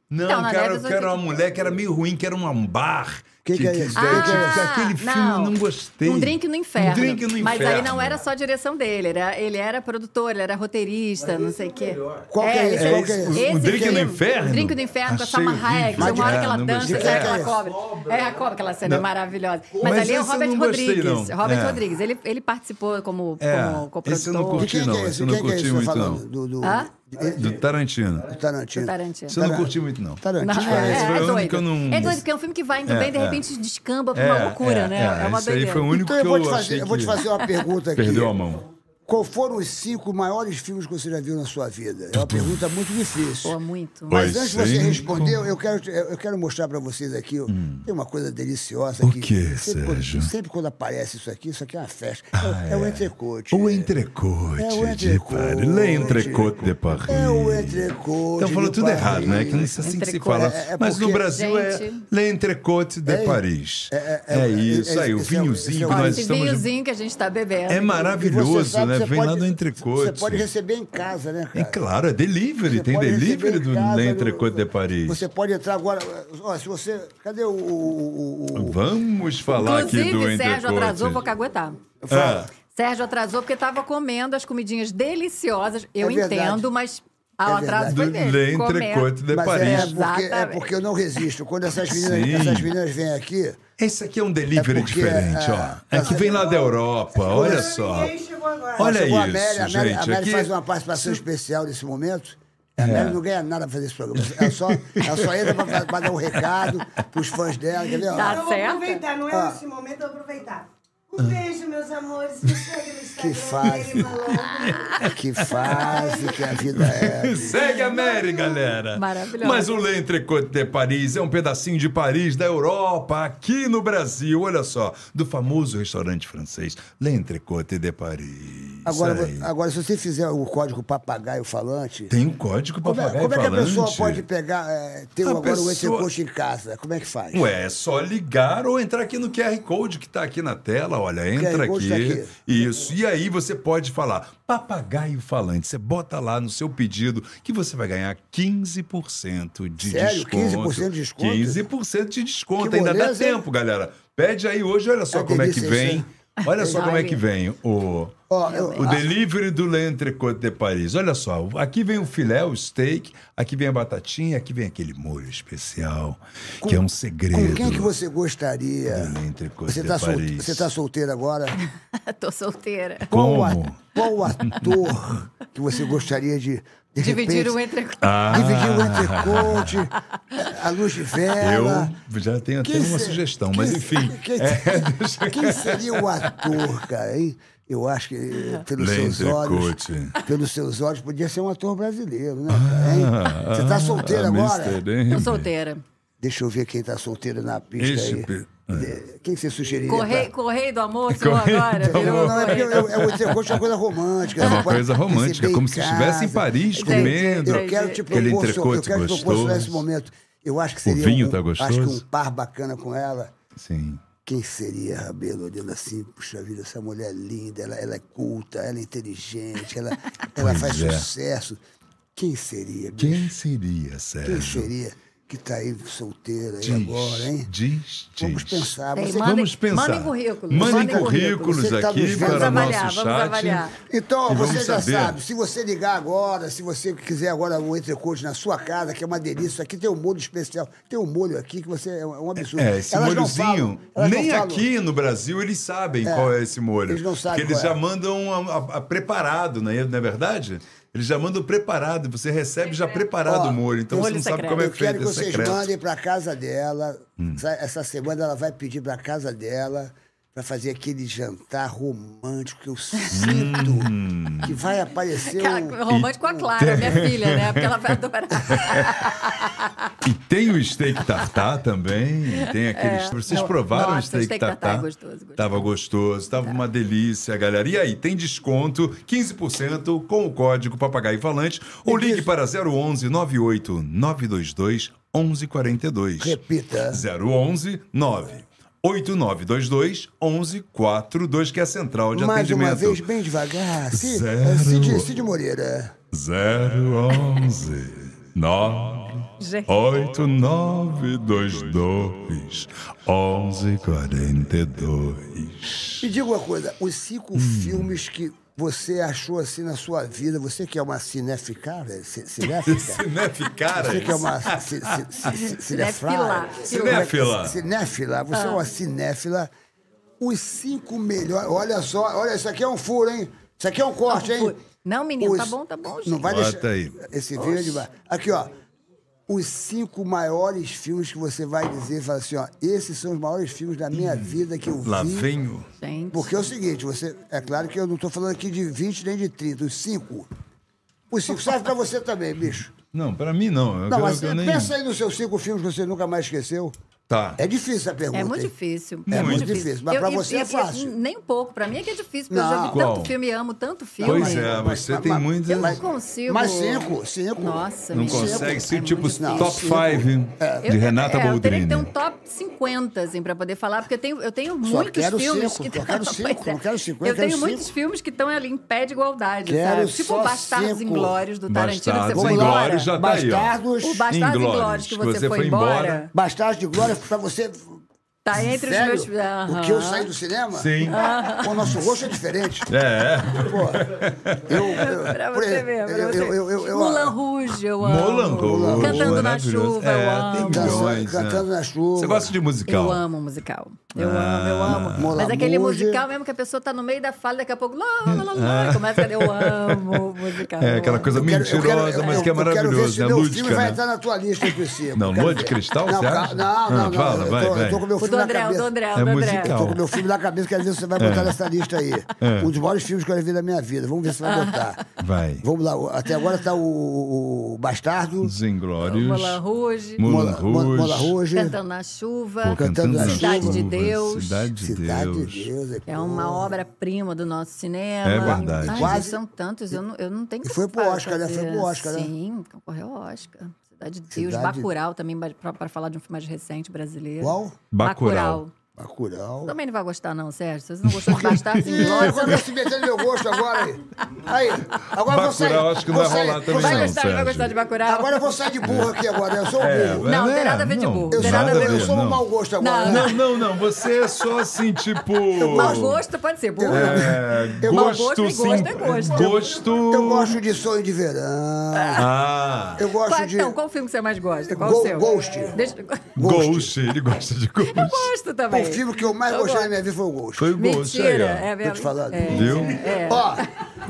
Speaker 3: Não,
Speaker 5: Então, na
Speaker 3: cara,
Speaker 5: neve
Speaker 3: eu
Speaker 5: os
Speaker 3: quero uma
Speaker 5: oito-
Speaker 3: mulher que era meio ruim, que era um bar.
Speaker 4: Que que é isso?
Speaker 3: daí
Speaker 4: Ah,
Speaker 3: tinha- aquele filme eu não gostei.
Speaker 5: Um drink no inferno.
Speaker 3: Um drink no inferno.
Speaker 5: Mas aí não era só a direção dele, era, ele era produtor, ele era roteirista, não sei o quê.
Speaker 4: Qual que é
Speaker 5: ele
Speaker 4: esse?
Speaker 5: fez-
Speaker 4: Qual que é
Speaker 3: esse?
Speaker 4: esse?
Speaker 5: esse
Speaker 3: O Drink
Speaker 5: filme,
Speaker 3: no Inferno?
Speaker 5: O Drink no Inferno com a
Speaker 3: Achei
Speaker 5: Salma
Speaker 3: horrível.
Speaker 5: Hayek. Tem uma hora que
Speaker 3: É,
Speaker 5: ela
Speaker 3: não
Speaker 5: dança,
Speaker 3: gostei.
Speaker 5: sai
Speaker 4: É.
Speaker 5: aquela cobra. É a cobra, aquela cena é maravilhosa. Mas,
Speaker 3: Mas
Speaker 5: ali é o
Speaker 3: esse eu
Speaker 5: Robert
Speaker 3: não gostei,
Speaker 5: Rodrigues.
Speaker 3: não.
Speaker 5: Robert
Speaker 3: É.
Speaker 5: Rodrigues. Ele, ele participou como,
Speaker 3: É,
Speaker 5: como
Speaker 3: esse eu não
Speaker 5: coprodutor.
Speaker 4: De
Speaker 3: curti,
Speaker 4: quem
Speaker 3: não,
Speaker 4: que é
Speaker 3: esse
Speaker 4: esse?
Speaker 3: eu não
Speaker 4: Quem que é
Speaker 3: curti
Speaker 4: esse que
Speaker 3: muito,
Speaker 4: tá
Speaker 3: não.
Speaker 4: falando? Do, do,
Speaker 5: Hã?
Speaker 4: do
Speaker 3: Do Tarantino.
Speaker 4: Tarantino.
Speaker 5: Tarantino.
Speaker 3: Isso eu não curti muito, não.
Speaker 5: Não,
Speaker 4: Tarantino.
Speaker 5: é,
Speaker 4: é-
Speaker 3: esse foi
Speaker 5: é
Speaker 3: o único
Speaker 5: doido.
Speaker 3: que eu não-
Speaker 5: É doido, porque é um filme que vai indo
Speaker 3: É,
Speaker 5: bem, de
Speaker 3: é.
Speaker 5: repente descamba pra uma loucura, né? É, uma
Speaker 3: Esse aí
Speaker 5: doideira.
Speaker 3: foi um o único
Speaker 4: Então
Speaker 3: que
Speaker 4: eu
Speaker 3: eu,
Speaker 4: vou, te
Speaker 3: achei
Speaker 4: fazer, eu vou te
Speaker 3: que
Speaker 4: fazer uma pergunta aqui.
Speaker 3: Perdeu a mão.
Speaker 4: Qual foram os cinco maiores filmes que você já viu na sua vida? É uma pergunta muito
Speaker 5: Pô,
Speaker 4: difícil.
Speaker 5: muito.
Speaker 4: Mas
Speaker 3: Pois
Speaker 4: antes de você
Speaker 3: cinco.
Speaker 4: responder, eu quero, te- eu quero mostrar pra vocês aqui. ó, Tem uma coisa deliciosa
Speaker 3: Hum. O
Speaker 4: aqui.
Speaker 3: quê,
Speaker 4: sempre, quando-
Speaker 3: Sérgio? Ah,
Speaker 4: sempre quando aparece isso aqui, isso aqui é uma festa. é, é o entrecote.
Speaker 3: O entrecote,
Speaker 4: É o
Speaker 3: de
Speaker 4: entrecote.
Speaker 3: Paris. Le entrecote de Paris.
Speaker 4: É o entrecote.
Speaker 3: Então falou
Speaker 4: de
Speaker 3: tudo
Speaker 4: Paris.
Speaker 3: errado, né? Que não é assim que se
Speaker 5: Entrecote.
Speaker 3: fala.
Speaker 4: É- é
Speaker 3: Mas no
Speaker 4: porque-
Speaker 3: Brasil
Speaker 5: Gente.
Speaker 3: é Le entrecote de Paris. É, isso aí, o
Speaker 4: esse é o- esse é
Speaker 3: vinhozinho
Speaker 4: o-
Speaker 3: que
Speaker 5: Olha,
Speaker 3: nós
Speaker 5: esse
Speaker 3: estamos.
Speaker 5: vinhozinho que a gente tá bebendo.
Speaker 3: É
Speaker 4: E você
Speaker 3: maravilhoso,
Speaker 4: sabe,
Speaker 3: né?
Speaker 4: você
Speaker 3: Vem
Speaker 4: pode-
Speaker 3: lá do
Speaker 4: Você
Speaker 3: entrecote.
Speaker 4: pode receber em casa, né, cara?
Speaker 3: É claro, é delivery.
Speaker 4: Você
Speaker 3: Tem
Speaker 4: pode
Speaker 3: delivery
Speaker 4: receber em
Speaker 3: do
Speaker 4: casa,
Speaker 3: Le
Speaker 4: no-
Speaker 3: entrecote de Paris.
Speaker 4: Você pode entrar agora. Ó, se você. Cadê o. o, o- o-
Speaker 3: Vamos falar aqui do
Speaker 5: Inclusive, Sérgio atrasou, vou
Speaker 3: entrecote.
Speaker 5: caguetar.
Speaker 3: Ah,
Speaker 5: Sérgio atrasou porque estava comendo as comidinhas deliciosas. Eu
Speaker 4: É verdade.
Speaker 5: entendo, mas a-
Speaker 4: É
Speaker 5: o
Speaker 4: verdade.
Speaker 5: atraso foi
Speaker 3: do Le
Speaker 5: dele. Comendo.
Speaker 3: entrecote de
Speaker 4: Mas
Speaker 3: Paris.
Speaker 4: é porque, é
Speaker 5: Exatamente.
Speaker 4: porque eu não resisto. Quando essas meninas,
Speaker 3: Sim.
Speaker 4: essas meninas vêm aqui.
Speaker 3: Esse aqui é um delivery
Speaker 4: É porque,
Speaker 3: diferente,
Speaker 4: é,
Speaker 3: ó. É que vem lá da Europa, olha só. [laughs] Olha
Speaker 4: chegou
Speaker 3: É isso,
Speaker 4: a Amélia, a Amélia,
Speaker 3: gente.
Speaker 4: a Amélia
Speaker 3: aqui-
Speaker 4: faz uma participação especial nesse momento.
Speaker 3: É.
Speaker 4: A Amélia não ganha nada pra fazer esse programa. Ela só, ela só entra pra, pra dar um recado pros fãs dela, entendeu?
Speaker 5: Tá.
Speaker 6: Então, Eu vou
Speaker 5: certa?
Speaker 6: aproveitar, não é
Speaker 3: Tá.
Speaker 4: Ah.
Speaker 6: nesse momento, eu vou aproveitar.
Speaker 3: Ah.
Speaker 6: Um beijo, meus amores. Me segue no Instagram,
Speaker 4: Que fase.
Speaker 6: Mary Malone.
Speaker 4: Que fase que a vida é.
Speaker 3: Segue a Mary, galera.
Speaker 5: Maravilhosa.
Speaker 3: Mas o L'Entrecote de Paris é um pedacinho de Paris, da Europa, aqui no Brasil, olha só, do famoso restaurante francês L'Entrecote de Paris. É
Speaker 4: Agora,
Speaker 3: Aí.
Speaker 4: agora, se você fizer o código papagaio falante.
Speaker 3: tem um código para
Speaker 4: Como é,
Speaker 3: pagar
Speaker 4: como é que a
Speaker 3: falante.
Speaker 4: pessoa pode pegar, é, ter
Speaker 3: A
Speaker 4: agora o
Speaker 3: pessoa-
Speaker 4: entrecosto em casa? Como é que faz?
Speaker 3: Ué, é só ligar ou entrar aqui no QR Code que tá aqui na tela. Olha, entra
Speaker 4: Code
Speaker 3: aqui.
Speaker 4: tá aqui.
Speaker 3: Isso. E aí você pode falar papagaio falante. Você bota lá no seu pedido que você vai ganhar 15% de
Speaker 4: Sério?
Speaker 3: desconto.
Speaker 4: 15% de desconto?
Speaker 3: 15% de desconto.
Speaker 4: Que
Speaker 3: Ainda dá
Speaker 4: moleza, hein?
Speaker 3: tempo, galera. Pede aí hoje, olha só
Speaker 4: É
Speaker 3: como é que
Speaker 4: delícia
Speaker 3: vem.
Speaker 4: isso,
Speaker 3: Olha só como é
Speaker 5: Olha.
Speaker 3: que vem o
Speaker 4: Ó, eu-
Speaker 3: o delivery do L'Entrecote de Paris. Olha só, aqui vem o filé, o steak, aqui vem a batatinha, aqui vem aquele molho especial, que é um segredo.
Speaker 4: Com quem que você gostaria?
Speaker 3: do L'Entrecote
Speaker 4: Você
Speaker 3: de
Speaker 4: está
Speaker 3: Paris.
Speaker 4: solteiro agora?
Speaker 3: né?
Speaker 5: [laughs] Tô solteira.
Speaker 4: Qual, o
Speaker 3: Como?
Speaker 4: a- qual o ator que você gostaria de, de
Speaker 5: Dividir
Speaker 4: repente,
Speaker 5: o entrecote.
Speaker 3: Ah,
Speaker 4: dividir o entrecote, a luz de vela?
Speaker 3: eu já tenho até
Speaker 4: Quem
Speaker 3: uma
Speaker 4: se-
Speaker 3: sugestão,
Speaker 4: quem
Speaker 3: mas
Speaker 4: se-
Speaker 3: enfim.
Speaker 4: [laughs]
Speaker 3: é-
Speaker 4: Quem, quem seria o ator, cara, hein? Eu acho que eh, pelos seus olhos.
Speaker 3: L'Entrecote.
Speaker 4: Pelos seus olhos, podia ser um ator brasileiro, né? cara, hein? Você tá solteiro
Speaker 3: Ah,
Speaker 4: agora?
Speaker 3: Mr. M.
Speaker 5: Tô solteira.
Speaker 4: Deixa eu ver quem tá solteiro na pista
Speaker 3: Ixi,
Speaker 4: aí.
Speaker 3: pe- é.
Speaker 4: De- Quem que você sugeriria?
Speaker 5: Correio,
Speaker 4: pra-
Speaker 5: correio do amor, senhor,
Speaker 3: Correio
Speaker 5: agora.
Speaker 3: do
Speaker 5: Virou
Speaker 4: Não, não, é porque
Speaker 5: correio.
Speaker 4: eu,
Speaker 5: [laughs]
Speaker 4: eu, eu vou dizer, eu gosto de uma coisa romântica.
Speaker 3: É uma
Speaker 4: Você pode
Speaker 3: coisa romântica,
Speaker 4: receber
Speaker 3: como
Speaker 4: em
Speaker 3: se estivesse em
Speaker 4: casa.
Speaker 3: Paris
Speaker 4: Eu-
Speaker 3: comendo.
Speaker 4: Eu quero te
Speaker 3: Aquele
Speaker 4: propor, eu
Speaker 3: entrecote
Speaker 4: quero te proporcionar
Speaker 3: gostoso.
Speaker 4: esse momento. Eu acho que seria
Speaker 3: vinho
Speaker 4: um,
Speaker 3: tá gostoso?
Speaker 4: acho que um par bacana com ela.
Speaker 3: Sim.
Speaker 4: Quem seria, Rabelo, olhando assim, puxa vida, essa mulher é linda, ela, ela é culta, ela é inteligente,
Speaker 3: [laughs]
Speaker 4: ela, ela
Speaker 3: Pois
Speaker 4: faz
Speaker 3: é.
Speaker 4: sucesso. Quem seria, bicho?
Speaker 3: Quem seria,
Speaker 4: Quem
Speaker 3: Sérgio?
Speaker 4: seria que tá aí solteira aí
Speaker 3: Diz,
Speaker 4: agora, hein?
Speaker 3: diz, diz.
Speaker 4: Vamos pensar.
Speaker 5: Bem,
Speaker 4: Você-
Speaker 5: manda-
Speaker 3: Vamos pensar.
Speaker 5: mandem currículos,
Speaker 3: Mandem
Speaker 5: mandem
Speaker 3: currículos
Speaker 4: currículos. Você tá
Speaker 3: aqui
Speaker 4: nos vendo.
Speaker 3: para o nosso
Speaker 5: Vamos avaliar,
Speaker 3: chat.
Speaker 5: vamos avaliar.
Speaker 4: Então,
Speaker 3: E
Speaker 4: você
Speaker 3: vamos
Speaker 4: já
Speaker 3: saber.
Speaker 4: sabe, se você ligar agora, se você quiser agora o entrecote na sua casa, que é uma delícia, isso aqui tem um molho especial, tem um molho aqui que você é um absurdo.
Speaker 3: É, esse
Speaker 4: Elas não
Speaker 3: molhozinho,
Speaker 4: falam, elas não
Speaker 3: nem
Speaker 4: falam.
Speaker 3: aqui no Brasil eles sabem qual é esse molho.
Speaker 4: eles não sabem
Speaker 3: Porque eles
Speaker 4: qual é.
Speaker 3: já mandam a- a- a preparado, não é, não é verdade? Eles já mandam preparado, você recebe já preparado
Speaker 4: Ó,
Speaker 3: o molho, então
Speaker 5: molho
Speaker 3: você não sabe
Speaker 5: secreto.
Speaker 3: como é
Speaker 4: Eu quero
Speaker 3: feito, Hum.
Speaker 4: que
Speaker 3: é
Speaker 4: vocês
Speaker 3: secreto.
Speaker 4: mandem para casa dela. Sa- Essa semana ela vai pedir para casa dela para fazer aquele jantar romântico que eu sinto
Speaker 3: Hum.
Speaker 4: que vai aparecer
Speaker 5: Cara,
Speaker 4: um...
Speaker 5: romântico com a Clara, minha filha, né? Porque ela
Speaker 4: [laughs]
Speaker 5: vai adorar.
Speaker 3: E tem o steak tartar também, tem aqueles... Vocês
Speaker 5: Não,
Speaker 3: provaram
Speaker 5: nossa,
Speaker 3: o steak,
Speaker 5: steak tartar é
Speaker 3: tartar?
Speaker 5: gostoso, gostoso.
Speaker 3: Tava gostoso, tava uma delícia, galera. E aí, tem desconto, 15% com o código Papagaio Falante, ou ligue para 011 98 922 1142.
Speaker 4: Repita.
Speaker 3: 011 9 8922 1142, que é a central de
Speaker 4: Mais uma
Speaker 3: atendimento.
Speaker 4: vez, bem devagar. Cid,
Speaker 3: Zero.
Speaker 4: Cid, Cid Moreira.
Speaker 3: 011 9
Speaker 5: Gente.
Speaker 3: 8922 1142.
Speaker 4: Me diga uma coisa, os
Speaker 3: Hum.
Speaker 4: cinco filmes que você achou assim na sua vida, você que é uma cineficada, ci- cinéfica?
Speaker 3: Cinef, cara.
Speaker 4: Você que é uma ci- ci- ci-
Speaker 5: [laughs]
Speaker 4: ci- cinefrada?
Speaker 3: Cinéfila.
Speaker 4: Cinéfila, você é uma cinéfila. Os cinco melhores. Olha só, olha, isso aqui é um furo, hein? Isso aqui é um corte, hein?
Speaker 5: Tá Não, menino, tá
Speaker 4: Os-
Speaker 5: bom, tá bom,
Speaker 4: Não
Speaker 5: gente.
Speaker 4: vai
Speaker 3: Bota
Speaker 4: deixar.
Speaker 3: aí.
Speaker 4: Esse vídeo. vai- Aqui, ó. Os cinco maiores filmes que você vai dizer, fala assim, ó, esses são os maiores filmes da minha vida que eu vi.
Speaker 3: Hum. Lá vem o.
Speaker 5: Gente.
Speaker 4: Porque é o seguinte, você. É claro que eu não tô falando aqui de 20 nem de 30, os cinco. Os cinco serve pra você também, bicho.
Speaker 3: Não, pra mim não. Eu,
Speaker 4: Não,
Speaker 3: eu-
Speaker 4: mas
Speaker 3: eu nem...
Speaker 4: pensa aí nos seus cinco filmes que você nunca mais esqueceu.
Speaker 3: Tá.
Speaker 4: É difícil essa pergunta.
Speaker 5: É muito
Speaker 4: hein?
Speaker 5: difícil.
Speaker 3: Muito.
Speaker 4: difícil, mas pra você é fácil.
Speaker 5: nem um pouco. Pra mim é que é difícil, porque eu já vi
Speaker 3: Qual?
Speaker 5: tanto filme e amo tanto filme.
Speaker 3: Pois
Speaker 4: Não,
Speaker 3: é,
Speaker 4: mas-
Speaker 3: você
Speaker 4: mas-
Speaker 3: tem
Speaker 4: mas-
Speaker 3: muitas.
Speaker 5: Eu não consigo.
Speaker 4: Mas cinco, cinco.
Speaker 5: Nossa,
Speaker 3: Não
Speaker 5: menino,
Speaker 3: consegue ser
Speaker 5: é
Speaker 3: tipo
Speaker 5: muito difícil.
Speaker 3: top 5
Speaker 5: Eu-
Speaker 3: de Renata
Speaker 5: é, Eu teria que
Speaker 3: Boldrini.
Speaker 5: ter um top 50, assim, pra poder falar, porque eu tenho, eu tenho
Speaker 4: Só
Speaker 5: muitos
Speaker 4: quero
Speaker 5: filmes
Speaker 4: cinco,
Speaker 5: [laughs] que
Speaker 4: só quero
Speaker 5: Pois
Speaker 4: cinco,
Speaker 5: é.
Speaker 4: não quero cinco, eu
Speaker 5: Eu
Speaker 4: quero
Speaker 5: tenho muitos
Speaker 4: cinco.
Speaker 5: filmes que estão ali em pé de igualdade,
Speaker 4: Quero
Speaker 5: sabe? Tipo
Speaker 4: só
Speaker 5: o Bastardos
Speaker 4: cinco.
Speaker 5: Inglórios do Tarantino, que você
Speaker 3: Bastardos
Speaker 5: foi embora.
Speaker 3: Inglórios já tá aí, ó.
Speaker 4: Bastardos,
Speaker 5: O Bastardos
Speaker 3: Inglórios,
Speaker 5: Inglórios que
Speaker 3: que
Speaker 5: você,
Speaker 3: você
Speaker 5: foi
Speaker 3: foi
Speaker 5: embora,
Speaker 3: embora.
Speaker 4: Bastardos de Glória, pra você.
Speaker 5: tá entre
Speaker 4: Sério?
Speaker 5: os meus... Ah, Aham.
Speaker 4: O que eu saí do cinema?
Speaker 3: Sim.
Speaker 4: Com o nosso rosto é diferente.
Speaker 3: É,
Speaker 4: Pô, eu, eu,
Speaker 5: [laughs] Pra
Speaker 4: por
Speaker 5: você
Speaker 4: exemplo,
Speaker 5: ver, pra
Speaker 4: eu-
Speaker 5: você.
Speaker 4: eu- eu- eu- eu-
Speaker 5: Moulin Rouge, eu amo.
Speaker 3: Moulin Rouge,
Speaker 5: Cantando na
Speaker 3: maravilhoso.
Speaker 5: chuva, eu
Speaker 3: É,
Speaker 5: amo.
Speaker 3: tem
Speaker 4: Dançando,
Speaker 3: milhões, né?
Speaker 4: cantando na chuva.
Speaker 3: Você gosta de musical? Ah,
Speaker 5: Eu amo musical. Eu amo, eu amo.
Speaker 4: Moulin
Speaker 5: Mas aquele
Speaker 4: Rouge.
Speaker 5: musical mesmo que a pessoa tá no meio da fala, daqui a pouco. Lá, lá, lá,
Speaker 3: [laughs]
Speaker 5: lá, e começa a eu amo musical. eu
Speaker 3: Ah. É aquela
Speaker 5: amo.
Speaker 3: coisa
Speaker 4: eu quero- eu
Speaker 3: mentirosa,
Speaker 4: quero-
Speaker 3: mas que é
Speaker 4: eu- eu quero ver se
Speaker 3: maravilhoso, né?
Speaker 4: meu
Speaker 3: Lúdica,
Speaker 4: filme vai
Speaker 3: né?
Speaker 4: entrar na tua lista, eu preciso.
Speaker 3: Não,
Speaker 4: Eu quero
Speaker 3: Lua de
Speaker 4: ver.
Speaker 3: Cristal,
Speaker 4: não,
Speaker 3: você
Speaker 4: ca-
Speaker 3: acha?
Speaker 4: Não, não,
Speaker 3: Ah,
Speaker 4: não.
Speaker 3: fala,
Speaker 4: eu,
Speaker 3: vai,
Speaker 4: tô, eu
Speaker 3: vai.
Speaker 4: tô com meu
Speaker 5: O
Speaker 4: filme
Speaker 5: do
Speaker 4: na
Speaker 5: André, o
Speaker 4: cabeça.
Speaker 5: do André, o
Speaker 3: É
Speaker 5: do André.
Speaker 3: musical.
Speaker 4: Tô com meu filme na cabeça, quero ver se você
Speaker 3: É.
Speaker 4: vai botar nessa lista aí. Um dos maiores filmes que eu já vi na minha vida. Vamos ver se vai botar.
Speaker 3: Vai.
Speaker 4: Vamos lá, o- até agora tá o, o Bastardo,
Speaker 3: Os Inglórios.
Speaker 5: Moulin Rouge,
Speaker 3: Moulin
Speaker 4: Mola- Mo- Mola
Speaker 3: Rouge.
Speaker 4: Rouge,
Speaker 5: Cantando na Chuva.
Speaker 3: Pô,
Speaker 4: Cantando na
Speaker 5: Cidade de
Speaker 3: Chuva,
Speaker 5: Deus.
Speaker 3: Cidade de
Speaker 4: Cidade
Speaker 3: Deus.
Speaker 4: de Deus.
Speaker 5: É uma
Speaker 4: pô.
Speaker 5: obra-prima do nosso cinema.
Speaker 3: É verdade.
Speaker 5: Ai,
Speaker 4: Quase-
Speaker 5: gente, são tantos, eu não, eu não tenho
Speaker 4: E foi pro
Speaker 5: para
Speaker 4: Oscar, né? Foi
Speaker 5: fazer.
Speaker 4: pro Oscar, né?
Speaker 5: Sim, concorreu ao Oscar. Cidade de Deus,
Speaker 4: Cidade-
Speaker 5: Bacurau também, para falar de um filme mais recente brasileiro.
Speaker 4: Qual?
Speaker 3: Bacurau.
Speaker 4: Bacurau.
Speaker 5: Também não vai gostar, não, Sérgio. Se você não gostou de Bastardos
Speaker 4: Ih,
Speaker 5: Inglórios,
Speaker 4: agora eu se metendo no meu gosto agora. Aí, aí agora eu vou sair.
Speaker 3: Bacurau, acho que não
Speaker 4: vou
Speaker 3: vai
Speaker 4: sair,
Speaker 3: rolar
Speaker 4: vou
Speaker 3: também,
Speaker 5: vai
Speaker 4: sair.
Speaker 3: não,
Speaker 5: gostar, vai
Speaker 3: Sérgio.
Speaker 5: gostar de Bacurau.
Speaker 4: Agora eu vou sair de burro aqui agora, eu sou um burro.
Speaker 5: Não,
Speaker 3: É,
Speaker 5: tem nada a ver de
Speaker 3: não,
Speaker 5: burro.
Speaker 4: eu sou,
Speaker 5: Tem nada a ver,
Speaker 4: eu
Speaker 5: não.
Speaker 4: sou um mau gosto agora.
Speaker 5: Não,
Speaker 4: né?
Speaker 3: Não, não, não. Você é só assim, tipo.
Speaker 5: Mau gosto pode ser burro.
Speaker 3: É,
Speaker 4: Eu-
Speaker 5: Mau gosto
Speaker 3: gosto,
Speaker 5: e
Speaker 3: sim.
Speaker 5: gosto é gosto.
Speaker 3: Gosto.
Speaker 4: Eu gosto de sonho de verão.
Speaker 3: Ah.
Speaker 4: Eu gosto
Speaker 5: Qual,
Speaker 4: de.
Speaker 5: então, qual filme que você mais gosta? Qual
Speaker 4: Go-
Speaker 5: o seu? É,
Speaker 4: Ghost.
Speaker 5: Deixa... [laughs]
Speaker 3: Ghost. Ele gosta de Ghost.
Speaker 5: Eu gosto também.
Speaker 4: O filme que eu mais
Speaker 5: Eu
Speaker 4: gostei
Speaker 5: gosto.
Speaker 4: da minha vida foi o Ghost.
Speaker 3: Foi o Ghost aí,
Speaker 5: Mentira,
Speaker 3: ó.
Speaker 5: é
Speaker 4: Tô te falando.
Speaker 5: verdade. É.
Speaker 3: Viu?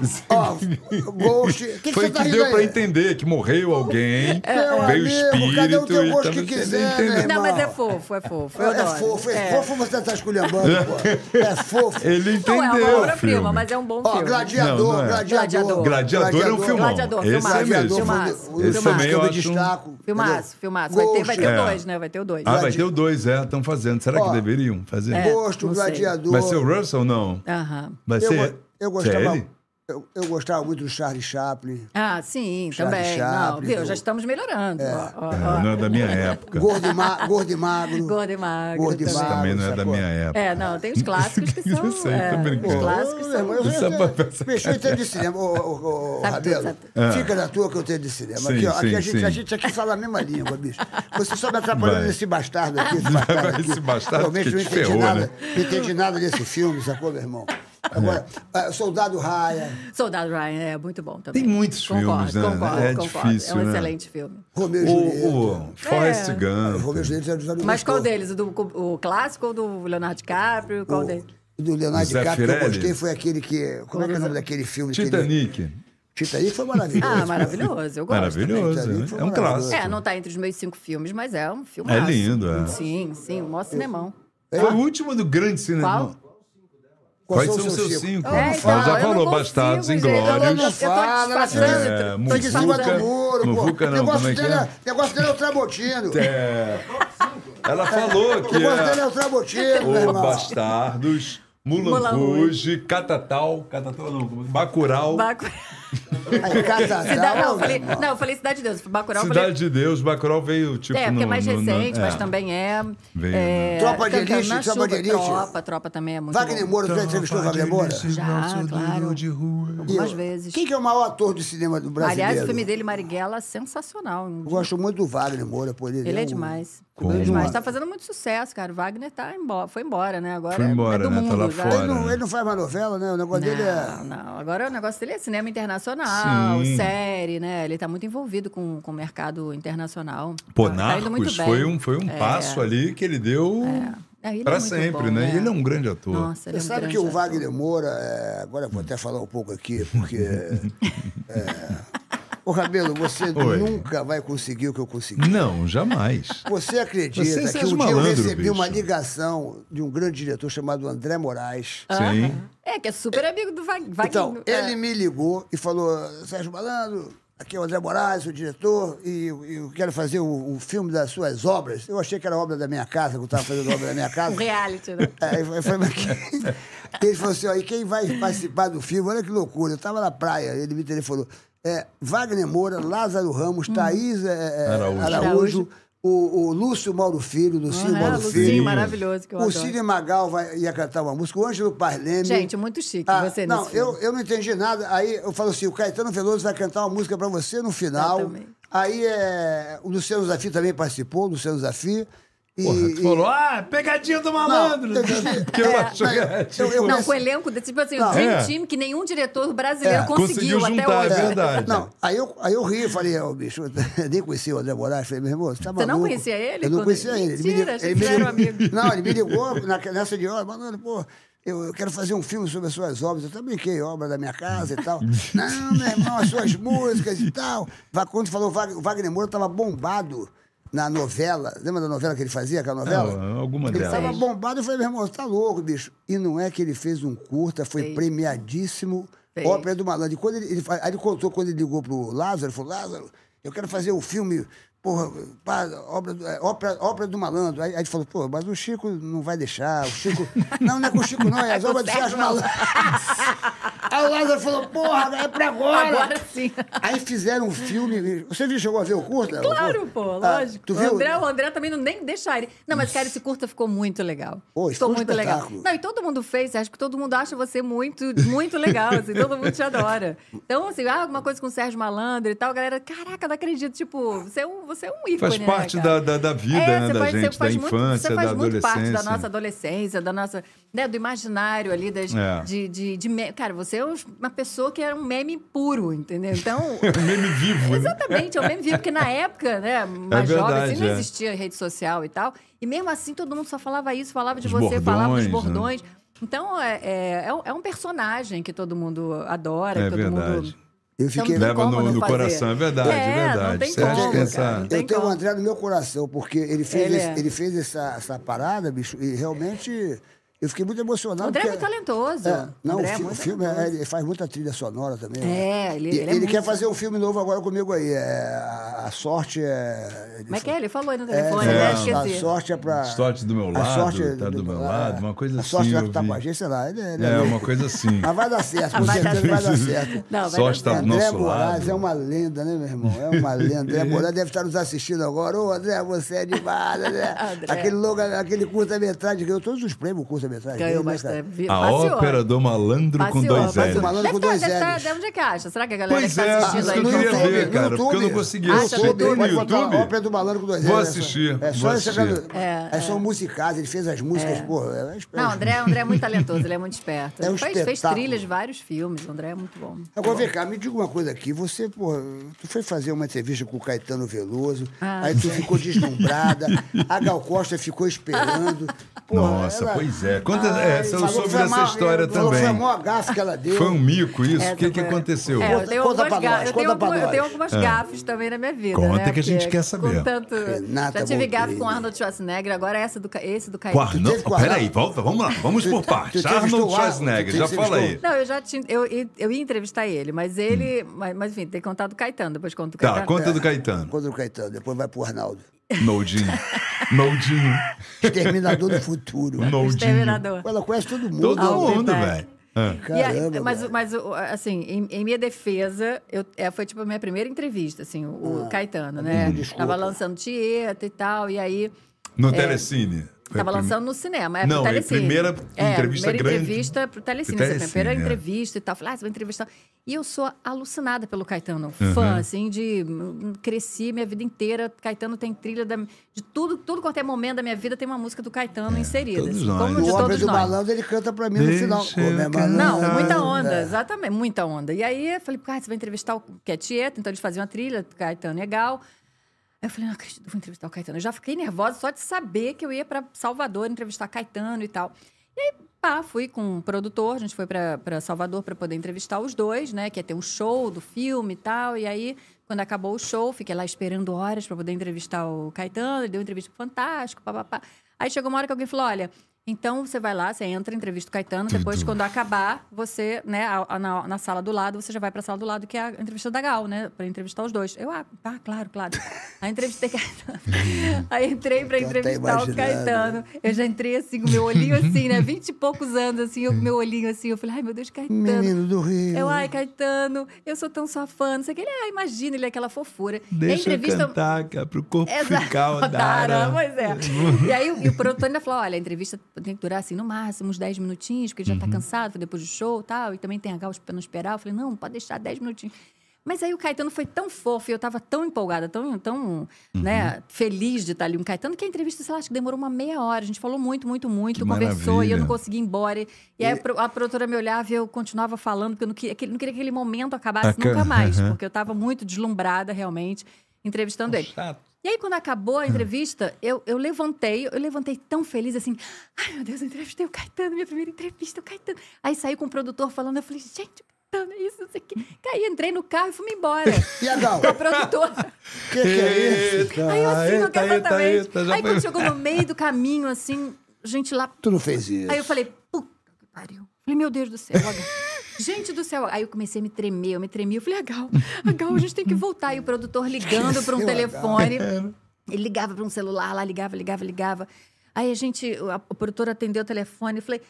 Speaker 3: [laughs]
Speaker 4: Ó, ó, Ghost. O que, que
Speaker 3: Foi
Speaker 4: você
Speaker 3: que
Speaker 4: tá rindo
Speaker 3: deu
Speaker 4: aí?
Speaker 3: pra entender que morreu alguém,
Speaker 5: É,
Speaker 4: Meu
Speaker 3: veio
Speaker 4: amigo,
Speaker 3: o espírito
Speaker 4: cada um tem o
Speaker 3: e
Speaker 4: gosto
Speaker 3: tá-
Speaker 4: que quiser, né,
Speaker 5: Não, mas é
Speaker 4: irmão?
Speaker 5: fofo, é fofo. Eu
Speaker 4: É,
Speaker 5: adoro.
Speaker 4: fofo, é, fofo você tá esculhambando, pô. É fofo.
Speaker 3: Ele
Speaker 5: Não é uma
Speaker 3: entendeu. o filme.
Speaker 5: obra-prima, mas é um bom
Speaker 4: Ó,
Speaker 5: filme.
Speaker 4: gladiador,
Speaker 3: Não, não é.
Speaker 4: gladiador.
Speaker 5: Gladiador.
Speaker 3: Gladiador é um filmão.
Speaker 5: Gladiador,
Speaker 3: Esse
Speaker 5: filmaço,
Speaker 3: é mesmo.
Speaker 5: filmaço,
Speaker 3: Esse
Speaker 5: filmaço.
Speaker 3: também eu
Speaker 4: eu
Speaker 3: acho um-
Speaker 4: destaco.
Speaker 5: Filmaço,
Speaker 4: entendeu?
Speaker 5: filmaço. Vai ter, vai ter
Speaker 4: Ghost,
Speaker 3: É.
Speaker 5: o dois, né? Vai ter o dois.
Speaker 3: Ah, vai ter o dois, é. Estão fazendo. Será
Speaker 4: Ó.
Speaker 3: que
Speaker 5: É.
Speaker 3: deveriam fazer?
Speaker 4: Gosto,
Speaker 5: não sei.
Speaker 4: é. gladiador.
Speaker 5: É.
Speaker 3: Vai ser o Russell ou não?
Speaker 5: Aham.
Speaker 3: Vai
Speaker 4: Eu
Speaker 3: ser.
Speaker 4: go- eu
Speaker 3: Se é
Speaker 4: gostava-
Speaker 3: ele?
Speaker 4: Eu, eu gostava muito do Charles Chaplin.
Speaker 5: Ah, sim,
Speaker 4: Charlie
Speaker 5: também. Não,
Speaker 4: Chaplin,
Speaker 5: viu?
Speaker 4: do-
Speaker 5: Já estamos melhorando. Ó, ó, ó.
Speaker 3: É, não é da minha
Speaker 4: Ah.
Speaker 3: época.
Speaker 4: Gordo e, ma- gordo e
Speaker 3: É.
Speaker 4: magro.
Speaker 5: [laughs] Gordo e magro.
Speaker 4: Gordo e
Speaker 5: também.
Speaker 4: magro.
Speaker 3: Também não é da
Speaker 4: sacou?
Speaker 3: minha época.
Speaker 5: É, não, tem os clássicos que são.
Speaker 3: Eu sei, tô
Speaker 5: é,
Speaker 3: brincando.
Speaker 5: os clássicos
Speaker 4: Ô,
Speaker 5: são.
Speaker 4: meu irmão, eu-
Speaker 3: Só pra- pra
Speaker 4: Bicho, eu entendo de cinema. Ô, ô, ô,
Speaker 5: Sabe tudo,
Speaker 4: Rabelo,
Speaker 5: sabe
Speaker 4: fica na tua que eu entendo de cinema.
Speaker 3: Sim,
Speaker 4: aqui, ó, aqui
Speaker 3: sim,
Speaker 4: a, gente, a
Speaker 3: sim.
Speaker 4: gente aqui fala a mesma língua, bicho. Você só me atrapalhando
Speaker 3: Vai.
Speaker 4: nesse bastardo aqui. Esse
Speaker 3: Vai,
Speaker 4: bastardo,
Speaker 3: vai,
Speaker 4: aqui.
Speaker 3: esse bastardo
Speaker 4: Realmente
Speaker 3: que
Speaker 4: não
Speaker 3: te
Speaker 4: entendi
Speaker 3: ferrou,
Speaker 4: nada.
Speaker 3: né? É.
Speaker 4: Não entendi nada desse filme, sacou, meu irmão? Agora, ah, Soldado Raya,
Speaker 5: Soldado Ryan é muito bom também.
Speaker 3: Tem muitos
Speaker 5: concordo,
Speaker 3: filmes, né?
Speaker 5: Concordo,
Speaker 3: É
Speaker 5: concordo.
Speaker 3: difícil,
Speaker 5: é um
Speaker 3: né?
Speaker 5: excelente filme.
Speaker 4: Romeu e Julieta.
Speaker 3: O, o Forrest
Speaker 5: É.
Speaker 4: Romeu e
Speaker 3: Gump,
Speaker 4: Julieta era dos anos
Speaker 5: Mas qual
Speaker 4: 80.
Speaker 5: deles? O, do, o clássico ou do Leonardo DiCaprio?
Speaker 3: Oh.
Speaker 5: Qual deles?
Speaker 4: O Do Leonardo
Speaker 3: Zé
Speaker 4: DiCaprio, que eu
Speaker 3: Firelli.
Speaker 4: gostei, foi aquele que... Como é que é o nome daquele filme? que ele-
Speaker 3: Titanic.
Speaker 4: Titanic foi maravilhoso.
Speaker 5: Ah, maravilhoso, eu gosto.
Speaker 3: Maravilhoso,
Speaker 4: Titanic
Speaker 3: né?
Speaker 4: foi
Speaker 3: É um clássico.
Speaker 5: É, não tá entre os meus cinco filmes, mas é um filme.
Speaker 3: É lindo, é.
Speaker 5: Sim, sim, o maior cinemão.
Speaker 4: É?
Speaker 3: Foi o último do grande cinema.
Speaker 4: Quais
Speaker 3: Quais são os seus cinco?
Speaker 5: É,
Speaker 3: Ela
Speaker 5: então, eu
Speaker 3: já
Speaker 5: não
Speaker 3: falou
Speaker 5: consigo,
Speaker 3: Bastardos
Speaker 5: gente, Eu, não- eu
Speaker 3: Inglórios.
Speaker 5: tô
Speaker 4: Fala,
Speaker 5: disfarçando.
Speaker 4: Fernanda.
Speaker 3: É,
Speaker 5: tô
Speaker 4: Foi de cima
Speaker 5: disfarçando.
Speaker 4: do muro, pô.
Speaker 3: Muvuca não,
Speaker 4: negócio,
Speaker 3: como é que
Speaker 4: dele
Speaker 3: é?
Speaker 4: negócio dele é o Trabotino.
Speaker 3: Ela falou que
Speaker 4: negócio dele é
Speaker 3: é
Speaker 4: o Trabotino, meu
Speaker 3: o
Speaker 4: irmão.
Speaker 3: Bastardos, Mulan
Speaker 5: Moulin
Speaker 3: Rouge, Catatal, Catatal não, como é que- Bacurau,
Speaker 5: Bacu-
Speaker 4: Aí, Catatá,
Speaker 5: Cidade, não, eu
Speaker 4: meu
Speaker 5: falei,
Speaker 4: irmão.
Speaker 5: não, eu falei Cidade de Deus. Bacurau, eu falei.
Speaker 3: Cidade de Deus, Bacurau veio tipo
Speaker 5: É, porque é
Speaker 3: no-
Speaker 5: mais
Speaker 3: no- na-
Speaker 5: recente, mas
Speaker 3: é.
Speaker 5: também é.
Speaker 3: Veio,
Speaker 5: é
Speaker 3: né?
Speaker 4: Tropa de
Speaker 5: Cantando
Speaker 4: Elite,
Speaker 5: na
Speaker 4: Tropa de
Speaker 5: Chuva,
Speaker 4: Elite.
Speaker 5: Tropa, tropa também é muito.
Speaker 4: Wagner
Speaker 5: bom.
Speaker 4: Moura,
Speaker 3: Então,
Speaker 4: tu já entrevistou o Wagner Moura?
Speaker 5: Já, claro.
Speaker 4: E
Speaker 5: Algumas
Speaker 4: eu-
Speaker 5: vezes.
Speaker 4: Quem que é o maior ator de cinema do brasileiro?
Speaker 5: Aliás, o filme dele, Marighella, é sensacional.
Speaker 4: Eu gosto muito do Wagner Moura, pô. Ele,
Speaker 5: Ele é
Speaker 4: um-
Speaker 5: demais.
Speaker 4: Como?
Speaker 5: Ele é demais. Tá fazendo muito sucesso, cara. O Wagner tá embora, foi embora, né? Agora
Speaker 3: Foi
Speaker 5: é-
Speaker 3: embora,
Speaker 5: é do
Speaker 3: né? Tá
Speaker 5: mundo
Speaker 3: lá
Speaker 5: já.
Speaker 3: fora.
Speaker 4: Ele não, ele não faz mais novela, né? O negócio dele
Speaker 5: Não,
Speaker 4: é...
Speaker 5: não. Agora o negócio dele é cinema internacional, série, né? Ele tá muito envolvido com, com o mercado internacional.
Speaker 3: Pô,
Speaker 5: Tá- tá indo muito
Speaker 3: Narcos
Speaker 5: bem.
Speaker 3: foi um, foi um
Speaker 5: É.
Speaker 3: passo ali que ele deu
Speaker 5: É, ele é
Speaker 3: pra
Speaker 5: muito
Speaker 3: sempre,
Speaker 5: bom,
Speaker 3: né?
Speaker 5: é.
Speaker 3: Ele é um grande ator.
Speaker 5: Nossa, ele
Speaker 4: Você
Speaker 5: é um
Speaker 4: sabe
Speaker 5: grande
Speaker 4: que o
Speaker 5: ator.
Speaker 4: Wagner Moura, é, agora eu vou até falar um pouco aqui, porque. é, Ô, Rabelo, você
Speaker 3: [laughs] Oi.
Speaker 4: nunca vai conseguir o que eu consegui.
Speaker 3: Não,
Speaker 5: [laughs]
Speaker 3: jamais.
Speaker 4: Você acredita
Speaker 3: Você é
Speaker 4: que
Speaker 3: Sérgio
Speaker 4: um dia eu
Speaker 3: Malandro,
Speaker 4: recebi
Speaker 3: bicho.
Speaker 4: uma ligação de um grande diretor chamado André Moraes?
Speaker 3: Sim.
Speaker 5: É, que é super amigo do Wag- Wagner.
Speaker 4: Então,
Speaker 5: É.
Speaker 4: ele me ligou e falou: Sérgio Malandro, aqui é o André Moraes, o diretor, e eu- eu quero fazer o, o filme das suas obras. Eu achei que era obra da minha casa, que eu estava fazendo obra da [laughs] minha casa.
Speaker 5: Um reality, né?
Speaker 4: Aí eu falei, eu falei, mas quem... Ele falou assim, ó, e quem vai participar do filme? Olha que loucura, eu tava na praia, ele me telefonou. É, Wagner Moura, Lázaro Ramos, Thaís é, é,
Speaker 3: Araújo.
Speaker 4: Araújo,
Speaker 5: Hum. Araújo.
Speaker 4: O, o Lúcio Mauro Filho, Lucinho
Speaker 5: Ah,
Speaker 4: Mauro
Speaker 5: Lucinho,
Speaker 4: Filho.
Speaker 5: maravilhoso, que eu
Speaker 4: o
Speaker 5: adoro.
Speaker 4: Cine Magal vai, ia cantar uma música, o Ângelo Parleme.
Speaker 5: Gente, muito chique você
Speaker 4: Ah, Não,
Speaker 5: nesse filme.
Speaker 4: eu, eu não entendi nada. Aí eu falo assim, o Caetano Veloso vai cantar uma música pra você no final.
Speaker 5: Exatamente.
Speaker 4: Aí é, o Luciano Zafi também participou, o Luciano Zafi. E,
Speaker 3: Porra,
Speaker 4: e-
Speaker 3: tu falou, ah, pegadinha do malandro.
Speaker 4: Não,
Speaker 3: [laughs]
Speaker 4: eu-
Speaker 3: Porque eu
Speaker 4: é,
Speaker 3: acho que é,
Speaker 4: eu- eu-
Speaker 3: tipo,
Speaker 5: Não,
Speaker 4: Mas-
Speaker 5: com o elenco, desse- tipo assim, o
Speaker 4: Não.
Speaker 5: Dream
Speaker 3: É.
Speaker 5: Team que nenhum diretor brasileiro
Speaker 4: É.
Speaker 5: conseguiu,
Speaker 3: Conseguiu
Speaker 5: até
Speaker 3: juntar,
Speaker 5: hoje.
Speaker 3: é verdade.
Speaker 4: Não, aí eu, aí eu ri, falei, ô bicho, [laughs] eu nem conhecia o André Moraes. Falei, meu irmão, você tá
Speaker 5: Você
Speaker 4: maluco?
Speaker 5: não conhecia ele
Speaker 4: Eu não
Speaker 5: quando-
Speaker 4: conhecia ele. Ele me
Speaker 5: Mentira,
Speaker 4: ligou-
Speaker 5: vocês
Speaker 4: ele me
Speaker 5: eram
Speaker 4: ligou-
Speaker 5: amigos.
Speaker 4: Não, ele me ligou na- nessa de hora, mandando, pô, eu, eu quero fazer um filme sobre as suas obras. Eu até brinquei, obra da minha casa e
Speaker 3: [laughs]
Speaker 4: tal. não, meu irmão, as suas músicas e tal. Va- Quando falou, Wag- o Wagner Moura tava bombado na novela. Lembra da novela que ele fazia, aquela novela?
Speaker 3: Não, Ah, alguma
Speaker 4: Ele
Speaker 3: delas.
Speaker 5: É
Speaker 4: tava Tá bombado, eu falei, meu irmão, você tá louco, bicho. E não é que ele fez um curta, foi
Speaker 5: Fez.
Speaker 4: premiadíssimo.
Speaker 5: Fez.
Speaker 4: Ópera do Malandro. E quando ele, ele, fa- aí ele contou quando ele ligou pro Lázaro, falou, Lázaro, eu quero fazer um filme, porra, pá, obra, do- é, ópera, ópera do Malandro. Aí, aí ele falou, pô, mas o Chico não vai deixar, o
Speaker 5: [laughs]
Speaker 4: Chico... não, não é com o Chico, não, é as
Speaker 5: Com
Speaker 4: obras do Sérgio
Speaker 5: Sérgio
Speaker 4: Malandro. aí o Lázaro falou, porra, é pra agora.
Speaker 5: Agora sim.
Speaker 4: Aí fizeram um filme, você viu, chegou a ver o curta?
Speaker 5: Claro,
Speaker 4: O-
Speaker 5: pô,
Speaker 4: Ah,
Speaker 5: lógico.
Speaker 4: tu
Speaker 5: O
Speaker 4: viu?
Speaker 5: André, o André também não nem deixar ele. Não, mas, cara, esse curta ficou muito legal.
Speaker 4: Pô, isso
Speaker 5: ficou
Speaker 4: foi um
Speaker 5: muito legal.
Speaker 4: espetáculo.
Speaker 5: Não, e todo mundo fez, acho que todo mundo acha você muito, muito legal, assim, todo mundo te adora. Então, assim, ah, alguma coisa com o Sérgio Malandro e tal, a galera, caraca, não acredito, tipo, você é um, você é um ícone,
Speaker 3: Faz
Speaker 5: né,
Speaker 3: parte
Speaker 5: cara?
Speaker 3: da, da, da vida,
Speaker 5: É,
Speaker 3: né,
Speaker 5: você
Speaker 3: da
Speaker 5: faz- você
Speaker 3: gente, da
Speaker 5: faz muito-
Speaker 3: infância,
Speaker 5: Você faz
Speaker 3: da
Speaker 5: muito
Speaker 3: adolescência.
Speaker 5: parte da nossa adolescência, da nossa, né, do imaginário ali, das,
Speaker 3: É.
Speaker 5: de, de, de me- Cara, você é uma pessoa que era um meme puro, entendeu?
Speaker 3: [laughs]
Speaker 5: Então, [laughs]
Speaker 3: Meme vivo, né?
Speaker 5: Exatamente, é eu mesmo vi, porque na época, né, mais
Speaker 3: É
Speaker 5: jovem,
Speaker 3: verdade,
Speaker 5: assim, não
Speaker 3: é.
Speaker 5: existia rede social e tal. E mesmo assim, todo mundo só falava isso, falava de
Speaker 3: Os
Speaker 5: você, falava dos
Speaker 3: bordões, né?
Speaker 5: bordões. Então, é, é, é um- é um personagem que todo mundo adora,
Speaker 3: É
Speaker 5: que todo
Speaker 3: verdade.
Speaker 5: mundo.
Speaker 4: Eu
Speaker 5: Então,
Speaker 4: fiquei...
Speaker 5: não tem
Speaker 3: Leva
Speaker 5: como
Speaker 3: no-
Speaker 5: não
Speaker 3: no
Speaker 5: fazer.
Speaker 3: coração, é verdade, é
Speaker 5: Não
Speaker 3: verdade.
Speaker 5: tem
Speaker 3: Você
Speaker 5: como,
Speaker 3: acha que essa-
Speaker 5: cara, não tem
Speaker 4: Eu tenho o
Speaker 5: como.
Speaker 4: André no meu coração, porque ele fez,
Speaker 5: Ele
Speaker 4: esse-
Speaker 5: é.
Speaker 4: ele fez essa, essa parada, bicho, e realmente Eu fiquei muito emocionado.
Speaker 5: O André é
Speaker 4: porque-
Speaker 5: muito talentoso.
Speaker 4: É, não,
Speaker 5: André é
Speaker 4: o, fi- o
Speaker 5: muito
Speaker 4: filme, é, ele faz muita trilha sonora também. né?
Speaker 5: É, ele-
Speaker 4: E-
Speaker 5: ele é
Speaker 4: ele,
Speaker 5: muito-
Speaker 4: quer fazer um filme novo agora comigo aí. é, a, a sorte é. ele
Speaker 5: Como é que é? Ele falou aí no
Speaker 4: É,
Speaker 5: telefone,
Speaker 4: é,
Speaker 5: né?
Speaker 4: a
Speaker 5: Esqueci.
Speaker 4: sorte é pra. é
Speaker 3: Sorte do meu lado, tá do meu lado, uma coisa
Speaker 4: A sorte
Speaker 3: assim,
Speaker 4: é
Speaker 3: eu
Speaker 4: que tá
Speaker 3: vi.
Speaker 4: com a gente, sei lá. Ele, ele
Speaker 3: É,
Speaker 4: meio-
Speaker 3: uma coisa assim.
Speaker 4: [laughs] Mas vai dar certo, com certeza vai
Speaker 3: [laughs]
Speaker 4: dar certo.
Speaker 5: Não, vai
Speaker 3: Sorte
Speaker 5: dar
Speaker 3: tá do
Speaker 5: certo.
Speaker 4: André
Speaker 3: nosso
Speaker 4: Moraes
Speaker 3: lado.
Speaker 4: é uma lenda, né, meu irmão? É uma lenda.
Speaker 3: [laughs]
Speaker 4: André Moraes deve estar nos assistindo agora. Ô, André, você é demais, André.
Speaker 5: [laughs] André.
Speaker 4: Aquele, longa- aquele curta-metragem, ganhou todos os prêmios, o curta-metragem.
Speaker 5: Ganhou
Speaker 4: dele, né,
Speaker 5: bastante.
Speaker 4: cara?
Speaker 5: Vi-
Speaker 3: A
Speaker 5: passeou.
Speaker 3: ópera do malandro com
Speaker 5: Passeou,
Speaker 3: dois
Speaker 5: passeou.
Speaker 3: L's.
Speaker 4: Malandro
Speaker 5: Deve
Speaker 4: com
Speaker 5: tá-
Speaker 4: dois
Speaker 5: deve tá-
Speaker 4: L's.
Speaker 5: de onde é que acha? Será que a galera
Speaker 3: Pois
Speaker 5: que
Speaker 3: é,
Speaker 5: tá
Speaker 3: isso
Speaker 5: assistindo
Speaker 3: que
Speaker 5: aí...
Speaker 3: eu
Speaker 4: no
Speaker 3: queria
Speaker 5: não-
Speaker 4: YouTube,
Speaker 3: ver,
Speaker 4: no
Speaker 3: cara, porque eu não
Speaker 4: YouTube.
Speaker 3: consegui
Speaker 5: Ah,
Speaker 3: assistir.
Speaker 5: tá no
Speaker 3: Tem no
Speaker 4: Pode botar
Speaker 3: YouTube?
Speaker 4: Ópera do Malandro com dois
Speaker 3: Vou
Speaker 4: L's, é só-
Speaker 3: assistir,
Speaker 4: É
Speaker 3: vou
Speaker 4: só essa
Speaker 3: assistir.
Speaker 4: galera- é, são musicais, ele fez as músicas, pô. É,
Speaker 5: Não, André, André é muito talentoso, ele é muito esperto.
Speaker 4: É
Speaker 5: Ele
Speaker 4: um
Speaker 5: fez, fez
Speaker 4: espetáculo.
Speaker 5: trilhas de vários filmes, o André é muito bom.
Speaker 4: Agora, vem cá, me diga uma coisa aqui. Você, pô, tu foi fazer uma entrevista com o Caetano Veloso,
Speaker 5: Ah,
Speaker 4: aí tu ficou
Speaker 3: [laughs]
Speaker 4: deslumbrada, a Gal Costa ficou esperando. Porra,
Speaker 3: Nossa,
Speaker 4: ela-
Speaker 3: pois é. Quantas,
Speaker 4: Ai,
Speaker 3: essa, eu
Speaker 4: falou
Speaker 3: soube
Speaker 4: que foi a
Speaker 3: dessa
Speaker 4: maior- falou
Speaker 3: história
Speaker 4: que Foi a
Speaker 3: também.
Speaker 4: maior gafe que ela deu.
Speaker 3: Foi um mico isso?
Speaker 5: É,
Speaker 3: O que, que
Speaker 5: foi-
Speaker 3: aconteceu? É.
Speaker 5: É, eu
Speaker 4: Conta-
Speaker 5: tenho
Speaker 4: conta
Speaker 5: algumas
Speaker 4: pra nós,
Speaker 5: gafes. Eu
Speaker 4: conta
Speaker 5: tenho,
Speaker 4: pra
Speaker 5: alguma- eu
Speaker 4: nós.
Speaker 5: tenho algumas gafes também na minha vida.
Speaker 3: Conta
Speaker 5: né?
Speaker 3: que a gente
Speaker 5: Porque
Speaker 3: quer saber.
Speaker 5: com tanto-
Speaker 4: Renata
Speaker 5: Já tive gafe
Speaker 4: Boldrini.
Speaker 5: com Arnold Schwarzenegger, agora essa do, Ca- esse do Caetano.
Speaker 3: Quarto, não,
Speaker 4: teve quarto?
Speaker 3: peraí, volta, vamos lá, vamos por partes.
Speaker 4: tu entrevistou
Speaker 3: Arnold
Speaker 4: o Arnold,
Speaker 3: Schwarzenegger,
Speaker 4: tu
Speaker 3: já
Speaker 4: entrevistou?
Speaker 3: fala aí.
Speaker 5: Não, eu já tinha. Eu, eu ia entrevistar ele, mas ele. Mas, mas, enfim, tem que contar do Caetano, depois conto do Caetano.
Speaker 3: Tá, conta do Caetano.
Speaker 4: Contra o Caetano, depois vai pro Arnaldo.
Speaker 3: Noldinho. Noldinho.
Speaker 4: Exterminador do futuro.
Speaker 3: Noldinho.
Speaker 5: Exterminador.
Speaker 4: Ela conhece todo mundo.
Speaker 3: Todo
Speaker 5: I'll be
Speaker 3: mundo,
Speaker 5: back.
Speaker 3: velho. Ah.
Speaker 5: E aí,
Speaker 4: Caramba,
Speaker 5: mas,
Speaker 4: velho.
Speaker 5: mas, o- assim, em, em minha defesa, eu, é, foi tipo a minha primeira entrevista, assim, o, o Caetano, né?
Speaker 4: desculpa.
Speaker 5: Tava lançando Tieta e tal, e aí. É.
Speaker 3: No Telecine. Foi
Speaker 5: Tava
Speaker 3: a prim-
Speaker 5: lançando no cinema, é
Speaker 3: Não,
Speaker 5: pro
Speaker 3: é a
Speaker 5: Telecine.
Speaker 3: primeira
Speaker 5: é,
Speaker 3: entrevista
Speaker 5: primeira
Speaker 3: grande.
Speaker 5: entrevista pro Telecine,
Speaker 3: Pro
Speaker 5: assim, minha
Speaker 3: Telecine,
Speaker 5: primeira
Speaker 3: é.
Speaker 5: entrevista e tal. Falei, ah, você vai entrevistar. E eu sou alucinada pelo Caetano, fã, assim, de... Cresci minha vida inteira, Caetano tem trilha da- de tudo, tudo quanto é momento da minha vida tem uma música do Caetano
Speaker 3: É,
Speaker 5: inserida.
Speaker 3: todos
Speaker 5: assim,
Speaker 3: nós.
Speaker 5: como de
Speaker 4: No
Speaker 5: todos
Speaker 4: Homem do
Speaker 5: nós.
Speaker 4: Malandro, ele canta pra mim no
Speaker 3: Deixa
Speaker 4: final.
Speaker 3: eu
Speaker 4: Como é
Speaker 3: cantar.
Speaker 4: malandro?
Speaker 5: Não, muita onda,
Speaker 4: É.
Speaker 5: exatamente, muita onda. E aí eu falei, cara, você vai entrevistar o que é Tieto, então eles faziam uma trilha, do Caetano legal. Aí eu falei, não acredito, eu vou entrevistar o Caetano. Eu já fiquei nervosa só de saber que eu ia pra Salvador entrevistar Caetano e tal. E aí, pá, fui com um produtor, a gente foi pra pra Salvador pra poder entrevistar os dois, né? Que ia ter um show do filme e tal. E aí, quando acabou o show, fiquei lá esperando horas pra poder entrevistar o Caetano. Ele deu uma entrevista fantástica, papapá. Aí chegou uma hora que alguém falou, olha... Então você vai lá, você entra, entrevista o Caetano, depois quando acabar, você, né, a- a- na, na sala do lado, você já vai pra sala do lado, que é a entrevista da Gal, né, pra entrevistar os dois. Eu, ah, tá, claro, claro. Aí entrevistei [laughs] Caetano. Aí entrei pra
Speaker 4: Eu tô até
Speaker 5: entrevistar o
Speaker 4: imaginando.
Speaker 5: Caetano. Eu já entrei assim, com meu olhinho assim, né, vinte e poucos anos, assim, eu com meu olhinho assim, eu falei, ai meu Deus, Caetano.
Speaker 4: Menino do Rio.
Speaker 5: Eu, ai, Caetano, eu sou tão sua fã, não sei o que. Ele, ah, imagina, ele é aquela fofura. E a
Speaker 3: Deixa eu
Speaker 5: entrevista-
Speaker 3: cantar, cara, pro corpo
Speaker 5: Exato.
Speaker 3: ficar
Speaker 5: [laughs] Odara,
Speaker 3: odara.
Speaker 5: Pois é. E aí o- e o produtor ainda falou: olha, a entrevista tem que durar assim, no máximo, uns 10 minutinhos, porque ele
Speaker 3: Uhum.
Speaker 5: já tá cansado, foi depois do show e tal. E também tem a Gal pra não esperar. Eu falei, não, pode deixar 10 minutinhos. Mas aí o Caetano foi tão fofo e eu tava tão empolgada, tão, tão né,
Speaker 3: Uhum.
Speaker 5: feliz de estar ali com o Caetano, que a entrevista, sei lá, acho que demorou uma meia hora. A gente falou muito, muito, muito,
Speaker 3: Que
Speaker 5: conversou e eu não
Speaker 3: maravilha.
Speaker 5: conseguia ir embora. E, e aí a pro- a produtora me olhava e eu continuava falando, porque eu não queria, que- não queria que aquele momento acabasse
Speaker 3: Aca-
Speaker 5: nunca mais,
Speaker 3: Aham.
Speaker 5: porque eu tava muito deslumbrada realmente entrevistando ele.
Speaker 3: Chato.
Speaker 5: E aí, quando acabou a entrevista, eu, eu levantei, eu levantei tão feliz assim. Ai, meu Deus, eu entrevistei o Caetano, minha primeira entrevista, o Caetano. Aí saí com o produtor falando, eu falei, gente, o Caetano, é isso, não sei o quê. Caí, entrei no carro e fui embora.
Speaker 4: E a Gal?
Speaker 5: Com a [laughs] produtora.
Speaker 4: O que, que é isso?
Speaker 3: Eita,
Speaker 5: Aí tá, eu assim, eu
Speaker 3: eita,
Speaker 5: quero
Speaker 3: eita,
Speaker 5: exatamente.
Speaker 3: eita, já
Speaker 5: Aí
Speaker 3: foi-
Speaker 5: quando chegou no meio do caminho, assim, gente lá
Speaker 4: Tu não fez isso.
Speaker 5: Aí eu falei, puta que pariu. Falei, meu Deus do céu, a Gal. Gente do céu. Aí eu comecei a me tremer, eu me tremi. Eu falei, a Gal, a Gal, a gente tem que voltar. E o produtor ligando para um
Speaker 4: Esqueceu a
Speaker 5: telefone. Ele ligava para um celular lá, ligava, ligava, ligava. Aí a gente, a, o produtor atendeu o telefone e falei,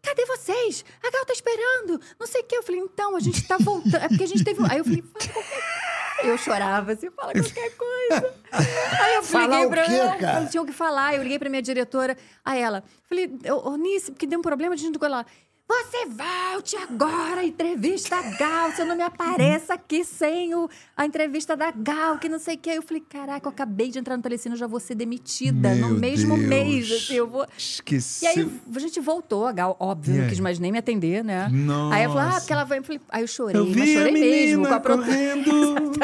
Speaker 5: cadê vocês? A Gal tá esperando. Não sei o quê. Eu falei, então, a gente tá voltando. É porque a gente teve... um- Aí eu falei, fala qualquer eu chorava, assim, fala qualquer
Speaker 3: [laughs]
Speaker 5: coisa. Aí eu
Speaker 4: Falar
Speaker 5: liguei
Speaker 4: o
Speaker 5: pra
Speaker 4: quê,
Speaker 5: ela,
Speaker 4: cara?
Speaker 5: tinha o que falar, eu liguei pra minha diretora, a ela. Falei, ô, ô Nice, porque deu um problema, a gente não ficou lá. Você volte agora, entrevista a Gal, se eu não me apareça aqui sem o, a entrevista da Gal, que não sei o que. Eu falei, caraca, eu acabei de entrar no Telecine, eu já vou ser demitida no
Speaker 3: Meu
Speaker 5: mesmo
Speaker 3: Deus.
Speaker 5: mês. Assim, eu vou...
Speaker 3: Esqueci.
Speaker 5: E aí a gente voltou, a Gal, óbvio,
Speaker 3: E
Speaker 5: não
Speaker 3: aí?
Speaker 5: quis mais nem me atender, né?
Speaker 3: Nossa.
Speaker 5: Aí eu falei, ah, porque ela vai. Eu falei, aí eu chorei,
Speaker 3: eu
Speaker 5: mas
Speaker 3: vi a
Speaker 5: chorei mesmo. Com
Speaker 3: menina
Speaker 5: a pro- [laughs]
Speaker 3: correndo,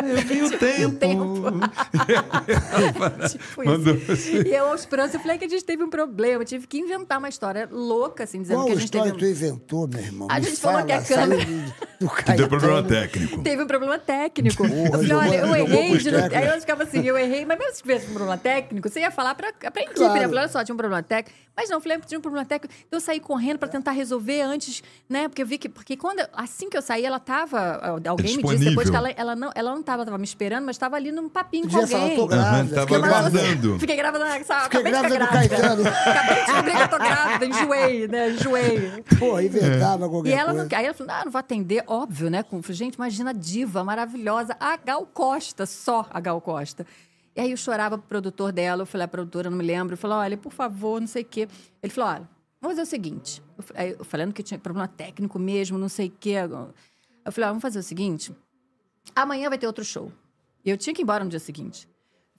Speaker 3: eu vi o
Speaker 5: vi o
Speaker 3: tempo.
Speaker 5: [laughs]
Speaker 4: [laughs]
Speaker 5: tipo
Speaker 3: Mandou
Speaker 5: isso. E eu, aos prantos, eu falei que a gente teve um problema. Eu tive que inventar uma história louca, assim, dizendo
Speaker 4: Qual
Speaker 5: que a gente
Speaker 4: história tu
Speaker 5: teve. um-
Speaker 4: inventou, meu irmão?
Speaker 5: A
Speaker 4: Me
Speaker 5: gente falou
Speaker 4: fala,
Speaker 5: que a
Speaker 4: saiu
Speaker 5: câmera-
Speaker 4: de-
Speaker 5: [laughs]
Speaker 4: do
Speaker 3: Que
Speaker 4: Caetano.
Speaker 3: deu problema técnico.
Speaker 5: Teve um problema técnico. eu falei,
Speaker 4: jogou-
Speaker 5: olha, eu
Speaker 4: jogou
Speaker 5: errei.
Speaker 4: pros
Speaker 5: De... no-
Speaker 4: técnicos.
Speaker 5: Aí eu ficava assim, eu errei. Mas mesmo se tivesse um problema técnico, você ia falar pra, pra equipe,
Speaker 4: Claro.
Speaker 5: né? Falar, olha só, tinha um problema técnico. Mas não, eu falei, tinha um problema técnico. Então eu saí correndo pra tentar resolver antes, né? Porque eu vi que... Porque quando, eu- assim que eu saí, ela tava... Alguém me disse depois
Speaker 3: Disponível.
Speaker 5: que ela, ela, não, ela não tava, tava me esperando, mas tava ali num papinho com
Speaker 4: Podia falar,
Speaker 5: alguém.
Speaker 4: tô grávida.
Speaker 3: tava
Speaker 4: fiquei
Speaker 5: Mas eu-
Speaker 4: grávida. [laughs]
Speaker 3: aguardando.
Speaker 5: assim. Fiquei grávida na sala.
Speaker 4: Fiquei
Speaker 5: Acabei de ficar
Speaker 4: grávida do
Speaker 5: grávida.
Speaker 4: Caetano.
Speaker 5: Acabei de descobrir que eu tô grávida. Enjoei, né? Enjoei.
Speaker 4: Pô,
Speaker 3: É.
Speaker 4: inventava qualquer
Speaker 5: E ela
Speaker 4: coisa.
Speaker 5: não, aí ela falou, ah, não vou atender, óbvio, né? Com, gente, imagina a diva maravilhosa, a Gal Costa, só a Gal Costa. E aí eu chorava pro produtor dela, eu falei, a produtora, não me lembro, eu falei, olha, por favor, não sei o quê. Ele falou, olha, vamos fazer o seguinte. Eu, fa- aí eu falando que tinha problema técnico mesmo, não sei o quê. Eu falei, ó, vamos fazer o seguinte, amanhã vai ter outro show. E eu tinha que ir embora no dia seguinte.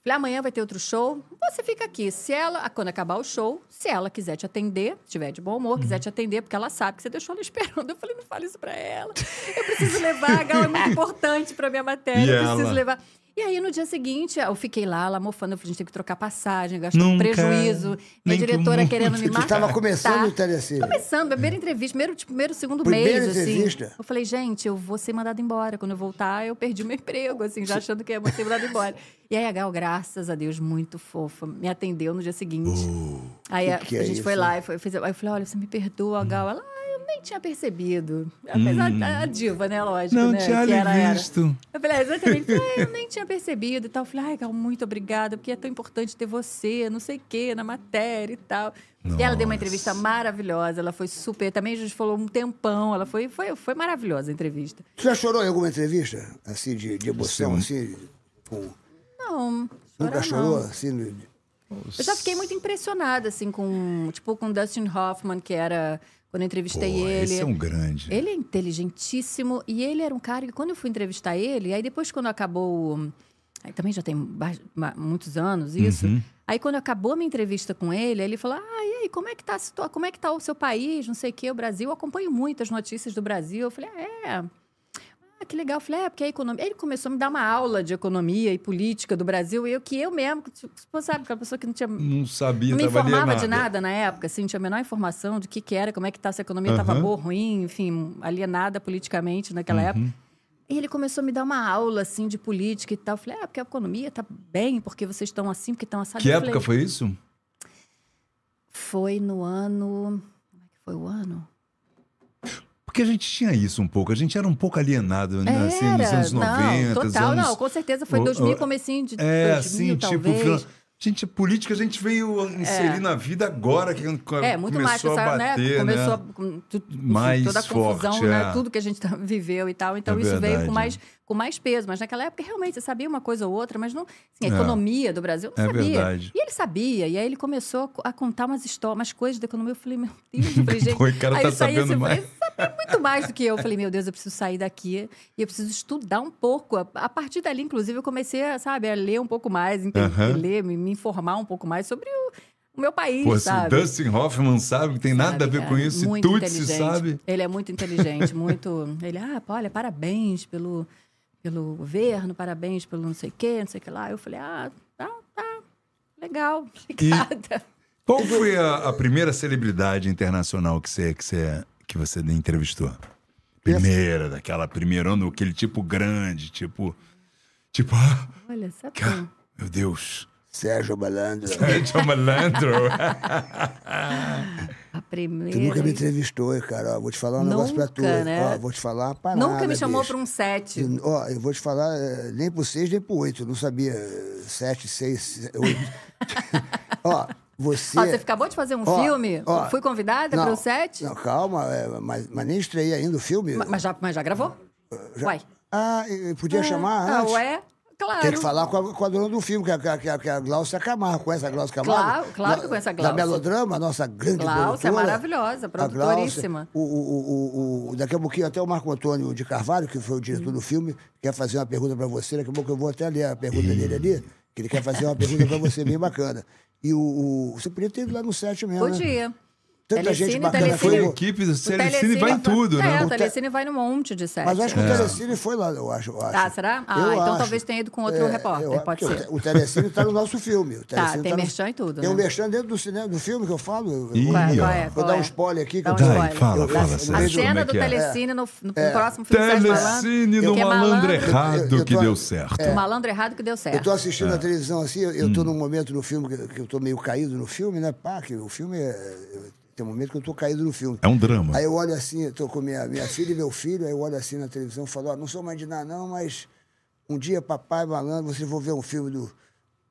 Speaker 5: Falei, amanhã vai ter outro show, você fica aqui. Se ela, ah, quando acabar o show, se ela quiser te atender, tiver de bom humor,
Speaker 3: Uhum.
Speaker 5: quiser te atender, porque ela sabe que você deixou ela [laughs] esperando. Eu falei, não fale isso pra ela. Eu preciso levar, a Gal
Speaker 3: [laughs]
Speaker 5: é muito importante pra minha matéria,
Speaker 3: E
Speaker 5: eu preciso
Speaker 3: ela?
Speaker 5: levar. E aí, no dia seguinte, eu fiquei lá, ela mofando, eu falei, a gente tem que trocar passagem, gastou um
Speaker 3: Nunca,
Speaker 5: prejuízo. Minha
Speaker 3: nem que o
Speaker 5: diretora
Speaker 3: mundo [laughs]
Speaker 5: querendo me
Speaker 3: te-
Speaker 5: matar.
Speaker 4: Tava
Speaker 5: Tá.
Speaker 4: começando o telecine.
Speaker 5: Começando, primeira entrevista, primeiro, tipo, primeiro segundo
Speaker 4: Primeira
Speaker 5: mês, assim.
Speaker 4: entrevista?
Speaker 5: Eu falei, gente, eu vou ser mandada embora. Quando eu voltar, eu perdi meu emprego, assim, já achando que ia ser mandada embora. E aí a Gal, graças a Deus, muito fofa, me atendeu no dia seguinte. aí a,
Speaker 4: que
Speaker 5: a
Speaker 4: é
Speaker 5: gente
Speaker 4: isso,
Speaker 5: foi
Speaker 4: hein?
Speaker 5: lá e foi, fez- aí eu falei, olha, você me perdoa, Gal. Ela, ah, eu nem tinha percebido. Apesar
Speaker 4: Hum.
Speaker 5: da a diva, né, lógico,
Speaker 3: Não
Speaker 5: né?
Speaker 3: tinha
Speaker 5: que era,
Speaker 3: lhe
Speaker 5: era.
Speaker 3: visto.
Speaker 5: Eu falei, ah, exatamente. Eu falei, ah, eu nem tinha percebido e tal. Eu falei, ai, Gal, muito obrigada, porque é tão importante ter você, não sei o quê, na matéria e tal. E ela deu uma
Speaker 3: Nossa.
Speaker 5: entrevista maravilhosa, ela foi super. Também a gente falou um tempão, ela foi, foi, foi maravilhosa a entrevista.
Speaker 4: Tu já chorou em alguma entrevista? Assim, de, de emoção, assim? com-
Speaker 5: Não, chorar
Speaker 4: Nunca
Speaker 5: não.
Speaker 4: chorou, assim? no-
Speaker 5: Eu já fiquei muito impressionada, assim, com. Tipo, com Dustin Hoffman, que era. Quando
Speaker 3: Pô,
Speaker 5: eu entrevistei ele.
Speaker 3: esse é um grande.
Speaker 5: Ele é inteligentíssimo e ele era um cara que, quando eu fui entrevistar ele, aí depois, quando acabou. hum, Aí também já tem ba- ma- muitos anos isso. Aí, quando acabou a minha entrevista com ele, ele falou: Ah, e aí, como é que tá, a situa- como é que tá o seu país? Não sei o quê, o Brasil. Eu acompanho muito as notícias do Brasil. Eu falei: ah, É. Ah, que legal. Eu falei, é, porque a economia. Ele começou a me dar uma aula de economia e política do Brasil, eu que eu mesmo, tipo, sabe, aquela pessoa que não tinha
Speaker 3: Não sabia,
Speaker 5: não me
Speaker 3: tava ali
Speaker 5: informava de nada na época, assim, não tinha a menor informação de o que, que era, como é que tá, se a economia estava
Speaker 3: Aham. Uhum.
Speaker 5: boa, ruim, enfim, alienada politicamente naquela época. E ele começou a me dar uma aula, assim, de política e tal. Eu falei, ah, porque a economia tá bem, porque vocês estão assim, porque estão assado.
Speaker 3: Que
Speaker 5: Eu
Speaker 3: época
Speaker 5: falei,
Speaker 3: foi isso?
Speaker 5: Foi no ano... Como é que foi o ano?
Speaker 3: Porque a gente tinha isso um pouco, a gente era um pouco alienado, né? assim, nos
Speaker 5: Era,
Speaker 3: anos 90,
Speaker 5: não,
Speaker 3: os
Speaker 5: total,
Speaker 3: anos...
Speaker 5: não, com certeza foi
Speaker 3: O- o-
Speaker 5: 2000, comecinho de
Speaker 3: É,
Speaker 5: 2000,
Speaker 3: assim, tipo...
Speaker 5: talvez.
Speaker 3: fila- Gente, política a gente veio inserir na vida agora, que
Speaker 5: É, muito
Speaker 3: começou
Speaker 5: mais,
Speaker 3: a
Speaker 5: essa, né?
Speaker 3: bater, né?
Speaker 5: Começou a, com tu- enfim,
Speaker 3: Mais
Speaker 5: toda a confusão,
Speaker 3: forte,
Speaker 5: né?
Speaker 3: é.
Speaker 5: Tudo que a gente [laughs] tá- viveu e tal. Então,
Speaker 3: É
Speaker 5: isso veio
Speaker 3: verdade.
Speaker 5: com mais, com mais peso. Mas naquela época, realmente, você sabia uma coisa ou outra, mas não. assim, a
Speaker 3: É.
Speaker 5: economia do Brasil eu não
Speaker 3: É
Speaker 5: sabia.
Speaker 3: verdade.
Speaker 5: E ele sabia. E aí ele começou a co- a contar umas histórias, umas coisas da economia. Eu falei, meu Deus, eu falei, gente.
Speaker 3: [laughs] Pô, o cara
Speaker 5: aí
Speaker 3: tá
Speaker 5: eu saí, assim,
Speaker 3: sabendo
Speaker 5: eu falei,
Speaker 3: mais.
Speaker 5: "Você sabe muito mais do que eu. Eu falei, meu Deus, eu preciso sair daqui e eu preciso estudar um pouco. A, a partir dali, inclusive, eu comecei a, sabe, a ler um pouco mais, entender,
Speaker 3: Aham.
Speaker 5: ler, me, me informar um pouco mais sobre o, o meu país,
Speaker 3: Pô, assim, se o
Speaker 5: sabe?
Speaker 3: Dustin Hoffman sabe que tem nada a
Speaker 5: Sabe,
Speaker 3: ver
Speaker 5: cara?
Speaker 3: com isso, e
Speaker 5: É, Muito
Speaker 3: Tutsi
Speaker 5: inteligente.
Speaker 3: sabe.
Speaker 5: Ele é muito inteligente, muito. [laughs] Ele, ah, pô, olha, parabéns pelo, pelo governo, parabéns pelo não sei o quê, não sei o que lá. Eu falei, ah, tá, tá, legal, [laughs] obrigada.
Speaker 3: Qual foi a, a primeira celebridade internacional que você, que você, que você entrevistou? Primeira, daquela primeira, ano, aquele tipo grande, tipo. Tipo, ah,
Speaker 5: Olha, sabe?
Speaker 3: ca- meu Deus.
Speaker 4: Sérgio Malandro.
Speaker 3: John
Speaker 4: [laughs]
Speaker 3: Malandro.
Speaker 5: A
Speaker 4: Tu
Speaker 5: primeira.
Speaker 4: nunca me entrevistou, hein, cara. Ó, vou te falar um negócio pra tu.
Speaker 5: Nunca, né?
Speaker 4: Ó, vou te falar uma parada.
Speaker 5: Nunca me chamou
Speaker 4: bicho.
Speaker 5: pra um set.
Speaker 4: Eu- Ó, eu vou te falar eh, nem pro 6, nem pro 8. Não sabia 7, 6, 8.
Speaker 5: [laughs]
Speaker 4: Ó, você.
Speaker 5: Ó, você acabou de fazer um
Speaker 4: Ó,
Speaker 5: filme?
Speaker 4: ó.
Speaker 5: Fui convidada
Speaker 4: Não,
Speaker 5: para um set?
Speaker 4: Não, calma, eh, mas, mas nem estreiei ainda o filme.
Speaker 5: Ma- Mas já, mas já gravou? Uai.
Speaker 4: Ah, eu podia chamar
Speaker 5: Ah,
Speaker 4: antes.
Speaker 5: ué? Claro.
Speaker 4: Tem que falar com a, com a dona do filme, que é, a- que é, que é a Glaucia Camargo. Conhece a Glaucia Camargo?
Speaker 5: Claro, claro que
Speaker 4: Da-
Speaker 5: eu conheço a
Speaker 4: Da
Speaker 5: Glaucia.
Speaker 4: Melodrama, nossa grande
Speaker 5: Glaucia é
Speaker 4: produtora.
Speaker 5: maravilhosa,
Speaker 4: A Glaucia,
Speaker 5: produtoríssima.
Speaker 4: O, o, o, o, daqui a pouquinho até o Marco Antônio de Carvalho, que foi o diretor
Speaker 5: Hum.
Speaker 4: do filme, quer fazer uma pergunta para você. Daqui a pouco eu vou até ler a pergunta dele ali, que ele quer fazer uma pergunta para você bem bacana. E o, o- Você podia ter ido lá no set mesmo, né?
Speaker 5: Podia.
Speaker 4: Tanta
Speaker 5: Telecine,
Speaker 4: gente bacana
Speaker 5: Telecine.
Speaker 4: foi.
Speaker 5: Foi
Speaker 3: A
Speaker 5: o-
Speaker 3: equipe do Telecine,
Speaker 5: Telecine
Speaker 3: vai em
Speaker 5: foi-
Speaker 3: tudo,
Speaker 5: É, o
Speaker 3: né?
Speaker 5: Telecine vai num monte de série.
Speaker 4: Mas eu acho que o Telecine foi lá, eu acho. eu
Speaker 5: Ah,
Speaker 4: acho.
Speaker 5: É, será? Ah,
Speaker 4: Eu
Speaker 5: então
Speaker 4: acho.
Speaker 5: talvez tenha ido com outro
Speaker 4: É,
Speaker 5: repórter,
Speaker 4: eu-
Speaker 5: pode
Speaker 4: porque
Speaker 5: ser.
Speaker 4: O, te- o Telecine está no nosso filme. O Telecine tá
Speaker 5: tem
Speaker 4: no-
Speaker 5: merchan e tudo,
Speaker 4: Tem um
Speaker 5: né?
Speaker 4: merchan dentro do, cinema, do filme que eu falo. eu-
Speaker 3: Ih,
Speaker 5: Qual é,
Speaker 3: ó.
Speaker 5: qual é,
Speaker 4: Vou
Speaker 5: qual
Speaker 4: dar um
Speaker 5: é?
Speaker 4: spoiler aqui.
Speaker 5: Dá um
Speaker 4: que eu-
Speaker 5: spoiler.
Speaker 3: Dai, fala,
Speaker 4: eu-
Speaker 3: fala.
Speaker 4: eu-
Speaker 3: você
Speaker 5: A
Speaker 3: vejo
Speaker 5: cena
Speaker 3: como é
Speaker 5: do
Speaker 3: que é.
Speaker 5: Telecine no, no próximo filme do Sérgio
Speaker 3: Telecine
Speaker 5: Malandro.
Speaker 3: do
Speaker 5: que é
Speaker 4: Eu-
Speaker 3: malandro
Speaker 4: eu- eu
Speaker 3: errado que
Speaker 4: tô- é.
Speaker 3: deu certo.
Speaker 5: O malandro errado que deu
Speaker 4: Eu tô
Speaker 5: certo.
Speaker 4: assistindo
Speaker 3: É.
Speaker 4: a televisão assim, eu,
Speaker 3: Hum.
Speaker 4: eu tô num momento no filme que, que eu tô meio caído no filme, né? Pá, que o filme é. Tem um momento que eu tô caído no filme.
Speaker 3: É um drama.
Speaker 4: Aí eu olho assim, eu tô com minha, minha filha e meu filho, aí eu olho assim na televisão e falo, ó, não sou mais de nada não, mas um dia papai malandro, vocês vão ver um filme do,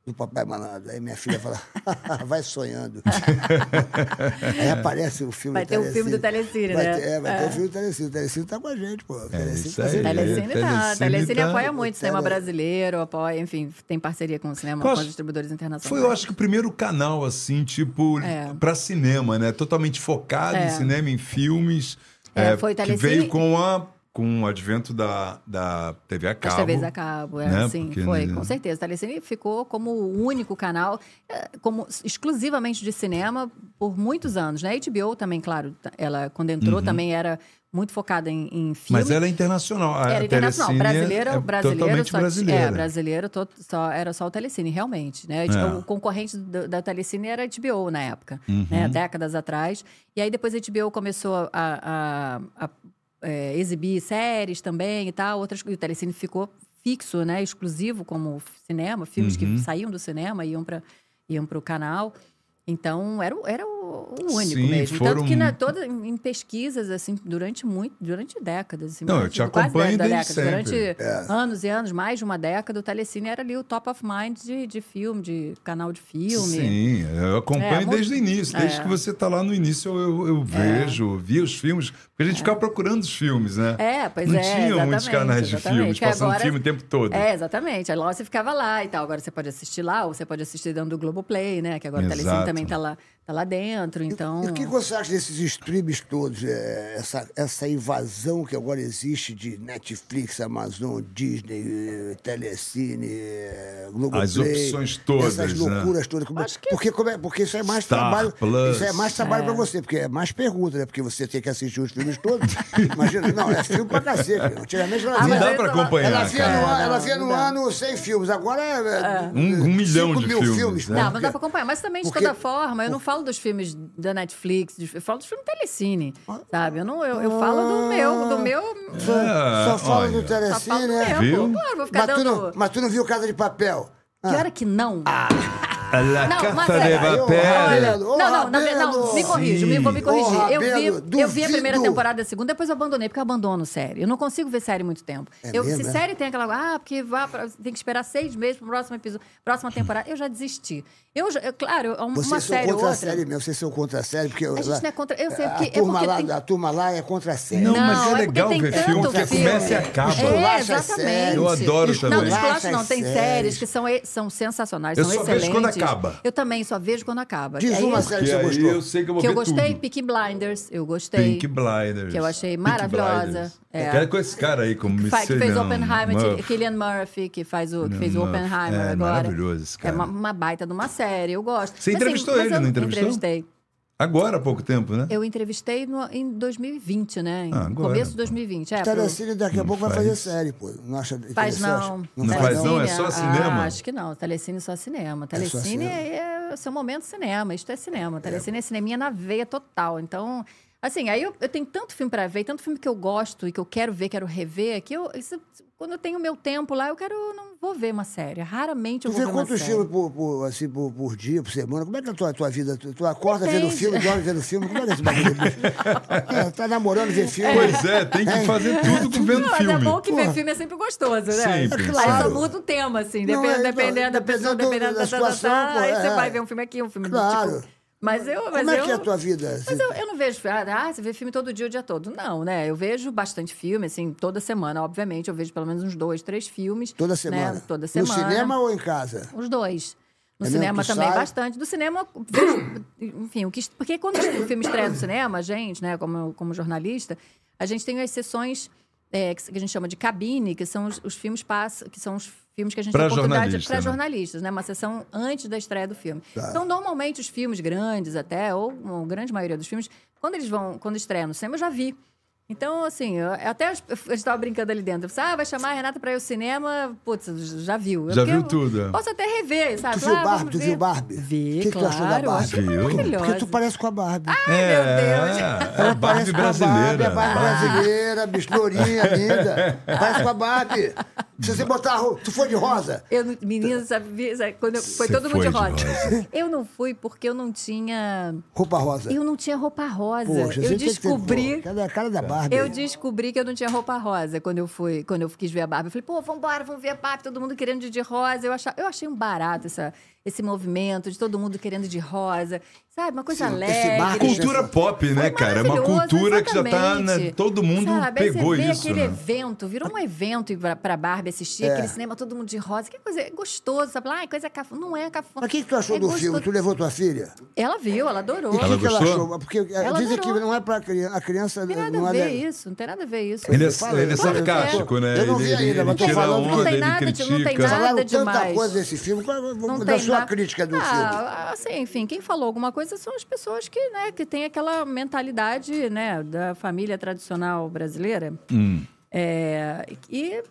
Speaker 4: do papai malandro. Aí minha filha fala, [laughs] vai
Speaker 3: [laughs]
Speaker 4: sonhando. aí aparece o filme
Speaker 5: Vai
Speaker 4: do
Speaker 5: ter o filme do Telecine,
Speaker 4: vai
Speaker 5: né?
Speaker 4: Ter, é, vai ter
Speaker 5: É.
Speaker 4: o filme do Telecine. O Telecine tá com a gente, pô. O
Speaker 3: É
Speaker 4: Telecine
Speaker 3: isso
Speaker 4: tá
Speaker 3: aí.
Speaker 4: sempre-
Speaker 5: Telecine tá.
Speaker 3: Telecine
Speaker 5: Telecine
Speaker 3: tá.
Speaker 5: apoia muito o cinema
Speaker 4: Tele-
Speaker 5: brasileiro, apoia, enfim, tem parceria com o cinema,
Speaker 3: Eu
Speaker 5: com
Speaker 3: acho-
Speaker 5: os distribuidores internacionais.
Speaker 3: Foi, eu acho que o primeiro canal, assim, tipo,
Speaker 5: É.
Speaker 3: pra cinema, né? Totalmente focado em cinema, em filmes.
Speaker 5: É, foi
Speaker 3: que
Speaker 5: Telecine-
Speaker 3: veio com, a, com o advento da, da TV a
Speaker 5: As
Speaker 3: cabo.
Speaker 5: TVs a cabo, é,
Speaker 3: né?
Speaker 5: sim,
Speaker 3: Porque,
Speaker 5: foi,
Speaker 3: né?
Speaker 5: com certeza. O Telecine ficou como o único canal, eh, como exclusivamente de cinema, por muitos anos, né? A HBO também, claro, t- ela quando entrou também era muito focada em, em filme.
Speaker 3: Uhum. Mas ela é internacional. A
Speaker 5: Era internacional,
Speaker 3: Telecine é-
Speaker 5: brasileira,
Speaker 3: é
Speaker 5: brasileiro,
Speaker 3: totalmente
Speaker 5: só,
Speaker 3: brasileira.
Speaker 5: É, brasileiro, to- só, era só o Telecine, realmente, né? Tipo,
Speaker 3: É. Uhum.
Speaker 5: O concorrente do- da Telecine era a HBO na época, né? Décadas atrás. E aí depois a HBO começou a, a- a, é, exibir séries também e tal, outras, e o Telecine ficou fixo, né? Exclusivo como cinema, filmes
Speaker 3: Uhum.
Speaker 5: que saíam do cinema e iam para iam o canal. Então, era, o- era o o único
Speaker 3: Sim,
Speaker 5: mesmo.
Speaker 3: foram-
Speaker 5: Tanto que na, toda, em pesquisas, assim, durante muito, durante décadas, assim,
Speaker 3: Não, eu
Speaker 5: durante-
Speaker 3: te
Speaker 5: quase
Speaker 3: acompanho
Speaker 5: dez
Speaker 3: desde
Speaker 5: décadas,
Speaker 3: sempre. É.
Speaker 5: Durante anos e anos, mais de uma década, o Telecine era ali o top of mind de, de filme, de canal de filme.
Speaker 3: Sim, eu acompanho
Speaker 5: É, muito-
Speaker 3: desde o início. Desde
Speaker 5: É.
Speaker 3: que você tá lá no início, eu, eu, eu vejo, vi os filmes. Porque a gente ficava procurando os filmes, né?
Speaker 5: É, pois
Speaker 3: Não
Speaker 5: é.
Speaker 3: tinha muitos
Speaker 5: exatamente,
Speaker 3: canais de
Speaker 5: exatamente.
Speaker 3: filmes,
Speaker 5: Porque
Speaker 3: passando
Speaker 5: agora-
Speaker 3: filme o tempo todo.
Speaker 5: É, exatamente. Aí lá você ficava lá e tal. Agora você pode assistir lá, ou você pode assistir dentro do Globoplay, né? Que agora o Telecine
Speaker 3: Exato.
Speaker 5: também tá lá, tá lá dentro, então...
Speaker 4: E o que você acha desses streams todos? É, Essa, essa invasão que agora existe de Netflix, Amazon, Disney, eh, Telecine, eh, Globoplay.
Speaker 3: As opções todas,
Speaker 4: Essas
Speaker 3: né?
Speaker 4: loucuras todas. Como-
Speaker 5: Acho que-
Speaker 4: porque, como é- porque isso é mais
Speaker 3: Star
Speaker 4: trabalho.
Speaker 3: Plus.
Speaker 4: Isso é mais trabalho pra você, porque é mais pergunta, né? Porque você tem que assistir os filmes todos. [laughs] Imagina, não, é filme pra cacete. Antigamente ela
Speaker 5: Ah,
Speaker 3: Não
Speaker 5: mas
Speaker 3: dá
Speaker 5: aí
Speaker 3: pra
Speaker 5: tava-
Speaker 3: acompanhar,
Speaker 4: Ela via,
Speaker 3: cara.
Speaker 4: no, an-
Speaker 5: É,
Speaker 4: ela
Speaker 5: não,
Speaker 4: via
Speaker 5: não
Speaker 4: no
Speaker 5: dá.
Speaker 4: ano 100 filmes, agora é. é,
Speaker 3: Um- um milhão
Speaker 4: 5
Speaker 3: de
Speaker 4: mil
Speaker 3: filmes,
Speaker 4: filmes
Speaker 3: né?
Speaker 5: Não,
Speaker 4: né?
Speaker 5: mas dá pra acompanhar. Mas também, de
Speaker 4: Porque-
Speaker 5: toda forma, eu não falo dos filmes da Netflix, dos- eu falo dos filmes Telecine, sabe? Eu, não, eu, eu falo do meu, do meu...
Speaker 3: Ah,
Speaker 4: Só fala do
Speaker 3: olha.
Speaker 5: Só
Speaker 4: Telecine,
Speaker 5: falo do
Speaker 4: né?
Speaker 5: meu,
Speaker 3: Viu?
Speaker 5: claro, vou ficar
Speaker 4: Mas tu,
Speaker 5: dando...
Speaker 4: não, mas tu não viu Casa de Papel?
Speaker 5: Que hora é que não?
Speaker 3: La
Speaker 5: Não, mas é-
Speaker 3: Casa de
Speaker 5: peraí,
Speaker 4: ô,
Speaker 3: Papel.
Speaker 4: olha,
Speaker 5: Não, não, na ve- não,
Speaker 4: Rabelo!
Speaker 5: me corrijo, me, vou me corrigir.
Speaker 4: Ô,
Speaker 5: eu, vi,
Speaker 4: Rabelo,
Speaker 5: eu vi a primeira
Speaker 4: duvido.
Speaker 5: temporada, a segunda, depois eu abandonei, porque eu abandono série. Eu não consigo ver série muito tempo. eu,
Speaker 4: mesmo,
Speaker 5: se
Speaker 4: é?
Speaker 5: série tem aquela. Ah, porque vá pra- tem que esperar seis meses pro próximo episódio, próxima temporada. Eu já desisti. Eu, já- eu- claro, uma
Speaker 4: Vocês são
Speaker 5: série ou
Speaker 4: contra
Speaker 5: outra.
Speaker 4: a série mesmo, vocês são contra a série, porque...
Speaker 5: A gente não é contra. Eu sei,
Speaker 4: a,
Speaker 5: porque, é
Speaker 4: turma
Speaker 5: porque
Speaker 4: lá,
Speaker 5: tem
Speaker 4: a turma lá é contra a série.
Speaker 3: Não, mas é
Speaker 5: porque
Speaker 3: legal
Speaker 5: tem
Speaker 3: ver
Speaker 5: tanto
Speaker 3: filme, porque começa e acaba.
Speaker 5: É,
Speaker 4: Esculacha as séries.
Speaker 5: exatamente.
Speaker 3: Eu adoro também.
Speaker 5: Não, esculacha não. Tem
Speaker 4: Esculacha as
Speaker 5: séries que são, e- são sensacionais,
Speaker 3: Eu
Speaker 5: são
Speaker 3: só vejo
Speaker 5: excelentes.
Speaker 3: quando acaba.
Speaker 5: Eu também só vejo quando acaba. É
Speaker 4: Diz
Speaker 5: Aí
Speaker 4: uma
Speaker 5: eu-
Speaker 4: série que você
Speaker 3: Que aí
Speaker 4: gostou.
Speaker 3: eu sei que eu vou
Speaker 5: que eu
Speaker 3: ver tudo.
Speaker 5: gostei, Peaky Blinders, eu gostei.
Speaker 3: Pink Blinders.
Speaker 5: Que eu achei
Speaker 3: Peaky
Speaker 5: maravilhosa.
Speaker 3: Blinders.
Speaker 5: É.
Speaker 3: Aquela com esse cara aí, como
Speaker 5: que, fa- que fez Oppenheimer,
Speaker 3: Murphy.
Speaker 5: Murphy. Killian Murphy, que, faz o, que
Speaker 3: Cillian
Speaker 5: fez o
Speaker 3: Murphy.
Speaker 5: Oppenheimer
Speaker 3: É,
Speaker 5: agora.
Speaker 3: maravilhoso esse cara.
Speaker 5: É uma, uma baita de uma série, eu gosto.
Speaker 3: Você
Speaker 5: Mas, assim,
Speaker 3: entrevistou
Speaker 5: mas
Speaker 3: ele,
Speaker 5: eu
Speaker 3: não entrevistou?
Speaker 5: Entrevistei.
Speaker 3: Agora há pouco tempo, né?
Speaker 5: Eu entrevistei no- em 2020, né? Em
Speaker 3: Ah, agora,
Speaker 5: começo
Speaker 3: pô.
Speaker 5: de 2020. É, pro-
Speaker 4: Telecine daqui a pouco vai
Speaker 3: faz.
Speaker 4: fazer série, pô. Não acha
Speaker 5: Faz
Speaker 4: interessante?
Speaker 5: não.
Speaker 3: Não faz
Speaker 5: Telecine,
Speaker 3: não? É só cinema?
Speaker 5: Ah, acho que não. Telecine é só
Speaker 4: É
Speaker 5: cinema.
Speaker 4: só
Speaker 5: Telecine
Speaker 4: cinema.
Speaker 5: é, é seu momento cinema. Isto é cinema. Telecine é, cineminha na veia total. Então, assim, aí eu, eu tenho tanto filme pra ver, tanto filme que eu gosto e que eu quero ver, quero rever, que eu, isso- quando eu tenho meu tempo lá, eu quero não vou ver uma série. Raramente
Speaker 4: Tu
Speaker 5: eu vou
Speaker 4: vê
Speaker 5: ver uma
Speaker 4: quantos
Speaker 5: série.
Speaker 4: filmes por, por- assim, por, por dia, por semana? Como é que é a tua, tua vida? Tu, tu acorda vendo
Speaker 5: Depende.
Speaker 4: filme, dorme vendo filme? Como é que é esse bagulho?
Speaker 5: [laughs]
Speaker 4: é, tá namorando, vê filme?
Speaker 3: Pois é, tem que fazer tudo com vendo
Speaker 5: Não, mas é
Speaker 3: filme.
Speaker 5: bom que ver
Speaker 4: um Porra.
Speaker 5: filme é sempre gostoso, né?
Speaker 3: Sempre,
Speaker 5: Aí
Speaker 4: claro.
Speaker 5: só muda o tema, assim.
Speaker 4: Não,
Speaker 5: depende-
Speaker 4: é, então,
Speaker 5: dependendo da pessoa,
Speaker 4: dependendo do-
Speaker 5: dependendo
Speaker 4: da
Speaker 5: da, da, da,
Speaker 4: situação, pô,
Speaker 5: Aí
Speaker 4: é.
Speaker 5: você vai ver um filme aqui, um filme
Speaker 4: Claro.
Speaker 5: do tipo... Mas eu... Mas
Speaker 4: Como é
Speaker 5: eu,
Speaker 4: que é a tua vida?
Speaker 5: Mas eu, eu não vejo, ah, você vê filme todo dia, o dia todo. Não, né? Eu vejo bastante filme, assim, toda semana, obviamente. Eu vejo pelo menos uns dois, três filmes.
Speaker 4: Toda
Speaker 5: né?
Speaker 4: semana?
Speaker 5: Toda semana.
Speaker 4: No cinema ou em casa?
Speaker 5: Os dois. No
Speaker 4: É mesmo?
Speaker 5: cinema
Speaker 4: Tu
Speaker 5: também,
Speaker 4: sai?
Speaker 5: bastante. Do cinema, [coughs] eu vejo, enfim, o que, est- porque quando o filme estreia no cinema, a gente, né, como, como jornalista, a gente tem as sessões é, que, que a gente chama de cabine, que são os, os filmes passa, que são os filmes que a gente
Speaker 3: Pra
Speaker 5: tem oportunidade
Speaker 3: jornalista,
Speaker 5: para
Speaker 3: né?
Speaker 5: jornalistas, né? Uma sessão antes da estreia do filme.
Speaker 4: Tá.
Speaker 5: Então, normalmente os filmes grandes até, ou uma grande maioria dos filmes, quando eles vão, quando estreiam no cinema, eu já vi. Então, assim, eu- até as- eu estava brincando ali dentro. Eu pensei, ah, vai chamar a Renata para ir ao cinema. Putz, já viu. Eu-
Speaker 3: Já
Speaker 5: Né? porque
Speaker 3: viu
Speaker 5: eu
Speaker 3: tudo, é.
Speaker 5: Posso até rever, sabe?
Speaker 4: Tu viu
Speaker 5: Ah,
Speaker 4: Barbie?
Speaker 5: vamos
Speaker 4: Tu
Speaker 5: ver.
Speaker 4: viu Barbie?
Speaker 5: Vi,
Speaker 4: O que, que tu
Speaker 5: claro.
Speaker 4: achou da
Speaker 5: eu achei
Speaker 4: Barbie?
Speaker 3: Viu?
Speaker 5: maravilhosa. Ah,
Speaker 4: Porque tu parece com a Barbie.
Speaker 3: é,
Speaker 5: Deus.
Speaker 3: É, a
Speaker 4: parece com a
Speaker 3: Barbie
Speaker 4: Barbie,
Speaker 3: brasileira.
Speaker 4: a
Speaker 5: Ah.
Speaker 4: Barbie brasileira, bicho, lourinha, linda. Parece com a Barbie. Se você botar a roupa... Tu foi de rosa?
Speaker 5: Eu, não- menina, sabe, sabe, quando eu- foi
Speaker 3: Você
Speaker 5: todo mundo
Speaker 3: foi
Speaker 5: de
Speaker 3: de
Speaker 5: rosa. [laughs] Eu não fui porque eu não tinha.
Speaker 4: Roupa rosa.
Speaker 5: Eu não tinha roupa rosa.
Speaker 4: Poxa, você
Speaker 5: eu
Speaker 4: tem que ter-
Speaker 5: descobri.
Speaker 4: pô, Cadê a cara da Barbie?
Speaker 5: Eu descobri que eu não tinha roupa rosa quando eu fui, quando eu quis ver a Barbie. Eu falei, pô, vambora, vamos ver a Barbie, todo mundo querendo de, de rosa. Eu, achava, eu achei um barato essa, esse movimento de todo mundo querendo de rosa. Sabe, uma coisa
Speaker 4: Sim, esse
Speaker 5: alegre.
Speaker 4: barco
Speaker 3: Ah, Cultura pop, né,
Speaker 5: Foi
Speaker 3: cara? É uma
Speaker 5: maravilhoso,
Speaker 3: cultura que já tá.
Speaker 5: exatamente.
Speaker 3: né, todo mundo
Speaker 5: Sabe, aí
Speaker 3: pegou
Speaker 5: você vê
Speaker 3: isso.
Speaker 5: aquele
Speaker 3: né?
Speaker 5: evento, virou um evento ir pra, pra Barbie assistir,
Speaker 4: É.
Speaker 5: aquele cinema todo mundo de rosa. Que coisa é gostoso, sabe? Ai, coisa cafona. Não é cafona.
Speaker 4: Mas o que, que tu achou
Speaker 5: é
Speaker 4: do
Speaker 5: gostoso.
Speaker 4: filme? Tu levou tua filha?
Speaker 5: Ela viu, ela adorou.
Speaker 4: E o que,
Speaker 3: Ela
Speaker 4: que ela
Speaker 3: gostou?
Speaker 4: achou? Porque eh,
Speaker 5: Ela
Speaker 4: dizem que
Speaker 5: adorou.
Speaker 4: não é pra criança. A criança
Speaker 5: Não tem nada
Speaker 4: não
Speaker 5: a
Speaker 4: é...
Speaker 5: ver
Speaker 4: le-
Speaker 5: isso, não tem nada a ver isso.
Speaker 3: Ele é,
Speaker 4: Fala,
Speaker 3: ele é
Speaker 4: fala,
Speaker 3: sarcástico,
Speaker 4: fala.
Speaker 3: né?
Speaker 4: Eu não vi
Speaker 3: ele,
Speaker 4: ainda, mas tô
Speaker 3: ele tira
Speaker 4: falando que-
Speaker 3: onda,
Speaker 4: Não tem
Speaker 3: ele
Speaker 5: nada de-
Speaker 3: critica.
Speaker 5: não tem nada.
Speaker 4: Falaram tanta
Speaker 5: demais.
Speaker 4: coisa desse filme. Qual, é
Speaker 5: Não
Speaker 4: da
Speaker 5: tem
Speaker 4: sua
Speaker 5: nada.
Speaker 4: crítica do
Speaker 5: ah,
Speaker 4: filme.
Speaker 5: Assim, enfim, quem falou alguma coisa são as pessoas que, né, que têm aquela mentalidade, né, da família tradicional brasileira.
Speaker 3: Hum.
Speaker 5: É, e,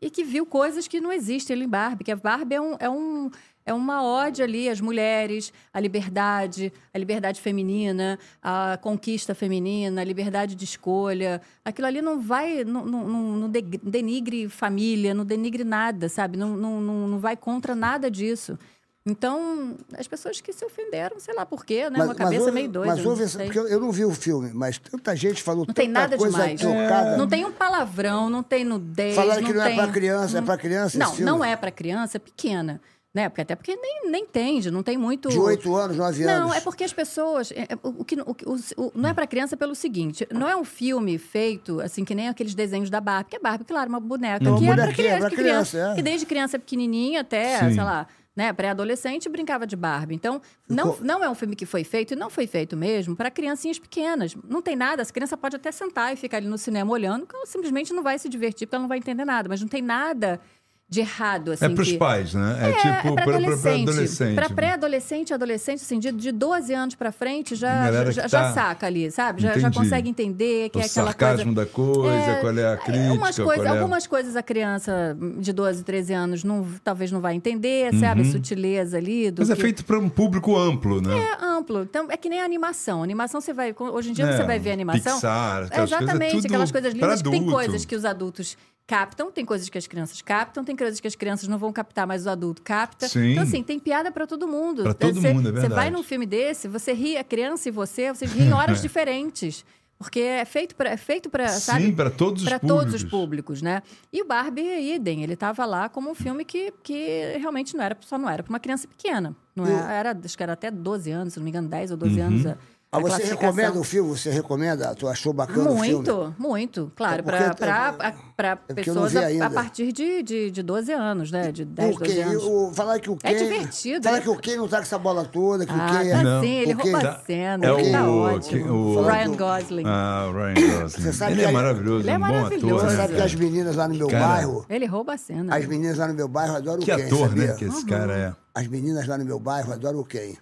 Speaker 5: e que viu coisas que não existem ali em Barbie, que a Barbie é um. É um é uma ódio ali às mulheres, à liberdade, à liberdade feminina, à conquista feminina, à liberdade de escolha. Aquilo ali não vai, não, não, não não de- denigre família, não denigre nada, sabe? Não, não, não, não vai contra nada disso. Então, as pessoas que se ofenderam, sei lá por quê, né? uma cabeça
Speaker 4: houve-
Speaker 5: meio doida.
Speaker 4: Mas houve
Speaker 5: não
Speaker 4: essa,
Speaker 5: sei.
Speaker 4: porque eu, eu não vi o filme, mas tanta gente falou
Speaker 5: Não
Speaker 4: tanta
Speaker 5: tem nada
Speaker 4: coisa
Speaker 5: demais.
Speaker 4: trocada.
Speaker 5: Não tem um palavrão, não tem nudez.
Speaker 4: Falaram que não é
Speaker 5: tem-
Speaker 4: pra criança, é pra criança
Speaker 5: Não,
Speaker 4: esse filme?
Speaker 5: não é pra criança, é pequena. Né? Porque até porque nem, nem entende, não tem muito.
Speaker 4: De oito anos, nove anos.
Speaker 5: Não, é porque as pessoas. é, é, o que, o que- o- o- não é pra criança pelo seguinte: não é um filme feito assim que nem aqueles desenhos da Barbie, que é Barbie, claro, uma boneca. que é pra
Speaker 4: bonequinha,
Speaker 5: criança.
Speaker 4: pra
Speaker 5: que
Speaker 4: criança, é.
Speaker 5: que desde criança pequenininha até,
Speaker 3: Sim.
Speaker 5: sei lá, né, pré-adolescente, brincava de Barbie. Então, não, não é um filme que foi feito, e não foi feito mesmo, para criancinhas pequenas. Não tem nada, essa criança pode até sentar e ficar ali no cinema olhando, que ela simplesmente não vai se divertir, porque ela não vai entender nada. Mas não tem nada de errado, assim.
Speaker 3: É pros
Speaker 5: que...
Speaker 3: pais, né? É,
Speaker 5: É,
Speaker 3: tipo pra-
Speaker 5: é
Speaker 3: pra-
Speaker 5: pra
Speaker 3: pra
Speaker 5: adolescente.
Speaker 3: adolescente. né?
Speaker 5: Pra pré-adolescente, adolescente, assim, de, de 12 anos pra frente, já,
Speaker 3: Galera
Speaker 5: já,
Speaker 3: que
Speaker 5: já
Speaker 3: tá-
Speaker 5: saca ali, sabe? Já, já
Speaker 3: Entendi.
Speaker 5: consegue entender que
Speaker 3: O
Speaker 5: é aquela coisa...
Speaker 3: sarcasmo da coisa, qual é a crítica,
Speaker 5: Umas
Speaker 3: qual
Speaker 5: coisas,
Speaker 3: é-
Speaker 5: Algumas coisas a criança de 12, 13 anos não, talvez não vai entender, sabe? A sutileza ali do
Speaker 3: Uhum. Mas é
Speaker 5: que-
Speaker 3: feito pra um público amplo, né?
Speaker 5: É amplo. Então, é que nem a animação. A animação você vai. Hoje em dia
Speaker 3: É,
Speaker 5: você vai ver animação.
Speaker 3: Pixar, aquelas coisas, é
Speaker 5: Exatamente,
Speaker 3: tudo
Speaker 5: aquelas coisas
Speaker 3: pra
Speaker 5: lindas que tem
Speaker 3: adulto.
Speaker 5: coisas que os adultos captam, tem coisas que as crianças captam, tem coisas que as crianças não vão captar, mas o adulto capta.
Speaker 3: Sim.
Speaker 5: Então, assim, tem piada pra todo mundo. Então,
Speaker 3: Pra todo
Speaker 5: você,
Speaker 3: mundo, é
Speaker 5: Você
Speaker 3: verdade. É.
Speaker 5: vai num filme desse, você ri, a criança e você, vocês riem
Speaker 3: [laughs]
Speaker 5: em horas diferentes. Porque é feito pra. É feito pra sabe?
Speaker 3: Sim, pra todos os
Speaker 5: Pra
Speaker 3: públicos.
Speaker 5: todos os públicos, né? E o Barbie idem, ele tava lá como um filme que, que realmente não era só não era para uma criança pequena, não era, era- acho que era até 12 anos, se não me engano, 10 ou 12
Speaker 3: Uhum.
Speaker 5: anos. A,
Speaker 4: Ah,
Speaker 5: a
Speaker 4: você
Speaker 5: classificação.
Speaker 4: recomenda o filme? Você recomenda? Tu achou bacana o filme?
Speaker 5: Muito, muito, claro,
Speaker 4: É porque-
Speaker 5: para para
Speaker 4: porque eu não
Speaker 5: pessoas
Speaker 4: vi
Speaker 5: a- a,
Speaker 4: ainda.
Speaker 5: partir de, de, de 12 anos, né? De 10,
Speaker 4: O Ken,
Speaker 5: 12 anos.
Speaker 4: o, falar que o Ken,
Speaker 5: É divertido,
Speaker 4: Falar
Speaker 5: né?
Speaker 4: que o Ken não tá com essa bola toda, que
Speaker 5: Ah,
Speaker 4: o Ken é...
Speaker 5: tá
Speaker 3: Não.
Speaker 5: sim, ele
Speaker 4: o Ken-
Speaker 5: rouba a
Speaker 4: Tá-
Speaker 5: cena,
Speaker 3: é
Speaker 5: ele tá
Speaker 3: o-
Speaker 5: ótimo.
Speaker 3: o-
Speaker 5: Ryan Gosling.
Speaker 3: Ah, o Ryan
Speaker 4: Você
Speaker 3: Gosling.
Speaker 4: sabe
Speaker 3: Ele
Speaker 4: que
Speaker 3: é
Speaker 4: é-
Speaker 3: maravilhoso,
Speaker 5: é Ele
Speaker 3: é
Speaker 5: é
Speaker 3: um bom ator.
Speaker 5: maravilhoso.
Speaker 4: Você
Speaker 3: Né,
Speaker 4: sabe que
Speaker 3: cara?
Speaker 4: as meninas lá no meu
Speaker 3: Cara.
Speaker 4: bairro,
Speaker 5: Ele rouba a cena.
Speaker 4: as meninas lá no meu bairro adoram
Speaker 3: Que
Speaker 4: o Ken,
Speaker 3: ator,
Speaker 4: sabia?
Speaker 3: né? Que
Speaker 5: Uhum.
Speaker 3: esse cara é.
Speaker 4: As meninas lá no meu bairro adoram o Ken.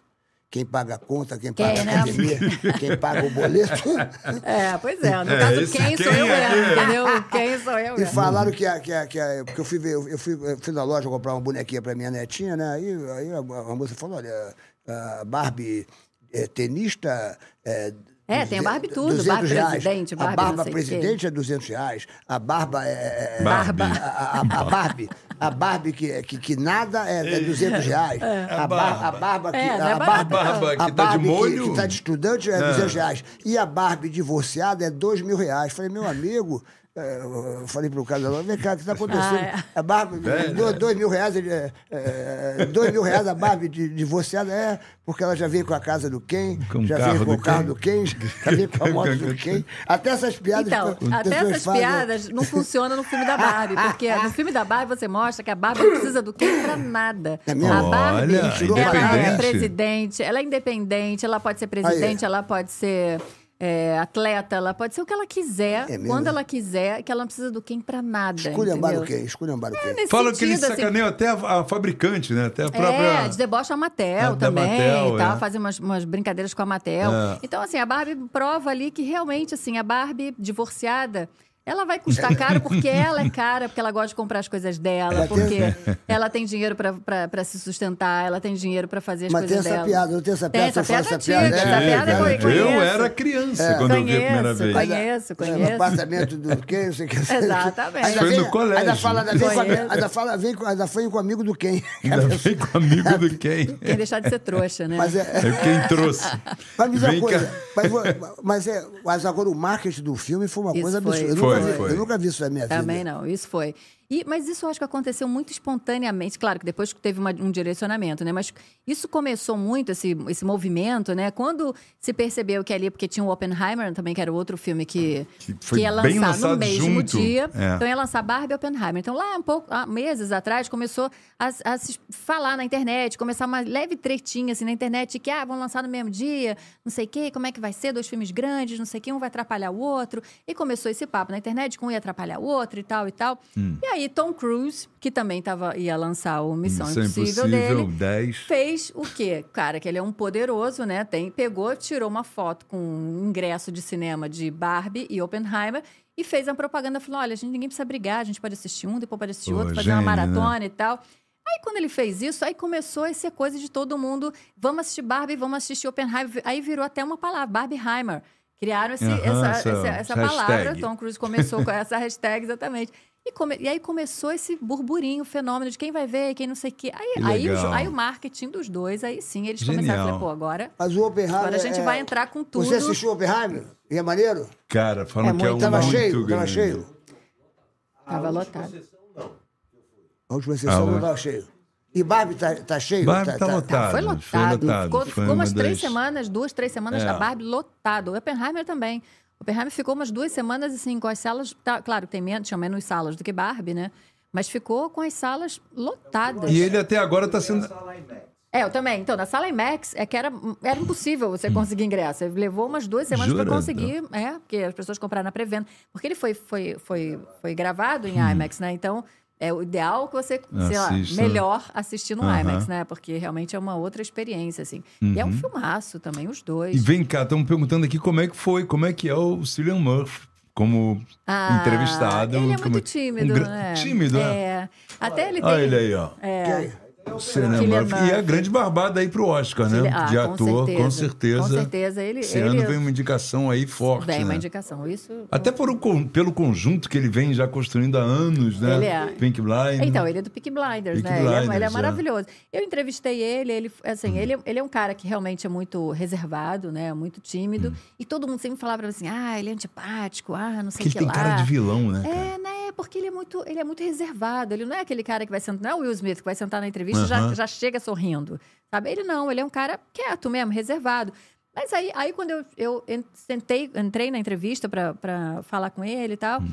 Speaker 4: Quem paga a conta, quem
Speaker 5: Quem,
Speaker 4: paga
Speaker 5: né?
Speaker 4: a academia, quem paga o boleto.
Speaker 3: [laughs]
Speaker 5: É, pois é. No
Speaker 3: É,
Speaker 5: caso,
Speaker 3: esse
Speaker 5: quem sou
Speaker 3: quem
Speaker 5: eu
Speaker 3: aqui é-
Speaker 5: mesmo, entendeu? Quem sou eu é.
Speaker 4: E
Speaker 5: mesmo.
Speaker 4: falaram que a. Que a, que a- porque eu fui ver, eu fui, eu fui na loja comprar uma bonequinha pra minha netinha, né? Aí, aí a, a moça falou: olha, a Barbie é tenista. É,
Speaker 5: É, tem a Barbie tudo,
Speaker 4: 200
Speaker 5: Barbie
Speaker 4: reais.
Speaker 5: presidente,
Speaker 4: a
Speaker 5: Barbie
Speaker 4: barba
Speaker 5: não sei o quê.
Speaker 4: presidente é 200 reais. A barba é. é-
Speaker 3: Barbie.
Speaker 4: A, a- a- a Barbie. A Barbie que, que, que nada é, é 200 reais. A, barba. a barba que.
Speaker 5: É, não é
Speaker 4: a barba,
Speaker 5: barato,
Speaker 3: não. A barba que
Speaker 4: a
Speaker 3: tá de
Speaker 4: Barbie que-
Speaker 3: molho.
Speaker 4: que tá de estudante é, 200 reais. E a Barbie divorciada é 2 mil reais. Falei, meu amigo, é, eu falei pro cara, vem cá, o que tá acontecendo?
Speaker 5: Ah,
Speaker 4: A Barbie, dois, dois mil reais, ele, é, é, dois mil reais a Barbie di- divorciada é porque ela já veio com a casa do Ken,
Speaker 3: Com o
Speaker 4: já
Speaker 3: carro
Speaker 4: veio com o
Speaker 3: do
Speaker 4: carro
Speaker 3: Ken.
Speaker 4: do Ken, já veio com a moto do Ken. Até essas piadas
Speaker 5: Então,
Speaker 4: que as
Speaker 5: até
Speaker 4: pessoas
Speaker 5: essas
Speaker 4: fazem, né?
Speaker 5: piadas não funcionam no filme
Speaker 4: [laughs]
Speaker 5: da Barbie, porque no filme da Barbie você mostra que a Barbie não precisa do Ken pra nada.
Speaker 4: É mesmo?
Speaker 5: A Barbie,
Speaker 3: Olha,
Speaker 5: ela é
Speaker 3: independente.
Speaker 5: presidente, ela é independente, ela pode ser presidente, ela pode ser é, atleta, ela pode ser o que ela quiser,
Speaker 4: É mesmo,
Speaker 5: quando
Speaker 4: né?
Speaker 5: ela quiser, que ela não precisa do quem pra nada.
Speaker 4: Esculhambar o
Speaker 5: entendeu?
Speaker 4: quê? Esculhambar o quê?
Speaker 5: É, nesse
Speaker 3: Falam que eles
Speaker 5: sentido, assim,
Speaker 3: sacaneiam até a, a fabricante, né? Até a própria.
Speaker 5: É, de deboche a Matel
Speaker 4: É,
Speaker 3: Da- da
Speaker 5: também
Speaker 3: Mattel,
Speaker 5: e tal,
Speaker 3: é.
Speaker 5: fazem umas, umas brincadeiras com a Matel.
Speaker 3: É.
Speaker 5: Então, assim, a Barbie prova ali que realmente, assim, a Barbie divorciada. Ela vai custar
Speaker 4: [laughs]
Speaker 5: caro porque ela é cara, porque ela gosta de comprar as coisas dela,
Speaker 4: Mas
Speaker 5: porque ela tem dinheiro pra- pra pra se sustentar, ela tem dinheiro pra fazer as
Speaker 4: Mas tem
Speaker 5: coisas
Speaker 4: essa
Speaker 5: dela.
Speaker 4: piada, não tem essa piada,
Speaker 5: essa
Speaker 4: só fala
Speaker 5: piada
Speaker 4: essa piada.
Speaker 5: antiga,
Speaker 4: É,
Speaker 5: essa
Speaker 4: é,
Speaker 5: piada
Speaker 4: é,
Speaker 5: eu
Speaker 3: né? eu
Speaker 5: conheço.
Speaker 3: era criança quando eu vi a primeira
Speaker 5: Conheço,
Speaker 3: vez.
Speaker 5: conhe- É, Conheço,
Speaker 4: Mas,
Speaker 5: conheço.
Speaker 4: No apartamento do quê? Não sei o que. é
Speaker 5: Exatamente.
Speaker 4: Ainda
Speaker 5: Foi
Speaker 4: vem-
Speaker 3: no colégio.
Speaker 4: Ainda fala, ainda vem, com,
Speaker 5: Conheço.
Speaker 4: ainda fala, vem, com- ainda foi com um amigo do quem?
Speaker 3: Ainda bem com amigo do quem?
Speaker 5: Quer deixar de ser trouxa, né?
Speaker 4: Mas é...
Speaker 3: É quem trouxe.
Speaker 4: Mas me diz uma
Speaker 3: Vem cá.
Speaker 4: coisa, mas, vo- mas, é, mas agora o marketing do filme foi uma
Speaker 5: Isso
Speaker 4: coisa
Speaker 5: foi.
Speaker 4: absurda. Eu,
Speaker 3: Foi,
Speaker 4: nunca vi,
Speaker 3: foi.
Speaker 4: eu nunca vi isso na minha vida.
Speaker 5: Também não, isso foi. E, mas isso eu acho que aconteceu muito espontaneamente. Claro que depois que teve uma- um direcionamento, né? Mas isso começou muito, esse, esse movimento, né? Quando se percebeu que ali, porque tinha o Oppenheimer também, que era outro filme que,
Speaker 3: Que foi
Speaker 5: ia
Speaker 3: bem
Speaker 5: lançar no
Speaker 3: lançado
Speaker 5: mesmo
Speaker 3: junto.
Speaker 5: dia.
Speaker 3: É.
Speaker 5: Então ia lançar Barbie e Oppenheimer. Então lá um pouco, há meses atrás, começou a, a se falar na internet, começar uma leve tretinha assim na internet, de que ah, vão lançar no mesmo dia, não sei o quê, como é que vai ser, dois filmes grandes, não sei o quê, um vai atrapalhar o outro. E começou esse papo na internet, que um ia atrapalhar o outro e tal e tal. E aí Tom Cruise, que também tava, ia lançar o Missão
Speaker 3: Isso é
Speaker 5: Impossível,
Speaker 3: impossível,
Speaker 5: dele,
Speaker 3: 10.
Speaker 5: fez o quê? Cara, que ele é um poderoso, né? Tem, pegou, tirou uma foto com um ingresso de cinema de Barbie e Oppenheimer e fez a propaganda falando: olha, a gente ninguém precisa brigar, a gente pode assistir um, depois pode assistir
Speaker 3: Pô,
Speaker 5: outro, fazer uma
Speaker 3: gênio, né?"
Speaker 5: maratona e tal. Aí quando ele fez isso, aí começou essa coisa de todo mundo, vamos assistir Barbie, vamos assistir Oppenheimer. Aí virou até uma palavra, Barbieheimer. Criaram esse-
Speaker 3: Aham,
Speaker 5: essa,
Speaker 3: essa-
Speaker 5: essa- essa
Speaker 3: essa
Speaker 5: palavra,
Speaker 3: hashtag.
Speaker 5: Tom Cruise começou com essa [laughs] hashtag, exatamente. E, come- e aí começou esse burburinho, fenômeno de quem vai ver, quem não sei o quê. Aí,
Speaker 3: Que
Speaker 5: aí, o jo-
Speaker 3: legal.
Speaker 5: aí o marketing dos dois, aí sim, eles
Speaker 3: Genial.
Speaker 5: começaram a falar, pô, agora,
Speaker 4: Mas o Oppenheimer...
Speaker 5: agora a gente
Speaker 4: é-
Speaker 5: vai entrar com tudo.
Speaker 4: Você assistiu o Oppenheimer? E é maneiro?
Speaker 3: Cara, falam
Speaker 5: É
Speaker 3: que é
Speaker 5: muito-
Speaker 3: um
Speaker 4: Tava
Speaker 3: muito
Speaker 4: cheio?
Speaker 3: grande.
Speaker 4: Tava cheio?
Speaker 5: Tava Ah, lotado.
Speaker 4: A última sessão
Speaker 3: Ah,
Speaker 4: não
Speaker 3: o-
Speaker 4: tava cheio. E Barbie tá, tá cheio?
Speaker 3: Barbie tá lotado.
Speaker 5: Foi
Speaker 3: Foi
Speaker 5: lotado.
Speaker 3: lotado,
Speaker 5: Ficou,
Speaker 3: foi
Speaker 5: ficou
Speaker 3: uma
Speaker 5: umas três
Speaker 3: das-
Speaker 5: semanas, duas, três semanas
Speaker 3: É.
Speaker 5: da Barbie lotado. O Oppenheimer também. O Oppenheimer ficou umas duas semanas, assim, com as salas... Tá, claro, tem menos, tinha menos salas do que Barbie, né? Mas ficou com as salas lotadas.
Speaker 3: E ele até agora tá sendo.
Speaker 5: É, eu também. Então, na sala IMAX, é que era, era impossível você conseguir ingresso. Levou umas duas semanas para
Speaker 3: Hum. Jura?
Speaker 5: conseguir, é, porque as pessoas compraram na pré-venda. Porque ele foi, foi, foi, foi gravado em IMAX, né? Então, é o ideal que você, sei lá,
Speaker 3: Hum. Assista.
Speaker 5: melhor assistir no
Speaker 3: Aham. Uhum.
Speaker 5: IMAX, né? Porque realmente é uma outra experiência, assim. E é um filmaço também, os dois.
Speaker 3: E vem cá, estão perguntando aqui como é que foi, como é que é o Cillian Murphy como
Speaker 5: Ah,
Speaker 3: entrevistado.
Speaker 5: Ele é
Speaker 3: como-
Speaker 5: muito tímido,
Speaker 3: um gra-
Speaker 5: né?
Speaker 3: Tímido, né?
Speaker 5: é. Até ele tem...
Speaker 3: Olha ele aí, ó.
Speaker 4: É.
Speaker 3: O Cillian
Speaker 5: Cillian
Speaker 3: Murphy. E a
Speaker 5: Murphy.
Speaker 3: grande barbada aí pro Oscar, né?
Speaker 5: Ah,
Speaker 3: De
Speaker 5: com
Speaker 3: ator, com certeza.
Speaker 5: certeza. Com certeza, ele-
Speaker 3: Esse
Speaker 5: ele-
Speaker 3: ano vem uma indicação aí forte.
Speaker 5: Bem, uma
Speaker 3: né?
Speaker 5: indicação. Isso...
Speaker 3: Até por o con- pelo conjunto que ele vem já construindo há anos, né?
Speaker 5: Ele é.
Speaker 3: Pink Blind.
Speaker 5: Então, ele é do Peak Blinders,
Speaker 3: Peaky
Speaker 5: né? Ele é- ele, é,
Speaker 3: Blinders, é.
Speaker 5: maravilhoso. Eu entrevistei ele, ele, assim, ele, ele é um cara que realmente é muito reservado, né? Muito tímido.
Speaker 3: Hum.
Speaker 5: E todo mundo sempre falava pra mim assim, ah, ele é antipático, ah, não sei
Speaker 3: Porque
Speaker 5: o
Speaker 3: ele
Speaker 5: que
Speaker 3: tem
Speaker 5: lá.
Speaker 3: cara de vilão, né? cara?
Speaker 5: É, né? Porque ele é muito, ele é muito reservado. Ele não é aquele cara que vai sentar, não é o Will Smith que vai sentar na entrevista e
Speaker 3: Aham.
Speaker 5: já, já chega sorrindo. Sabe? Ele não, ele é um cara quieto mesmo, reservado. Mas aí, aí quando eu, eu en- sentei, entrei na entrevista pra- pra falar com ele e tal,
Speaker 3: Hum.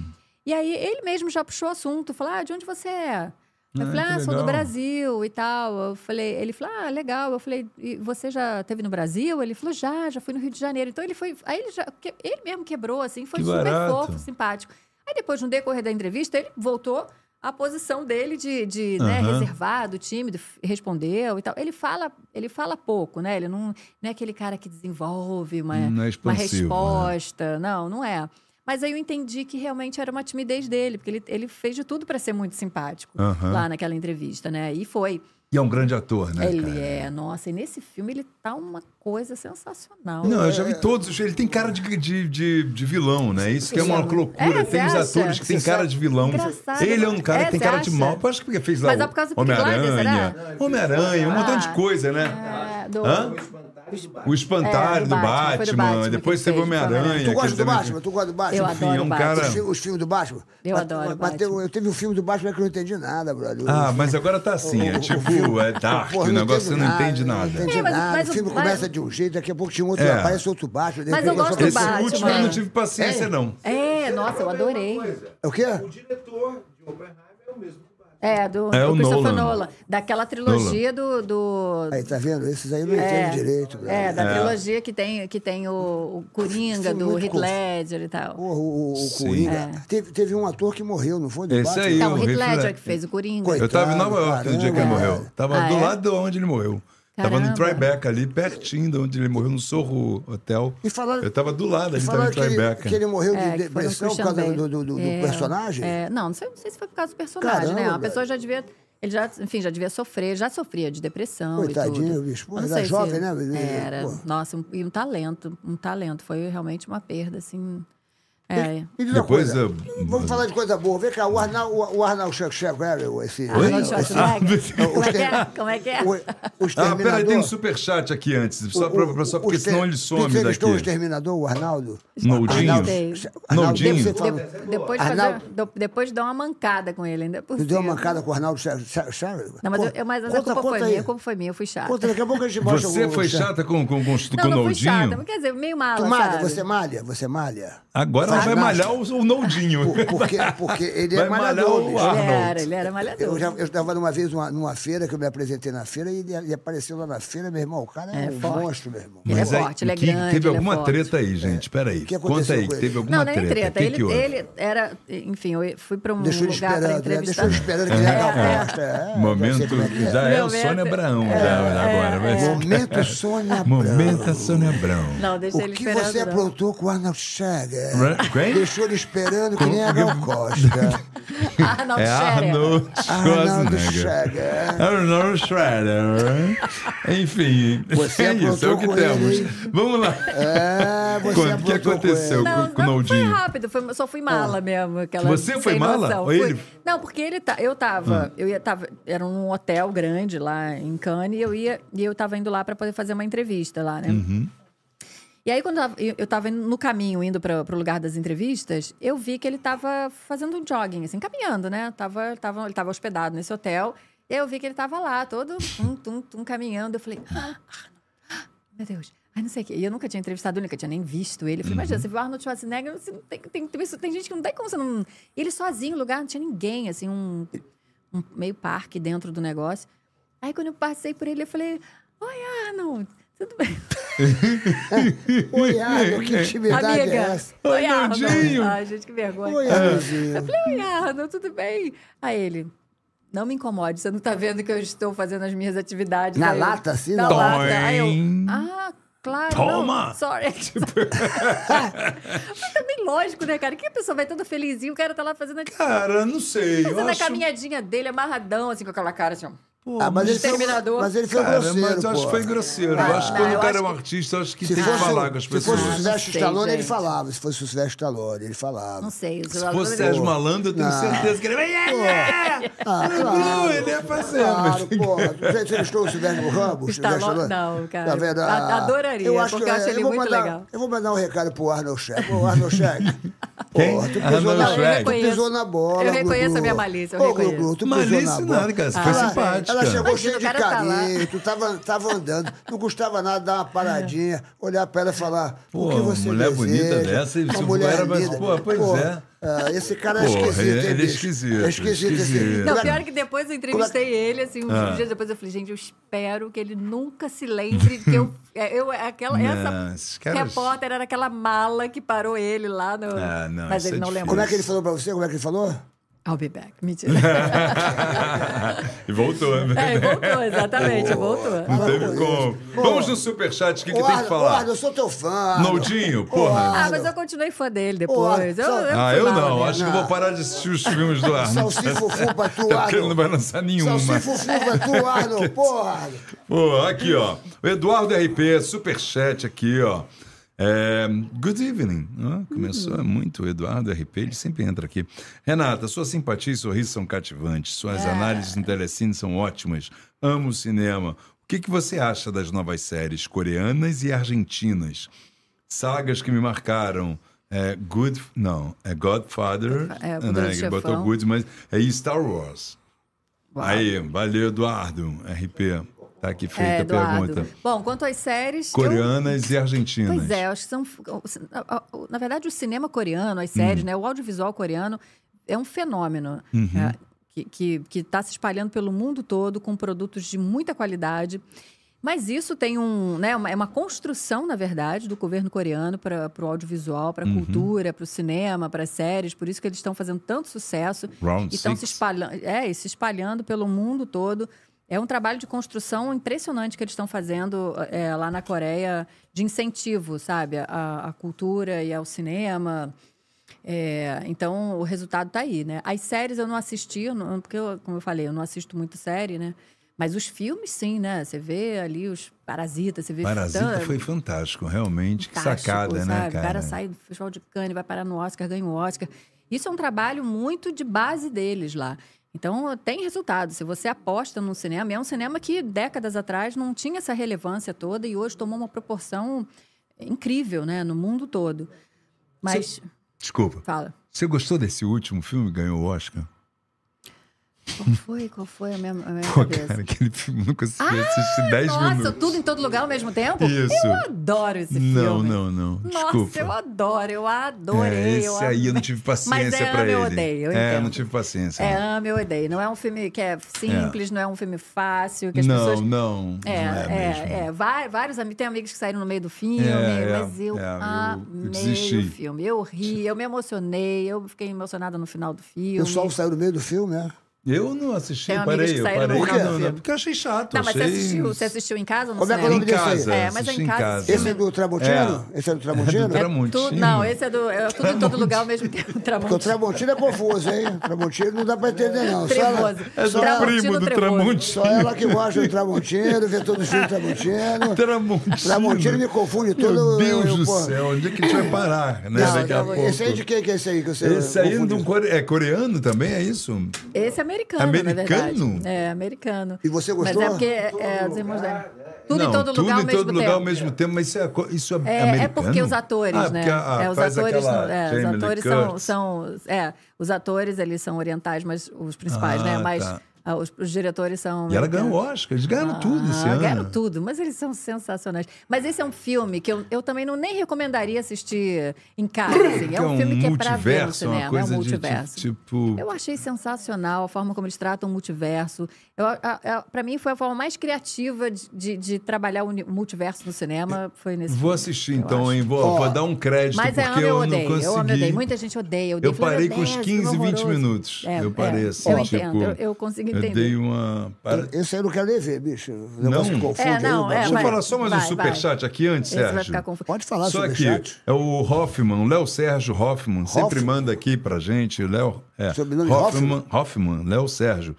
Speaker 5: e aí ele mesmo já puxou o assunto, falou: Ah, de onde você é? Eu
Speaker 3: Ah,
Speaker 5: falei,
Speaker 3: que
Speaker 5: ah, sou do
Speaker 3: legal."
Speaker 5: Brasil e tal. Eu falei, ele falou, ah, legal. Eu falei, e você já teve no Brasil? Ele falou, já, já fui no Rio de Janeiro. Então ele foi, aí ele já, que- ele mesmo quebrou, assim, foi
Speaker 3: Que
Speaker 5: super
Speaker 3: barato.
Speaker 5: fofo, simpático. Aí depois, no decorrer da entrevista, ele voltou à posição dele de, de, né,
Speaker 3: Aham.
Speaker 5: reservado, tímido, f- respondeu e tal. Ele fala, ele fala pouco, né? Ele não, não é aquele cara que desenvolve uma,
Speaker 3: Não é
Speaker 5: uma
Speaker 3: expansivo, né?
Speaker 5: resposta. Não, não é. Mas aí eu entendi que realmente era uma timidez dele, porque ele, ele fez de tudo para ser muito simpático
Speaker 3: Aham.
Speaker 5: lá naquela entrevista, né? E foi.
Speaker 3: E é um grande ator, né?
Speaker 5: ele
Speaker 3: cara?
Speaker 5: é, nossa, e nesse filme ele tá uma coisa sensacional.
Speaker 3: Não, eu já vi todos. os- Ele tem cara de, de, de, de vilão, né? Isso que é uma
Speaker 5: Vilão.
Speaker 3: loucura.
Speaker 5: É,
Speaker 3: tem uns
Speaker 5: você acha?
Speaker 3: atores que tem
Speaker 5: Você
Speaker 3: cara
Speaker 5: sabe?
Speaker 3: de vilão.
Speaker 5: Engraçado.
Speaker 3: Ele é um cara
Speaker 5: É,
Speaker 3: que tem
Speaker 5: você
Speaker 3: cara de
Speaker 5: acha?
Speaker 3: mal. Acho que fez lá
Speaker 5: Mas é por causa do Peaky
Speaker 3: Homem-Aranha.
Speaker 5: Blinders,
Speaker 3: Homem-Aranha, um montão de
Speaker 5: Ah.
Speaker 3: coisa, né?
Speaker 5: É, do-
Speaker 3: Hã? O espantalho
Speaker 5: É,
Speaker 3: do,
Speaker 5: do
Speaker 3: Batman,
Speaker 5: Batman, foi do Batman
Speaker 3: Depois
Speaker 5: que
Speaker 3: teve
Speaker 5: ele fez,
Speaker 3: Homem-Aranha.
Speaker 4: Tu
Speaker 3: É, que
Speaker 4: gosta
Speaker 3: ele
Speaker 4: do
Speaker 3: também-
Speaker 4: Batman? Tu gosta do Batman?
Speaker 5: Eu
Speaker 4: Os
Speaker 5: adoro
Speaker 3: é um
Speaker 5: Batman.
Speaker 3: cara-
Speaker 4: fi- Os filmes do Batman?
Speaker 5: Eu
Speaker 4: Mas-
Speaker 5: adoro
Speaker 4: Mas
Speaker 5: Batman.
Speaker 4: teve- eu teve um filme do Batman que eu não entendi nada, brother.
Speaker 3: Ah,
Speaker 4: O-
Speaker 3: mas agora tá assim. É tipo, é dark.
Speaker 4: Porra,
Speaker 3: O
Speaker 4: não
Speaker 3: negócio você
Speaker 4: entendo
Speaker 3: não entende
Speaker 4: Não
Speaker 3: nada.
Speaker 4: entendi
Speaker 5: É, mas-
Speaker 4: nada.
Speaker 5: mas
Speaker 4: o
Speaker 5: o
Speaker 4: filme
Speaker 5: Batman-
Speaker 4: começa de um jeito, daqui a pouco tinha um outro,
Speaker 3: É.
Speaker 4: aparece outro Batman. de
Speaker 5: Mas
Speaker 4: repente
Speaker 5: eu
Speaker 4: é só
Speaker 5: gosto do
Speaker 3: Esse
Speaker 4: pra-
Speaker 5: Batman.
Speaker 3: último eu não tive paciência, não.
Speaker 5: É, nossa, eu adorei.
Speaker 4: É o quê?
Speaker 7: O diretor de Oppenheimer é o mesmo que o Batman.
Speaker 5: É, do,
Speaker 3: É
Speaker 5: do
Speaker 3: o
Speaker 5: Christopher
Speaker 3: Nolan.
Speaker 5: Nolan. Daquela trilogia do. do-
Speaker 4: Aí, tá vendo? Esses aí eu não entendo direito. cara.
Speaker 5: é, da trilogia que tem, que tem o, o Coringa,
Speaker 4: Filme
Speaker 5: do
Speaker 4: muito
Speaker 5: Heath
Speaker 4: confuso.
Speaker 5: Ledger e tal.
Speaker 4: Porra, o, o- o Coringa. Teve, teve um ator que morreu, não foi? Do
Speaker 3: Esse
Speaker 4: Batman?
Speaker 3: aí,
Speaker 5: Então,
Speaker 3: o
Speaker 5: É. o Heath
Speaker 3: Heath
Speaker 5: Ledger
Speaker 3: Led-
Speaker 5: que fez o Coringa.
Speaker 4: Coitado.
Speaker 3: Eu tava em Nova
Speaker 4: Claro,
Speaker 3: York no dia que ele
Speaker 4: caramba.
Speaker 3: morreu. Tava
Speaker 5: Ah,
Speaker 3: do
Speaker 5: é?
Speaker 3: lado de onde ele morreu. Tava
Speaker 5: Caramba.
Speaker 3: no Tribeca ali, pertinho de onde ele morreu, no Sorro Hotel.
Speaker 4: E falaram-
Speaker 3: eu tava do
Speaker 4: E
Speaker 3: lado ali, tava
Speaker 4: Falaram
Speaker 3: em
Speaker 4: que ele,
Speaker 3: Tribeca.
Speaker 4: que ele um morreu de
Speaker 5: É, que foi no
Speaker 4: depressão por
Speaker 5: Christian
Speaker 4: causa
Speaker 5: Bale.
Speaker 4: do, do- do- do
Speaker 5: É,
Speaker 4: personagem?
Speaker 5: é, não, não sei, não sei se foi por causa do personagem, né?
Speaker 4: Caramba,
Speaker 5: A pessoa já devia. Ele já, enfim, já devia sofrer, já sofria de depressão.
Speaker 4: Coitadinho,
Speaker 5: e tudo.
Speaker 4: bicho, pô,
Speaker 5: Eu não
Speaker 4: era
Speaker 5: sei se-
Speaker 4: jovem, né, menino?
Speaker 5: Era.
Speaker 4: Pô.
Speaker 5: Nossa, um- e um talento, um talento. Foi realmente uma perda, assim. É.
Speaker 4: Me diz uma
Speaker 3: Depois
Speaker 4: coisa.
Speaker 3: eu-
Speaker 4: Vamos falar de coisa boa. Vem cá, o Arnaldo, o Arnaldo Schwarzenegger, esse...
Speaker 5: Arnold
Speaker 4: esse-
Speaker 5: Schwarzenegger.
Speaker 4: [laughs] esse-
Speaker 5: Ah, Como é que
Speaker 4: o-
Speaker 5: é? Como é que é?
Speaker 4: O, o
Speaker 3: Ah, peraí,
Speaker 4: Exterminador...
Speaker 3: tem um superchat aqui antes, só, pra, pra- só
Speaker 4: o- o
Speaker 3: porque
Speaker 4: Exter-
Speaker 3: senão ele
Speaker 4: Tu
Speaker 3: some daqui.
Speaker 4: entrevistou o Exterminador, o Arnaldo?
Speaker 3: Noldinho?
Speaker 5: Arnaldo-
Speaker 4: Arnaldo,
Speaker 3: Noldinho?
Speaker 4: você
Speaker 5: De-
Speaker 4: falou-
Speaker 5: depois,
Speaker 4: Ah,
Speaker 5: de fazer,
Speaker 4: Arnaldo,
Speaker 5: do- depois de dar uma mancada com ele, ainda por
Speaker 4: tu deu
Speaker 5: cima.
Speaker 4: uma mancada com o Arnaldo Schwarzenegger?
Speaker 5: Não, mas, eu- eu, mas essa
Speaker 4: Conta-
Speaker 5: culpa
Speaker 4: conta
Speaker 5: foi
Speaker 4: aí.
Speaker 5: minha, a culpa foi minha, eu fui chata.
Speaker 4: Conta, daqui a pouco a gente mostra
Speaker 3: Você
Speaker 4: o-
Speaker 3: foi
Speaker 4: o-
Speaker 3: chata com, com, com, com
Speaker 5: não,
Speaker 3: o
Speaker 5: não fui chata,
Speaker 3: Noldinho?
Speaker 5: mas quer dizer, meio mala,
Speaker 4: Tu malha,
Speaker 5: sabe?
Speaker 4: você é malha, você malha.
Speaker 3: Agora ela vai
Speaker 4: Ginástica.
Speaker 3: malhar o, o Noldinho.
Speaker 4: Por- Porque, porque ele é
Speaker 3: Vai malhar
Speaker 4: malhador,
Speaker 3: o
Speaker 4: bicho.
Speaker 3: ar.
Speaker 5: Ele era,
Speaker 3: Arnold.
Speaker 5: ele era malhador.
Speaker 4: Eu já estava numa vez numa, numa feira, que eu me apresentei na feira, e ele, ele apareceu lá na feira, meu irmão. O cara é,
Speaker 5: É,
Speaker 4: um
Speaker 5: forte.
Speaker 4: monstro, meu irmão.
Speaker 5: Ele é
Speaker 3: Mas aí,
Speaker 5: forte, ele é
Speaker 3: que-
Speaker 5: grande, ele
Speaker 3: Teve
Speaker 5: é
Speaker 3: alguma
Speaker 5: forte.
Speaker 3: treta aí, gente. Peraí.
Speaker 4: É. que
Speaker 3: Conta
Speaker 4: aconteceu
Speaker 3: aí,
Speaker 4: com ele?
Speaker 3: teve alguma
Speaker 5: Não, não é
Speaker 3: treta.
Speaker 5: treta.
Speaker 3: Que
Speaker 5: Ele,
Speaker 3: que houve?
Speaker 5: ele era. Enfim, eu fui pra um
Speaker 4: Deixou ele
Speaker 5: lugar pra
Speaker 4: esperando, né?
Speaker 5: entrevistar.
Speaker 4: Deixou ele esperando que ele ia dar
Speaker 5: É,
Speaker 4: uma
Speaker 5: é.
Speaker 4: bosta. É,
Speaker 3: Momento.
Speaker 4: já sei como é que é.
Speaker 3: Já é o
Speaker 5: Momento-
Speaker 3: Sônia Abraão, já, agora. vai ser. [laughs]
Speaker 4: Momento Sônia
Speaker 3: Momento
Speaker 4: Abrão.
Speaker 3: a Sônia Abrão.
Speaker 5: Não, deixa
Speaker 4: O
Speaker 5: ele
Speaker 4: que
Speaker 5: esperando. né?
Speaker 4: você
Speaker 5: não.
Speaker 4: aprontou com o é? Arnold Schwarzenegger?
Speaker 3: Ra- quem?
Speaker 4: Deixou ele esperando que nem a
Speaker 3: [laughs] Como-
Speaker 4: Gal Costa.
Speaker 5: Arnaldo
Speaker 3: É
Speaker 5: Scherer.
Speaker 3: Arnold
Speaker 4: Arnaldo
Speaker 3: Schwarzenegger.
Speaker 4: Schwarzenegger.
Speaker 3: Arnold Schwarzenegger. Enfim,
Speaker 4: Você
Speaker 3: é isso, é o que
Speaker 4: aprontou com
Speaker 3: temos.
Speaker 4: ele, hein?
Speaker 3: Vamos lá.
Speaker 4: É, você
Speaker 3: Quando- o que
Speaker 4: aprontou com
Speaker 3: aconteceu
Speaker 4: ele.
Speaker 3: com, com o
Speaker 5: Não, não, foi
Speaker 3: Noldinho?
Speaker 5: rápido, foi, só fui mala mesmo. Aquela
Speaker 3: Você foi
Speaker 5: sem
Speaker 3: mala?
Speaker 5: noção.
Speaker 3: Ou
Speaker 5: Fui.
Speaker 3: ele? Ah.
Speaker 5: Não, porque ele tá, eu tava, eu ia tava, era um hotel grande lá em Cannes e eu ia e eu tava indo lá pra poder fazer uma entrevista lá, né?
Speaker 3: Uhum.
Speaker 5: E aí, quando eu tava- eu eu tava indo- no caminho, indo pra, pro lugar das entrevistas, eu vi que ele tava fazendo um jogging, assim, caminhando, né? Tava, tava, ele tava hospedado nesse hotel. E aí eu vi que ele tava lá, todo tum, tum, tum, caminhando. Eu falei, ah, ah, meu Deus. Ai, não sei o quê. E eu nunca tinha entrevistado ele, nunca tinha nem visto ele. Eu falei,
Speaker 4: Uhum.
Speaker 5: imagina, você viu Arnold Schwarzenegger, você não tem, tem, tem, isso- tem gente que não tem como você não... Ele sozinho, no lugar, não tinha ninguém, assim, um, um meio parque dentro do negócio. Aí, quando eu passei por ele, eu falei, oi, Arnold, tudo bem?
Speaker 3: [laughs]
Speaker 4: Oi, Arnold, que intimidade é
Speaker 5: Amiga.
Speaker 4: essa?
Speaker 5: Oi, Arnold.
Speaker 3: Nandinho.
Speaker 5: Ai, gente, que vergonha.
Speaker 3: É.
Speaker 4: Oi,
Speaker 5: Eu
Speaker 4: Arnoldzinho.
Speaker 5: falei, oi, Arnold, tudo bem? Aí ele, não me incomode, você não tá vendo que eu estou fazendo as minhas atividades.
Speaker 4: Na
Speaker 5: Aí eu,
Speaker 4: lata, assim,
Speaker 5: Na
Speaker 4: não?
Speaker 5: lata. Aí eu,
Speaker 3: Tom.
Speaker 5: ah, claro.
Speaker 3: Toma.
Speaker 5: Não,
Speaker 3: [laughs]
Speaker 5: sorry. Mas também lógico, né, cara? Que a pessoa vai toda felizinha, o cara tá lá fazendo, a-
Speaker 3: Cara, não sei. eu
Speaker 5: fazendo a
Speaker 3: acho-
Speaker 5: caminhadinha dele, amarradão, assim, com aquela cara, assim, ó.
Speaker 4: Ah, mas ele foi,
Speaker 5: Exterminador.
Speaker 4: mas ele foi
Speaker 3: Cara,
Speaker 4: grosseiro,
Speaker 3: mas eu acho
Speaker 4: pô.
Speaker 3: que foi grosseiro.
Speaker 5: Ah,
Speaker 3: eu acho que
Speaker 5: não,
Speaker 3: quando
Speaker 5: eu
Speaker 3: o cara
Speaker 5: acho
Speaker 3: é um
Speaker 5: que-
Speaker 3: artista, eu acho que
Speaker 4: Se
Speaker 3: tem
Speaker 4: fosse,
Speaker 3: que falar com as
Speaker 4: se fosse o
Speaker 3: pessoas.
Speaker 5: Silvestre
Speaker 4: Sylvester
Speaker 5: sei,
Speaker 4: Stallone, ele
Speaker 5: gente.
Speaker 4: falava. Se fosse o Sylvester Stallone, ele falava.
Speaker 5: Não sei.
Speaker 3: Se
Speaker 4: Tá,
Speaker 3: fosse Sérgio Malandro, eu tenho certeza que ele vai. "É,
Speaker 4: Ah,
Speaker 3: Não,
Speaker 4: claro.
Speaker 3: ele é parceiro. mas-
Speaker 4: Claro, porra. Você entrevistou o Silvestre Ramos?
Speaker 5: Stallone?
Speaker 4: Silvestre Stallone?
Speaker 5: Não, cara.
Speaker 4: Tá vendo?
Speaker 5: A- adoraria, porque eu acho
Speaker 4: é,
Speaker 5: ele
Speaker 4: vou
Speaker 5: muito
Speaker 4: mandar,
Speaker 5: legal.
Speaker 4: Eu vou mandar um recado pro Arnold Scheck. Ô, Arnold Scheck.
Speaker 3: [laughs] Quem?
Speaker 4: Porra, tu pisou
Speaker 3: Arnold
Speaker 4: na-
Speaker 5: Não, eu
Speaker 3: Schwarzenegger.
Speaker 4: Tu
Speaker 5: reconheço.
Speaker 4: pisou na bola,
Speaker 5: Eu reconheço
Speaker 4: Gugu.
Speaker 5: a minha malícia, eu
Speaker 4: Ô,
Speaker 5: reconheço.
Speaker 4: Gugu, tu pisou
Speaker 3: Malícia
Speaker 4: na bola. Ah,
Speaker 3: nada, cara. Você foi
Speaker 5: ela-
Speaker 3: simpática.
Speaker 4: Ela chegou
Speaker 5: Imagina,
Speaker 4: cheia
Speaker 5: o
Speaker 4: de
Speaker 5: cara tá lá.
Speaker 4: carinho, tu tava, tava andando, não custava nada dar uma paradinha, olhar pra ela e falar,
Speaker 3: Pô,
Speaker 4: o que você
Speaker 3: mulher
Speaker 4: deseja?
Speaker 3: bonita dessa, e
Speaker 4: Uma
Speaker 3: se o
Speaker 4: mulher
Speaker 3: cara vai-
Speaker 4: linda.
Speaker 3: pô, pois é.
Speaker 4: ah, esse cara é
Speaker 3: Porra,
Speaker 4: esquisito,
Speaker 3: ele-
Speaker 4: hein,
Speaker 3: ele é
Speaker 4: bicho?
Speaker 3: esquisito,
Speaker 4: É esquisito,
Speaker 3: esquisito.
Speaker 4: esse...
Speaker 5: Não, pior é que depois eu entrevistei ele, assim, uns
Speaker 3: Ah.
Speaker 5: dias depois eu falei, gente, eu espero que ele nunca se lembre que
Speaker 3: [laughs]
Speaker 5: eu. é, eu é aquela,
Speaker 3: Não,
Speaker 5: essa
Speaker 3: esses caras-
Speaker 5: repórter era aquela mala que parou ele lá no.
Speaker 3: Ah, não,
Speaker 5: mas
Speaker 3: isso
Speaker 5: ele
Speaker 3: é
Speaker 5: não
Speaker 3: difícil.
Speaker 5: lembrou.
Speaker 4: Como é que ele falou pra você? Como é que ele falou?
Speaker 5: I'll be back.
Speaker 3: [laughs]
Speaker 5: Mentira. [laughs]
Speaker 3: e voltou, né?
Speaker 5: é,
Speaker 3: [laughs]
Speaker 5: voltou, exatamente, voltou.
Speaker 3: Não teve como. Vamos no superchat, o que, que
Speaker 4: Ô,
Speaker 3: tem que
Speaker 4: Arno, ô,
Speaker 3: falar?
Speaker 4: Arno, eu sou teu fã. Arno.
Speaker 3: Noldinho, porra.
Speaker 5: Ah, mas eu continuei fã dele depois.
Speaker 4: Ô,
Speaker 5: eu,
Speaker 4: só-
Speaker 5: eu
Speaker 3: Ah,
Speaker 5: fui né?
Speaker 3: eu
Speaker 5: mala
Speaker 3: não.
Speaker 5: mesmo.
Speaker 3: Acho que eu vou parar de assistir os
Speaker 4: [laughs]
Speaker 3: filmes do Arno.
Speaker 4: Salsifufu né? pra tu,
Speaker 3: Até porque ele não
Speaker 4: Arno.
Speaker 3: vai lançar nenhuma.
Speaker 4: Salsifufu pra tu,
Speaker 3: [laughs]
Speaker 4: Arno. Porra, Arno.
Speaker 3: Pô, aqui, ó. O Eduardo RP, superchat aqui, ó. É, good evening. ó,
Speaker 5: Hum.
Speaker 3: começou muito o Eduardo RP, ele sempre entra aqui. Renata, sua simpatia e sorriso são cativantes. Suas
Speaker 5: É.
Speaker 3: análises no Telecine são ótimas. Amo o cinema. O que, que você acha das novas séries coreanas e argentinas? Sagas que me marcaram. É, Good. Não, é Godfather.
Speaker 5: É,
Speaker 3: né,
Speaker 5: Poderoso
Speaker 3: que botou
Speaker 5: Chefão.
Speaker 3: Good, mas. É e Star Wars.
Speaker 5: Uau.
Speaker 3: Aí, valeu, Eduardo, RP. Tá aqui feita
Speaker 5: É,
Speaker 3: a
Speaker 5: Eduardo.
Speaker 3: pergunta.
Speaker 5: Bom, quanto às séries. eu-
Speaker 3: Coreanas e argentinas.
Speaker 5: Pois é, eu acho que são. Na
Speaker 3: Hum. Uhum.
Speaker 5: verdade, o cinema coreano, as séries, né? O audiovisual coreano é um fenômeno. é, que está que, que tá se espalhando pelo mundo todo com produtos de muita qualidade. Mas isso tem um, né, uma, é uma construção, na verdade, do governo coreano para o audiovisual, para a
Speaker 3: Uhum.
Speaker 5: cultura, para o cinema, para as séries. Por isso que eles estão fazendo tanto sucesso.
Speaker 3: Round
Speaker 5: e estão Então, se
Speaker 3: six.
Speaker 5: espalhando, é, e se espalhando pelo mundo todo. É um trabalho de construção impressionante que eles estão fazendo é, lá na Coreia, de incentivo, sabe? à à cultura e ao cinema. É, então, o resultado tá aí, né? As séries eu não assisti, eu não- porque, eu, como eu falei, eu não assisto muito série, né? Mas os filmes, sim, né? Você vê ali os Parasitas, você vê...
Speaker 3: Parasita
Speaker 5: tan-
Speaker 3: foi fantástico, realmente. Que
Speaker 5: fantástico,
Speaker 3: sacada, né,
Speaker 5: sabe?
Speaker 3: cara?
Speaker 5: O cara sai do Festival de Cannes, vai parar no Oscar, ganha o Oscar. Isso é um trabalho muito de base deles lá. Então, tem resultado. Se você aposta num cinema, e é um cinema que décadas atrás não tinha essa relevância toda e hoje tomou uma proporção incrível, né? No mundo todo. Mas,
Speaker 3: Desculpa.
Speaker 5: fala.
Speaker 3: Você gostou desse último filme que ganhou o Oscar?
Speaker 5: Qual foi? Qual foi a minha, a minha
Speaker 3: Pô,
Speaker 5: cabeça?
Speaker 3: cara, aquele filme eu não consegui assistir 10
Speaker 5: Ah, Nossa,
Speaker 3: minutos.
Speaker 5: tudo em todo lugar ao mesmo tempo?
Speaker 3: Isso.
Speaker 5: Eu adoro esse
Speaker 3: Não,
Speaker 5: filme.
Speaker 3: não, não.
Speaker 5: Nossa,
Speaker 3: Desculpa.
Speaker 5: eu adoro, eu
Speaker 3: É,
Speaker 5: adorei.
Speaker 3: esse
Speaker 5: eu
Speaker 3: aí eu não
Speaker 5: amei.
Speaker 3: tive paciência
Speaker 5: Mas é,
Speaker 3: pra
Speaker 5: amo,
Speaker 3: ele.
Speaker 5: eu odeio, eu
Speaker 3: é, eu
Speaker 5: entendo.
Speaker 3: não tive paciência.
Speaker 5: É,
Speaker 3: não.
Speaker 5: amo, eu odeio. Não é um filme que é simples, não é um filme fácil, que as
Speaker 3: não,
Speaker 5: pessoas.
Speaker 3: não.
Speaker 5: É,
Speaker 3: não é,
Speaker 5: é,
Speaker 3: mesmo.
Speaker 5: é. Vai- Vários amigos, tem amigos que saíram no meio do filme,
Speaker 3: É, é,
Speaker 5: mas eu
Speaker 3: é, eu- eu
Speaker 5: amei
Speaker 3: desisti.
Speaker 5: o filme. Eu ri, eu me emocionei, eu fiquei emocionada no final do filme.
Speaker 4: O sol saiu no meio do filme, né?
Speaker 3: Eu não assisti,
Speaker 5: Tem amigos
Speaker 3: parei,
Speaker 5: que
Speaker 3: eu
Speaker 5: saíram
Speaker 3: parei.
Speaker 5: no final do
Speaker 3: não, não,
Speaker 5: filme.
Speaker 3: porque eu achei chato.
Speaker 5: Não, mas você
Speaker 3: achei...
Speaker 5: assistiu, você assistiu em casa ou no
Speaker 4: Como é que é o
Speaker 5: cinema?
Speaker 4: nome desse aí?
Speaker 5: É, mas é
Speaker 3: assisti
Speaker 5: em casa.
Speaker 4: Esse é do Tramontino? Esse é do Tramontino?
Speaker 3: É do Tramontino.
Speaker 5: Tu- não, esse é do. É tudo em todo lugar ao mesmo tempo.
Speaker 4: Porque o
Speaker 5: Tramontina.
Speaker 4: Tramontino é confuso, hein? Tramontino não dá pra entender, não. Só ela-
Speaker 5: Trevoso.
Speaker 3: É do
Speaker 5: Tramontino
Speaker 3: primo do
Speaker 5: Trevoso.
Speaker 3: Tramonte.
Speaker 4: Só ela que gosta do Tramontino, vê todos os filmes do Tramontino.
Speaker 3: Tramontino.
Speaker 4: Tramontino me confunde
Speaker 3: Tá Meu
Speaker 4: todo,
Speaker 3: Deus
Speaker 4: eu,
Speaker 3: do
Speaker 4: pô.
Speaker 3: céu, onde é que a gente vai parar, né?
Speaker 5: Não,
Speaker 3: daqui a
Speaker 5: não,
Speaker 3: pouco.
Speaker 4: Esse aí de quem que é esse aí que você
Speaker 3: Esse aí
Speaker 4: confundiu?
Speaker 3: do core- é coreano também, é isso?
Speaker 5: Esse é americano, na
Speaker 3: Americano?
Speaker 5: verdade. É, americano.
Speaker 4: E você gostou?
Speaker 5: Mas é porque é, é, os irmãos da- Tudo
Speaker 3: não,
Speaker 5: em todo
Speaker 3: tudo
Speaker 5: lugar ao
Speaker 3: em
Speaker 5: mesmo
Speaker 3: todo
Speaker 5: tempo.
Speaker 3: lugar ao mesmo tempo, mas isso é, co- isso é,
Speaker 5: É,
Speaker 3: americano?
Speaker 5: é porque os atores,
Speaker 3: Ah,
Speaker 5: né?
Speaker 3: porque a-
Speaker 5: é, os
Speaker 3: faz
Speaker 5: atores,
Speaker 3: aquela
Speaker 5: não- é, os
Speaker 3: Jamie Lee
Speaker 5: atores são,
Speaker 3: Curtis.
Speaker 5: são- é, os atores eles são orientais, mas os principais,
Speaker 3: Ah,
Speaker 5: né? Mas
Speaker 3: tá.
Speaker 5: ah, os, os diretores são
Speaker 3: E ela ganhou
Speaker 5: americanos.
Speaker 3: o Oscar, eles ganharam tudo esse
Speaker 5: Ah,
Speaker 3: ano.
Speaker 5: Ganharam tudo, mas eles são sensacionais. Mas esse é um filme que eu, eu também não nem recomendaria assistir em casa. assim. É um, filme que é pra ver no
Speaker 3: multiverso,
Speaker 5: cinema,
Speaker 3: uma coisa
Speaker 5: é um
Speaker 3: de,
Speaker 5: multiverso.
Speaker 3: ti- tipo...
Speaker 5: Eu achei sensacional a forma como eles tratam o multiverso. Para mim, foi a forma mais criativa de, de- de trabalhar o uni- o multiverso no cinema. Foi nesse
Speaker 3: Vou
Speaker 5: filme,
Speaker 3: assistir
Speaker 5: eu
Speaker 3: então,
Speaker 5: acho.
Speaker 3: hein? Vou,
Speaker 4: Ó,
Speaker 3: vou dar um crédito,
Speaker 5: Mas é
Speaker 3: porque
Speaker 5: amo, eu
Speaker 3: eu,
Speaker 5: odeio.
Speaker 3: não consegui.
Speaker 5: Eu amo, eu odeio. Muita gente odeia. Eu, odeio.
Speaker 3: Eu
Speaker 5: Falei,
Speaker 3: parei
Speaker 5: meu
Speaker 3: com os
Speaker 5: Deus,
Speaker 3: 15, 20
Speaker 5: Tipo, horroroso.
Speaker 3: minutos.
Speaker 5: É,
Speaker 3: eu parei
Speaker 5: é.
Speaker 3: assim,
Speaker 5: Eu
Speaker 3: tipo.
Speaker 5: entendo, eu, eu consigo
Speaker 3: eu
Speaker 5: entender.
Speaker 3: dei um uma. para-
Speaker 4: Esse aí eu não quero nem ver, bicho. O negócio
Speaker 3: Não?
Speaker 4: que confunde.
Speaker 5: É, não,
Speaker 4: aí,
Speaker 5: é,
Speaker 3: Deixa eu
Speaker 5: vai.
Speaker 3: falar só mais um
Speaker 5: Vai,
Speaker 3: superchat aqui antes,
Speaker 5: Esse
Speaker 3: Sérgio.
Speaker 5: vai ficar confuso.
Speaker 4: Pode falar
Speaker 3: Só
Speaker 4: sobre
Speaker 3: aqui,
Speaker 4: chat.
Speaker 3: é o Hoffman, o Léo Sérgio Hoffman, sempre
Speaker 4: Hoffman?
Speaker 3: manda aqui pra gente, o Léo. É,
Speaker 4: Sobrenome
Speaker 3: Hoffman, Hoffman, Léo Sérgio.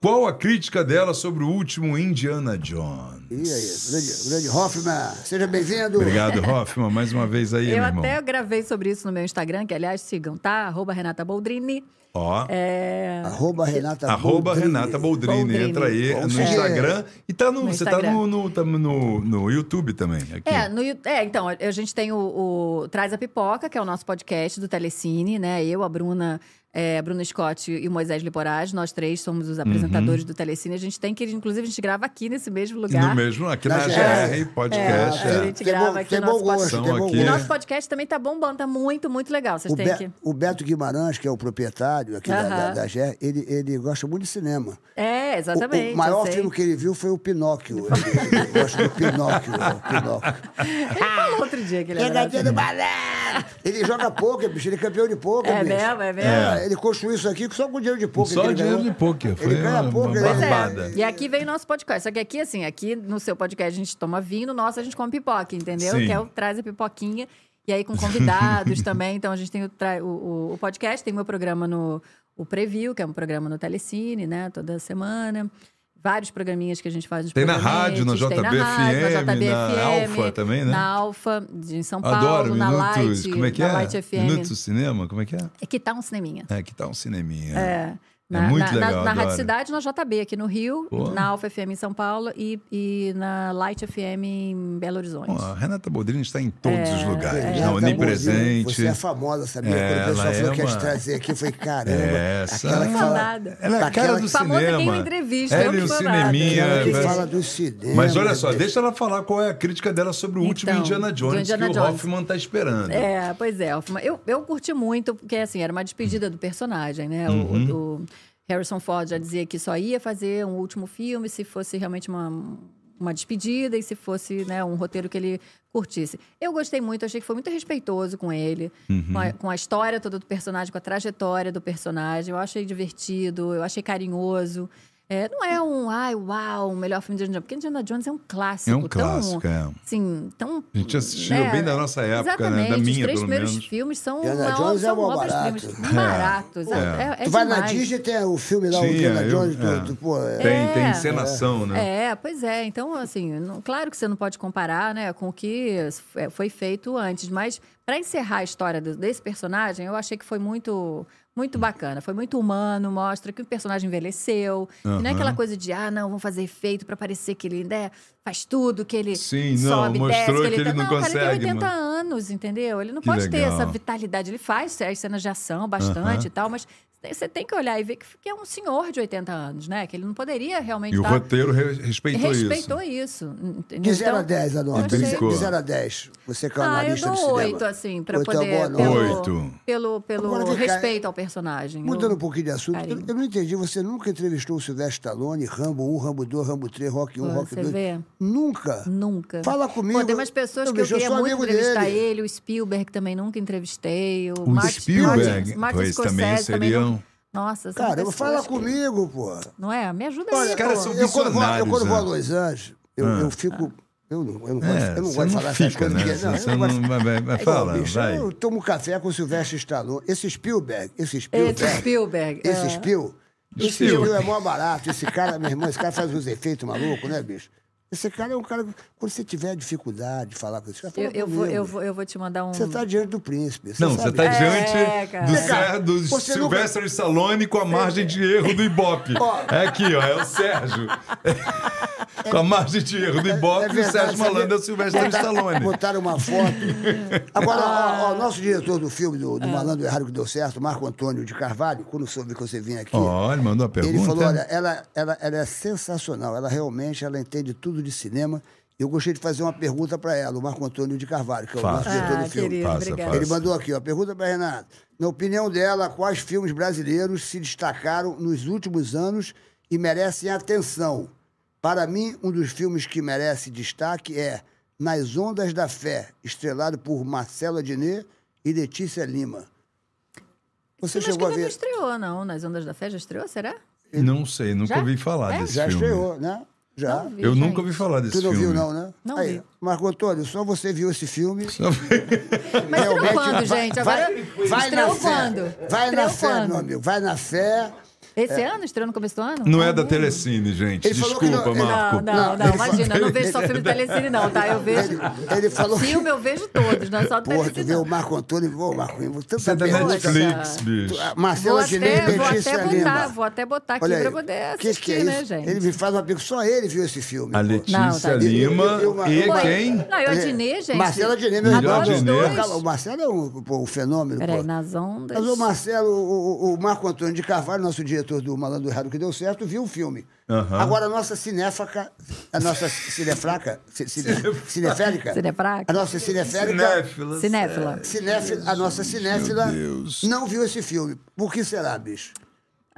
Speaker 3: Qual a crítica dela sobre o último Indiana Jones?
Speaker 4: E aí, grande, grande Hoffman, seja bem-vindo.
Speaker 3: Obrigado, Hoffman, mais uma vez aí,
Speaker 5: Eu
Speaker 3: meu irmão.
Speaker 5: até gravei sobre isso no meu Instagram, que aliás sigam, tá? Arroba Renata Boldrini.
Speaker 3: Ó.
Speaker 5: É,
Speaker 4: Arroba Renata
Speaker 3: Arroba
Speaker 4: Boldrini.
Speaker 3: Renata Boldrini.
Speaker 5: Boldrini.
Speaker 3: Entra aí
Speaker 4: Bom,
Speaker 3: no
Speaker 4: é.
Speaker 3: Instagram. E tá no,
Speaker 5: No
Speaker 3: você tá
Speaker 5: Instagram.
Speaker 3: no, no, tá no, no YouTube também. Aqui.
Speaker 5: É, no Yu- é, então, a gente tem o, o Traz a Pipoca, que é o nosso podcast do Telecine, né? Eu, a Bruna, é, Bruna Scott e o Moisés Liporage, nós três somos
Speaker 3: Uhum.
Speaker 5: os apresentadores do Telecine. A gente tem que, inclusive, a gente grava aqui nesse mesmo lugar.
Speaker 3: No mesmo, aqui na
Speaker 4: Na
Speaker 3: GR
Speaker 4: GR,
Speaker 5: É,
Speaker 3: Podcast.
Speaker 5: a
Speaker 3: é.
Speaker 5: gente
Speaker 4: tem
Speaker 5: grava
Speaker 4: bom,
Speaker 5: aqui
Speaker 4: tem
Speaker 5: o
Speaker 4: bom
Speaker 5: nosso
Speaker 4: gosto,
Speaker 3: São
Speaker 4: tem bom
Speaker 3: aqui.
Speaker 5: E
Speaker 4: gosto.
Speaker 5: o nosso podcast também tá bombando, tá muito, muito legal. Vocês
Speaker 4: O,
Speaker 5: têm
Speaker 4: Be-
Speaker 5: que.
Speaker 4: o Beto Guimarães, que é o proprietário aqui da, da,
Speaker 5: Aham.
Speaker 4: da GE, ele, ele gosta muito de cinema.
Speaker 5: É,
Speaker 4: O-
Speaker 5: exatamente.
Speaker 4: o maior
Speaker 5: eu sei.
Speaker 4: filme que ele viu foi o Pinóquio. Ele, ele gosta do Pinóquio. o Pinóquio.
Speaker 5: [laughs] Ele falou outro dia que ele era.
Speaker 4: do balé! Ele joga poker, bicho. Ele é campeão de poker,
Speaker 5: É
Speaker 4: bicho.
Speaker 5: mesmo, é mesmo.
Speaker 4: É, ele construiu isso aqui só com dinheiro de poker.
Speaker 3: Só
Speaker 4: que ele
Speaker 3: dinheiro
Speaker 4: ganhou.
Speaker 3: de poker, foi
Speaker 4: ele ganha né?
Speaker 3: uma-
Speaker 4: poker,
Speaker 3: uma
Speaker 4: ele-
Speaker 3: barbada.
Speaker 5: é. E aqui vem o nosso podcast. Só que aqui, assim, aqui no seu podcast a gente toma vinho, no nosso a gente come pipoca, entendeu?
Speaker 3: Sim.
Speaker 5: Que é o Traz a Pipoquinha. E aí com convidados [laughs] também. Então a gente tem o, tra- o- o- o podcast, tem meu programa no o Preview, que é um programa no Telecine, né? Toda semana. Vários programinhas que a gente faz nos
Speaker 3: Tem na rádio, na
Speaker 5: programetes, tem
Speaker 3: JBFM,
Speaker 5: na, rádio,
Speaker 3: na
Speaker 5: JBFM,
Speaker 3: Alfa também, né?
Speaker 5: Na Alfa, de- em São Paulo,
Speaker 3: Adoro
Speaker 5: na
Speaker 3: minutos.
Speaker 5: Light,
Speaker 3: como é que
Speaker 5: na
Speaker 3: é?
Speaker 5: Light FM.
Speaker 3: Minutos cinema, como é que é?
Speaker 5: É que tá um cineminha.
Speaker 3: É, que tá um cineminha.
Speaker 5: É.
Speaker 3: É
Speaker 5: Na,
Speaker 3: muito
Speaker 5: na,
Speaker 3: legal,
Speaker 5: na, na
Speaker 3: adoro.
Speaker 5: Rádio Cidade, na JB aqui no Rio,
Speaker 3: Pô.
Speaker 5: na Alfa FM em São Paulo e, e na Light FM em Belo Horizonte.
Speaker 3: Bom, a Renata Boldrini está em todos os lugares,
Speaker 4: É,
Speaker 3: na
Speaker 4: tá bom,
Speaker 3: Onipresente.
Speaker 4: Você é famosa, sabia?
Speaker 3: É,
Speaker 4: Quando o
Speaker 3: ela
Speaker 4: pessoal
Speaker 3: é
Speaker 4: falou que ia
Speaker 3: uma-
Speaker 4: te trazer aqui, eu falei, caramba.
Speaker 3: É, Essa-
Speaker 4: Aquela que
Speaker 5: Não
Speaker 4: fala,
Speaker 5: nada.
Speaker 3: Ela é a cara
Speaker 4: Aquela-
Speaker 3: do
Speaker 5: Famosa
Speaker 3: cinema.
Speaker 5: ganha uma entrevista,
Speaker 3: Ela
Speaker 5: eu
Speaker 3: e o
Speaker 5: não sou nada.
Speaker 3: cineminha.
Speaker 4: aquela que
Speaker 3: vai-
Speaker 4: fala do cinema.
Speaker 3: É
Speaker 4: né,
Speaker 3: Mas olha só,
Speaker 4: meu Deus.
Speaker 3: deixa ela falar qual é a crítica dela sobre o último
Speaker 5: Então,
Speaker 3: Indiana
Speaker 5: do
Speaker 3: Jones
Speaker 5: Indiana
Speaker 3: que o
Speaker 5: Jones.
Speaker 3: Hoffman tá esperando.
Speaker 5: É,
Speaker 3: Uhum.
Speaker 5: pois é, Alfma. Eu, eu curti muito, porque assim, era uma despedida do personagem, né? O- O, Harrison Ford já dizia que só ia fazer um último filme se fosse realmente uma, uma despedida e se fosse né, um roteiro que ele curtisse. Eu gostei muito, achei que foi muito respeitoso com ele,
Speaker 3: Uhum.
Speaker 5: com, a, com a história toda do personagem, com a trajetória do personagem. Eu achei divertido, eu achei carinhoso. É, não é um, ai, uau, o melhor filme de Indiana Jones, porque Indiana Jones é um clássico.
Speaker 3: É um clássico,
Speaker 5: tão,
Speaker 3: é.
Speaker 5: Sim, tão.
Speaker 3: A gente assistiu bem da nossa época, né? Da
Speaker 5: É, exatamente, Os
Speaker 3: minha,
Speaker 5: três
Speaker 3: pelo
Speaker 5: primeiros
Speaker 3: menos.
Speaker 5: filmes são,
Speaker 4: Indiana
Speaker 5: uma,
Speaker 4: Jones é
Speaker 5: são
Speaker 4: mó
Speaker 5: obras
Speaker 4: barato.
Speaker 5: primas baratos. É, é, é
Speaker 4: tu vai na
Speaker 5: demais.
Speaker 4: Disney, tem o filme lá, o
Speaker 3: Sim,
Speaker 4: Indiana
Speaker 3: é, eu-
Speaker 4: Jones, tu-
Speaker 3: é.
Speaker 4: tu, pô, é-
Speaker 3: Tem, tem
Speaker 5: É.
Speaker 3: encenação, né?
Speaker 5: É, pois é. Então, assim, não- claro que você não pode comparar né, com o que é, foi feito antes, mas para encerrar a história do- desse personagem, eu achei que foi muito muito bacana, foi muito humano, mostra que o personagem envelheceu, e não é aquela coisa de ah, não, vamos fazer efeito para parecer que ele né, faz tudo, que ele
Speaker 3: Sim, não,
Speaker 5: sobe, desce,
Speaker 3: mostrou
Speaker 5: que ele,
Speaker 3: que ele
Speaker 5: tá-
Speaker 3: não
Speaker 5: o cara
Speaker 3: consegue,
Speaker 5: tem 80
Speaker 3: mano.
Speaker 5: anos, entendeu? Ele não
Speaker 3: Que
Speaker 5: pode ter
Speaker 3: legal.
Speaker 5: essa vitalidade, ele faz as cenas de ação bastante
Speaker 3: Aham.
Speaker 5: e tal, mas você tem que olhar e ver que que é um senhor de 80 anos, né? Que ele não poderia realmente
Speaker 3: E o
Speaker 5: tá-
Speaker 3: roteiro re- respeitou,
Speaker 5: respeitou isso.
Speaker 4: De
Speaker 5: entendeu?
Speaker 4: 0 a
Speaker 5: Então,
Speaker 4: 10 a nota.
Speaker 5: achei-
Speaker 4: De
Speaker 3: Brincou.
Speaker 4: 0 a 10. Você que é um
Speaker 5: Ah, eu
Speaker 4: analista de
Speaker 5: dou
Speaker 4: cinema.
Speaker 5: oito, assim, pra
Speaker 4: Oito é uma
Speaker 5: poder.
Speaker 4: boa nota.
Speaker 5: pelo,
Speaker 3: Oito.
Speaker 5: Pelo,
Speaker 4: Agora
Speaker 5: pelo
Speaker 4: vem cá,
Speaker 5: respeito ao personagem.
Speaker 4: Mudando
Speaker 5: Eu-
Speaker 4: um pouquinho de assunto, eu,
Speaker 5: Carinho.
Speaker 4: eu não entendi. Você nunca entrevistou o Silvestre Stallone, Rambo 1, Rambo 2, Rambo 3, Rock 1,
Speaker 5: Pô,
Speaker 4: Rock
Speaker 5: você
Speaker 4: 2?
Speaker 5: vê?
Speaker 4: Nunca.
Speaker 5: Nunca.
Speaker 4: Fala comigo.
Speaker 5: Pô, tem umas pessoas
Speaker 4: Eu
Speaker 5: que eu
Speaker 4: vejo, eu
Speaker 5: queria
Speaker 4: sou
Speaker 5: muito
Speaker 4: amigo
Speaker 5: entrevistar
Speaker 4: dele.
Speaker 5: ele, o Spielberg também nunca entrevistei. O,
Speaker 3: O
Speaker 5: Martin,
Speaker 3: Spielberg?
Speaker 5: Martin, Martin
Speaker 3: Pois,
Speaker 5: Scorsese
Speaker 3: também seriam-
Speaker 5: não- Nossa, são
Speaker 4: Cara, eu vou
Speaker 5: pessoas
Speaker 4: falar
Speaker 5: que-
Speaker 4: comigo, pô.
Speaker 5: Não é? Me ajuda
Speaker 4: Olha,
Speaker 5: aí.
Speaker 3: caras
Speaker 5: pô.
Speaker 3: são
Speaker 4: eu quando vou, eu
Speaker 3: visionários,
Speaker 4: quando vou a
Speaker 3: né?
Speaker 4: Los Angeles, eu, eu fico... Eu não, eu não gosto,
Speaker 3: É,
Speaker 4: eu não
Speaker 3: você
Speaker 4: gosto de falar essas
Speaker 3: fica,
Speaker 4: coisas.
Speaker 3: né?
Speaker 4: porque- eu
Speaker 3: Você
Speaker 4: não gosto-
Speaker 3: não... Vai, vai, vai,
Speaker 4: Pô,
Speaker 3: fala,
Speaker 4: bicho,
Speaker 3: vai.
Speaker 4: Eu tomo café com o Silvestre Stallone. Esse Spielberg, esse Spielberg.
Speaker 5: Esse Spielberg.
Speaker 4: Esse
Speaker 5: é.
Speaker 4: Spiel. Esse
Speaker 3: Spiel.
Speaker 4: Spiel é mó barato. Esse cara, meu irmão, esse cara faz uns efeitos malucos, né, bicho? Esse cara é um cara. que, Quando você tiver dificuldade de falar com esse cara, fala
Speaker 5: Eu, eu
Speaker 4: comigo.
Speaker 5: vou, eu, vou, eu vou te mandar um.
Speaker 4: Você tá diante do príncipe.
Speaker 3: Não, você
Speaker 4: sabe
Speaker 3: tá
Speaker 4: disso.
Speaker 3: diante
Speaker 5: É, cara.
Speaker 3: do,
Speaker 5: Vem
Speaker 4: cá,
Speaker 3: Ser, do
Speaker 4: você nunca-
Speaker 3: Sylvester Stallone com a margem de erro do Ibope.
Speaker 4: Ó.
Speaker 3: É aqui, ó, é o Sérgio. com a margem de erro do Ibope,
Speaker 4: é
Speaker 3: e o
Speaker 4: verdade,
Speaker 3: Sérgio Malandro
Speaker 4: sabia? tá,
Speaker 3: é o Sylvester Stallone.
Speaker 4: Botaram uma
Speaker 3: [laughs]
Speaker 4: foto. Agora, ó, ó, o nosso diretor do filme, do, do Malandro Errado que Deu Certo, Marco Antônio de Carvalho, quando soube que você vinha aqui.
Speaker 3: Olha, mandou a pergunta.
Speaker 4: Ele falou, olha, ela, ela, ela é sensacional. Ela realmente ela entende tudo de cinema. Eu gostei de fazer uma pergunta para ela, o Marco Antônio de Carvalho, que é o
Speaker 3: Fala.
Speaker 4: nosso diretor
Speaker 5: Ah,
Speaker 4: do filme.
Speaker 5: querido,
Speaker 3: Faça,
Speaker 5: obrigada.
Speaker 3: faça.
Speaker 4: Ele mandou aqui, ó, pergunta para Renato. Na opinião dela, quais filmes brasileiros se destacaram nos últimos anos e merecem atenção? Para mim, um dos filmes que merece destaque é Nas Ondas da Fé, estrelado por Marcela Diné e Letícia Lima. Você
Speaker 5: Mas que
Speaker 4: chegou a
Speaker 5: ainda não
Speaker 4: ver?
Speaker 5: estreou, não. Nas Ondas da Fé já estreou, será?
Speaker 3: Não sei, nunca
Speaker 5: Já?
Speaker 3: ouvi falar
Speaker 5: É?
Speaker 3: desse
Speaker 4: Já
Speaker 3: filme.
Speaker 4: estreou, né? Já.
Speaker 5: Não vi,
Speaker 3: Eu nunca
Speaker 5: gente.
Speaker 3: ouvi falar desse
Speaker 4: Tu não
Speaker 3: filme.
Speaker 4: viu, não, né?
Speaker 5: Não
Speaker 4: Aí,
Speaker 5: vi.
Speaker 4: Marco Antônio, só você viu esse filme.
Speaker 5: Mas estreou
Speaker 4: Realmente, vai-
Speaker 5: quando, gente? Agora, estreou
Speaker 4: fé.
Speaker 5: quando?
Speaker 4: Vai na
Speaker 5: Estreou
Speaker 4: fé,
Speaker 5: quando?
Speaker 4: meu amigo. É. Vai na fé.
Speaker 5: Esse ano? Estreou no começo do ano?
Speaker 3: Não é da Telecine, gente.
Speaker 4: Ele falou que
Speaker 3: Desculpa,
Speaker 4: não- é ele-
Speaker 3: Marco.
Speaker 5: Não, não, não.
Speaker 4: Ele fa-
Speaker 5: imagina, eu não vejo só filme do Telecine, não, tá? Eu vejo.
Speaker 4: Ele falou que.
Speaker 5: Filme eu vejo todos, não é só do
Speaker 4: Porra, tu
Speaker 5: Telecine.
Speaker 4: vê o
Speaker 5: não.
Speaker 4: Marco Antônio. Ô, Marco, tanta
Speaker 3: Você é da
Speaker 4: pergunta.
Speaker 3: Netflix, bicho.
Speaker 4: Tu- Ah, a
Speaker 5: Vou
Speaker 4: Marcela Diné
Speaker 5: até,
Speaker 4: e
Speaker 5: vou
Speaker 4: Letícia
Speaker 5: até
Speaker 4: Lima.
Speaker 5: botar, vou até botar aqui
Speaker 4: Olha aí,
Speaker 5: pra poder
Speaker 4: que que
Speaker 5: assistir,
Speaker 4: é
Speaker 5: né,
Speaker 4: isso?
Speaker 5: gente?
Speaker 4: Ele me faz uma pergunta, só ele viu esse filme.
Speaker 3: A
Speaker 4: pô.
Speaker 5: Não,
Speaker 3: Letícia
Speaker 5: tá-
Speaker 3: Lima
Speaker 4: Eu- eu- eu-
Speaker 3: e
Speaker 4: eu-
Speaker 3: quem?
Speaker 5: Não, eu adinei, gente.
Speaker 4: Marcela Diné, meu
Speaker 5: Adoro
Speaker 3: Adinei.
Speaker 5: os dois.
Speaker 4: Calma, O Marcelo é um, pô, um fenômeno.
Speaker 5: Peraí,
Speaker 4: pô.
Speaker 5: nas ondas.
Speaker 4: Mas o Marcelo, o, o- o Marco Antônio de Carvalho, nosso diretor do Malandro Errado que deu certo, viu o filme.
Speaker 3: Aham.
Speaker 4: Agora a nossa cinéfaca, a nossa cinefraca, ci- cine- cineférica,
Speaker 5: Cinefraca.
Speaker 4: a nossa cineférica,
Speaker 3: Cinéfila.
Speaker 4: é,
Speaker 5: Cinéfila.
Speaker 4: cinéfila, a nossa cinéfila
Speaker 3: Deus.
Speaker 4: não viu esse filme. Por que será, bicho?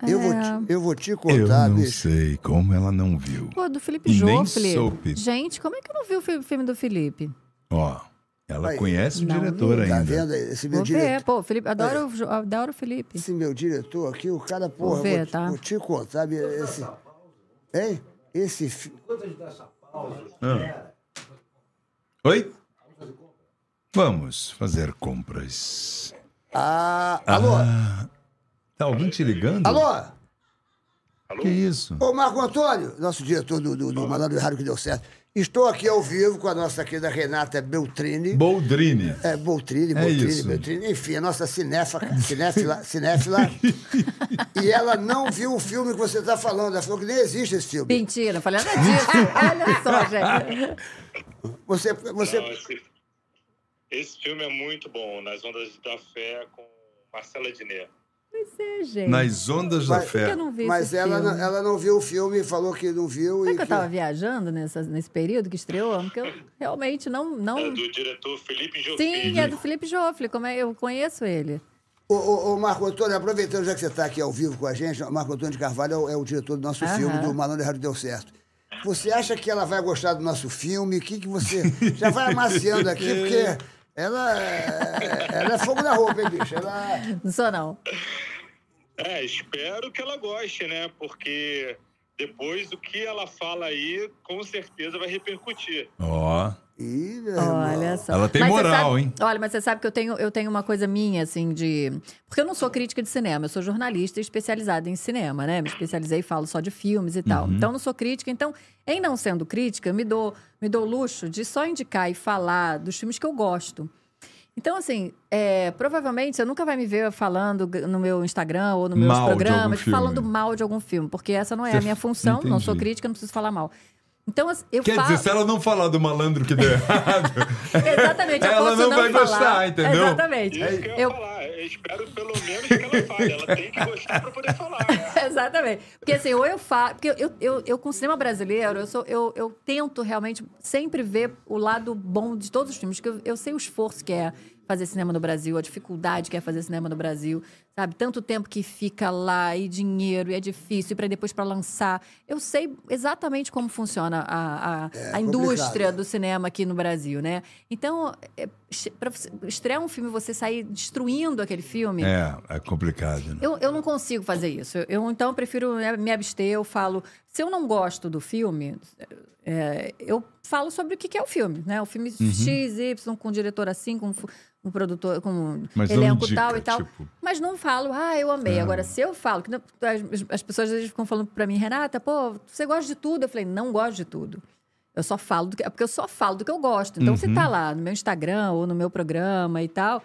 Speaker 4: Eu, vou
Speaker 5: É.
Speaker 4: te, eu vou te
Speaker 3: Eu
Speaker 4: contar,
Speaker 3: não
Speaker 4: tá, bicho.
Speaker 3: sei como ela não viu.
Speaker 5: Pô, do Felipe
Speaker 3: E nem
Speaker 5: Joffre.
Speaker 3: soube.
Speaker 5: Gente, como é que eu não vi o fi- filme do Felipe?
Speaker 3: Ó, ela
Speaker 4: Aí.
Speaker 3: conhece o
Speaker 5: Não
Speaker 3: diretor
Speaker 4: Tá
Speaker 3: ainda.
Speaker 4: vendo aí? Esse meu É.
Speaker 5: Vou ver,
Speaker 4: diretor.
Speaker 5: pô, Felipe, adoro, o Jo- adoro o Felipe.
Speaker 4: Esse meu diretor aqui, o cara, porra, vou,
Speaker 5: ver,
Speaker 4: te,
Speaker 5: tá?
Speaker 4: vou te contar. bicho, Esse, hein? Esse filme.
Speaker 3: Oi? Vamos fazer compras.
Speaker 4: Ah, alô?
Speaker 3: Tá alguém te ligando?
Speaker 4: Alô?
Speaker 3: Que isso?
Speaker 4: Ô, Marco Antônio, nosso diretor do, do, do Malandro Errado que deu certo. Estou aqui ao vivo com a nossa querida Renata Beltrini.
Speaker 3: Boldrini.
Speaker 4: é, Boltrini, Boltrini,
Speaker 3: isso.
Speaker 4: Beltrini, enfim, a nossa cinéfaca, cinéfila, cinéfila. e ela não viu o filme que você está falando. Ela falou que nem existe esse filme.
Speaker 5: Mentira, falei
Speaker 4: [laughs]
Speaker 5: nada disso. Olha só, gente.
Speaker 4: Você, você,
Speaker 7: Não, esse, esse filme é muito bom, Nas Ondas da Fé, com Marcela Diné.
Speaker 5: Pois é, gente.
Speaker 3: Nas ondas da
Speaker 5: Por que
Speaker 3: fé.
Speaker 5: eu não vi
Speaker 4: mas
Speaker 5: esse
Speaker 4: ela,
Speaker 5: filme?
Speaker 4: não- ela não viu o filme, falou que não viu.
Speaker 5: Será
Speaker 4: e
Speaker 5: que eu tava viajando nessa- nesse período que estreou? Porque eu realmente não. não...
Speaker 7: É do diretor Felipe Jofim.
Speaker 5: Sim, é do Felipe Joffre, como é, eu conheço ele.
Speaker 4: Ô, ô, ô, Marco Antônio, aproveitando já que você está aqui ao vivo com a gente, o Marco Antônio de Carvalho é o, é o diretor do nosso
Speaker 5: Aham.
Speaker 4: filme, do Malandro Errado Deu Certo. Você acha que ela vai gostar do nosso filme? O que, que
Speaker 5: [laughs]
Speaker 4: você. Já vai amaciando aqui, porque ela, é- ela é fogo na roupa, hein, bicho? Ela.
Speaker 5: Não sou, não.
Speaker 7: É, espero que ela goste, né? Porque depois o que ela fala aí, com certeza vai repercutir.
Speaker 3: Ó.
Speaker 4: Ih, meu
Speaker 5: Olha
Speaker 4: irmão.
Speaker 5: só.
Speaker 3: Ela tem
Speaker 5: Mas você
Speaker 3: moral,
Speaker 5: sabe-
Speaker 3: hein?
Speaker 5: Olha, mas você sabe que eu tenho, eu tenho uma coisa minha, assim, de. Porque eu não sou crítica de cinema, eu sou jornalista especializada em cinema, né? Me especializei e falo só de filmes e
Speaker 3: Uhum.
Speaker 5: tal. Então, eu não sou crítica. Então, em não sendo crítica, eu me dou, me dou luxo de só indicar e falar dos filmes que eu gosto. Então, assim, é, provavelmente você nunca vai me ver falando g- no meu Instagram ou nos meus
Speaker 3: Mal de algum
Speaker 5: programas
Speaker 3: filme.
Speaker 5: falando mal de algum filme, porque essa não é
Speaker 3: Você
Speaker 5: a minha
Speaker 3: f-
Speaker 5: função, não sou
Speaker 3: entendi.
Speaker 5: crítica, não preciso falar mal. Então, as- eu
Speaker 3: Quer
Speaker 5: falo.
Speaker 3: dizer, se ela não falar do malandro que
Speaker 5: [laughs]
Speaker 3: deu errado,
Speaker 5: Exatamente, eu
Speaker 3: Ela
Speaker 5: posso
Speaker 3: não vai
Speaker 5: falar.
Speaker 3: gostar, entendeu?
Speaker 5: Exatamente.
Speaker 7: Isso que eu ia
Speaker 5: Eu,
Speaker 7: falar. Eu espero pelo menos que ela fale. Ela tem que gostar pra poder falar. né?
Speaker 5: [laughs] exatamente. Porque assim, ou eu falo. Porque eu, eu, eu, com o cinema brasileiro, eu, sou, eu, eu tento realmente sempre ver o lado bom de todos os filmes. Porque eu, eu sei o esforço que é fazer cinema no Brasil, a dificuldade que é fazer cinema no Brasil, sabe? Tanto tempo que fica lá, e dinheiro, e é difícil, e pra depois pra lançar. Eu sei exatamente como funciona a, a, a indústria
Speaker 4: complicado.
Speaker 5: do cinema aqui no Brasil, né? Então, é, pra você estrear um filme e você sair destruindo aquele filme.
Speaker 3: é, é complicado, né?
Speaker 5: Eu, eu não consigo fazer isso. Eu- Eu, então, eu prefiro né, me abster. Eu falo. Se eu não gosto do filme, é, eu falo sobre o que que é o filme, né? O filme
Speaker 3: Uhum.
Speaker 5: X, Y, com um diretor assim, com um fu- um produtor, com um
Speaker 3: Mas não
Speaker 5: elenco
Speaker 3: indica,
Speaker 5: tal e tal.
Speaker 3: tipo-
Speaker 5: Mas não falo, ah, eu amei. Agora, se eu falo, que não- as, as pessoas às vezes ficam falando pra mim, Renata, pô, você gosta de tudo? Eu falei, não gosto de tudo. Eu só falo do que. é Porque eu só falo do que eu gosto. Então, se
Speaker 3: Uhum.
Speaker 5: tá lá no meu Instagram ou no meu programa e tal,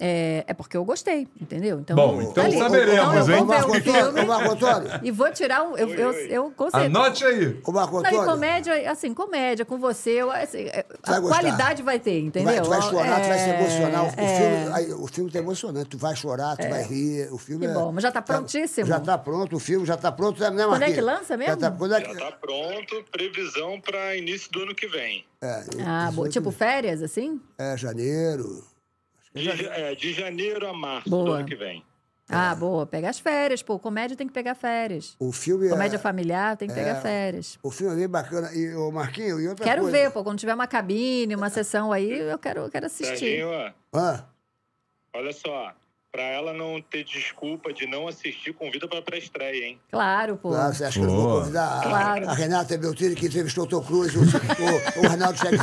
Speaker 5: é, é porque eu gostei, entendeu? Então,
Speaker 3: Bom, então
Speaker 5: tá ali.
Speaker 3: saberemos,
Speaker 5: Então,
Speaker 3: hein?
Speaker 5: eu
Speaker 4: Ô,
Speaker 5: vou ver
Speaker 4: Marco
Speaker 5: o
Speaker 4: Antônio, ô,
Speaker 5: filme
Speaker 4: Marco Antônio.
Speaker 5: e vou tirar um. Eu,
Speaker 7: Oi,
Speaker 5: eu,
Speaker 7: oi.
Speaker 5: eu com certeza.
Speaker 3: Anote aí.
Speaker 4: Ô, Marco
Speaker 5: Não, e
Speaker 4: Antônio.
Speaker 5: comédia, assim, comédia com você, eu, assim, é,
Speaker 4: vai
Speaker 5: a
Speaker 4: gostar.
Speaker 5: qualidade vai ter, entendeu?
Speaker 4: Vai, tu vai chorar, tu vai se
Speaker 5: É,
Speaker 4: emocionar. O, o
Speaker 5: é.
Speaker 4: filme, aí, o filme tá emocionante. Tu vai chorar, tu vai rir. O filme
Speaker 5: Que
Speaker 4: é-
Speaker 5: bom, mas já tá prontíssimo.
Speaker 4: Já tá pronto, o filme já tá pronto, né, Marquinhos?
Speaker 5: Quando é que lança mesmo?
Speaker 4: Já tá, quando é que...
Speaker 7: Já tá pronto. Previsão pra início do ano que vem.
Speaker 5: Ah, bom. Tipo férias, assim?
Speaker 4: É, janeiro.
Speaker 7: De, é, de janeiro a março do
Speaker 5: Boa.
Speaker 7: ano que vem.
Speaker 4: É.
Speaker 5: Ah, boa. Pega as férias, pô. Comédia tem que pegar férias.
Speaker 4: O filme é...
Speaker 5: Comédia familiar tem que pegar férias.
Speaker 4: O filme é bem bacana. E, ô, Marquinhos, e outra
Speaker 5: Quero
Speaker 4: coisa...
Speaker 5: ver, pô. Quando tiver uma cabine, uma sessão aí, eu quero, eu quero assistir.
Speaker 7: Serginho, ó,
Speaker 4: Hã?
Speaker 7: olha só. Pra ela não ter desculpa de não assistir, convida pra pré-estreia, hein?
Speaker 5: Claro, pô.
Speaker 4: Claro, Ah, você acha que eu não vou
Speaker 3: Boa.
Speaker 4: convidar a,
Speaker 5: Claro.
Speaker 4: a Renata Beltrino, que entrevistou o Tom Cruise, o, o, o Arnaldo Schegg,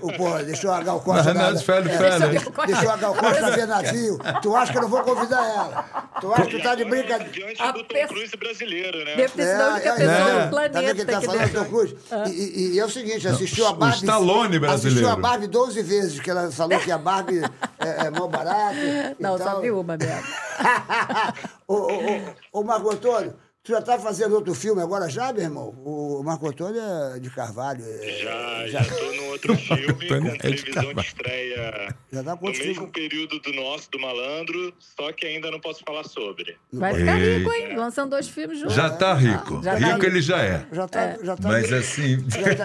Speaker 4: o porra, deixou a Gal Costa...
Speaker 3: Renato
Speaker 4: na-
Speaker 3: Félix,
Speaker 4: é,
Speaker 3: Félix.
Speaker 4: Deixou a Gal Costa ver navio. Tu acha que eu não vou convidar ela? Tu acha que tu tá de brincadeira?
Speaker 7: Diante
Speaker 5: A
Speaker 7: do Tom
Speaker 5: peça-
Speaker 7: Cruise brasileiro, né?
Speaker 5: Deve ter sido a única pessoa
Speaker 4: é.
Speaker 5: do
Speaker 4: Tá vendo que
Speaker 5: planeta Ah.
Speaker 4: ele tá
Speaker 5: que
Speaker 4: falando
Speaker 5: deu.
Speaker 4: Tom Cruise? E, e- e é o seguinte, assistiu a
Speaker 3: o
Speaker 4: Barbie...
Speaker 3: Stallone brasileiro.
Speaker 4: Assistiu a Barbie 12 vezes, que ela falou que a Barbie é, é mó barata e
Speaker 5: Não,
Speaker 4: tal.
Speaker 5: só vi
Speaker 3: Então,
Speaker 5: uma mesmo.
Speaker 4: [laughs]
Speaker 3: [laughs]
Speaker 4: ô, ô, ô, ô, Marco Antônio, tu já tá fazendo outro filme agora já, meu irmão? O Marco Antônio é de Carvalho. é-
Speaker 7: Já, já tô no outro filme,
Speaker 3: Antônio é
Speaker 7: com
Speaker 3: de
Speaker 7: previsão de
Speaker 3: Carvalho.
Speaker 7: estreia
Speaker 4: Já tá com
Speaker 7: no
Speaker 4: outro
Speaker 7: mesmo
Speaker 4: filme.
Speaker 7: período do nosso, do Malandro, só que ainda não posso falar sobre.
Speaker 5: Vai ficar rico,
Speaker 3: Eita.
Speaker 5: hein? Lançando dois filmes juntos.
Speaker 3: Já tá rico.
Speaker 5: Já tá
Speaker 3: rico
Speaker 5: rico.
Speaker 3: ele já é.
Speaker 4: Já tá, já tá.
Speaker 3: Mas assim.
Speaker 4: já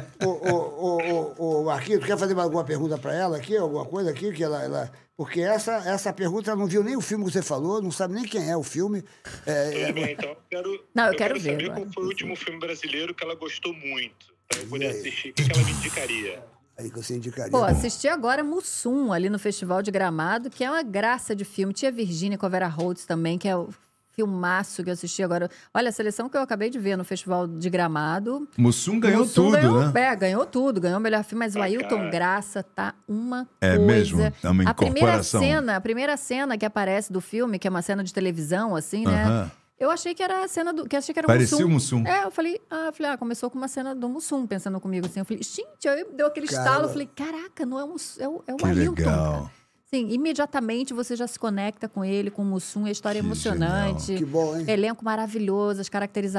Speaker 4: tá- Ô, ô, ô, ô, ô, Marquinhos, tu quer fazer alguma pergunta pra ela aqui? Alguma coisa aqui que ela... ela- Porque essa, essa pergunta, ela não viu nem o filme que você falou, não sabe nem quem é o filme. É,
Speaker 7: Tudo bem, então eu quero,
Speaker 5: Não, eu quero ver
Speaker 7: saber
Speaker 5: agora.
Speaker 7: qual foi o último filme brasileiro que ela gostou muito. Pra eu poder assistir, o que que ela me indicaria?
Speaker 4: aí que eu sei
Speaker 3: é
Speaker 4: indicaria.
Speaker 5: Pô, assisti agora Mussum, ali no Festival de Gramado, que é uma graça de filme. Tinha Virgínia com a Vera Holtz também, que é o filmaço que eu assisti agora. Olha, a seleção que eu acabei de ver no Festival de Gramado.
Speaker 3: Mussum ganhou
Speaker 5: Mussum
Speaker 3: tudo,
Speaker 5: ganhou,
Speaker 3: né?
Speaker 5: É, ganhou tudo, ganhou o melhor filme, mas o
Speaker 7: Ah,
Speaker 5: Ailton
Speaker 7: cara.
Speaker 5: Graça tá uma
Speaker 3: É
Speaker 5: coisa.
Speaker 3: mesmo? É uma
Speaker 5: a primeira
Speaker 3: incorporação.
Speaker 5: cena, a primeira cena que aparece do filme, que é uma cena de televisão, assim,
Speaker 3: Aham.
Speaker 5: né? Eu achei que era a cena do. Que achei que era o
Speaker 3: Parecia o
Speaker 5: Mussum.
Speaker 3: Mussum.
Speaker 5: É, eu falei, ah, eu falei, ah, começou com uma cena do Mussum pensando comigo assim. Eu falei, gente, aí deu aquele
Speaker 4: Cara.
Speaker 5: estalo. Eu falei, caraca, não é o Mussum, é o, é o
Speaker 3: Que
Speaker 5: Ailton.
Speaker 3: legal.
Speaker 5: cara. Sim, imediatamente você já se conecta com ele, com o Mussum, a história é
Speaker 3: Que
Speaker 5: emocionante.
Speaker 4: Que bom, hein?
Speaker 5: Elenco maravilhoso, as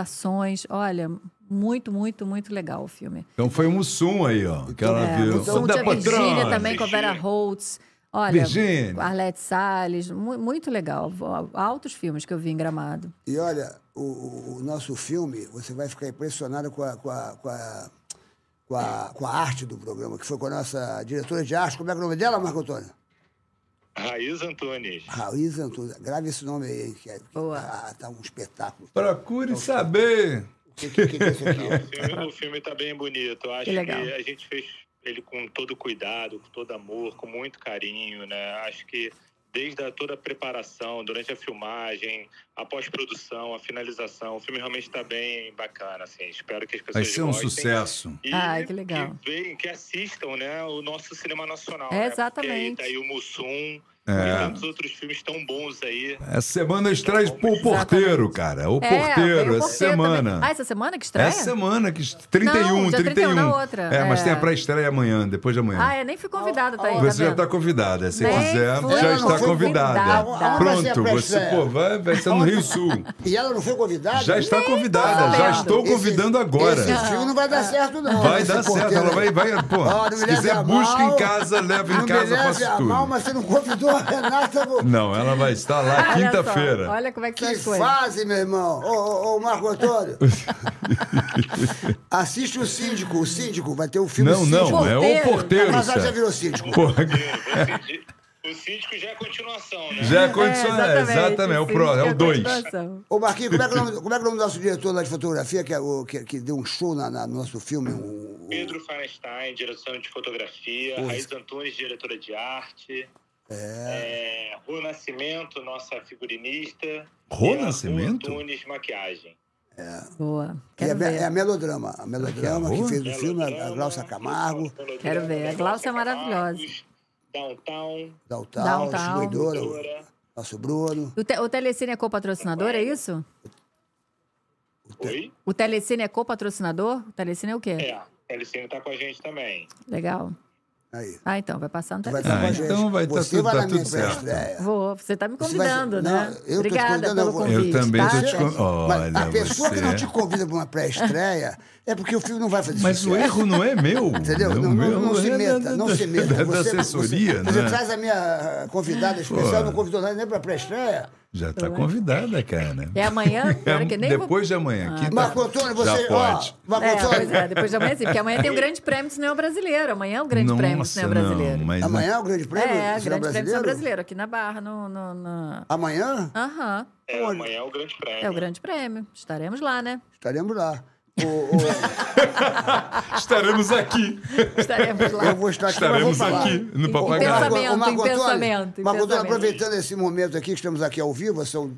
Speaker 5: caracterizações. Olha, muito, muito, muito legal o filme.
Speaker 3: Então foi o Mussum aí, ó. Que ela
Speaker 5: É,
Speaker 3: viu.
Speaker 5: Mussum,
Speaker 3: Da
Speaker 5: tinha Virgínia
Speaker 3: patrona.
Speaker 5: também com a Vera
Speaker 7: Virgínia.
Speaker 5: Holtz. Olha,
Speaker 3: Virgínia.
Speaker 5: Arlete Salles, mu- muito legal. Ó, Altos filmes que eu vi em Gramado.
Speaker 4: E olha, o- o, o nosso filme, você vai ficar impressionado com a, com, a, com, a, com, a, com a arte do programa, que foi com a nossa diretora de arte. Como é que é o nome dela, Marco Antônio?
Speaker 7: Raiz Antunes.
Speaker 4: Raiz Antunes. Grave esse nome aí, que é,
Speaker 5: Boa.
Speaker 4: Ah, tá um espetáculo.
Speaker 3: Procure saber.
Speaker 4: O que, que, que é isso aqui?
Speaker 7: [laughs] O filme, o filme tá bem bonito. Eu acho
Speaker 5: Que
Speaker 7: que,
Speaker 5: legal.
Speaker 7: a gente fez ele com todo cuidado, com todo amor, com muito carinho, né? Acho que desde a, toda a preparação, durante a filmagem, a pós-produção, a finalização, o filme realmente tá bem bacana, assim. Espero que as
Speaker 3: Vai
Speaker 7: pessoas
Speaker 3: ser um
Speaker 7: gostem.
Speaker 3: sucesso.
Speaker 7: E
Speaker 5: Ai, que legal.
Speaker 7: Que, vejam, que assistam, né, o nosso cinema nacional.
Speaker 5: É,
Speaker 7: né?
Speaker 5: exatamente.
Speaker 7: Porque aí tá aí o Mussum e
Speaker 3: É.
Speaker 7: tantos outros filmes tão bons aí.
Speaker 3: Essa semana eles traz o porteiro, cara. O
Speaker 5: é,
Speaker 3: porteiro,
Speaker 5: tem o
Speaker 3: essa
Speaker 5: porteiro
Speaker 3: semana.
Speaker 5: também. Ah, essa semana que estreia?
Speaker 3: Essa semana, que 31,
Speaker 5: Não,
Speaker 3: 31.
Speaker 5: dia 31 na outra.
Speaker 3: É, mas
Speaker 5: É.
Speaker 3: tem a pré-estreia amanhã, depois de amanhã.
Speaker 5: Ah, é, nem fui convidada, tá aí, tá
Speaker 3: Você já
Speaker 5: vendo?
Speaker 3: está convidada. Se
Speaker 5: Nem
Speaker 3: quiser,
Speaker 5: fui
Speaker 3: já está
Speaker 4: convidada.
Speaker 3: convidada.
Speaker 4: Aonde vai ser a
Speaker 3: Pronto, você
Speaker 4: pré-estreia?
Speaker 3: pô, vai, vai ser no Rio Sul.
Speaker 4: E ela não foi convidada?
Speaker 3: Já está
Speaker 5: tô
Speaker 3: convidada, já
Speaker 5: sabendo.
Speaker 3: estou convidando agora.
Speaker 4: Esse filme não
Speaker 5: Ah.
Speaker 4: vai dar certo, não. né?
Speaker 3: Vai
Speaker 4: Esse
Speaker 3: dar certo,
Speaker 4: porteiro
Speaker 3: ela vai,
Speaker 4: aí.
Speaker 3: vai pô.
Speaker 4: Ah, não me
Speaker 3: se
Speaker 4: leve
Speaker 3: quiser,
Speaker 4: a
Speaker 3: busca
Speaker 4: mal.
Speaker 3: em casa, leva em
Speaker 4: Não
Speaker 3: casa,
Speaker 4: me leve
Speaker 3: faço
Speaker 4: a
Speaker 3: tudo.
Speaker 4: mal, mas você não convidou a Renata. vou-
Speaker 3: Não, ela vai estar lá
Speaker 5: Olha só,
Speaker 3: quinta-feira.
Speaker 5: Olha como é que, são
Speaker 4: Que
Speaker 5: as coisas.
Speaker 4: fase, meu irmão. Ô, ô, ô, Marco Antônio. Assiste o Síndico. O Síndico vai ter o filme
Speaker 3: Não,
Speaker 4: Síndico.
Speaker 3: não, é o
Speaker 5: Porteiro.
Speaker 3: porteiro.
Speaker 4: Mas ela já
Speaker 3: Sérgio.
Speaker 4: virou Síndico.
Speaker 3: Pô, [laughs]
Speaker 7: O síndico já é continuação, né?
Speaker 3: já é condicionado. É, exatamente, é o
Speaker 5: sim,
Speaker 3: próximo, é
Speaker 5: que
Speaker 3: o 2.
Speaker 5: continuação.
Speaker 4: Ô, Marquinhos, como é, que é o nome, como é que é o nome do nosso diretor lá de fotografia, que, é o- que- que deu um show na- na- no nosso filme? um, o- o-
Speaker 7: Pedro Feinstein, direção de fotografia. Raiz Antunes, diretora de arte. É. Rô Nascimento, nossa figurinista.
Speaker 3: Rô
Speaker 7: e a
Speaker 3: Nascimento?
Speaker 7: Rô Antunes, maquiagem.
Speaker 5: Boa.
Speaker 4: que é,
Speaker 5: Quero
Speaker 4: é a
Speaker 5: ver.
Speaker 4: melodrama. A melodrama que
Speaker 3: horror.
Speaker 7: Né,
Speaker 4: fez o filme, a, a Glaucia Camargo,
Speaker 5: Quero ver, a Glaucia é maravilhosa.
Speaker 7: Downtown.
Speaker 4: Daltal,
Speaker 5: Daltal.
Speaker 4: Distribuidora, o
Speaker 7: Dora,
Speaker 4: nosso Bruno.
Speaker 5: O, te, o Telecine é co-patrocinador, é isso?
Speaker 7: Oi?
Speaker 5: O Telecine é co-patrocinador? O Telecine é o quê?
Speaker 7: É, a Telecine tá com a gente também.
Speaker 5: Legal.
Speaker 4: Aí.
Speaker 5: Ah, então, vai passar no
Speaker 4: Tu vai estar
Speaker 5: Telecine.
Speaker 4: com a
Speaker 3: Ah,
Speaker 4: gente.
Speaker 3: então vai tá
Speaker 4: Você
Speaker 3: tudo-
Speaker 4: vai
Speaker 3: tá
Speaker 4: na minha
Speaker 3: tudo certo.
Speaker 4: pré-estreia.
Speaker 5: Vou, você tá me
Speaker 4: Você vai-
Speaker 5: convidando,
Speaker 4: Não,
Speaker 5: né?
Speaker 4: eu tô te
Speaker 5: Obrigada
Speaker 4: convidando,
Speaker 5: pelo
Speaker 4: eu vou-
Speaker 5: convite.
Speaker 3: Eu também
Speaker 5: tá?
Speaker 3: tô te
Speaker 5: gente?
Speaker 3: con- Olha
Speaker 4: Mas a pessoa que não
Speaker 3: você.
Speaker 4: te convida para uma pré-estreia é porque o filme não vai fazer
Speaker 3: Mas
Speaker 4: sucesso.
Speaker 3: o erro não é meu.
Speaker 4: Entendeu?
Speaker 3: O
Speaker 4: Não, não-
Speaker 3: erro
Speaker 4: não se
Speaker 3: é da-
Speaker 4: meta,
Speaker 3: da-
Speaker 4: não se meta.
Speaker 3: Da, da
Speaker 4: Você-
Speaker 3: assessoria,
Speaker 4: você, você
Speaker 3: né?
Speaker 4: traz a minha ah, convidada especial, não convidou nada nem para pré-estreia.
Speaker 3: Já tá convidada, cara. [laughs]
Speaker 5: É amanhã? Agora que nem vou- Ah, tá.
Speaker 3: Depois de amanhã. quinta-
Speaker 4: Marco Antônio,
Speaker 3: Já
Speaker 4: você. Ó,
Speaker 3: pode.
Speaker 4: Marco
Speaker 5: É, pois
Speaker 4: Antônio,
Speaker 5: é, depois de amanhã sim,
Speaker 4: [laughs]
Speaker 5: porque amanhã tem o grande prêmio do cinema brasileiro. Amanhã é o grande prêmio do
Speaker 3: Nossa,
Speaker 5: cinema brasileiro.
Speaker 3: Não, mas
Speaker 4: amanhã é o Grande Prêmio?
Speaker 5: é,
Speaker 4: do
Speaker 5: grande
Speaker 4: cinema
Speaker 5: prêmio do
Speaker 4: brasileiro?
Speaker 5: cinema brasileiro, aqui na Barra, no... no, no-
Speaker 4: Amanhã
Speaker 5: Aham,
Speaker 7: É, amanhã é o grande prêmio.
Speaker 5: é o grande prêmio. Estaremos
Speaker 3: [laughs]
Speaker 5: lá, né?
Speaker 4: estaremos lá. O-
Speaker 3: Estaremos aqui.
Speaker 5: Estaremos
Speaker 4: o- eu
Speaker 5: lá.
Speaker 4: vou estar aqui, mas
Speaker 3: Estaremos
Speaker 4: vou falar.
Speaker 3: aqui no
Speaker 5: Em
Speaker 3: Papagaio.
Speaker 5: pensamento,
Speaker 4: Marco- Marco
Speaker 5: em
Speaker 4: Antônio,
Speaker 5: pensamento, em
Speaker 4: Marco Antônio,
Speaker 5: pensamento.
Speaker 4: aproveitando esse momento aqui, que estamos aqui ao vivo, são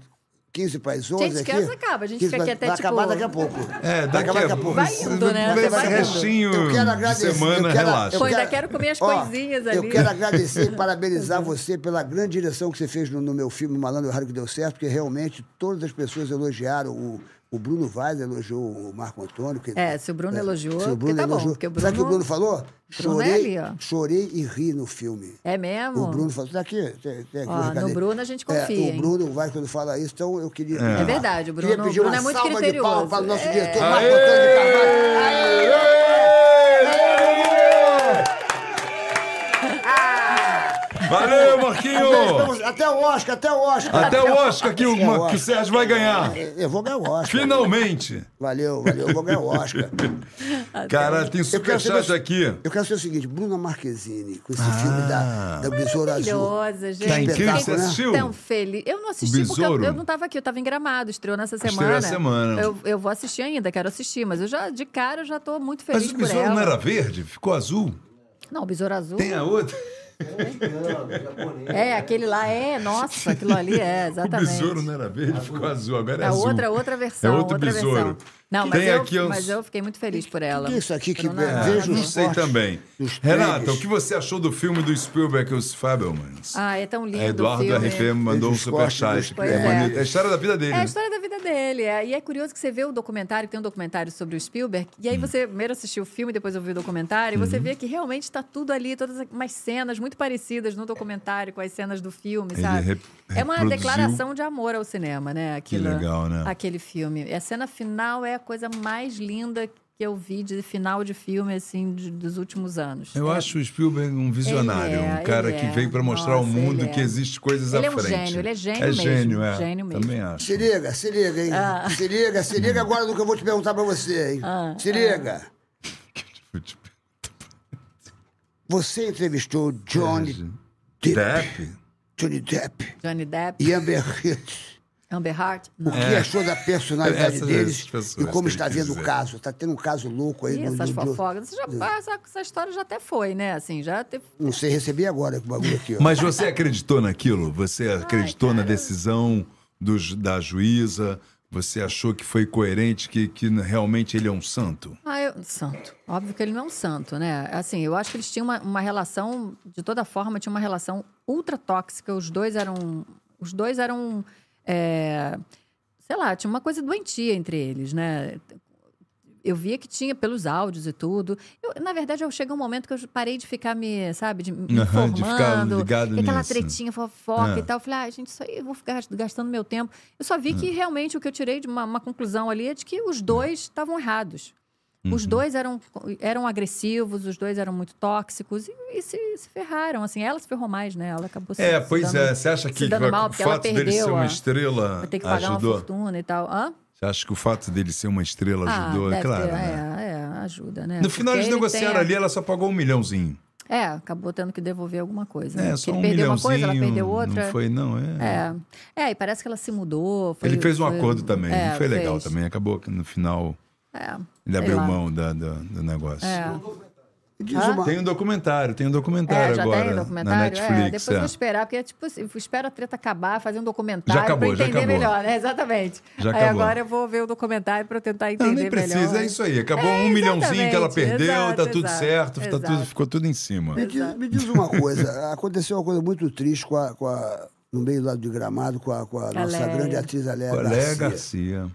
Speaker 4: 15 para as 11
Speaker 5: Gente, que
Speaker 4: aqui.
Speaker 5: horas acaba? A gente
Speaker 4: 15
Speaker 5: fica
Speaker 4: para-
Speaker 5: aqui até,
Speaker 4: vai
Speaker 5: tipo,
Speaker 4: acabar daqui a pouco.
Speaker 3: É,
Speaker 4: Vai
Speaker 3: daqui
Speaker 4: acabar
Speaker 3: a pouco.
Speaker 5: Vai indo, né?
Speaker 3: Vai
Speaker 5: Você
Speaker 3: esse
Speaker 5: vai indo.
Speaker 3: restinho
Speaker 4: Eu quero
Speaker 3: de
Speaker 4: agradecer,
Speaker 3: semana,
Speaker 4: eu quero-
Speaker 3: relaxa.
Speaker 4: eu
Speaker 5: Pois é, quero comer as
Speaker 4: Ó,
Speaker 5: coisinhas ali.
Speaker 4: Eu quero
Speaker 5: [laughs]
Speaker 4: agradecer e parabenizar você pela grande direção que você fez no, no meu filme Malandro Raro que deu certo, porque realmente todas as pessoas elogiaram o. O Bruno Vaz elogiou o Marco Antônio. que-
Speaker 5: É, se o Bruno elogiou,
Speaker 4: se o Bruno
Speaker 5: porque tá bom,
Speaker 4: elogiou.
Speaker 5: porque
Speaker 4: Sabe
Speaker 5: o
Speaker 4: o que o
Speaker 5: Bruno-
Speaker 4: Bruno falou?
Speaker 5: Bruno é
Speaker 4: Chorei,
Speaker 5: ali, ó.
Speaker 4: chorei e ri no filme.
Speaker 5: É mesmo?
Speaker 4: O Bruno falou, tá aqui, tem, tem aqui
Speaker 5: Ó,
Speaker 4: o
Speaker 5: no
Speaker 4: recadinho.
Speaker 5: Bruno a gente confia,
Speaker 4: É, o
Speaker 5: hein?
Speaker 4: Bruno vai quando fala isso, então eu queria.
Speaker 5: É verdade, o Bruno-
Speaker 4: queria pedir
Speaker 5: o Bruno
Speaker 4: uma
Speaker 5: é muito
Speaker 4: salva de palmas
Speaker 5: criterioso. É.
Speaker 4: para o nosso diretor,
Speaker 3: Aê!
Speaker 4: Marco Antônio de Carvalho.
Speaker 3: Valeu,
Speaker 4: Vamos,
Speaker 3: Marquinho!
Speaker 4: Até o Oscar, até o Oscar.
Speaker 3: Até o Oscar que o,
Speaker 4: Até o
Speaker 3: que o Sérgio vai ganhar.
Speaker 4: Eu vou ganhar o Oscar.
Speaker 3: Finalmente!
Speaker 4: Valeu, valeu, eu vou ganhar o
Speaker 3: [laughs]
Speaker 4: Oscar.
Speaker 3: Cara, tem
Speaker 4: Eu quero
Speaker 3: superchat
Speaker 4: saber-
Speaker 3: aqui. Ah.
Speaker 4: Eu quero saber o seguinte, Bruna Marquezine, com esse filme da, da Besoura Azul.
Speaker 5: Maravilhosa, gente.
Speaker 4: Tá incrível,
Speaker 5: Fiquei
Speaker 4: você
Speaker 3: assistiu?
Speaker 5: Tão feliz. Eu não assisti porque eu,
Speaker 3: Besouro?
Speaker 5: eu não tava aqui, eu tava em Gramado, estreou nessa
Speaker 3: Estreou
Speaker 5: semana.
Speaker 3: essa semana.
Speaker 5: Eu, eu vou assistir ainda, quero assistir, mas eu já, de cara, eu já tô muito feliz
Speaker 3: Mas o
Speaker 5: por
Speaker 3: besouro
Speaker 5: ela.
Speaker 3: não era verde? Ficou azul?
Speaker 5: Não, o Besouro Azul.
Speaker 3: Tem a outra?
Speaker 5: É, aquele lá é, nossa, aquilo ali é,
Speaker 3: [laughs] O
Speaker 5: exatamente.
Speaker 3: besouro não era verde, ficou azul. Agora é
Speaker 5: É
Speaker 3: azul.
Speaker 5: outra, outra versão,
Speaker 3: É outro
Speaker 5: outra
Speaker 3: besouro.
Speaker 5: versão. Não, mas,
Speaker 3: Tem
Speaker 5: eu,
Speaker 3: aqui uns-
Speaker 5: mas eu fiquei muito feliz por um ela.
Speaker 4: Que é isso aqui que
Speaker 5: Bruna-
Speaker 4: be-
Speaker 3: Ah,
Speaker 4: vejo
Speaker 3: não
Speaker 4: os
Speaker 3: sei
Speaker 4: cortes
Speaker 3: também.
Speaker 4: dos
Speaker 3: Renata,
Speaker 4: prédios.
Speaker 3: o que você achou do filme do Spielberg e os Fabelmans?
Speaker 5: Ah, é tão lindo. o
Speaker 3: Eduardo
Speaker 5: filme.
Speaker 3: RP mandou um
Speaker 4: Vejo os cortes dos
Speaker 3: superchat. que
Speaker 5: prédios.
Speaker 3: É bonito. É a história da vida dele.
Speaker 5: É a
Speaker 3: né?
Speaker 5: história da vida dele. é. E é curioso que você vê o documentário, tem um documentário sobre o Spielberg, e
Speaker 3: Hum.
Speaker 5: aí você primeiro assistiu o filme, depois ouviu o documentário, e você
Speaker 3: Uhum.
Speaker 5: vê que realmente está tudo ali, todas umas cenas muito parecidas no documentário com as cenas do filme,
Speaker 3: Ele
Speaker 5: sabe?
Speaker 3: rep-
Speaker 5: é uma
Speaker 3: reproduziu.
Speaker 5: declaração de amor ao cinema, né? Aquilo,
Speaker 3: legal, né?
Speaker 5: Aquele filme. E a cena final é a coisa mais linda que eu vi de final de filme, assim, de- dos últimos anos.
Speaker 3: Eu
Speaker 5: É
Speaker 3: acho o Spielberg um visionário,
Speaker 5: Ele é,
Speaker 3: um cara
Speaker 5: ele
Speaker 3: que
Speaker 5: é.
Speaker 3: veio para mostrar ao
Speaker 5: Nossa,
Speaker 3: mundo
Speaker 5: ele é.
Speaker 3: que existe coisas
Speaker 5: Ele
Speaker 3: à
Speaker 5: é um
Speaker 3: frente.
Speaker 5: gênio, ele é gênio mesmo,
Speaker 3: gênio, é.
Speaker 5: gênio mesmo.
Speaker 3: Também acho.
Speaker 4: Se liga, se liga, hein?
Speaker 5: Ah.
Speaker 4: Se liga, se liga agora do que eu vou te perguntar pra você, hein?
Speaker 5: ah.
Speaker 4: se liga.
Speaker 3: Tipo, tipo,
Speaker 4: Você entrevistou Johnny
Speaker 3: Depp?
Speaker 4: Johnny Depp
Speaker 5: Johnny Depp,
Speaker 4: e Amber Heard.
Speaker 5: Amber Heard.
Speaker 4: O que achou da personalidade
Speaker 3: É. Essas
Speaker 4: deles e
Speaker 3: pessoas
Speaker 4: como
Speaker 3: que
Speaker 4: está
Speaker 3: ele quis
Speaker 4: vendo o
Speaker 3: dizer.
Speaker 4: caso. Está tendo um caso louco aí.
Speaker 5: E
Speaker 4: do-
Speaker 5: essas
Speaker 4: do- do-
Speaker 5: fofocas? Isso já- essa, essa história já até foi, né? Assim, já teve.
Speaker 4: Não sei, recebi agora o bagulho aqui. Ó.
Speaker 3: Mas você acreditou naquilo? Você acreditou na decisão dos, da juíza? Você achou que foi coerente, que, que realmente ele é um santo?
Speaker 5: Ah, eu- santo. Óbvio que ele não é um santo, né? Assim, eu acho que eles tinham uma, uma relação, de toda forma, tinha uma relação ultra tóxica. Os dois eram. Os dois eram. é, sei lá, tinha uma coisa doentia entre eles, né? Eu via que tinha pelos áudios e tudo. Eu, na verdade, eu cheguei um momento que eu parei de ficar me, sabe, de me
Speaker 3: Aham, de ficar
Speaker 5: informando.
Speaker 3: ligado
Speaker 5: e aquela
Speaker 3: nisso.
Speaker 5: tretinha, fofoca
Speaker 3: É.
Speaker 5: e tal. Eu falei, ah, gente, isso aí eu vou ficar gast- gastando meu tempo. Eu só
Speaker 3: Ah.
Speaker 5: vi que realmente o que eu tirei de uma, uma conclusão ali é de que os dois estavam errados. Os
Speaker 3: Uhum.
Speaker 5: dois eram, eram agressivos, os dois eram muito tóxicos e, e se, se ferraram. Assim, ela se ferrou mais, né? Ela acabou se
Speaker 3: É,
Speaker 5: se
Speaker 3: pois
Speaker 5: dando-
Speaker 3: é. Você acha
Speaker 5: se
Speaker 3: que
Speaker 5: dando
Speaker 3: o
Speaker 5: mal, porque ela
Speaker 3: fato dele ser
Speaker 5: perdeu
Speaker 3: uma
Speaker 5: a-
Speaker 3: estrela
Speaker 5: Vai ter que pagar uma
Speaker 3: ajudou?
Speaker 5: fortuna e tal. Hã? Ah,
Speaker 3: Você acha que o fato dele ser uma estrela ajudou? É
Speaker 5: deve
Speaker 3: claro.
Speaker 5: ter,
Speaker 3: né?
Speaker 5: é, é, ajuda, né?
Speaker 3: No final
Speaker 5: Porque
Speaker 3: eles
Speaker 5: ele
Speaker 3: negociaram
Speaker 5: tem a-
Speaker 3: ali, ela só pagou um milhãozinho.
Speaker 5: É, acabou tendo que devolver alguma coisa.
Speaker 3: É,
Speaker 5: né? Porque
Speaker 3: só
Speaker 5: ele
Speaker 3: um
Speaker 5: perdeu uma
Speaker 3: milhãozinho.
Speaker 5: coisa, ela perdeu outra.
Speaker 3: Não foi, não, é.
Speaker 5: É. É, e parece que ela se mudou. foi-
Speaker 3: Ele fez um
Speaker 5: foi-
Speaker 3: acordo também,
Speaker 5: É,
Speaker 3: não foi legal
Speaker 5: fez.
Speaker 3: também. Acabou que no final
Speaker 5: É,
Speaker 3: ele
Speaker 5: sei
Speaker 3: abriu
Speaker 5: lá. É.
Speaker 3: mão da, da- do negócio.
Speaker 4: Diz
Speaker 5: Ah.
Speaker 4: uma-
Speaker 3: Tem um documentário, tem um
Speaker 5: É,
Speaker 3: documentário
Speaker 5: já
Speaker 3: agora
Speaker 5: tem
Speaker 3: na
Speaker 5: documentário?
Speaker 3: Netflix.
Speaker 5: é, depois eu
Speaker 3: é.
Speaker 5: vou esperar, porque é tipo, assim, eu espero a treta acabar, fazer um documentário
Speaker 3: Já acabou, já
Speaker 5: pra entender
Speaker 3: acabou.
Speaker 5: melhor, né? Exatamente.
Speaker 3: Já
Speaker 5: Aí
Speaker 3: acabou.
Speaker 5: agora eu vou ver o documentário pra eu tentar entender
Speaker 3: Não,
Speaker 5: melhor.
Speaker 3: nem precisa, é isso aí. Acabou
Speaker 5: É,
Speaker 3: um milhãozinho que ela
Speaker 5: exatamente,
Speaker 3: perdeu, tá
Speaker 5: exato,
Speaker 3: tudo
Speaker 5: exato,
Speaker 3: certo, tá tudo,
Speaker 5: exato.
Speaker 3: ficou tudo em cima.
Speaker 4: Me diz, me diz uma coisa. Aconteceu uma coisa muito triste com a, com a- no meio lá do gramado com a, com a nossa
Speaker 5: Léia.
Speaker 4: grande atriz Aléa
Speaker 3: Colega
Speaker 4: Garcia.
Speaker 3: Garcia.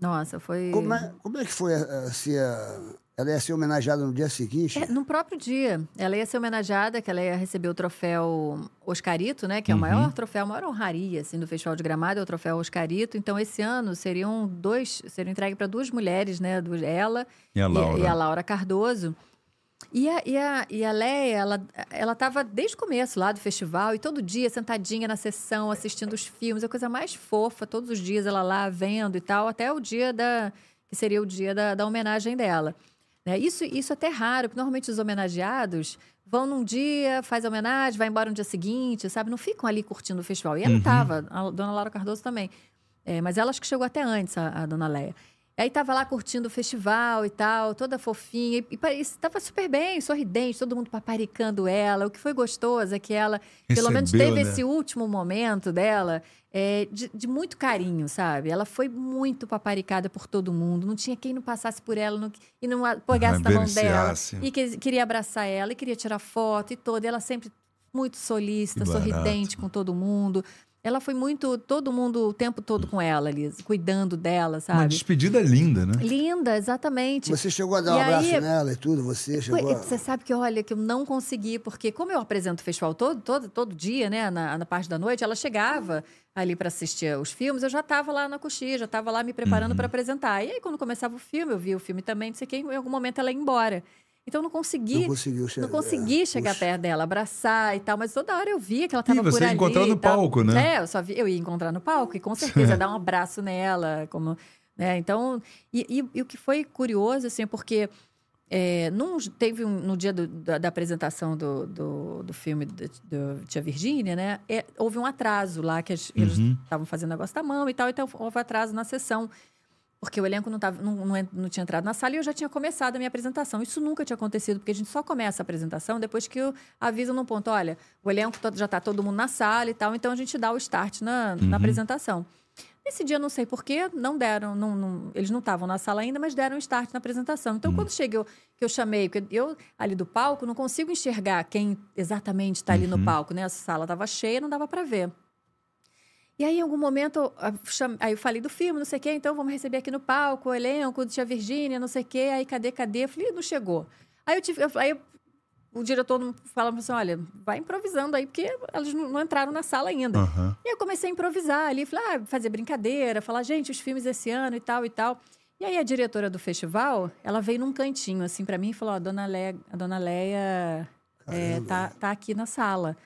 Speaker 5: Nossa, foi.
Speaker 4: Como é, como é que foi a, a, se a- ela ia ser homenageada no dia seguinte?
Speaker 5: É, no próprio dia, ela ia ser homenageada, que ela ia receber o troféu Oscarito, né? Que
Speaker 3: Uhum.
Speaker 5: é o maior troféu, a maior honraria, assim, do Festival de Gramado, é o troféu Oscarito. Então, esse ano seriam dois, seriam entregue para duas mulheres, né? du- Ela
Speaker 3: E a Laura.
Speaker 5: e a Laura Cardoso. E a, e a, e a Leia, ela, ela tava desde o começo lá do festival e todo dia sentadinha na sessão, assistindo os filmes, a coisa mais fofa, todos os dias ela lá vendo e tal, até o dia da. que seria o dia da, da homenagem dela. Né? Isso, isso é até raro, porque normalmente os homenageados vão num dia, faz a homenagem, vai embora no dia seguinte, sabe? Não ficam ali curtindo o festival. E ela tava, a dona Laura Cardoso também. É, mas ela acho que chegou até antes, a, a dona Leia. Aí tava lá curtindo o festival e tal, toda fofinha. E, e parecia- tava super bem, sorridente, todo mundo paparicando ela. O que foi gostoso é que ela, pelo menos,
Speaker 3: Recebeu,
Speaker 5: teve
Speaker 3: né?
Speaker 5: esse último momento dela é, de, de muito carinho, sabe? Ela foi muito paparicada por todo mundo. Não tinha quem não passasse por ela não- e não a- pegasse na mão dela.
Speaker 3: Beneficiasse.
Speaker 5: E que- queria abraçar ela, e queria tirar foto e toda. E ela sempre muito solista,
Speaker 3: Que barato.
Speaker 5: sorridente com todo mundo. Ela foi muito, todo mundo o tempo todo com ela, Liz, cuidando dela,
Speaker 3: Uma
Speaker 5: sabe?
Speaker 3: despedida linda, né?
Speaker 5: Linda, exatamente.
Speaker 4: Você chegou a dar
Speaker 5: E
Speaker 4: um abraço
Speaker 5: aí-
Speaker 4: nela e tudo, você
Speaker 5: Foi- é
Speaker 4: chegou a...
Speaker 5: Você sabe que, olha, que eu não consegui, porque como eu apresento o festival todo, todo, todo dia, né, na, na parte da noite, ela chegava ali para assistir os filmes, eu já estava lá na coxinha, já estava lá me preparando para apresentar. E aí, quando começava o filme, eu via o filme também, não sei quem, em algum momento ela ia embora. Então, eu não consegui,
Speaker 4: Não conseguiu chegar-
Speaker 5: não consegui
Speaker 4: é,
Speaker 5: chegar
Speaker 4: puxa.
Speaker 5: perto dela, abraçar e tal, mas toda hora eu via que ela estava
Speaker 3: você
Speaker 5: por
Speaker 3: ia
Speaker 5: ali.
Speaker 3: encontrar
Speaker 5: e
Speaker 3: no
Speaker 5: tal.
Speaker 3: palco, né?
Speaker 5: É, eu só vi, eu ia encontrar no palco e com certeza
Speaker 3: [laughs]
Speaker 5: ia dar um abraço nela, como, né? Então, e, e- e o que foi curioso assim, porque é, num- teve um- no dia do- da, da apresentação do, do, do filme do, do Tia Virgínia, né? é, houve um atraso lá, que as-
Speaker 3: Uhum.
Speaker 5: eles estavam fazendo negócio da mão e tal, então houve atraso na sessão. Porque o elenco não, tava, não, não en- não tinha entrado na sala e eu já tinha começado a minha apresentação. Isso nunca tinha acontecido, porque a gente só começa a apresentação depois que eu aviso num ponto: olha, o elenco to- já está todo mundo na sala e tal, então a gente dá o start na, na apresentação. Nesse dia, não sei porquê, não deram, não, não- eles não estavam na sala ainda, mas deram start na apresentação. Então, quando cheguei, eu, que eu chamei, porque eu ali do palco não consigo enxergar quem exatamente está ali no palco, né? A sala estava cheia, não dava para ver. E aí, em algum momento, a- cham- aí eu falei do filme, não sei o quê, então vamos receber aqui no palco, o elenco, Tia Virgínia, não sei o quê, aí cadê, cadê? Eu falei, "Ih, não chegou. Aí eu tive. eu- aí eu- o diretor não- falava assim: olha, vai improvisando aí, porque elas não, não entraram na sala ainda.
Speaker 3: Aham.
Speaker 5: E eu comecei a improvisar ali, falei, ah, fazer brincadeira, falar, gente, os filmes esse ano e tal e tal. E aí a diretora do festival, ela veio num cantinho assim pra mim e falou: ó, dona Leia, a dona Leia é, tá, tá aqui na sala.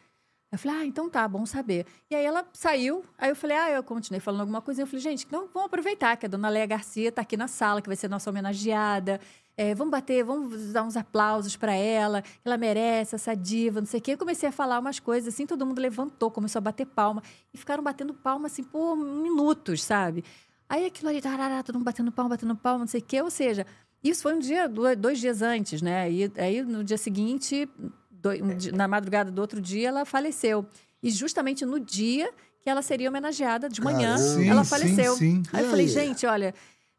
Speaker 5: Eu falei, ah, então tá, bom saber. E aí ela saiu, aí eu falei, ah, eu continuei falando alguma coisinha. Eu falei, gente, então vamos aproveitar que a dona Leia Garcia tá aqui na sala, que vai ser nossa homenageada. é, vamos bater, vamos dar uns aplausos pra ela, que ela merece, essa diva, não sei o quê. Eu comecei a falar umas coisas, assim, todo mundo levantou, começou a bater palma. E ficaram batendo palma, assim, por minutos, sabe? Aí aquilo ali, tarará, todo mundo batendo palma, batendo palma, não sei o quê. Ou seja, isso foi um dia, do- dois dias antes, né? E aí, no dia seguinte, do- um di- na madrugada do outro dia, ela faleceu. E justamente no dia que ela seria homenageada de manhã,
Speaker 4: Caramba.
Speaker 5: ela
Speaker 3: Sim,
Speaker 5: faleceu.
Speaker 3: sim, sim.
Speaker 5: Aí eu falei,
Speaker 4: E aí?
Speaker 5: gente, olha,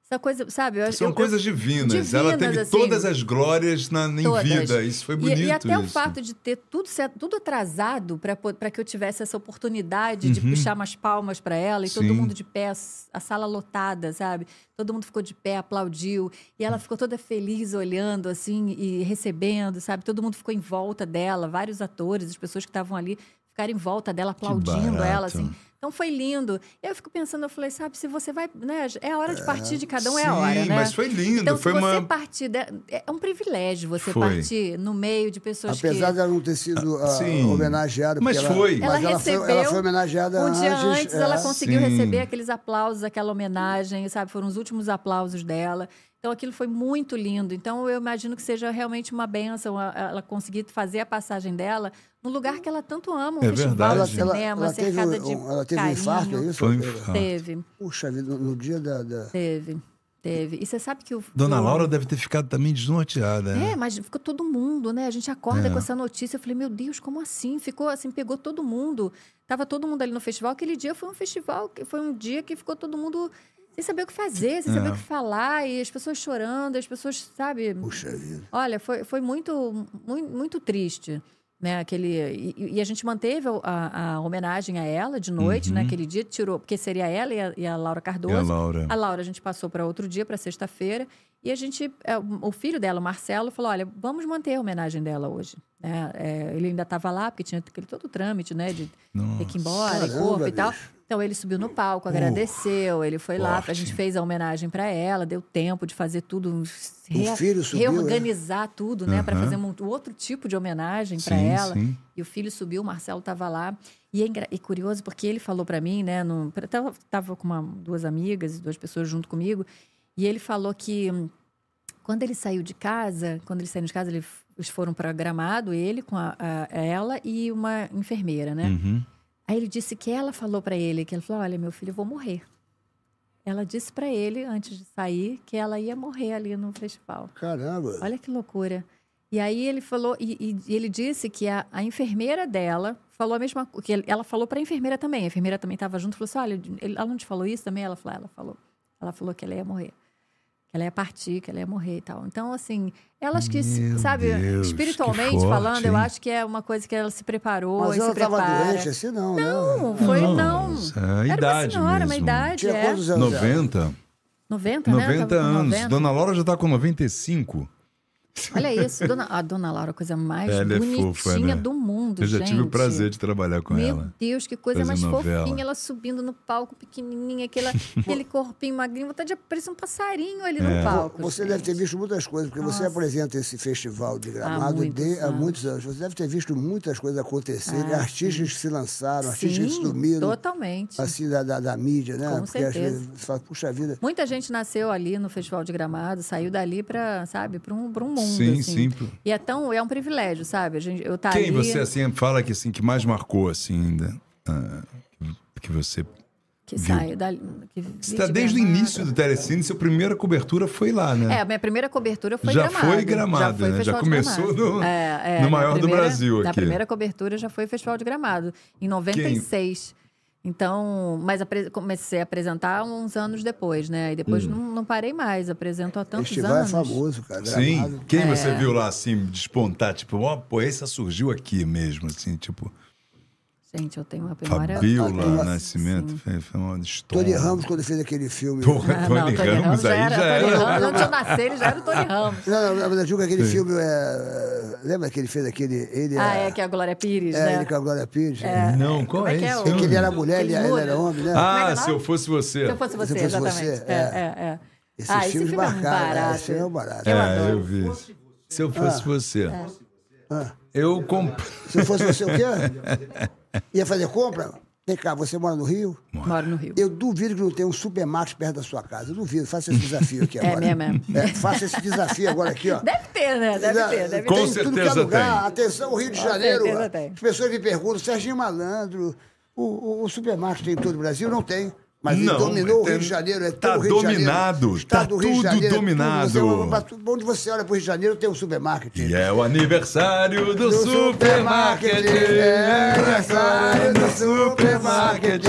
Speaker 5: essa coisa, sabe? Eu,
Speaker 3: São
Speaker 5: eu-
Speaker 3: coisas divinas. Ela
Speaker 5: divinas,
Speaker 3: teve
Speaker 5: assim.
Speaker 3: todas as glórias na, em
Speaker 5: Todas.
Speaker 3: vida. Isso foi
Speaker 5: E-
Speaker 3: bonito.
Speaker 5: E, até o
Speaker 3: isso.
Speaker 5: fato de ter tudo, certo- tudo atrasado para que eu tivesse essa oportunidade de puxar umas palmas para ela e
Speaker 3: Uhum. Sim.
Speaker 5: todo mundo de pé, a sala lotada, sabe? Todo mundo ficou de pé, aplaudiu. E ela ficou toda feliz olhando, assim, e recebendo, sabe? Todo mundo ficou em volta dela, vários atores, as pessoas que estavam ali ficaram em volta dela, aplaudindo
Speaker 3: barato.
Speaker 5: ela, assim. Então foi lindo. Eu fico pensando, eu falei, sabe, se você vai. Né, é a hora de partir de cada um, é
Speaker 3: Sim,
Speaker 5: a hora, né?
Speaker 3: mas foi lindo.
Speaker 5: Então,
Speaker 3: foi
Speaker 5: se você
Speaker 3: uma...
Speaker 5: partir. da- É um privilégio você
Speaker 3: Foi.
Speaker 5: partir no meio de pessoas
Speaker 4: Apesar
Speaker 5: que.
Speaker 4: dela não ter sido ah,
Speaker 3: sim.
Speaker 4: homenageada.
Speaker 3: Mas
Speaker 4: porque ela-
Speaker 3: foi.
Speaker 4: Mas
Speaker 5: Ela
Speaker 4: ela, foi- ela foi,
Speaker 5: recebeu
Speaker 4: homenageada
Speaker 5: Um dia
Speaker 4: antes.
Speaker 5: antes, ela
Speaker 4: é.
Speaker 5: conseguiu
Speaker 3: Sim.
Speaker 5: receber aqueles aplausos, aquela homenagem, sabe? Foram os últimos aplausos dela. Então, aquilo foi muito lindo. Então, eu imagino que seja realmente uma benção a- a- ela conseguir fazer a passagem dela num lugar que ela tanto ama, um
Speaker 3: É
Speaker 5: festival
Speaker 3: verdade.
Speaker 5: de cinema,
Speaker 4: teve,
Speaker 5: cercada de
Speaker 4: um, ela teve um
Speaker 5: carinho.
Speaker 4: infarto, é isso?
Speaker 3: Foi um infarto.
Speaker 5: Teve,
Speaker 4: Puxa vida, no dia da. da-
Speaker 5: teve, teve. E você sabe que o...
Speaker 3: Dona
Speaker 5: o-
Speaker 3: Laura deve ter ficado também desnorteada. né?
Speaker 5: É, mas ficou todo mundo, né? A gente acorda
Speaker 3: É.
Speaker 5: com essa notícia. Eu falei, meu Deus, como assim? Ficou assim, pegou todo mundo. Tava todo mundo ali no festival. Aquele dia foi um festival, que foi um dia que ficou todo mundo sem saber o que fazer, sem
Speaker 3: É.
Speaker 5: saber o que falar. E as pessoas chorando, as pessoas, sabe?
Speaker 4: Puxa vida.
Speaker 5: Olha, foi, foi muito, muito, muito triste. Né, aquele, e, e a gente manteve a, a homenagem a ela de noite,
Speaker 3: Uhum.
Speaker 5: né? Aquele dia tirou, porque seria ela e a, e a Laura
Speaker 3: E
Speaker 5: Cardoso.
Speaker 3: a Laura.
Speaker 5: É, A Laura a gente passou para outro dia, para sexta-feira, e a gente, é, o- o filho dela, o Marcelo, falou: olha, vamos manter a homenagem dela hoje. né? É, ele ainda estava lá, porque tinha aquele todo o trâmite, né, de ter que ir embora, e
Speaker 4: Caramba,
Speaker 5: corpo e tal.
Speaker 4: bicho.
Speaker 5: Então ele subiu no palco, agradeceu, ele foi lá, a gente fez a homenagem para ela, deu tempo de fazer tudo, rea-
Speaker 4: filho subiu, é?
Speaker 5: reorganizar tudo, né, para
Speaker 3: Aham.
Speaker 5: fazer um outro tipo de homenagem para
Speaker 3: Sim,
Speaker 5: ela.
Speaker 3: sim.
Speaker 5: E o filho subiu, o Marcelo estava lá. E é engra- e curioso porque ele falou para mim, né? No, pra- tava, tava com uma- duas amigas e duas pessoas junto comigo. E ele falou que hum, quando ele saiu de casa, quando ele saiu de casa, ele f- eles foram para Gramado, ele com a, a- ela e uma enfermeira, né?
Speaker 3: Uhum.
Speaker 5: Aí ele disse que ela falou para ele que ele falou: "Olha, meu filho, eu vou morrer". Ela disse para ele antes de sair que ela ia morrer ali no festival.
Speaker 4: Caramba.
Speaker 5: Olha que loucura. E aí ele falou, e, e- e ele disse que a, a enfermeira dela falou a mesma coisa. Ela falou para a enfermeira também. A enfermeira também estava junto, falou assim: olha, ele- ela não te falou isso também? Ela falou, ela falou. Ela falou que ela ia morrer. Que ela ia partir, que ela ia morrer e tal. Então, assim, elas que, se-
Speaker 3: Meu
Speaker 5: sabe,
Speaker 3: Deus,
Speaker 5: espiritualmente
Speaker 3: que forte,
Speaker 5: falando, eu
Speaker 3: hein?
Speaker 5: acho que é uma coisa que ela se preparou
Speaker 4: Mas
Speaker 5: e se
Speaker 4: ela estava
Speaker 5: prepara.
Speaker 4: doente assim, não, né?
Speaker 5: Não, foi não.
Speaker 3: Nossa, é a
Speaker 5: Era uma
Speaker 3: idade
Speaker 5: senhora, uma
Speaker 3: mesmo.
Speaker 5: idade,
Speaker 4: Tinha
Speaker 5: é.
Speaker 4: quantos anos? ela?
Speaker 3: 90?
Speaker 5: 90, né?
Speaker 3: 90
Speaker 5: Tava com
Speaker 3: anos.
Speaker 5: 90.
Speaker 3: Dona Laura já tá com 95.
Speaker 5: Olha isso, dona, a dona Laura, a coisa mais
Speaker 3: Ela é
Speaker 5: bonitinha
Speaker 3: fofa, né?
Speaker 5: do mundo,
Speaker 3: Eu já
Speaker 5: gente.
Speaker 3: tive o prazer de trabalhar com
Speaker 5: Meu
Speaker 3: ela.
Speaker 5: Deus, que coisa
Speaker 3: Fazer
Speaker 5: mais
Speaker 3: novela.
Speaker 5: fofinha. Ela subindo no palco,
Speaker 3: [laughs]
Speaker 5: pequenininha, aquela, aquele corpinho magrinho. Vontade de parecer um passarinho ali
Speaker 3: É.
Speaker 5: no palco.
Speaker 4: Você
Speaker 5: gente.
Speaker 4: deve ter visto muitas coisas, porque você
Speaker 5: Nossa.
Speaker 4: apresenta esse festival de gramado
Speaker 5: muitos
Speaker 4: de- há
Speaker 5: anos.
Speaker 4: muitos anos. Você deve ter visto muitas coisas acontecerem,
Speaker 5: Ah,
Speaker 4: artistas que se lançaram, artistas que
Speaker 5: Sim,
Speaker 4: sumiram,
Speaker 5: totalmente.
Speaker 4: assim, da, da, da mídia, né?
Speaker 5: Com
Speaker 4: porque às
Speaker 5: certeza.
Speaker 4: vezes você fala, puxa vida,
Speaker 5: Muita gente nasceu ali no Festival de Gramado, saiu dali para, sabe, para um, pra um mundo.
Speaker 3: Sim,
Speaker 5: assim.
Speaker 3: sim. pro-
Speaker 5: E é, tão, é um privilégio, sabe? A gente, eu tá
Speaker 3: Quem
Speaker 5: ali...
Speaker 3: você assim fala que assim que mais marcou assim ainda? ah, que- que você.
Speaker 5: Que
Speaker 3: viu?
Speaker 5: saio dali... Que
Speaker 3: Você
Speaker 5: vi
Speaker 3: tá
Speaker 5: de
Speaker 3: desde o
Speaker 5: Gramado.
Speaker 3: início do Telecine, sua primeira cobertura foi lá, né?
Speaker 5: É, a minha primeira cobertura foi
Speaker 3: Já
Speaker 5: Gramado.
Speaker 3: foi Gramado,
Speaker 5: já foi
Speaker 3: né?
Speaker 5: Festival
Speaker 3: Já
Speaker 5: de
Speaker 3: começou
Speaker 5: Gramado.
Speaker 3: no-
Speaker 5: É, é,
Speaker 3: no
Speaker 5: na
Speaker 3: maior do
Speaker 5: primeira-
Speaker 3: Brasil
Speaker 5: Na
Speaker 3: aqui.
Speaker 5: primeira cobertura já foi Festival de Gramado, em 96. Então, mas apre- comecei a apresentar uns anos depois, né? E depois
Speaker 3: Hum.
Speaker 5: não, não parei mais, apresento há tantos
Speaker 4: festival
Speaker 5: anos.
Speaker 4: é famoso, cara. Gramado.
Speaker 3: Sim. Quem
Speaker 5: É.
Speaker 3: você viu lá assim despontar, tipo, ó, pô, essa surgiu aqui mesmo, assim, tipo,
Speaker 5: Gente, eu tenho uma memória...
Speaker 3: Fabiola
Speaker 4: Nossa,
Speaker 3: Nascimento, foi, foi uma história.
Speaker 4: Tony Ramos, quando fez aquele filme.
Speaker 3: Porra,
Speaker 5: Ah,
Speaker 3: Tony,
Speaker 5: não, Tony
Speaker 3: Ramos,
Speaker 5: Ramos já
Speaker 3: aí
Speaker 5: era.
Speaker 3: já
Speaker 5: Tony
Speaker 3: era.
Speaker 5: Ramos, antes de eu nascer, ele já era o
Speaker 4: [laughs] É.
Speaker 5: Tony Ramos.
Speaker 4: Não, não, mas eu digo que aquele filme é. Lembra que ele fez aquele. Ele,
Speaker 5: Ah, é,
Speaker 4: é,
Speaker 5: que é a Glória Pires,
Speaker 4: é, ele
Speaker 5: né?
Speaker 4: com a Glória Pires.
Speaker 3: Não, qual
Speaker 5: Como é
Speaker 3: é,
Speaker 5: que é
Speaker 3: esse?
Speaker 5: o-
Speaker 3: filme?
Speaker 4: Que ele era mulher, ele,
Speaker 5: Ele
Speaker 4: ele
Speaker 5: muda.
Speaker 4: era homem, né?
Speaker 5: é que
Speaker 3: Ah,
Speaker 5: é o
Speaker 3: se
Speaker 5: nome?
Speaker 3: eu fosse você.
Speaker 5: Se eu fosse você,
Speaker 4: Se eu fosse
Speaker 5: exatamente.
Speaker 4: você,
Speaker 5: é, é, é.
Speaker 4: Esses
Speaker 5: Ah, esse
Speaker 4: filmes
Speaker 5: filme é um
Speaker 4: marcaram, né?
Speaker 5: barato.
Speaker 4: Esse filme é um barato.
Speaker 5: Eu
Speaker 3: é,
Speaker 5: adoro.
Speaker 3: eu vi. Se eu
Speaker 4: Ah.
Speaker 3: fosse você.
Speaker 4: É.
Speaker 3: Eu comprei.
Speaker 4: Se eu fosse você, o quê? Ia fazer compra? Vem cá, você mora no Rio?
Speaker 5: Moro no Rio.
Speaker 4: Eu duvido que não tenha um supermarket perto da sua casa. Eu duvido. Faça esse desafio aqui
Speaker 5: É
Speaker 4: agora.
Speaker 5: mesmo,
Speaker 4: É, faça esse desafio agora aqui, ó.
Speaker 5: [laughs] Deve ter, né? Deve ter, deve
Speaker 3: Com
Speaker 5: ter.
Speaker 4: tem em tudo que é
Speaker 3: certeza
Speaker 4: lugar.
Speaker 3: tem.
Speaker 4: Atenção, Rio de
Speaker 5: Com
Speaker 4: Janeiro.
Speaker 5: certeza
Speaker 4: ó.
Speaker 5: tem.
Speaker 4: As pessoas me perguntam, Serginho Malandro, o, o, o supermarket tem em todo o Brasil? Não tem. Mas ele
Speaker 3: Não,
Speaker 4: dominou o
Speaker 3: tem-
Speaker 4: Rio de Janeiro. É todo
Speaker 3: tá
Speaker 4: o Rio de Janeiro.
Speaker 3: dominado,
Speaker 4: Estado
Speaker 3: tá
Speaker 4: do Rio de
Speaker 3: tudo
Speaker 4: Janeiro, é tudo.
Speaker 3: dominado.
Speaker 4: Você olha pra tu- onde você olha para o Rio de Janeiro, tem um supermarket.
Speaker 3: E é o aniversário do,
Speaker 4: Do
Speaker 3: supermarket.
Speaker 4: é aniversário
Speaker 3: é,
Speaker 4: do supermarket.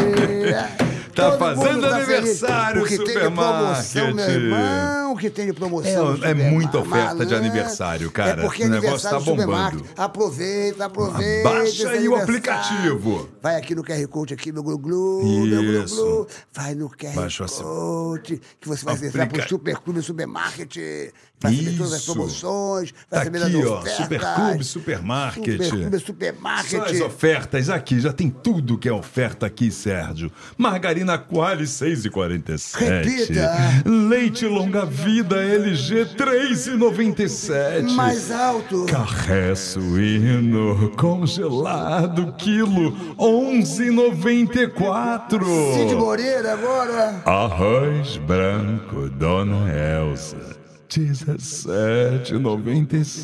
Speaker 3: Tá
Speaker 4: Todo mundo
Speaker 3: fazendo
Speaker 4: tá
Speaker 3: aniversário,
Speaker 4: feliz. O que tem de promoção, meu
Speaker 3: supermarket.
Speaker 4: irmão, o que tem de
Speaker 3: É,
Speaker 4: promoção. no
Speaker 3: é muita
Speaker 4: supermarket.
Speaker 3: oferta de
Speaker 4: Malandro.
Speaker 3: aniversário, cara.
Speaker 4: É porque
Speaker 3: O negócio
Speaker 4: aniversário do
Speaker 3: tá
Speaker 4: supermarket.
Speaker 3: bombando.
Speaker 4: Aproveita, aproveita. esse
Speaker 3: Baixa aí o
Speaker 4: aniversário.
Speaker 3: aplicativo.
Speaker 4: Vai aqui no QR Code, aqui, meu glu-glu, meu
Speaker 3: Isso.
Speaker 4: glu-glu. Vai no QR
Speaker 3: Baixa o app-
Speaker 4: Code, que você vai acessar
Speaker 3: Aplica-
Speaker 4: pro Superclube Supermarket. Vai saber todas as
Speaker 3: Isso.
Speaker 4: promoções, vai
Speaker 3: Tá
Speaker 4: saber
Speaker 3: aqui,
Speaker 4: das
Speaker 3: ó,
Speaker 4: ofertas.
Speaker 3: Superclube, supermarket.
Speaker 4: Superclube
Speaker 3: Só as
Speaker 4: Supermarket.
Speaker 3: ofertas aqui, já tem tudo que é oferta aqui, Sérgio. Margarina Quali 6,47.
Speaker 4: Repita.
Speaker 3: Leite longa vida LG 3,97.
Speaker 4: Mais alto.
Speaker 3: Carré suíno congelado, quilo 11,94.
Speaker 4: Cid Moreira agora.
Speaker 3: Arroz branco, Dona Elsa,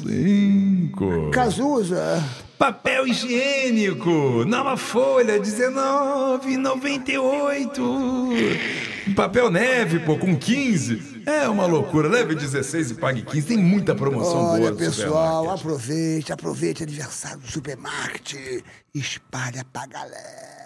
Speaker 3: 17,95.
Speaker 4: Cazuza.
Speaker 3: Papel higiênico, nova folha, 19,98. Papel neve, pô, com 15. É uma loucura. Leve 16 e pague 15. Tem muita promoção boa.
Speaker 4: Olha,
Speaker 3: no
Speaker 4: pessoal,
Speaker 3: supermercado.
Speaker 4: aproveite, aproveite aniversário do supermarket. Espalha pra galera.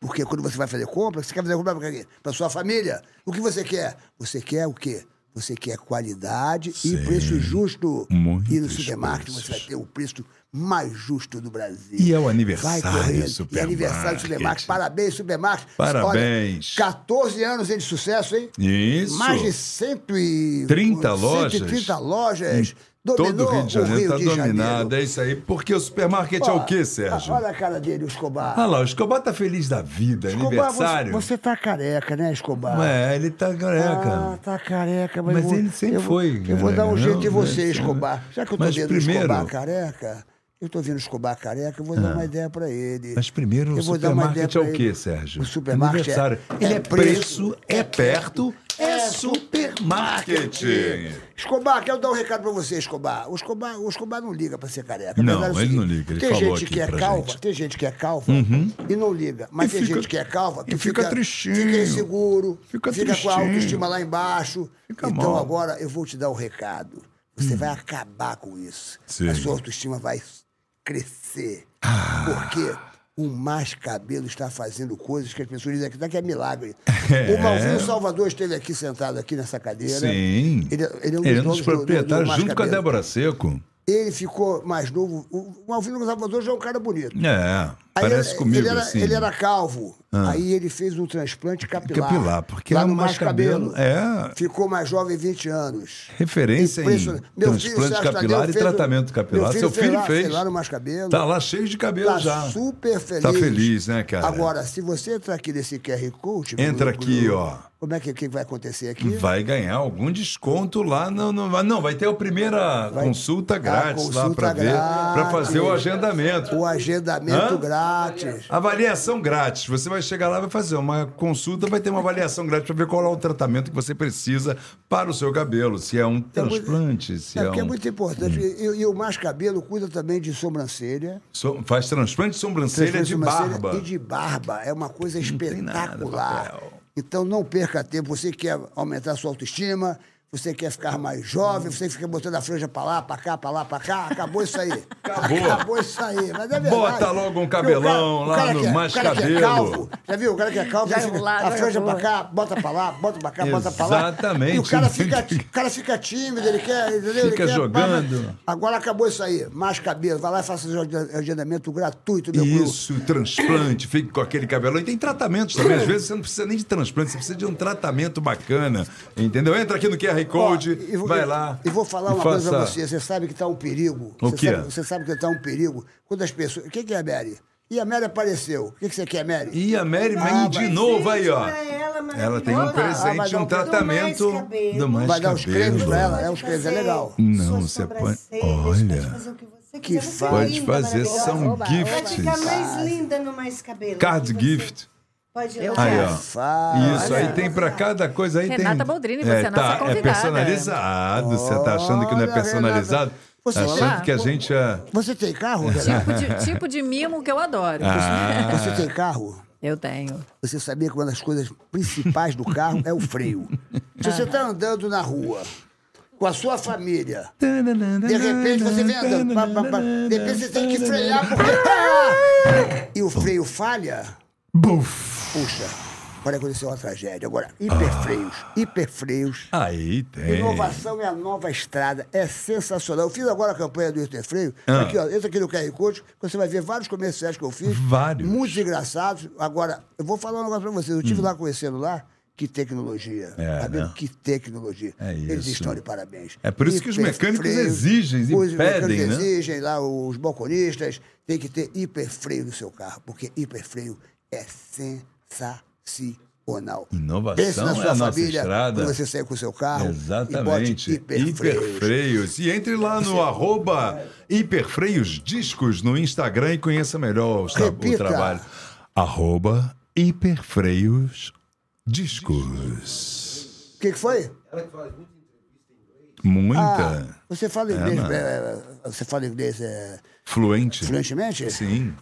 Speaker 4: Porque quando você vai fazer compra, você quer fazer compra pra quê? Pra sua família. O que você quer? Você quer o quê? Você quer qualidade e preço justo.
Speaker 3: muitos
Speaker 4: e no supermarket
Speaker 3: preços.
Speaker 4: você vai ter o preço mais justo do Brasil.
Speaker 3: E é o aniversário
Speaker 4: Vai correndo.
Speaker 3: do
Speaker 4: E é aniversário do
Speaker 3: supermarket.
Speaker 4: supermarket. Parabéns, supermarket.
Speaker 3: Parabéns.
Speaker 4: Olha, 14 anos hein, de sucesso, hein?
Speaker 3: Isso.
Speaker 4: Mais de 130
Speaker 3: 30 lojas.
Speaker 4: 130 lojas.
Speaker 3: Hum, Todo
Speaker 4: Dominou
Speaker 3: o Rio de Janeiro está
Speaker 4: de Janeiro.
Speaker 3: dominado, é isso aí. Porque o supermarket é o quê, Sérgio?
Speaker 4: Olha a cara dele, o Escobar.
Speaker 3: Ah lá, o Escobar tá feliz da vida,
Speaker 4: Escobar,
Speaker 3: aniversário.
Speaker 4: Você, você tá careca, né, Escobar?
Speaker 3: É, ele tá
Speaker 4: Ah,
Speaker 3: careca.
Speaker 4: tá careca, mas,
Speaker 3: Mas
Speaker 4: eu vou-
Speaker 3: ele sempre
Speaker 4: eu vou-
Speaker 3: foi
Speaker 4: Eu vou dar um
Speaker 3: careca,
Speaker 4: jeito em
Speaker 3: não?
Speaker 4: você,
Speaker 3: Mas-
Speaker 4: Escobar. Já que eu tô
Speaker 3: Mas
Speaker 4: vendo
Speaker 3: primeiro- Ah.
Speaker 4: Escobar careca, eu tô vendo Escobar careca, eu vou dar uma ideia pra ele.
Speaker 3: Mas primeiro, o
Speaker 4: eu vou dar uma ideia
Speaker 3: supermarket é
Speaker 4: pra
Speaker 3: o quê,
Speaker 4: ele.
Speaker 3: Sérgio?
Speaker 4: O supermarket
Speaker 3: Aniversário.
Speaker 4: é,
Speaker 3: Ele é preço, é perto, é supermarket.
Speaker 4: Escobar, quero dar um recado pra você, Escobar. O Escobar, o Escobar não liga pra ser careca.
Speaker 3: Não,
Speaker 4: Apesar do
Speaker 3: ele
Speaker 4: seguinte,
Speaker 3: não liga, ele
Speaker 4: tem
Speaker 3: falou
Speaker 4: gente
Speaker 3: aqui
Speaker 4: que é
Speaker 3: pra
Speaker 4: calva,
Speaker 3: gente. Uhum.
Speaker 4: tem gente que é calva e não liga. Mas
Speaker 3: E
Speaker 4: tem
Speaker 3: fica-
Speaker 4: gente que é calva
Speaker 3: e
Speaker 4: que
Speaker 3: fica tristinho.
Speaker 4: Fica inseguro,
Speaker 3: Fica
Speaker 4: fica, com a
Speaker 3: tristinho.
Speaker 4: autoestima lá embaixo.
Speaker 3: Fica
Speaker 4: então
Speaker 3: mal. Hum.
Speaker 4: agora eu vou te dar o recado. Você vai acabar com isso.
Speaker 3: Sim. Ah.
Speaker 4: A sua autoestima vai crescer. Porque o mais cabelo está fazendo coisas que as pessoas dizem que daqui é
Speaker 3: [laughs]
Speaker 4: milagre.
Speaker 3: É.
Speaker 4: O Malvinho Salvador esteve aqui sentado aqui nessa cadeira.
Speaker 3: Sim.
Speaker 4: Ele, ele é um dos,
Speaker 3: Ele é um
Speaker 4: donos
Speaker 3: dos
Speaker 4: do- do- do
Speaker 3: proprietários,
Speaker 4: Mais
Speaker 3: junto com a
Speaker 4: Cabelo.
Speaker 3: Débora Seco.
Speaker 4: Ele ficou mais novo. O Malvino Salvador já é um cara bonito.
Speaker 3: É,
Speaker 4: Aí
Speaker 3: parece
Speaker 4: ele-
Speaker 3: comigo,
Speaker 4: ele era,
Speaker 3: assim.
Speaker 4: ele era calvo. Aí ele fez um transplante capilar.
Speaker 3: Capilar, porque
Speaker 4: lá
Speaker 3: era
Speaker 4: no
Speaker 3: um
Speaker 4: Mais Cabelo.
Speaker 3: É.
Speaker 4: Ficou mais jovem 20 anos.
Speaker 3: Referência em
Speaker 4: Impressionante. Meu filho,
Speaker 3: transplante
Speaker 4: Sérgio
Speaker 3: capilar
Speaker 4: Tadeu,
Speaker 3: e
Speaker 4: fez o-
Speaker 3: tratamento capilar.
Speaker 4: meu filho
Speaker 3: Seu
Speaker 4: fez
Speaker 3: filho
Speaker 4: lá-
Speaker 3: fez.
Speaker 4: fez lá no Mais Cabelo.
Speaker 3: Tá lá cheio de cabelo
Speaker 4: Tá
Speaker 3: já.
Speaker 4: super feliz.
Speaker 3: Tá feliz, né, cara?
Speaker 4: Agora, se você entrar aqui nesse QR Code... Bruno,
Speaker 3: Entra aqui,
Speaker 4: Bruno,
Speaker 3: ó.
Speaker 4: Como é que, que vai acontecer aqui?
Speaker 3: Vai ganhar algum desconto lá. Não, não, vai- não vai ter a primeira
Speaker 4: Vai-
Speaker 3: consulta
Speaker 4: a
Speaker 3: grátis lá
Speaker 4: consulta
Speaker 3: para ver, para fazer o
Speaker 4: grátis.
Speaker 3: agendamento.
Speaker 4: O agendamento
Speaker 3: Hã?
Speaker 4: grátis.
Speaker 3: Avaliação grátis. Você vai chegar lá, vai fazer uma consulta, vai ter uma avaliação grátis para ver qual é o tratamento que você precisa para o seu cabelo. Se é um transplante, se
Speaker 4: É,
Speaker 3: é,
Speaker 4: porque é
Speaker 3: um.
Speaker 4: muito importante. E, e o Mais Cabelo cuida também de sobrancelha.
Speaker 3: So- Faz transplante de sobrancelha
Speaker 4: transplante
Speaker 3: de
Speaker 4: sobrancelha
Speaker 3: barba.
Speaker 4: E de barba. É uma coisa
Speaker 3: tem nada,
Speaker 4: espetacular.
Speaker 3: Rafael.
Speaker 4: então não perca tempo. Você quer aumentar a sua autoestima, você quer ficar mais jovem, você fica botando a franja pra lá, pra cá, pra lá, pra cá. Acabou isso aí.
Speaker 3: Acabou.
Speaker 4: isso aí. Mas é verdade.
Speaker 3: Bota logo um cabelão
Speaker 4: Porque o cara- o
Speaker 3: lá
Speaker 4: cara
Speaker 3: no
Speaker 4: que é-
Speaker 3: Mais
Speaker 4: o cara que é
Speaker 3: Cabelo.
Speaker 4: calvo, já viu? O cara que é calvo,
Speaker 5: Já
Speaker 4: já fica
Speaker 5: enrolado,
Speaker 4: a franja
Speaker 5: já
Speaker 4: pra cá, bota pra lá, bota pra cá, bota pra lá.
Speaker 3: Exatamente.
Speaker 4: E o
Speaker 3: [laughs]
Speaker 4: cara fica, o cara fica tímido, ele quer, entendeu?
Speaker 3: Fica
Speaker 4: ele quer,
Speaker 3: jogando.
Speaker 4: Agora acabou isso aí. Mais cabelo. Vai lá e faça seu agendamento gratuito, meu Bruno.
Speaker 3: Isso, transplante, fique com aquele cabelão. E tem tratamentos também. Às vezes você não precisa nem de transplante, você precisa de um tratamento bacana. Entendeu? Entra aqui no QR Code,
Speaker 4: Ó, e vou-
Speaker 3: vai lá.
Speaker 4: E vou falar
Speaker 3: e
Speaker 4: uma coisa pra
Speaker 3: faça-
Speaker 4: você. Você sabe que tá um perigo.
Speaker 3: O
Speaker 4: você,
Speaker 3: quê?
Speaker 4: Sabe, você sabe que tá um perigo. Quando as pessoas. O que, que é a Mary? E a Mary apareceu. O que, que você quer, Mary?
Speaker 3: E a Mary vem
Speaker 4: Ah,
Speaker 3: de
Speaker 4: vai.
Speaker 3: novo aí, ó.
Speaker 6: Pra ela,
Speaker 3: Ela tem um
Speaker 6: maravilhosa.
Speaker 4: Ah, vai
Speaker 3: presente,
Speaker 4: dar
Speaker 3: um
Speaker 4: um- do mais
Speaker 3: tratamento
Speaker 6: cabelo.
Speaker 3: do mais
Speaker 4: Vai dar
Speaker 3: cabelo.
Speaker 4: os cremes pra ela. É, os cremes é legal.
Speaker 3: Não,
Speaker 6: Suas
Speaker 3: você põe-
Speaker 6: sobrancelhas,
Speaker 3: olha.
Speaker 6: pode fazer o que você Você
Speaker 4: Que
Speaker 6: quiser, você
Speaker 4: vai
Speaker 6: é
Speaker 3: Pode
Speaker 6: linda,
Speaker 3: fazer
Speaker 6: maravilhosa.
Speaker 3: são
Speaker 8: Oba,
Speaker 6: Vai
Speaker 3: gifts.
Speaker 6: ficar mais linda no mais cabelo.
Speaker 3: Card
Speaker 6: Você
Speaker 3: gift.
Speaker 6: Pode ir lá.
Speaker 3: Aí, ó.
Speaker 4: Fala.
Speaker 3: Isso, aí tem pra cada coisa. Aí
Speaker 5: Renata
Speaker 3: tem...
Speaker 5: Boldrini, você é nossa
Speaker 3: É
Speaker 5: convidada.
Speaker 3: personalizado. Você tá achando que não é
Speaker 4: Olha, Renata,
Speaker 3: personalizado? Tá
Speaker 4: você
Speaker 3: achando
Speaker 5: tem-
Speaker 3: que a gente é...
Speaker 4: Você tem carro, Renato?
Speaker 5: Tipo de, tipo de mimo que eu adoro.
Speaker 3: Ah.
Speaker 4: Você tem carro?
Speaker 5: Eu tenho.
Speaker 4: Você sabia que uma das coisas principais do carro é o freio. Se você está andando na rua com a sua família, de repente você vem andando, pá, pá, pá, de repente você tem que frear porque e o freio falha,
Speaker 3: Buf.
Speaker 4: puxa, pode acontecer uma tragédia. Agora, hiperfreios, hiperfreios.
Speaker 3: Aí tem.
Speaker 4: Inovação é a nova estrada, é sensacional. Eu fiz agora a campanha do Interfreio.
Speaker 3: Ah.
Speaker 4: Aqui, ó, entra aqui no QR Code, você vai ver vários comerciais que eu fiz.
Speaker 3: Vários. Hum.
Speaker 4: Muitos engraçados. Agora, eu vou falar um negócio pra vocês. Eu estive lá conhecendo lá. Que tecnologia.
Speaker 3: É,
Speaker 4: Amigo,
Speaker 3: né?
Speaker 4: que tecnologia.
Speaker 3: É
Speaker 4: Eles
Speaker 3: isso.
Speaker 4: estão de parabéns.
Speaker 3: É por isso que os
Speaker 4: Hiperfreios,
Speaker 3: mecânicos exigem,
Speaker 4: Os mecânicos
Speaker 3: impedem, né?
Speaker 4: exigem, lá os balconistas, tem que ter hiperfreio no seu carro, porque hiperfreio é sensacional.
Speaker 3: Inovação
Speaker 4: Pense na
Speaker 3: é
Speaker 4: sua
Speaker 3: a nossa
Speaker 4: família,
Speaker 3: estrada.
Speaker 4: quando você sair com o seu carro, carro
Speaker 3: Exatamente.
Speaker 4: E bote hiperfreios. é
Speaker 3: Hiperfreios. E entre lá no arroba hiperfreios discos no Instagram e conheça melhor os tra- o
Speaker 4: Repita.
Speaker 3: trabalho. Arroba hiperfreios discos.
Speaker 4: O que, que foi?
Speaker 3: Muita.
Speaker 4: Você fala inglês,
Speaker 3: É. mano.
Speaker 4: é, é, você fala inglês é,
Speaker 3: Fluente.
Speaker 4: fluentemente?
Speaker 3: Sim.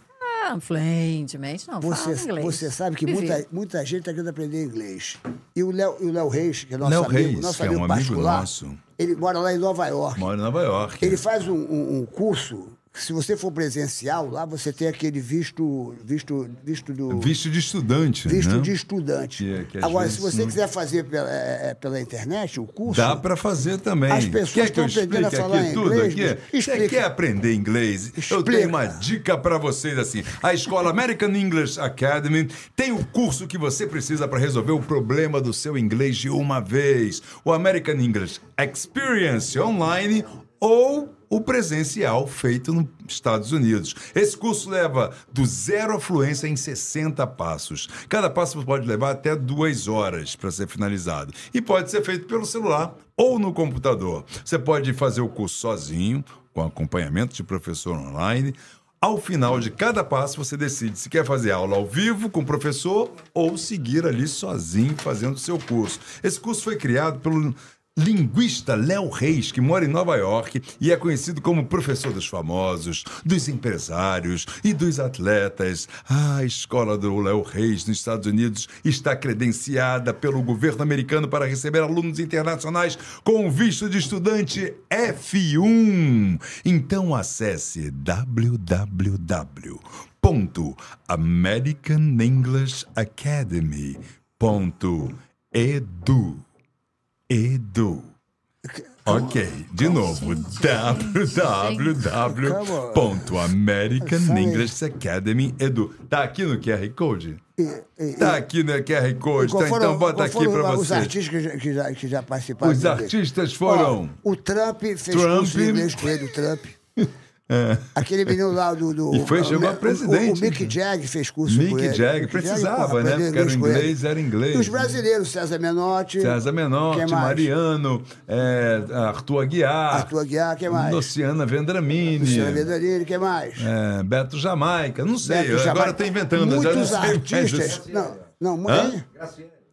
Speaker 5: Ah, fluentemente, não.
Speaker 4: Você,
Speaker 5: falo inglês.
Speaker 4: você sabe que
Speaker 5: Vivi.
Speaker 4: muita, muita gente está querendo aprender inglês. E o Léo, e o Léo Reis, que é nosso
Speaker 3: Léo
Speaker 4: amigo,
Speaker 3: Reis,
Speaker 4: nosso
Speaker 3: que é
Speaker 4: amigo
Speaker 3: um amigo
Speaker 4: particular,
Speaker 3: nosso.
Speaker 4: ele mora lá em Nova York.
Speaker 3: Mora em Nova York.
Speaker 4: Ele faz um, um- um curso, que se você for presencial lá, você tem aquele visto, visto, visto do...
Speaker 3: Visto de estudante.
Speaker 4: visto
Speaker 3: né?
Speaker 4: de estudante.
Speaker 3: Que- é que às
Speaker 4: Agora,
Speaker 3: vezes
Speaker 4: se você
Speaker 3: não-
Speaker 4: quiser fazer pela, é, é, pela internet o curso,
Speaker 3: Dá pra fazer também.
Speaker 4: As pessoas
Speaker 3: quer que eu
Speaker 4: estão
Speaker 3: explique
Speaker 4: aprendendo a
Speaker 3: aqui
Speaker 4: falar em
Speaker 3: tudo
Speaker 4: inglês,
Speaker 3: aqui?
Speaker 4: mas
Speaker 3: Você
Speaker 4: explica.
Speaker 3: quer aprender inglês? Eu
Speaker 4: Explica.
Speaker 3: tenho uma dica pra vocês assim. A escola American English Academy tem o curso que você precisa pra resolver o problema do seu inglês de uma vez. O American English Experience Online ou o presencial feito nos Estados Unidos. Esse curso leva do zero à fluência em 60 passos. Cada passo pode levar até duas horas para ser finalizado. E pode ser feito pelo celular ou no computador. Você pode fazer o curso sozinho, com acompanhamento de professor online. Ao final de cada passo, você decide se quer fazer aula ao vivo com o professor ou seguir ali sozinho fazendo o seu curso. Esse curso foi criado pelo linguista Léo Reis, que mora em Nova York e é conhecido como professor dos famosos, dos empresários e dos atletas. Ah, a escola do Léo Reis nos Estados Unidos está credenciada pelo governo americano para receber alunos internacionais com o visto de estudante F1. Então acesse www.americanenglishacademy.edu. Edu. Ok, de novo, www.americanenglishacademy.edu. Tá aqui no QR Code? Tá aqui no QR Code, tá?
Speaker 4: Qual foram-
Speaker 3: Então bota
Speaker 4: qual
Speaker 3: aqui
Speaker 4: foram
Speaker 3: pra
Speaker 4: Os
Speaker 3: você.
Speaker 4: artistas que já, que já- que já participaram.
Speaker 3: Os
Speaker 4: do inglês?
Speaker 3: artistas foram-
Speaker 4: Ó, o Trump fez
Speaker 3: Trump. É.
Speaker 4: curso de inglês com ele, o
Speaker 3: [laughs]
Speaker 4: Trump. Aquele menino lá do. do-
Speaker 3: E foi-
Speaker 4: o-
Speaker 3: chegou a
Speaker 4: o-
Speaker 3: presidente.
Speaker 4: O, Mick Jagger fez curso com
Speaker 3: Mick
Speaker 4: ele.
Speaker 3: Jagger,
Speaker 4: Mick
Speaker 3: precisava,
Speaker 4: porra,
Speaker 3: né?
Speaker 4: aprendeu
Speaker 3: Porque era
Speaker 4: com ele.
Speaker 3: inglês, era inglês. né?
Speaker 4: E os brasileiros, César Menotti.
Speaker 3: César
Speaker 4: quem
Speaker 3: Menotti,
Speaker 4: mais?
Speaker 3: Mariano, é, Arthur Aguiar,
Speaker 4: Arthur Aguiar, quem mais?
Speaker 3: Luciana Vendramini,
Speaker 4: Luciana Vedarini, quem mais?
Speaker 3: é, Beto Jamaica, não sei,
Speaker 4: Beto
Speaker 3: eu agora
Speaker 4: Jamaica.
Speaker 3: tô inventando,
Speaker 4: Muitos
Speaker 3: já não sei
Speaker 4: artistas.
Speaker 3: mais.
Speaker 4: Não, não, muito.
Speaker 3: Hã?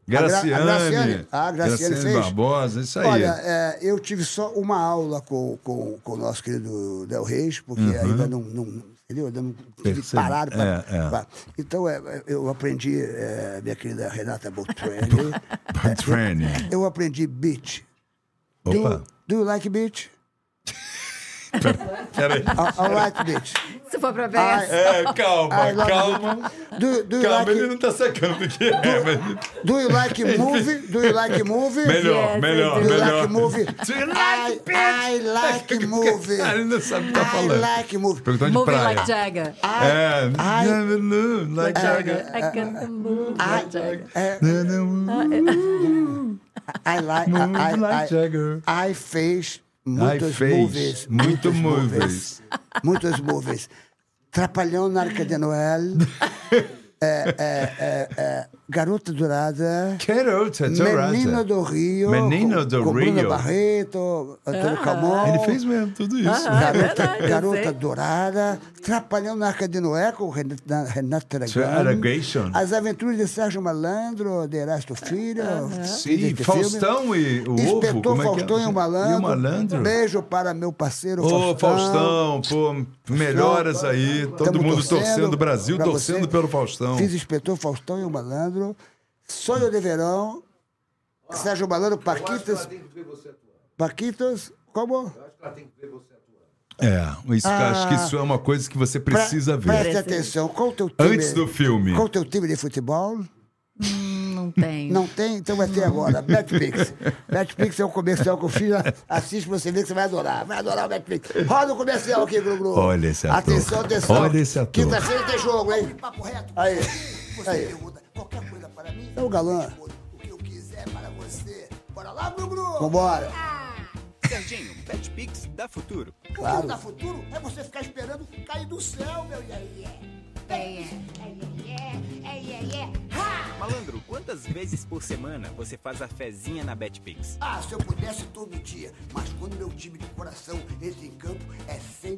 Speaker 3: Graciane,
Speaker 4: A Gra- a Graciane- a Graciane fez.
Speaker 3: Barbosa, isso Tá aí.
Speaker 4: Olha, é, eu tive só uma aula com, com, com o nosso querido Del Reis, porque ainda não, não- entendeu? Ainda não tive
Speaker 3: Uhum. Percebi.
Speaker 4: parado pra-
Speaker 3: É, é.
Speaker 4: pra- Então, é, é, eu aprendi, é, minha querida Renata Botrelli,
Speaker 3: [laughs] Training.
Speaker 4: eu aprendi beat. Do,
Speaker 3: Opa,
Speaker 4: you- do you like beat?
Speaker 3: peraí.
Speaker 4: I, I like beat.
Speaker 5: Se for pra
Speaker 4: Ah,
Speaker 5: ver.
Speaker 3: É, calma,
Speaker 4: I love
Speaker 3: calma.
Speaker 4: Do, do, you
Speaker 3: Calma, ele
Speaker 4: like,
Speaker 3: não tá sacando o que é, mas...
Speaker 4: do you
Speaker 3: [laughs]
Speaker 4: like movie? Do you like movie?
Speaker 3: Melhor,
Speaker 5: Yes,
Speaker 3: melhor,
Speaker 4: Do you
Speaker 3: melhor.
Speaker 4: like movie?
Speaker 3: Do you
Speaker 4: I,
Speaker 3: like
Speaker 4: I like
Speaker 3: [laughs]
Speaker 4: movie.
Speaker 3: Cara, [laughs] ele não sabe o que tá
Speaker 4: I
Speaker 3: falando.
Speaker 4: like movie.
Speaker 3: Perguntando de
Speaker 5: Moving
Speaker 3: praia.
Speaker 5: like Jagger.
Speaker 3: É, never knew, like
Speaker 4: Ah, é,
Speaker 3: Jagger.
Speaker 5: I can't move like Jagger.
Speaker 3: Never
Speaker 4: ah,
Speaker 3: knew,
Speaker 4: I like, I, I,
Speaker 3: like
Speaker 4: I,
Speaker 3: Jagger.
Speaker 4: I fez
Speaker 3: I
Speaker 4: é muitos
Speaker 3: fez
Speaker 4: movies.
Speaker 3: muito movies.
Speaker 4: Muitos
Speaker 3: [laughs]
Speaker 4: movies. Trapalhão na Arca de Noel. é, é, é, é, Garota Dourada.
Speaker 3: Garota
Speaker 4: Menino
Speaker 3: Dourada.
Speaker 4: do Rio.
Speaker 3: Menino
Speaker 4: com-
Speaker 3: do
Speaker 4: com Bruna
Speaker 3: Rio.
Speaker 4: Barreto, Antônio Camon.
Speaker 3: Ele fez mesmo tudo isso.
Speaker 5: Ah, é
Speaker 4: Garota,
Speaker 5: verdade, eu
Speaker 4: garota
Speaker 5: sei.
Speaker 4: Dourada, Trapalhão na Arca de Noé, com o Renato, na- Renato
Speaker 3: Tragation.
Speaker 4: Tragano. As Aventuras de Sérgio Malandro, de Erasto Filho.
Speaker 3: Sim,
Speaker 4: desse
Speaker 3: Faustão e o
Speaker 4: Inspetor
Speaker 3: ovo, como é que é?
Speaker 4: Faustão e o Malandro. Um
Speaker 3: E o Malandro.
Speaker 4: Beijo para meu parceiro
Speaker 3: Ô,
Speaker 4: Faustão.
Speaker 3: Faustão, pô, melhoras aí. Todo
Speaker 4: Tamo
Speaker 3: mundo torcendo, o Brasil
Speaker 4: pra
Speaker 3: torcendo
Speaker 4: você.
Speaker 3: pelo Faustão.
Speaker 4: Fiz Inspetor Faustão e o Malandro. Sonho de Verão. Sérgio Malandro, Paquitas. Paquitas, como?
Speaker 3: É, isso,
Speaker 4: Ah.
Speaker 3: acho que isso é uma coisa que você
Speaker 4: Pre-
Speaker 3: precisa ver.
Speaker 4: Preste atenção. Qual o teu time?
Speaker 3: Antes do filme.
Speaker 4: Qual o teu time de futebol?
Speaker 5: Não tem.
Speaker 4: Não tem? Então vai ter agora. Betpix. Betpix é um comercial que eu fiz. Assiste pra você ver que você vai adorar. Vai adorar o Betpix. Roda o comercial aqui, Gru Gru.
Speaker 3: Olha esse ator.
Speaker 4: Atenção, atenção.
Speaker 3: Olha esse ator.
Speaker 4: Quinta-feira tem jogo, hein? Aí. Aí. É o galã.
Speaker 8: Bora lá, Bruno!
Speaker 4: Vambora.
Speaker 2: Serginho, PetPix da Futuro.
Speaker 4: Claro.
Speaker 8: O futuro é você ficar esperando cair do céu, meu iê É, é, é, é,
Speaker 2: Malandro, quantas vezes por semana você faz a fezinha na BetPix?
Speaker 8: Ah, se eu pudesse todo dia, mas quando meu time de coração entra em campo, é 100%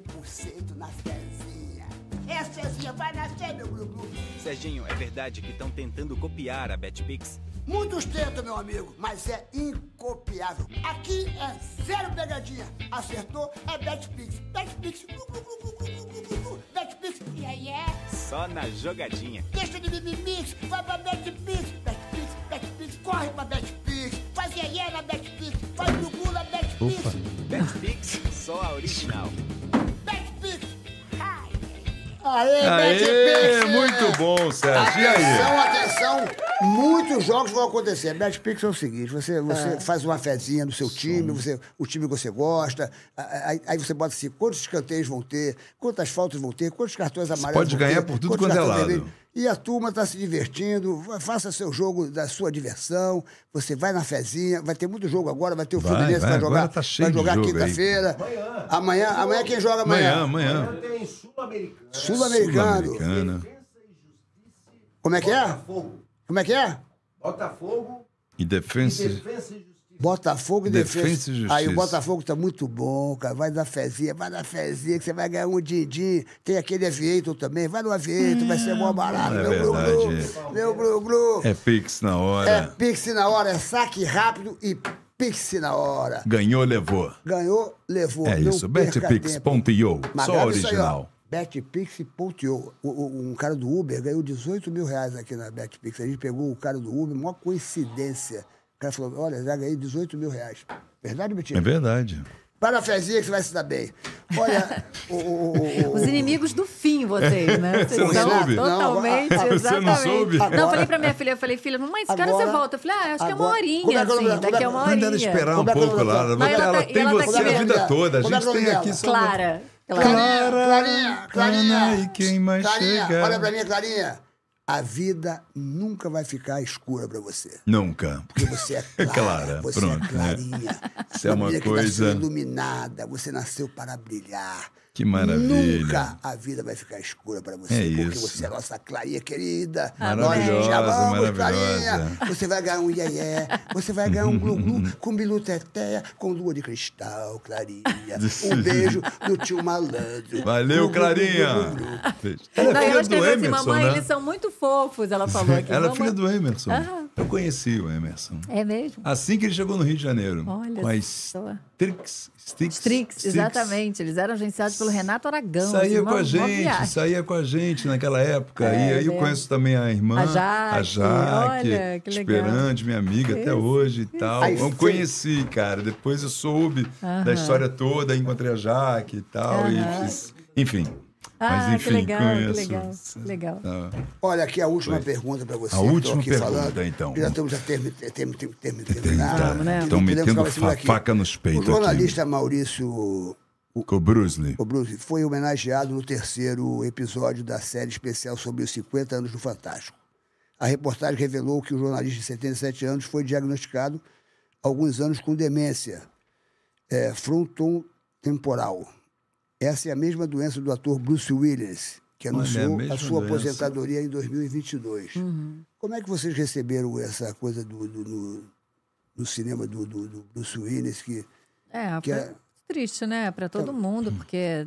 Speaker 8: na fezinha. É, fezinha, vai na fé, meu Bruno.
Speaker 2: Serginho, é verdade que estão tentando copiar a BetPix?
Speaker 8: Muitos tentam, meu amigo, mas é incopiável. Aqui é zero pegadinha. Acertou é Betpix. Betpix. glu, glu, glu, glu, glu, glu, glu, glu. Betpix. E aí é?
Speaker 2: Só na jogadinha.
Speaker 8: Deixa de mimimix. Vai pra Betpix. Betpix. Betpix. Corre pra Betpix. Faz iê na Betpix. Faz gugu na Betpix.
Speaker 2: BetPix, só a original.
Speaker 8: Betpix. Ai,
Speaker 4: Aê,
Speaker 3: Aê,
Speaker 4: Betpix.
Speaker 3: muito bom, Sérgio. E aí?
Speaker 4: Atenção, atenção! Muitos jogos vão acontecer. Betpix é o seguinte: você, você faz uma fezinha no seu time, você, o time que você gosta, a- aí, aí você bota assim: quantos escanteios vão ter, quantas faltas vão ter, quantos cartões amarelos.
Speaker 3: pode
Speaker 4: vão
Speaker 3: ganhar
Speaker 4: ter,
Speaker 3: por tudo
Speaker 4: quantos
Speaker 3: quanto é
Speaker 4: cartões
Speaker 3: lado.
Speaker 4: vermelhos. E a turma está se divertindo, va- faça seu jogo da sua diversão. Você vai na fezinha, vai ter muito jogo agora, vai ter o
Speaker 3: Vai,
Speaker 4: Fluminense,
Speaker 3: vai,
Speaker 4: vai,
Speaker 3: agora
Speaker 4: jogar,
Speaker 3: tá cheio
Speaker 4: vai
Speaker 3: de
Speaker 4: jogar
Speaker 3: jogo aí.
Speaker 4: quinta-feira. Amanhã, amanhã quem joga
Speaker 3: Amanhã,
Speaker 4: amanhã?
Speaker 3: amanhã.
Speaker 4: Sul-Americano.
Speaker 3: Sul-Americana.
Speaker 4: Como é que é? Como é que é?
Speaker 9: Botafogo,
Speaker 3: E defensa.
Speaker 9: Defensa e Justiça.
Speaker 4: Botafogo e
Speaker 3: Defensa
Speaker 4: defesa.
Speaker 3: e Justiça.
Speaker 4: Aí o Botafogo tá muito bom, cara. Vai dar fezinha, vai dar fezinha, que você vai ganhar um din-din. Tem aquele aviator também. Vai no aviator, vai ser mó barato.
Speaker 3: É
Speaker 4: meu
Speaker 3: verdade,
Speaker 4: blu-blu. Meu blu-blu.
Speaker 3: É Pix na
Speaker 4: É,
Speaker 3: hora.
Speaker 4: pix na hora, é saque rápido e pix na hora.
Speaker 3: Ganhou, levou.
Speaker 4: Ganhou, levou.
Speaker 3: É
Speaker 4: Não
Speaker 3: isso.
Speaker 4: perca tempo.
Speaker 3: Betpix.io.
Speaker 4: Mas
Speaker 3: Só a
Speaker 4: grava isso aí, ó.
Speaker 3: original.
Speaker 4: Betpix.io. O- o- Um cara do Uber ganhou 18 mil reais aqui na Betpix. A gente pegou o cara do Uber, maior coincidência. O cara falou: olha, já ganhei 18 mil reais. Verdade, Betinho?
Speaker 3: É verdade.
Speaker 4: Para a fezinha que você vai se dar bem. Olha, o, o, o- o-
Speaker 5: Os inimigos do fim, vocês, né? Vocês
Speaker 3: Você não
Speaker 5: são
Speaker 3: soube?
Speaker 5: Totalmente,
Speaker 4: Não,
Speaker 3: agora- Você
Speaker 5: exatamente.
Speaker 3: não soube?
Speaker 5: Não, falei pra minha filha, eu falei, filha, mamãe, esse cara
Speaker 4: Agora-
Speaker 5: você volta. Eu falei, ah, acho que é uma
Speaker 4: agora- Como
Speaker 5: horinha,
Speaker 4: é que é o nome
Speaker 5: assim,
Speaker 4: dela?
Speaker 5: daqui a uma
Speaker 4: Como é-
Speaker 3: Manda ela
Speaker 5: horinha.
Speaker 3: esperar um
Speaker 4: Como é que
Speaker 3: pouco,
Speaker 4: ela tá?
Speaker 3: Lara.
Speaker 5: Mas ela
Speaker 3: Ela
Speaker 5: tá-
Speaker 3: tem
Speaker 5: ela tá
Speaker 3: você
Speaker 5: aqui
Speaker 3: a vida
Speaker 4: dela.
Speaker 3: toda. A
Speaker 4: Como é que
Speaker 3: gente
Speaker 4: é o nome
Speaker 3: tem aqui
Speaker 4: dela?
Speaker 3: só. uma-
Speaker 5: Clara. Clara.
Speaker 4: Clarinha, Clarinha, Clarinha.
Speaker 3: Ana, e quem mais
Speaker 4: Clarinha,
Speaker 3: chega?
Speaker 4: olha pra mim, Clarinha. A vida nunca vai ficar escura pra você.
Speaker 3: Nunca.
Speaker 4: Porque você é clara.
Speaker 3: [laughs] Clara,
Speaker 4: você
Speaker 3: pronto,
Speaker 4: é
Speaker 3: né?
Speaker 4: clarinha.
Speaker 3: Isso é uma
Speaker 4: menina que
Speaker 3: coisa-
Speaker 4: Nasceu iluminada, você nasceu para brilhar.
Speaker 3: Que maravilha.
Speaker 4: Nunca a vida vai ficar escura para você,
Speaker 3: É
Speaker 4: porque
Speaker 3: isso.
Speaker 4: você é nossa clarinha querida.
Speaker 3: Maravilhosa,
Speaker 4: Nós te amamos,
Speaker 3: maravilhosa.
Speaker 4: clarinha. Você vai ganhar um ié você vai ganhar um
Speaker 3: [laughs]
Speaker 4: glu-glu com biluteteia, com lua de cristal, clarinha.
Speaker 3: [laughs]
Speaker 4: Um beijo do tio malandro.
Speaker 3: Valeu,
Speaker 4: Glu, glu, glu,
Speaker 3: Clarinha.
Speaker 4: glu, glu, glu.
Speaker 3: Ela
Speaker 5: Não,
Speaker 3: é
Speaker 5: ela
Speaker 3: filha do
Speaker 5: escreveu assim,
Speaker 3: Emerson,
Speaker 5: mamãe,
Speaker 3: né?
Speaker 5: eles são muito fofos, ela falou aqui.
Speaker 3: Ela é
Speaker 5: "Mamãe."
Speaker 3: filha do Emerson.
Speaker 5: Ah.
Speaker 3: Eu conheci o Emerson.
Speaker 5: É mesmo?
Speaker 3: Assim que ele chegou no Rio de Janeiro.
Speaker 5: Olha
Speaker 3: com as
Speaker 5: só.
Speaker 3: Trix. Stix,
Speaker 5: Strix,
Speaker 3: Stix.
Speaker 5: exatamente. Eles eram agenciados pelo Renato Aragão.
Speaker 3: Saía
Speaker 5: assim,
Speaker 3: com a
Speaker 5: uma- uma
Speaker 3: gente,
Speaker 5: viagem.
Speaker 3: saía com a gente naquela época. e aí eu
Speaker 5: né?
Speaker 3: conheço também a irmã,
Speaker 5: A Jaque,
Speaker 3: Jaque,
Speaker 5: olha, que legal.
Speaker 3: Esperante, minha amiga até hoje e tal.
Speaker 4: Aí
Speaker 3: eu
Speaker 4: sim.
Speaker 3: conheci, cara. Depois eu soube da história toda, encontrei a Jaque e tal. E fiz- enfim.
Speaker 5: Ah,
Speaker 3: Mas enfim,
Speaker 5: que legal,
Speaker 3: conheço.
Speaker 5: que legal, que legal.
Speaker 3: Ah,
Speaker 4: Olha aqui a última
Speaker 3: Pois.
Speaker 4: pergunta para você.
Speaker 3: A
Speaker 4: que eu tô
Speaker 3: última
Speaker 4: aqui
Speaker 3: pergunta,
Speaker 4: falando.
Speaker 3: então.
Speaker 4: Já estamos já termi- termi- termi- termi- Então,
Speaker 3: tá.
Speaker 4: terminando.
Speaker 3: Estão
Speaker 4: Entendeu?
Speaker 3: metendo
Speaker 4: Ficava em cima
Speaker 3: fa-
Speaker 4: aqui.
Speaker 3: faca nos peitos
Speaker 4: O jornalista Maurício
Speaker 3: aqui. Com o Bruce Lee.
Speaker 4: Obruzzi foi homenageado no terceiro episódio da série especial sobre os 50 anos do Fantástico. A reportagem revelou que o jornalista de 77 anos foi diagnosticado há alguns anos com demência é, frontotemporal. Essa é a mesma doença do ator Bruce Willis, que
Speaker 3: Olha,
Speaker 4: anunciou
Speaker 3: mesma
Speaker 4: a sua
Speaker 3: doença.
Speaker 4: aposentadoria em 2022. Como é que vocês receberam essa coisa do, do- no, no cinema do, do, do Bruce Willis? Que,
Speaker 3: Tá.
Speaker 5: É,
Speaker 4: Que
Speaker 5: foi
Speaker 4: é-
Speaker 5: triste, né? Pra todo mundo, porque,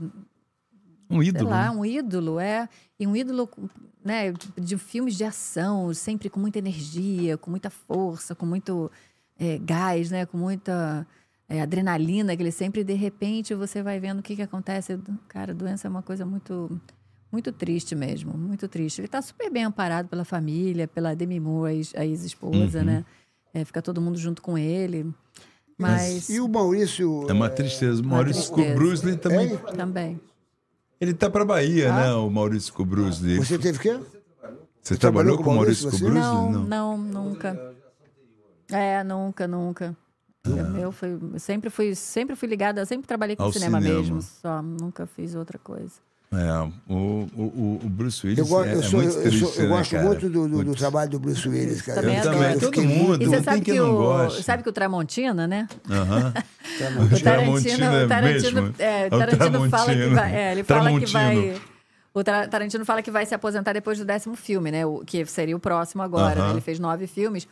Speaker 3: Um
Speaker 5: sei
Speaker 3: ídolo.
Speaker 5: lá,
Speaker 3: né?
Speaker 5: um ídolo, é. E um ídolo, né, de filmes de ação, sempre com muita energia, com muita força, com muito é, gás, né? Com muita é, adrenalina que ele sempre, de repente, você vai vendo o que, que acontece. Cara, doença é uma coisa muito. Muito triste mesmo, muito triste. Ele tá super bem amparado pela família, pela Demi Moore, a ex- a ex-esposa, né? É, fica todo mundo junto com ele. Mas.
Speaker 4: E o Maurício.
Speaker 3: É uma tristeza. O
Speaker 5: Uma
Speaker 3: Maurício
Speaker 5: tristeza.
Speaker 3: Kubrusli também.
Speaker 4: É?
Speaker 5: Também.
Speaker 3: Ele tá pra Bahia,
Speaker 5: Ah.
Speaker 3: né? O Maurício Kubrusli. Você,
Speaker 4: Você teve o quê?
Speaker 3: trabalhou com o Maurício
Speaker 4: você?
Speaker 3: Kubrusli?
Speaker 5: Não, não, nunca. É, nunca, nunca.
Speaker 3: Ah.
Speaker 5: Eu, eu fui, sempre fui, sempre fui ligada, sempre trabalhei com
Speaker 3: Ao
Speaker 5: cinema,
Speaker 3: cinema.
Speaker 5: mesmo, só nunca fiz outra coisa.
Speaker 3: É, o, o, o- o Bruce Willis
Speaker 4: Eu, go-
Speaker 3: é,
Speaker 4: eu
Speaker 3: é
Speaker 4: sou-
Speaker 3: muito
Speaker 4: eu
Speaker 3: triste,
Speaker 4: sou- eu
Speaker 3: né,
Speaker 4: gosto
Speaker 3: cara?
Speaker 4: muito do, do- do
Speaker 3: Putz.
Speaker 4: trabalho do Bruce Willis, cara.
Speaker 5: Também
Speaker 3: Eu
Speaker 5: adoro.
Speaker 3: também,
Speaker 5: Eu
Speaker 3: todo
Speaker 4: fiquei muito-
Speaker 3: mundo. não
Speaker 5: E você
Speaker 3: tem
Speaker 5: sabe
Speaker 3: quem
Speaker 5: que,
Speaker 3: não
Speaker 5: o,
Speaker 3: goste.
Speaker 5: sabe que o Tramontina, né?
Speaker 3: Aham.
Speaker 5: [laughs] O Tarantino,
Speaker 3: Tramontina
Speaker 5: o Tarantino,
Speaker 3: mesmo.
Speaker 5: é,
Speaker 3: É
Speaker 5: o
Speaker 3: o
Speaker 5: Tarantino fala que
Speaker 3: Tramontina.
Speaker 5: vai, é, ele fala que vai.
Speaker 3: Tramontino.
Speaker 5: O Tra- Tarantino fala que vai se aposentar depois do décimo filme, né? O, que seria o próximo agora.
Speaker 3: Aham.
Speaker 5: né? Ele fez nove filmes.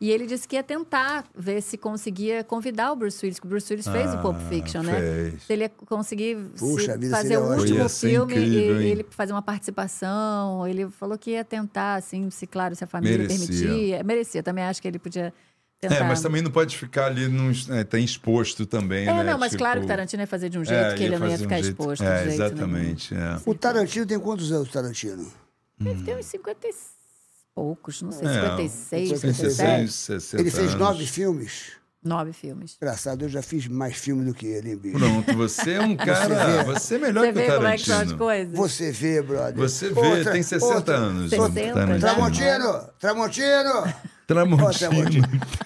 Speaker 5: E ele disse que ia tentar ver se conseguia convidar o Bruce Willis, que o Bruce Willis fez o Pulp
Speaker 3: Ah,
Speaker 5: Fiction, né?
Speaker 3: fez.
Speaker 5: Se ele ia conseguir se
Speaker 4: Puxa vida,
Speaker 5: fazer
Speaker 4: seria
Speaker 5: o
Speaker 4: ótimo.
Speaker 5: último
Speaker 3: Ia ser
Speaker 5: filme
Speaker 3: incrível,
Speaker 5: e
Speaker 3: hein?
Speaker 5: ele fazer uma participação. Ele falou que ia tentar, assim, se claro, se a família
Speaker 3: Merecia.
Speaker 5: permitia. Merecia, também acho que ele podia tentar.
Speaker 3: É, mas também não pode ficar ali, num, é, tem exposto também,
Speaker 5: Tá. É,
Speaker 3: né?
Speaker 5: não, mas claro que o
Speaker 3: Tipo,
Speaker 5: Tarantino ia fazer de um jeito
Speaker 3: é,
Speaker 5: que ele não ia
Speaker 3: fazer um
Speaker 5: ficar
Speaker 3: jeito-
Speaker 5: exposto.
Speaker 3: É,
Speaker 5: de jeito né? nenhum.
Speaker 3: exatamente. é.
Speaker 4: O Tarantino tem quantos anos, Tarantino?
Speaker 5: Deve
Speaker 3: Hum.
Speaker 5: ter uns 50 e poucos, não sei,
Speaker 3: É,
Speaker 5: 56,
Speaker 3: 56,
Speaker 5: 57.
Speaker 3: 60
Speaker 4: Ele fez
Speaker 3: anos.
Speaker 4: nove filmes.
Speaker 5: Nove filmes.
Speaker 4: Engraçado, eu já fiz mais filme do que ele, hein, bicho.
Speaker 3: Pronto, você é
Speaker 4: [laughs]
Speaker 3: um cara. Você é melhor
Speaker 5: Você
Speaker 3: que o
Speaker 5: vê como é que são as
Speaker 3: Tarantino.
Speaker 5: coisas?
Speaker 4: Você vê, brother.
Speaker 3: Você vê,
Speaker 4: Outra-
Speaker 3: tem 60
Speaker 4: outra-
Speaker 3: anos.
Speaker 5: 60,
Speaker 3: Tarantino.
Speaker 5: né?
Speaker 4: Tramontino!
Speaker 3: [laughs]
Speaker 4: Tramontino! Ô,
Speaker 3: Tramontino.
Speaker 4: Tramontino,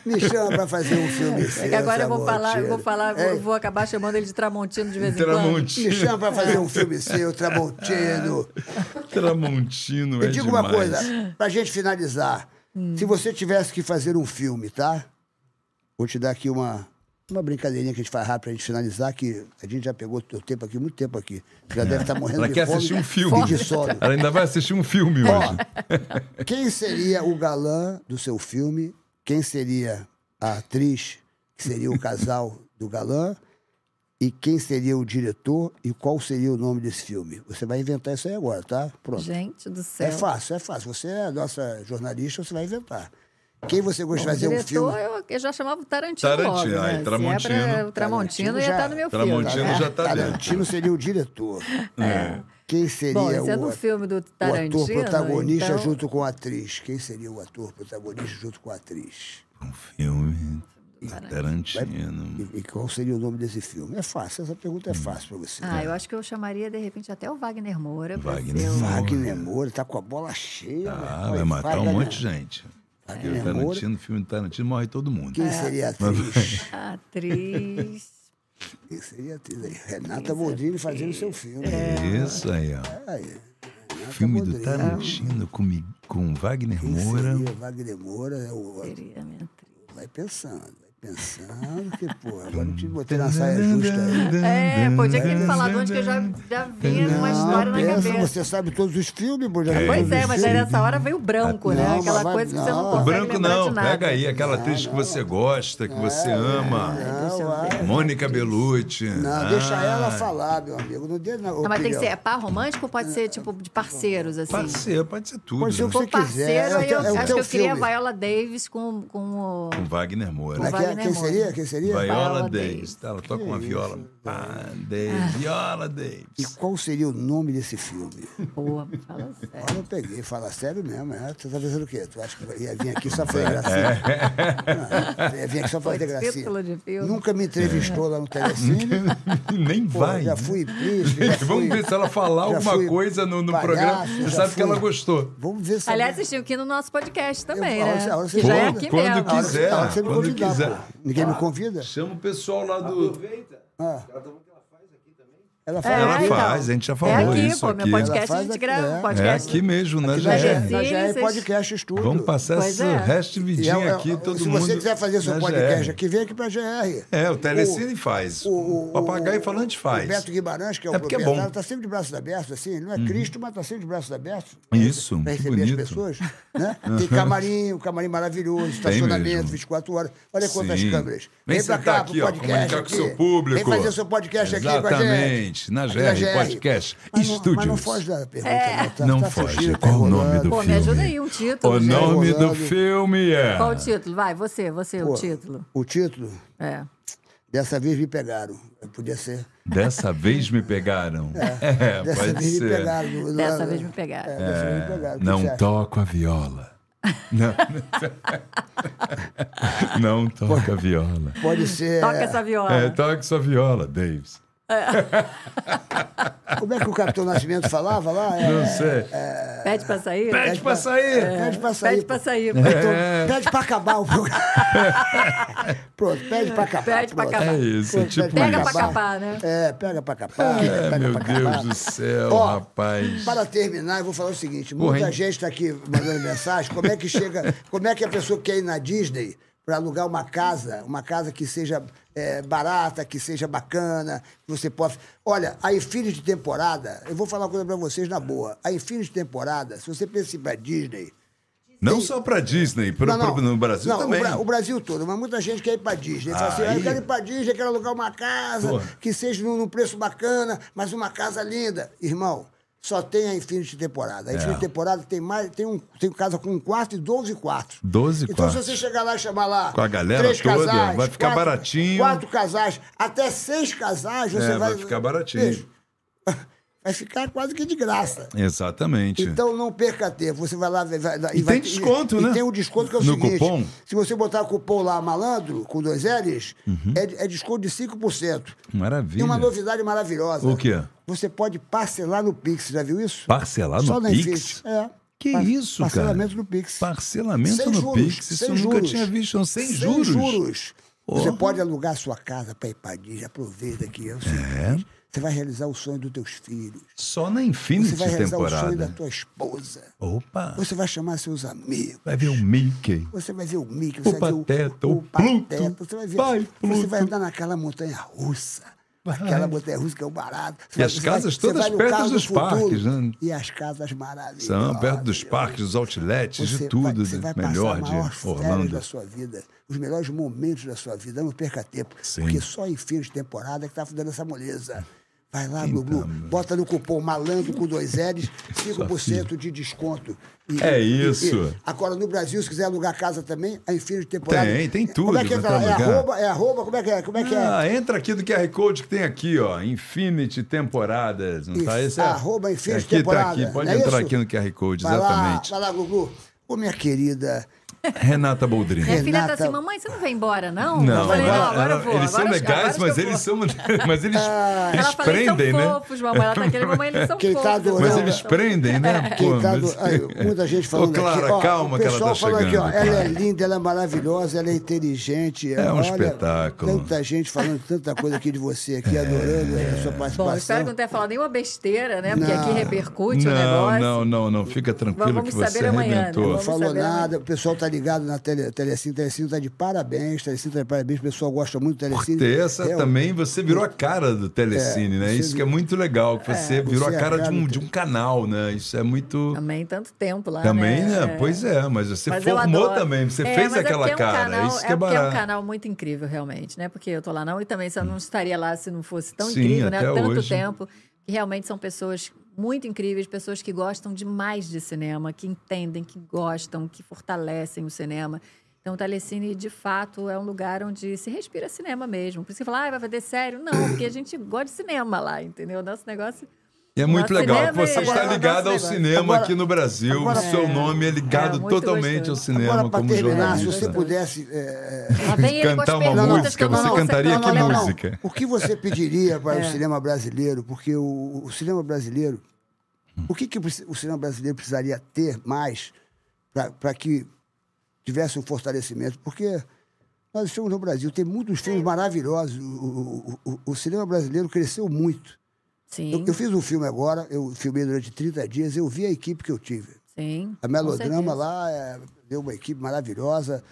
Speaker 4: me chama pra fazer um filme
Speaker 5: É
Speaker 4: seu.
Speaker 5: que agora eu vou
Speaker 4: Tramontino.
Speaker 5: falar, eu vou falar, vou,
Speaker 4: Ei,
Speaker 5: vou acabar chamando ele de Tramontino de vez em quando.
Speaker 4: Me
Speaker 3: Tramontino.
Speaker 4: chama pra fazer um filme seu, Tramontino.
Speaker 3: Tramontino.
Speaker 4: Eu
Speaker 3: é
Speaker 4: digo
Speaker 3: demais.
Speaker 4: uma coisa, pra gente finalizar. Se você tivesse que fazer um filme, tá? Vou te dar aqui uma, uma brincadeirinha que a gente faz rápido pra gente finalizar, que a gente já pegou teu tempo aqui, muito tempo aqui. Já deve estar morrendo
Speaker 3: Ela
Speaker 4: de
Speaker 3: quer
Speaker 4: fome
Speaker 5: é
Speaker 3: assistir um filme.
Speaker 4: e de sono.
Speaker 3: Ela ainda vai assistir um filme hoje.
Speaker 4: Quem seria o galã do seu filme? Quem seria a atriz? Que seria o casal do galã? E quem seria o diretor? E qual seria o nome desse filme? Você vai inventar isso aí agora, tá? Pronto.
Speaker 5: Gente do céu.
Speaker 4: é fácil, é fácil. Você é a nossa jornalista, você vai inventar. Quem você gostaria de fazer um
Speaker 5: diretor,
Speaker 4: filme?
Speaker 5: eu, eu já chamava o Tarantino,
Speaker 3: Tarantino,
Speaker 5: logo, né?
Speaker 3: aí,
Speaker 5: Se
Speaker 3: Tramontino.
Speaker 5: é pra- o Tramontino ia
Speaker 4: já-
Speaker 5: estar no meu
Speaker 3: Tramontino
Speaker 5: filme. né?
Speaker 3: já tá É.
Speaker 4: Tarantino seria o diretor. É. Quem seria
Speaker 5: Bom, isso é
Speaker 4: o,
Speaker 5: no
Speaker 4: at-
Speaker 5: filme do
Speaker 4: o
Speaker 5: Tarantino,
Speaker 4: ator protagonista
Speaker 5: então-
Speaker 4: junto com a atriz? Quem seria o ator protagonista junto com a atriz?
Speaker 3: Um filme. Tarantino.
Speaker 4: E, e qual seria o nome desse filme? É fácil, essa
Speaker 3: Hum.
Speaker 4: pergunta é fácil pra você.
Speaker 5: Ah, eu acho que eu chamaria, de repente, até o Wagner Moura. pra
Speaker 3: Wagner
Speaker 5: ser o-
Speaker 3: Moura.
Speaker 4: Wagner Moura tá com a bola cheia.
Speaker 3: Ah,
Speaker 4: né?
Speaker 3: vai matar um
Speaker 4: Wagner-
Speaker 3: monte de gente. Porque
Speaker 4: Wagner
Speaker 3: o
Speaker 4: Moura.
Speaker 3: Tarantino, filme do Tarantino, morre todo mundo.
Speaker 4: Quem seria a atriz?
Speaker 5: Atriz. [laughs]
Speaker 4: Quem seria a atriz? aí? Renata Bodrini fazendo seu filme.
Speaker 5: É.
Speaker 3: É Isso aí, ó.
Speaker 4: Aí, Renata
Speaker 3: Filme do
Speaker 4: Bodrini.
Speaker 3: Tarantino com, Mi- com Wagner
Speaker 4: né? Quem
Speaker 3: Moura.
Speaker 4: seria Wagner Moura? é o-
Speaker 5: Seria a minha atriz.
Speaker 4: Vai pensando, vai pensando, que
Speaker 3: [laughs]
Speaker 4: porra. Agora eu te botei na saia justa aí.
Speaker 5: É, pô, tinha que me falar de onde que eu já, já vinha uma história na
Speaker 4: pensa,
Speaker 5: cabeça.
Speaker 4: você sabe todos os filmes, Bodrini.
Speaker 5: Pois é, mas aí nessa hora veio o branco, né?
Speaker 4: Não,
Speaker 5: Aquela
Speaker 4: mas vai-
Speaker 5: coisa que você não
Speaker 4: não.
Speaker 5: consegue
Speaker 3: Branco
Speaker 5: lembrar de
Speaker 3: não,
Speaker 5: nada.
Speaker 3: pega aí aquela atriz que você gosta, que você ama.
Speaker 5: É, Deixa eu ver.
Speaker 3: Mônica Bellucci.
Speaker 4: Não, deixa
Speaker 3: Ah.
Speaker 4: ela falar, meu amigo. Não dê na
Speaker 5: Não, mas tem que ser é
Speaker 4: opinião.
Speaker 5: par romântico ou pode ser tipo de parceiros, assim?
Speaker 3: Pode ser, pode ser tudo.
Speaker 4: Pode ser o
Speaker 3: né?
Speaker 4: que
Speaker 5: Por
Speaker 4: você quiser.
Speaker 5: parceiro,
Speaker 4: É o
Speaker 5: aí
Speaker 4: teu-
Speaker 5: eu,
Speaker 4: é o
Speaker 5: acho
Speaker 4: teu
Speaker 5: que eu queria a
Speaker 4: filme.
Speaker 5: Viola Davis com, com o.
Speaker 3: Com Wagner Moura.
Speaker 4: Mas quem,
Speaker 5: Wagner
Speaker 4: quem
Speaker 5: Moura.
Speaker 4: seria? Quem seria?
Speaker 3: Viola
Speaker 5: Viola
Speaker 3: Davis.
Speaker 5: é Davis.
Speaker 3: tá? Ela toca uma viola. Pá,
Speaker 4: Ah.
Speaker 3: Davis. Viola
Speaker 4: E
Speaker 3: Davis.
Speaker 4: qual seria o nome desse filme?
Speaker 5: Boa, fala sério.
Speaker 4: Olha, eu peguei, fala sério mesmo. É? Tu tá pensando o quê? Tu acha que eu ia vir aqui só pra fazer gracinha?
Speaker 3: É.
Speaker 4: Não, ia vir aqui só pra fazer gracinha.
Speaker 5: Título de filme.
Speaker 4: Nunca me entrevistou lá no
Speaker 3: [laughs]
Speaker 4: Telecine.
Speaker 3: Nem
Speaker 4: Pô,
Speaker 3: vai.
Speaker 4: já
Speaker 3: né? [laughs]
Speaker 4: fui em príncipe. já
Speaker 3: Vamos
Speaker 4: fui-
Speaker 3: ver se ela falar
Speaker 4: já
Speaker 3: alguma
Speaker 4: fui
Speaker 3: coisa no, no
Speaker 4: palhaço,
Speaker 3: programa.
Speaker 4: já
Speaker 3: Você sabe que
Speaker 4: fui-
Speaker 3: ela gostou.
Speaker 4: Vamos ver se.
Speaker 5: Aliás, assistiu aqui no nosso podcast também,
Speaker 4: Eu- a hora- a
Speaker 5: né?
Speaker 4: hora
Speaker 5: Que
Speaker 4: você-
Speaker 5: já é
Speaker 4: Pô,
Speaker 5: aqui
Speaker 3: quando
Speaker 5: mesmo.
Speaker 3: quiser.
Speaker 4: a hora que você me
Speaker 3: quando
Speaker 4: convidar,
Speaker 3: quiser.
Speaker 4: pô. Ninguém me convida?
Speaker 3: Chama o pessoal lá do.
Speaker 9: Aproveita. Ela tá falando que ela faz aqui também.
Speaker 4: Ela faz.
Speaker 3: Ela
Speaker 5: É, então.
Speaker 3: faz, a gente já falou
Speaker 5: é aqui,
Speaker 3: isso
Speaker 5: Pô,
Speaker 3: aqui.
Speaker 5: Meu podcast
Speaker 4: Ela faz
Speaker 5: a gente
Speaker 4: aqui,
Speaker 5: grava. um
Speaker 4: é.
Speaker 3: É
Speaker 5: podcast.
Speaker 3: aqui mesmo, né?
Speaker 4: Aqui
Speaker 3: Já
Speaker 4: na
Speaker 3: é.
Speaker 4: GR, na GR
Speaker 5: vocês-
Speaker 4: podcast estúdio.
Speaker 3: Vamos passar
Speaker 5: Pois
Speaker 3: esse
Speaker 5: é.
Speaker 3: resto de
Speaker 4: E
Speaker 3: vidinha
Speaker 4: é- é-
Speaker 3: aqui, todo
Speaker 4: se
Speaker 3: mundo.
Speaker 4: você quiser fazer seu
Speaker 3: na
Speaker 4: podcast
Speaker 3: GR.
Speaker 4: aqui, vem aqui pra GR.
Speaker 3: É, o Telecine faz. O, Papagaio Falante
Speaker 4: O
Speaker 3: faz.
Speaker 4: Beto Guimarães, que é o
Speaker 3: É porque é bom. Uhum.
Speaker 4: proprietário, está sempre de braços abertos, assim. Não é Cristo, mas está sempre de braços abertos.
Speaker 3: Isso,
Speaker 4: Para
Speaker 3: que
Speaker 4: receber
Speaker 3: bonito.
Speaker 4: as pessoas. Né? Tem camarim, um camarim maravilhoso, estacionamento,
Speaker 3: mesmo.
Speaker 4: 24 horas. Olha quantas
Speaker 3: Sim.
Speaker 4: câmeras.
Speaker 3: Vem
Speaker 4: pra
Speaker 3: sentar
Speaker 4: cá, pro
Speaker 3: aqui, ó, comunicar com o seu público.
Speaker 4: Vem fazer seu podcast aqui com a gente.
Speaker 3: Exatamente, na
Speaker 4: Aqui
Speaker 3: GR,
Speaker 4: Mas
Speaker 3: podcast,
Speaker 4: não- Mas não
Speaker 3: estúdios.
Speaker 4: foge da pergunta.
Speaker 5: É.
Speaker 4: Não, tá,
Speaker 3: Não
Speaker 4: tá
Speaker 3: foge.
Speaker 4: fugindo, tá
Speaker 3: Qual o nome
Speaker 4: enrolando.
Speaker 3: do
Speaker 5: Pô, me
Speaker 3: filme?
Speaker 5: ajuda aí, um título,
Speaker 3: O
Speaker 5: gente.
Speaker 3: nome do
Speaker 4: tá Rolando.
Speaker 3: filme é.
Speaker 5: Qual o título? Vai, você, você,
Speaker 4: Pô,
Speaker 5: o título.
Speaker 4: O título,
Speaker 5: É.
Speaker 4: dessa vez me pegaram. Podia ser.
Speaker 3: Dessa vez me pegaram. É,
Speaker 4: Dessa
Speaker 3: pode
Speaker 4: vez
Speaker 3: ser.
Speaker 4: me pegaram. Não-
Speaker 5: Dessa
Speaker 4: não-
Speaker 5: vez me pegaram.
Speaker 4: é, dessa vez me pegaram. O que que você
Speaker 3: Não
Speaker 4: acha?
Speaker 3: toco a viola. Não, [laughs] não toca a viola.
Speaker 4: Pode ser.
Speaker 5: Toca essa viola.
Speaker 3: É, toque sua viola, Davis.
Speaker 4: Como é que o Capitão Nascimento falava lá? É,
Speaker 3: Não sei. É tipo
Speaker 5: Pede pra sair?
Speaker 3: Pede pra É. sair.
Speaker 4: Pede pra sair.
Speaker 5: Pede pra
Speaker 4: pô.
Speaker 5: sair.
Speaker 4: Então, Pede pra acabar o
Speaker 3: [laughs]
Speaker 4: programa. Pronto, pede pra acabar.
Speaker 5: Pede pra
Speaker 4: pronto.
Speaker 5: acabar.
Speaker 3: É isso, é
Speaker 4: Pronto,
Speaker 3: tipo
Speaker 4: pede
Speaker 5: Pega pra
Speaker 3: isso.
Speaker 5: capar, né?
Speaker 4: É, pega pra capar.
Speaker 3: É,
Speaker 4: pega
Speaker 3: meu
Speaker 4: pra capar.
Speaker 3: Deus do céu,
Speaker 4: Ó,
Speaker 3: rapaz.
Speaker 4: Para terminar, eu vou falar o seguinte:
Speaker 3: Porra,
Speaker 4: muita
Speaker 3: hein?
Speaker 4: gente está aqui mandando mensagem. Como é que chega? Como é que a pessoa que quer ir na Disney para alugar uma casa, uma casa que seja é, barata, que seja bacana, que você possa. Olha, a Infinity de temporada, eu vou falar uma coisa para vocês na boa. A Infinity de temporada, se você pensa em ir para Disney,
Speaker 3: Não só pra Disney, pro, pro- no Brasil
Speaker 4: não, o
Speaker 3: também.
Speaker 4: Bra- O, Brasil todo, mas muita gente quer ir pra Disney. Fala assim, ah, eu
Speaker 3: Aí.
Speaker 4: quero ir pra Disney, quero alugar uma casa
Speaker 3: Pô.
Speaker 4: que seja num, num preço bacana, mas uma casa linda. Irmão, só tem a Infinity
Speaker 3: É.
Speaker 4: Temporada. A Infinity Temporada tem mais, tem, um, tem casa com um quarto e 12 quartos.
Speaker 3: 12
Speaker 4: então,
Speaker 3: quartos.
Speaker 4: se você chegar lá e chamar lá...
Speaker 3: Com a galera
Speaker 4: três
Speaker 3: toda,
Speaker 4: casais,
Speaker 3: vai ficar
Speaker 4: quatro-
Speaker 3: baratinho.
Speaker 4: Quatro casais, até seis casais, você
Speaker 3: É, vai ficar baratinho.
Speaker 4: Beijo. [laughs] Vai ficar quase que de graça.
Speaker 3: Exatamente.
Speaker 4: Então não perca tempo. Você vai lá vai- vai- e,
Speaker 3: tem
Speaker 4: vai,
Speaker 3: desconto,
Speaker 4: e,
Speaker 3: né?
Speaker 4: E tem um desconto que é o
Speaker 3: No
Speaker 4: seguinte:
Speaker 3: cupom?
Speaker 4: se você botar o cupom lá malandro, com dois L's, é, é desconto de 5%.
Speaker 3: Uhum. Maravilha.
Speaker 4: Tem uma novidade maravilhosa.
Speaker 3: O quê?
Speaker 4: Você pode parcelar no Pix, já viu isso?
Speaker 3: Parcelar
Speaker 4: Só
Speaker 3: no
Speaker 4: na
Speaker 3: Pix?
Speaker 4: Infinity. É.
Speaker 3: Que
Speaker 4: Par-
Speaker 3: isso, cara?
Speaker 4: Parcelamento no Pix.
Speaker 3: Parcelamento
Speaker 4: Sem
Speaker 3: no
Speaker 4: juros,
Speaker 3: Pix? Isso
Speaker 4: sem
Speaker 3: eu nunca
Speaker 4: juros.
Speaker 3: tinha visto. não. Sem,
Speaker 4: Sem
Speaker 3: juros?
Speaker 4: juros. Você
Speaker 3: Porra.
Speaker 4: pode alugar sua casa para ir pra Disney. Aproveita que é o seguinte. Você vai realizar o sonho dos teus filhos.
Speaker 3: Só na
Speaker 4: Você
Speaker 3: Infinity
Speaker 4: vai realizar o sonho da
Speaker 3: temporada.
Speaker 4: tua esposa.
Speaker 3: Opa!
Speaker 4: Você vai chamar seus amigos.
Speaker 3: Vai ver o Mickey.
Speaker 4: Você vai ver o Mickey,
Speaker 3: O
Speaker 4: você vai ver
Speaker 3: Pateta,
Speaker 4: o,
Speaker 3: o Pluto.
Speaker 4: Pateta, você vai ver.
Speaker 3: Vai,
Speaker 4: você
Speaker 3: Pluto.
Speaker 4: vai andar naquela montanha russa. Aquela montanha russa que é o barato. Você
Speaker 3: E
Speaker 4: vai-
Speaker 3: as
Speaker 4: você
Speaker 3: casas
Speaker 4: vai- você
Speaker 3: todas
Speaker 4: vai no
Speaker 3: perto
Speaker 4: carro do
Speaker 3: dos
Speaker 4: futuro.
Speaker 3: parques, né?
Speaker 4: E as casas maravilhosas.
Speaker 3: São perto dos parques, dos outlets,
Speaker 4: Você
Speaker 3: de tudo.
Speaker 4: Vai, você vai
Speaker 3: de- melhor
Speaker 4: passar a maior
Speaker 3: de
Speaker 4: férias
Speaker 3: Orlando.
Speaker 4: da sua vida, os melhores momentos da sua vida. Não perca tempo,
Speaker 3: Sim.
Speaker 4: porque só em fim de temporada que tá dando essa moleza. Vai lá,
Speaker 3: Então,
Speaker 4: Blublu, bota no cupom malandro com dois L's, 5% de desconto. E-
Speaker 3: É
Speaker 4: e- e-
Speaker 3: isso.
Speaker 4: agora, no Brasil, se quiser alugar casa também, é a Infinity Temporada.
Speaker 3: Tem, tem
Speaker 4: Como
Speaker 3: tudo
Speaker 4: é que entra
Speaker 3: pra
Speaker 4: lá? É
Speaker 3: alugar.
Speaker 4: arroba, é arroba, como é que é? Como é que é?
Speaker 3: Ah, entra aqui do QR Code que tem aqui, ó. Infinity Temporadas. Não tá? Esse é,
Speaker 4: Arroba Infinity
Speaker 3: aqui
Speaker 4: Temporada,
Speaker 3: Tá aqui. Pode
Speaker 4: não é
Speaker 3: entrar
Speaker 4: isso?
Speaker 3: aqui no QR Code,
Speaker 4: Vai lá,
Speaker 3: exatamente.
Speaker 4: Vai lá, Gugu. Ô, minha querida,
Speaker 3: Renata Boldrini.
Speaker 5: Minha filha tá
Speaker 4: Renata-
Speaker 5: assim, mamãe, você não vai embora, não?
Speaker 3: Não,
Speaker 5: eu falei,
Speaker 3: agora-
Speaker 5: não, agora eu vou.
Speaker 3: eles são
Speaker 5: agora acho que- agora
Speaker 3: legais,
Speaker 5: acho que
Speaker 3: mas
Speaker 5: eu vou.
Speaker 3: eles são. [laughs] Mas eles,
Speaker 4: Ah,
Speaker 3: eles
Speaker 5: Ela fala, eles são
Speaker 3: prendem, né?
Speaker 5: fofos, mamãe. Ela tá querendo, mamãe, eles
Speaker 4: [laughs]
Speaker 5: são
Speaker 4: Quem tá
Speaker 5: fofos.
Speaker 4: adorando-
Speaker 3: Mas
Speaker 4: Não,
Speaker 3: eles
Speaker 4: não.
Speaker 3: prendem, né?
Speaker 4: Quem tá
Speaker 3: mas-
Speaker 4: do- aí, muita gente falando
Speaker 3: Ô, Clara,
Speaker 4: aqui. Ó,
Speaker 3: calma
Speaker 4: o
Speaker 3: que ela
Speaker 4: pessoal
Speaker 3: tá
Speaker 4: falando
Speaker 3: chegando.
Speaker 4: aqui, ó,
Speaker 3: Clara.
Speaker 4: ela é linda, ela é maravilhosa, ela é inteligente.
Speaker 3: É um
Speaker 4: Olha,
Speaker 3: espetáculo. É.
Speaker 4: Tanta gente falando tanta coisa aqui de você aqui, adorando a sua participação.
Speaker 5: Bom, espero que não tenha falado nenhuma besteira, né? Porque
Speaker 4: Não.
Speaker 5: aqui repercute o
Speaker 3: Não,
Speaker 5: negócio.
Speaker 3: não, não, não. Fica tranquilo
Speaker 5: Vamos
Speaker 3: que você
Speaker 5: saber amanhã, né?
Speaker 3: arrebentou.
Speaker 4: não
Speaker 5: Vamos
Speaker 4: falou
Speaker 5: saber
Speaker 4: nada,
Speaker 5: amanhã.
Speaker 4: o pessoal tá ligado na tele, Telecine, Telecine tá de parabéns, Telecine tá de parabéns, o pessoal gosta muito do Telecine.
Speaker 3: Porque essa
Speaker 4: É,
Speaker 3: também você virou a cara do Telecine,
Speaker 4: É,
Speaker 3: né?
Speaker 4: você
Speaker 3: Isso que é
Speaker 4: virou-
Speaker 3: muito legal, que você virou
Speaker 4: você
Speaker 3: a
Speaker 4: é a
Speaker 3: cara, de,
Speaker 4: cara
Speaker 3: um,
Speaker 4: do
Speaker 3: de um canal, né? Isso é muito.
Speaker 5: Também tanto tempo lá,
Speaker 3: Também,
Speaker 5: né?
Speaker 3: né? Pois é, mas você
Speaker 5: Mas eu
Speaker 3: formou
Speaker 5: adoro.
Speaker 3: também, você
Speaker 5: É,
Speaker 3: fez
Speaker 5: mas é
Speaker 3: aquela
Speaker 5: porque é um
Speaker 3: cara.
Speaker 5: canal-
Speaker 3: isso que é,
Speaker 5: porque é um
Speaker 3: barato. Hum.
Speaker 5: canal muito incrível, realmente, né? Porque eu tô lá não, e também se eu não estaria lá se não fosse tão
Speaker 3: Sim,
Speaker 5: incrível, né?
Speaker 3: até
Speaker 5: Tanto
Speaker 3: hoje.
Speaker 5: tempo. Que realmente são pessoas muito incríveis, pessoas que gostam demais de cinema, que entendem, que gostam, que fortalecem o cinema. Então, o Telecine, de fato, é um lugar onde se respira cinema mesmo. Por isso que fala, ah, vai fazer sério. Não, porque a gente gosta de cinema lá, entendeu? Nosso
Speaker 3: [laughs]
Speaker 5: negócio.
Speaker 3: E é muito
Speaker 5: Nosso
Speaker 3: legal que
Speaker 5: cinema
Speaker 3: você
Speaker 5: é-
Speaker 3: está
Speaker 5: nosso
Speaker 3: ligado ao
Speaker 5: negócio.
Speaker 3: cinema
Speaker 4: Agora-
Speaker 3: aqui no Brasil.
Speaker 4: agora-
Speaker 3: o seu nome é ligado
Speaker 5: É, muito
Speaker 3: totalmente
Speaker 5: gostoso.
Speaker 3: ao cinema
Speaker 4: Agora, pra
Speaker 3: como
Speaker 4: terminar, se
Speaker 3: jornalista.
Speaker 4: você pudesse... é, é,
Speaker 5: Lá vem ele com as
Speaker 3: Cantar uma
Speaker 5: perguntas que
Speaker 3: música,
Speaker 5: eu não
Speaker 3: você
Speaker 5: sei
Speaker 3: cantaria
Speaker 5: falar.
Speaker 3: que
Speaker 5: Não, É. não, não.
Speaker 3: música?
Speaker 4: O que você pediria para o cinema brasileiro? Porque o, o cinema brasileiro. O que, que o ci- o cinema brasileiro precisaria ter mais para que tivesse um fortalecimento? Porque nós
Speaker 5: É.
Speaker 4: estamos no Brasil, tem muitos filmes maravilhosos. O, o- o- o cinema brasileiro cresceu muito.
Speaker 5: Sim.
Speaker 4: Eu, eu fiz um filme agora, eu filmei durante 30 dias, eu vi a equipe que eu tive.
Speaker 5: Sim.
Speaker 4: A
Speaker 5: com
Speaker 4: Melodrama
Speaker 5: certeza.
Speaker 4: lá é, deu uma equipe maravilhosa.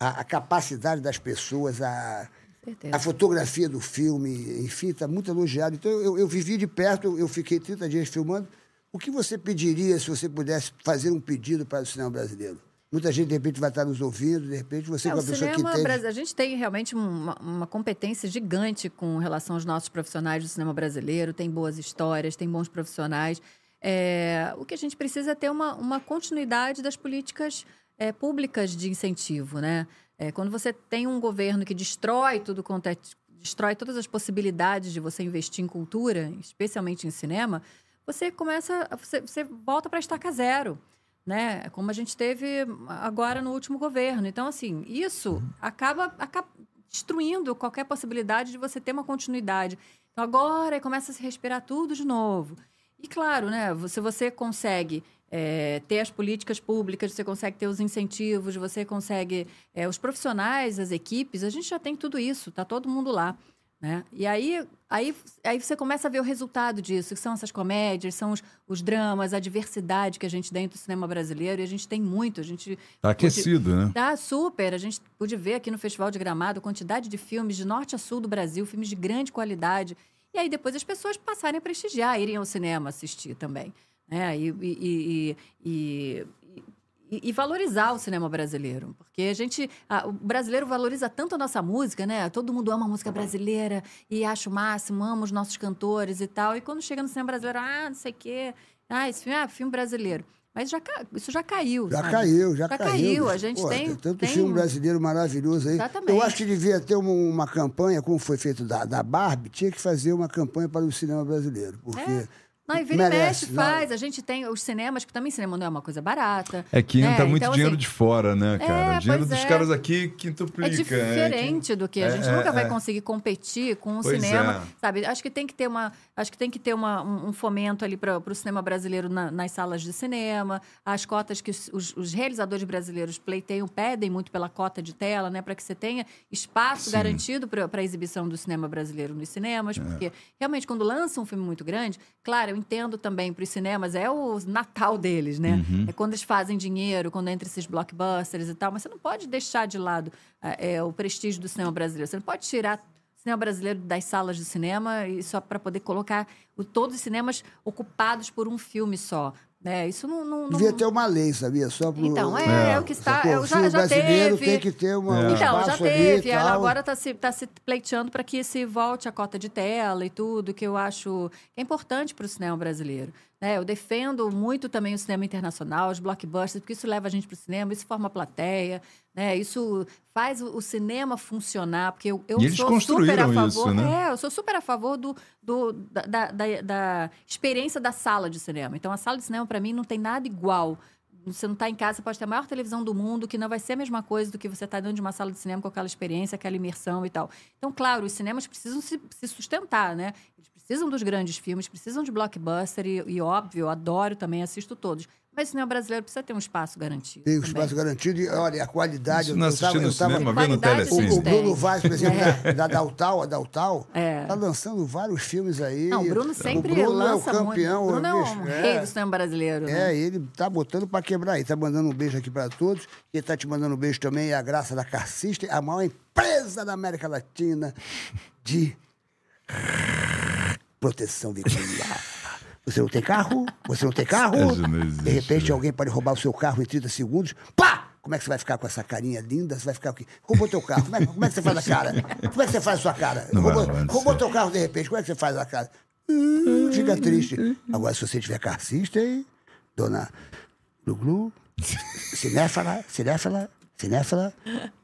Speaker 4: A, a capacidade das pessoas, a,
Speaker 5: Certeza.
Speaker 4: a fotografia do filme, enfim, está muito elogiado. Então, eu, eu vivi de perto, eu- eu fiquei 30 dias filmando. O que você pediria se você pudesse fazer um pedido para o cinema brasileiro? Muita gente, de repente, vai estar nos ouvindo, de repente, você
Speaker 5: É,
Speaker 4: é
Speaker 5: o
Speaker 4: uma pessoa que
Speaker 5: cinema
Speaker 4: tem.
Speaker 5: brasi- A gente tem realmente um, uma, uma competência gigante com relação aos nossos profissionais do cinema brasileiro, tem boas histórias, tem bons profissionais. É, o que a gente precisa é ter uma, uma continuidade das políticas é, públicas de incentivo, né? É, quando você tem um governo que destrói tudo quanto é, destrói todas as possibilidades de você investir em cultura, especialmente em cinema, você começa, a- você, você volta para estaca zero né? Como a gente teve agora no último governo. Então, assim, isso acaba, acaba destruindo qualquer possibilidade de você ter uma continuidade. Então, agora começa a se respirar tudo de novo. E claro, né? Se você consegue é, ter as políticas públicas, você consegue ter os incentivos, você consegue é, os profissionais, as equipes, a gente já tem tudo isso, tá todo mundo lá. Né? E aí, aí, aí você começa a ver o resultado disso, que são essas comédias, são os, os dramas, a diversidade que a gente tem do cinema brasileiro, e a gente tem muito. A gente
Speaker 3: Tá aquecido, né?
Speaker 5: Tá super. A gente pôde ver aqui no Festival de Gramado a quantidade de filmes de norte a sul do Brasil, filmes de grande qualidade. E aí depois as pessoas passarem a prestigiar, irem ao cinema assistir também. Né? E, e- e- e- e- e valorizar o cinema brasileiro. Porque a gente. a- o brasileiro valoriza tanto a nossa música, né? Todo mundo ama a música brasileira e acha o máximo, ama os nossos cantores e tal. E quando chega no cinema brasileiro, ah, não sei o quê. Ah, esse filme, ah, filme brasileiro. Mas já, ca- isso já caiu.
Speaker 4: Já
Speaker 5: sabe?
Speaker 4: caiu, já,
Speaker 5: Já caiu, a gente
Speaker 4: Pô,
Speaker 5: tem-
Speaker 4: tanto
Speaker 5: tem- um.
Speaker 4: filme brasileiro maravilhoso aí.
Speaker 5: Exatamente.
Speaker 4: Eu acho que devia ter uma, uma campanha, como foi feito da, da Barbie, tinha que fazer uma campanha para o cinema brasileiro. Porque
Speaker 5: É. Não, e vira e mexe, faz. A gente tem os cinemas, que também cinema não é uma coisa barata.
Speaker 3: É que entra
Speaker 5: né?
Speaker 3: muito
Speaker 5: Então,
Speaker 3: dinheiro
Speaker 5: assim,
Speaker 3: de fora, né, cara?
Speaker 5: É,
Speaker 3: o dinheiro
Speaker 5: pois
Speaker 3: dos
Speaker 5: é.
Speaker 3: caras aqui
Speaker 5: É
Speaker 3: quintuplica.
Speaker 5: diferente do que a
Speaker 3: É,
Speaker 5: gente
Speaker 3: é,
Speaker 5: nunca vai
Speaker 3: é.
Speaker 5: conseguir competir com o
Speaker 3: Pois
Speaker 5: cinema,
Speaker 3: é.
Speaker 5: sabe? Acho que tem que ter uma, acho que tem que ter uma, um, um fomento ali para o cinema brasileiro na- nas salas de cinema, as cotas que os, os- os realizadores brasileiros pleiteiam pedem muito pela cota de tela, né, para que você tenha espaço garantido para a exibição do cinema brasileiro nos cinemas, porque realmente quando lança um filme muito grande, claro, eu entendo também para os cinemas é o Natal deles, né? É quando eles fazem dinheiro, quando entra esses blockbusters e tal, mas você não pode deixar de lado ah, é, o prestígio do cinema brasileiro. Você não pode tirar o cinema brasileiro das salas de cinema e só para poder colocar o, todos os cinemas ocupados por um filme só. Né? Isso não. não, não-
Speaker 4: Devia ter uma lei, sabia? Só pro,
Speaker 5: Então, é, é o que está-
Speaker 4: sacou?
Speaker 5: eu
Speaker 4: O
Speaker 5: já-
Speaker 4: filme
Speaker 5: já
Speaker 4: brasileiro
Speaker 5: teve.
Speaker 4: tem que ter
Speaker 3: É.
Speaker 4: uma, um
Speaker 5: Então, já
Speaker 4: espaço ali e
Speaker 5: teve. ela
Speaker 4: tal.
Speaker 5: agora está se, tá se pleiteando para que se volte a cota de tela e tudo, que eu acho que é importante para o cinema brasileiro. né? Eu defendo muito também o cinema internacional, os blockbusters, porque isso leva a gente para o cinema, isso forma a plateia, né? isso faz o o cinema funcionar, porque eu, eu
Speaker 3: E eles
Speaker 5: sou super a
Speaker 3: construíram
Speaker 5: favor.
Speaker 3: isso, né?
Speaker 5: É, eu sou super a favor do, do- da, da- da- da experiência da sala de cinema. Então, a sala de cinema, para mim, não tem nada igual. Você não está em casa, pode ter a maior televisão do mundo, que não vai ser a mesma coisa do que você está dentro de uma sala de cinema com aquela experiência, aquela imersão e tal. Então, claro, os cinemas precisam se, se sustentar, né? Eles precisam dos grandes filmes, precisam de blockbuster e, e, óbvio, eu adoro também, assisto todos. Mas o cinema brasileiro precisa ter um espaço garantido.
Speaker 4: Tem um
Speaker 5: também.
Speaker 4: espaço garantido e, olha, a qualidade...
Speaker 3: Isso não
Speaker 4: eu tava-
Speaker 3: assistindo no
Speaker 4: eu tava-
Speaker 3: cinema,
Speaker 5: Tem
Speaker 3: vendo no
Speaker 5: qualidade,
Speaker 4: O,
Speaker 5: Eles
Speaker 4: o
Speaker 3: telecine.
Speaker 5: têm.
Speaker 4: Bruno Vaz, por exemplo, da, da Daltal, a Daltal,
Speaker 5: É.
Speaker 4: tá lançando vários filmes aí.
Speaker 5: Não, o Bruno sempre
Speaker 4: O Bruno
Speaker 5: lança
Speaker 4: é o campeão.
Speaker 5: muito. O Bruno é
Speaker 4: bicho.
Speaker 5: um rei do cinema brasileiro. né?
Speaker 4: É, ele tá botando pra quebrar aí. Tá mandando um beijo aqui pra todos. E tá te mandando um beijo também. E a graça da Carsista, a maior empresa da América Latina de proteção veicular. Você não tem carro? Você não tem carro?
Speaker 3: Isso não existe,
Speaker 4: de repente
Speaker 3: né?
Speaker 4: alguém pode roubar o seu carro em 30 segundos. Pá! Como é que você vai ficar com essa carinha linda? Você vai ficar o quê? Roubou teu carro. Como é, como é que você faz a cara? Como é que você faz a sua cara?
Speaker 3: Não vai
Speaker 4: roubou
Speaker 3: acontecer.
Speaker 4: roubou teu carro de repente. Como é que você faz a cara? Hum, Fica triste. Agora, se você tiver carcista, hein? Dona Glu-Glu, cinéfala, cinéfala, cinéfala,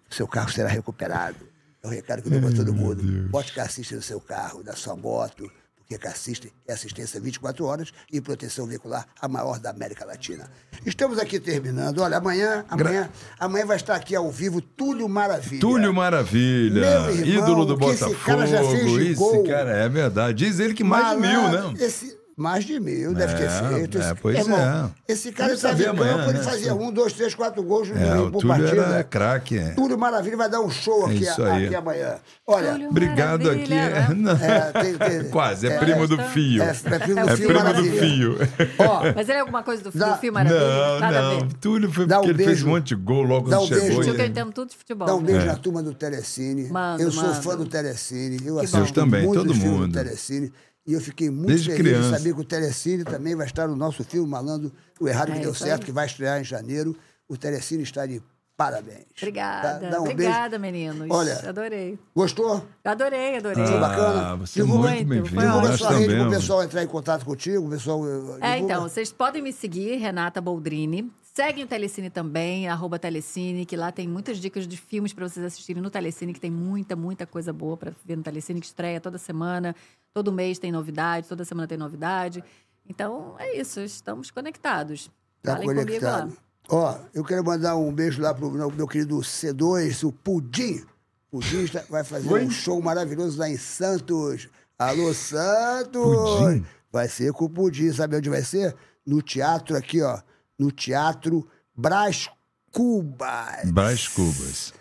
Speaker 4: seu carro será recuperado. É o recado que eu dou para todo mundo. Bote carcista no seu carro, na sua moto, porque carcista é assistência 24 horas e proteção veicular a maior da América Latina. Estamos aqui terminando. Olha, amanhã, amanhã, amanhã vai estar aqui ao vivo Túlio Maravilha.
Speaker 3: Túlio Maravilha,
Speaker 4: Meu irmão,
Speaker 3: ídolo do
Speaker 4: que esse
Speaker 3: Botafogo.
Speaker 4: cara já fez de
Speaker 3: esse
Speaker 4: gol.
Speaker 3: cara é verdade. Diz ele que mais de mil,
Speaker 4: Malandro,
Speaker 3: né?
Speaker 4: Esse Mais de mil, deve ter
Speaker 3: É,
Speaker 4: feito.
Speaker 3: é,
Speaker 4: Esse-
Speaker 3: pois
Speaker 4: irmão,
Speaker 3: é.
Speaker 4: Esse cara
Speaker 3: Vamos
Speaker 4: estava em
Speaker 3: saber amanhã,
Speaker 4: campo, ele
Speaker 3: né?
Speaker 4: fazia um, dois, três, quatro gols no né?
Speaker 3: É,
Speaker 4: meio
Speaker 3: o
Speaker 4: por
Speaker 3: Túlio
Speaker 4: partida.
Speaker 3: era craque. é.
Speaker 4: Túlio Maravilha vai dar um show aqui,
Speaker 3: isso aí.
Speaker 4: aqui amanhã. Olha,
Speaker 5: Túlio
Speaker 3: Obrigado aqui.
Speaker 5: Maravilha, né?
Speaker 3: Não.
Speaker 4: É, tem- tem-
Speaker 3: [laughs] Quase, é, primo do fio.
Speaker 4: é, é primo do
Speaker 3: É
Speaker 4: fio
Speaker 3: primo do
Speaker 4: Maravilha.
Speaker 3: [laughs] fio.
Speaker 4: Ó,
Speaker 5: Mas ele é alguma coisa do,
Speaker 4: Dá-
Speaker 5: do filme maravilha?
Speaker 3: Não,
Speaker 5: Nada a
Speaker 3: não.
Speaker 5: ver.
Speaker 3: Túlio foi
Speaker 4: Dá um
Speaker 3: porque ele fez
Speaker 4: beijo.
Speaker 3: um monte de gol logo
Speaker 4: Dá
Speaker 3: quando
Speaker 4: um beijo.
Speaker 3: chegou.
Speaker 5: Tio que eu
Speaker 3: e-
Speaker 5: entendo tudo de futebol.
Speaker 4: Dá um
Speaker 5: né?
Speaker 3: É.
Speaker 4: beijo na turma do Telecine.
Speaker 5: Manda,
Speaker 4: eu sou
Speaker 5: manda.
Speaker 4: fã do Telecine. Eu
Speaker 5: bom.
Speaker 4: assisto
Speaker 5: Eu
Speaker 3: também,
Speaker 4: muitos
Speaker 3: todo
Speaker 4: filmes
Speaker 3: mundo.
Speaker 4: do Telecine. E eu fiquei muito
Speaker 3: Desde
Speaker 4: feliz
Speaker 3: criança.
Speaker 4: de saber que o Telecine também vai estar no nosso filme Malandro, O Errado Que Deu
Speaker 5: É isso
Speaker 4: Certo,
Speaker 5: aí.
Speaker 4: que vai estrear em janeiro. O Telecine está de parabéns.
Speaker 5: Obrigada.
Speaker 4: Tá? Dá um
Speaker 5: Obrigada,
Speaker 4: beijo.
Speaker 5: meninos.
Speaker 4: Olha.
Speaker 5: Adorei.
Speaker 4: Gostou?
Speaker 5: Adorei, adorei.
Speaker 4: Foi
Speaker 3: Ah,
Speaker 4: bacana?
Speaker 3: você é
Speaker 5: Divulga
Speaker 3: muito
Speaker 5: muito,
Speaker 3: bem-vindo.
Speaker 5: foi
Speaker 4: Divulga a
Speaker 3: Nós
Speaker 4: sua rede para o
Speaker 3: também.
Speaker 4: pessoal entrar em contato contigo. O pessoal, eh, divulga.
Speaker 5: É, então, vocês podem me seguir, Renata Boldrini. Seguem o Telecine também, arroba Telecine, que lá tem muitas dicas de filmes pra vocês assistirem no Telecine, que tem muita, muita coisa boa pra ver no Telecine, que estreia toda semana, todo mês tem novidade, toda semana tem novidade. Então, é isso, estamos conectados.
Speaker 4: Tá
Speaker 5: Falem
Speaker 4: conectado.
Speaker 5: comigo lá.
Speaker 4: Ó, eu quero mandar um beijo lá pro meu meu querido C2, o Pudim. Pudim está- vai fazer um show maravilhoso lá em Santos. Alô, Santos!
Speaker 3: Pudim?
Speaker 4: Vai ser com o Pudim. Sabe onde vai ser? No teatro aqui, ó. No Teatro Brás Cubas.
Speaker 3: Brás Cubas.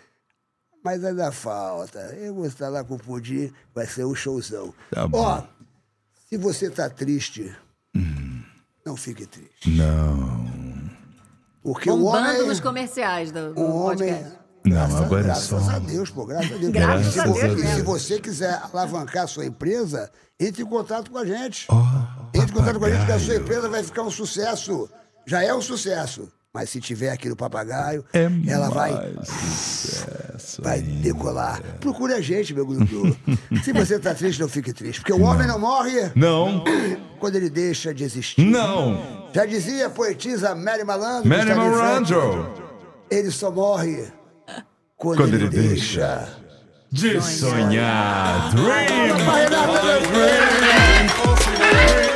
Speaker 4: Mas ainda falta. Eu vou estar lá com o Pudim, vai ser um showzão.
Speaker 3: Tá bom.
Speaker 4: Ó, se você tá triste, não fique triste.
Speaker 3: Não.
Speaker 4: Porque o
Speaker 5: Bombando
Speaker 4: homem...
Speaker 5: nos comerciais do, do
Speaker 4: Um homem.
Speaker 5: podcast.
Speaker 3: Não, agora é
Speaker 4: Graças a
Speaker 3: só.
Speaker 4: Deus, pô, graças a Deus.
Speaker 5: Graças
Speaker 4: E se
Speaker 5: a
Speaker 4: você-
Speaker 5: Deus
Speaker 4: E se
Speaker 5: mesmo.
Speaker 4: você quiser alavancar a sua empresa, entre em contato com a gente.
Speaker 3: Ó,
Speaker 4: entre em contato com a gente, que a sua
Speaker 3: papagaio.
Speaker 4: empresa vai ficar um sucesso. Já é um sucesso. Mas se tiver aqui no papagaio,
Speaker 3: É
Speaker 4: ela vai,
Speaker 3: mais sucesso
Speaker 4: vai
Speaker 3: ainda.
Speaker 4: decolar. Procure a gente, meu grupo. se você tá triste, não fique triste. Porque o homem não morre
Speaker 3: Não,
Speaker 4: quando ele deixa de existir.
Speaker 3: não.
Speaker 4: Já dizia a poetisa Mary Malandro. que
Speaker 3: Mary
Speaker 4: está de frente,
Speaker 3: Morandro.
Speaker 4: Ele só morre quando,
Speaker 3: Quando
Speaker 4: ele,
Speaker 3: ele
Speaker 4: deixa.
Speaker 3: De sonhar. Dream.
Speaker 4: Vai, Renata, meu Deus.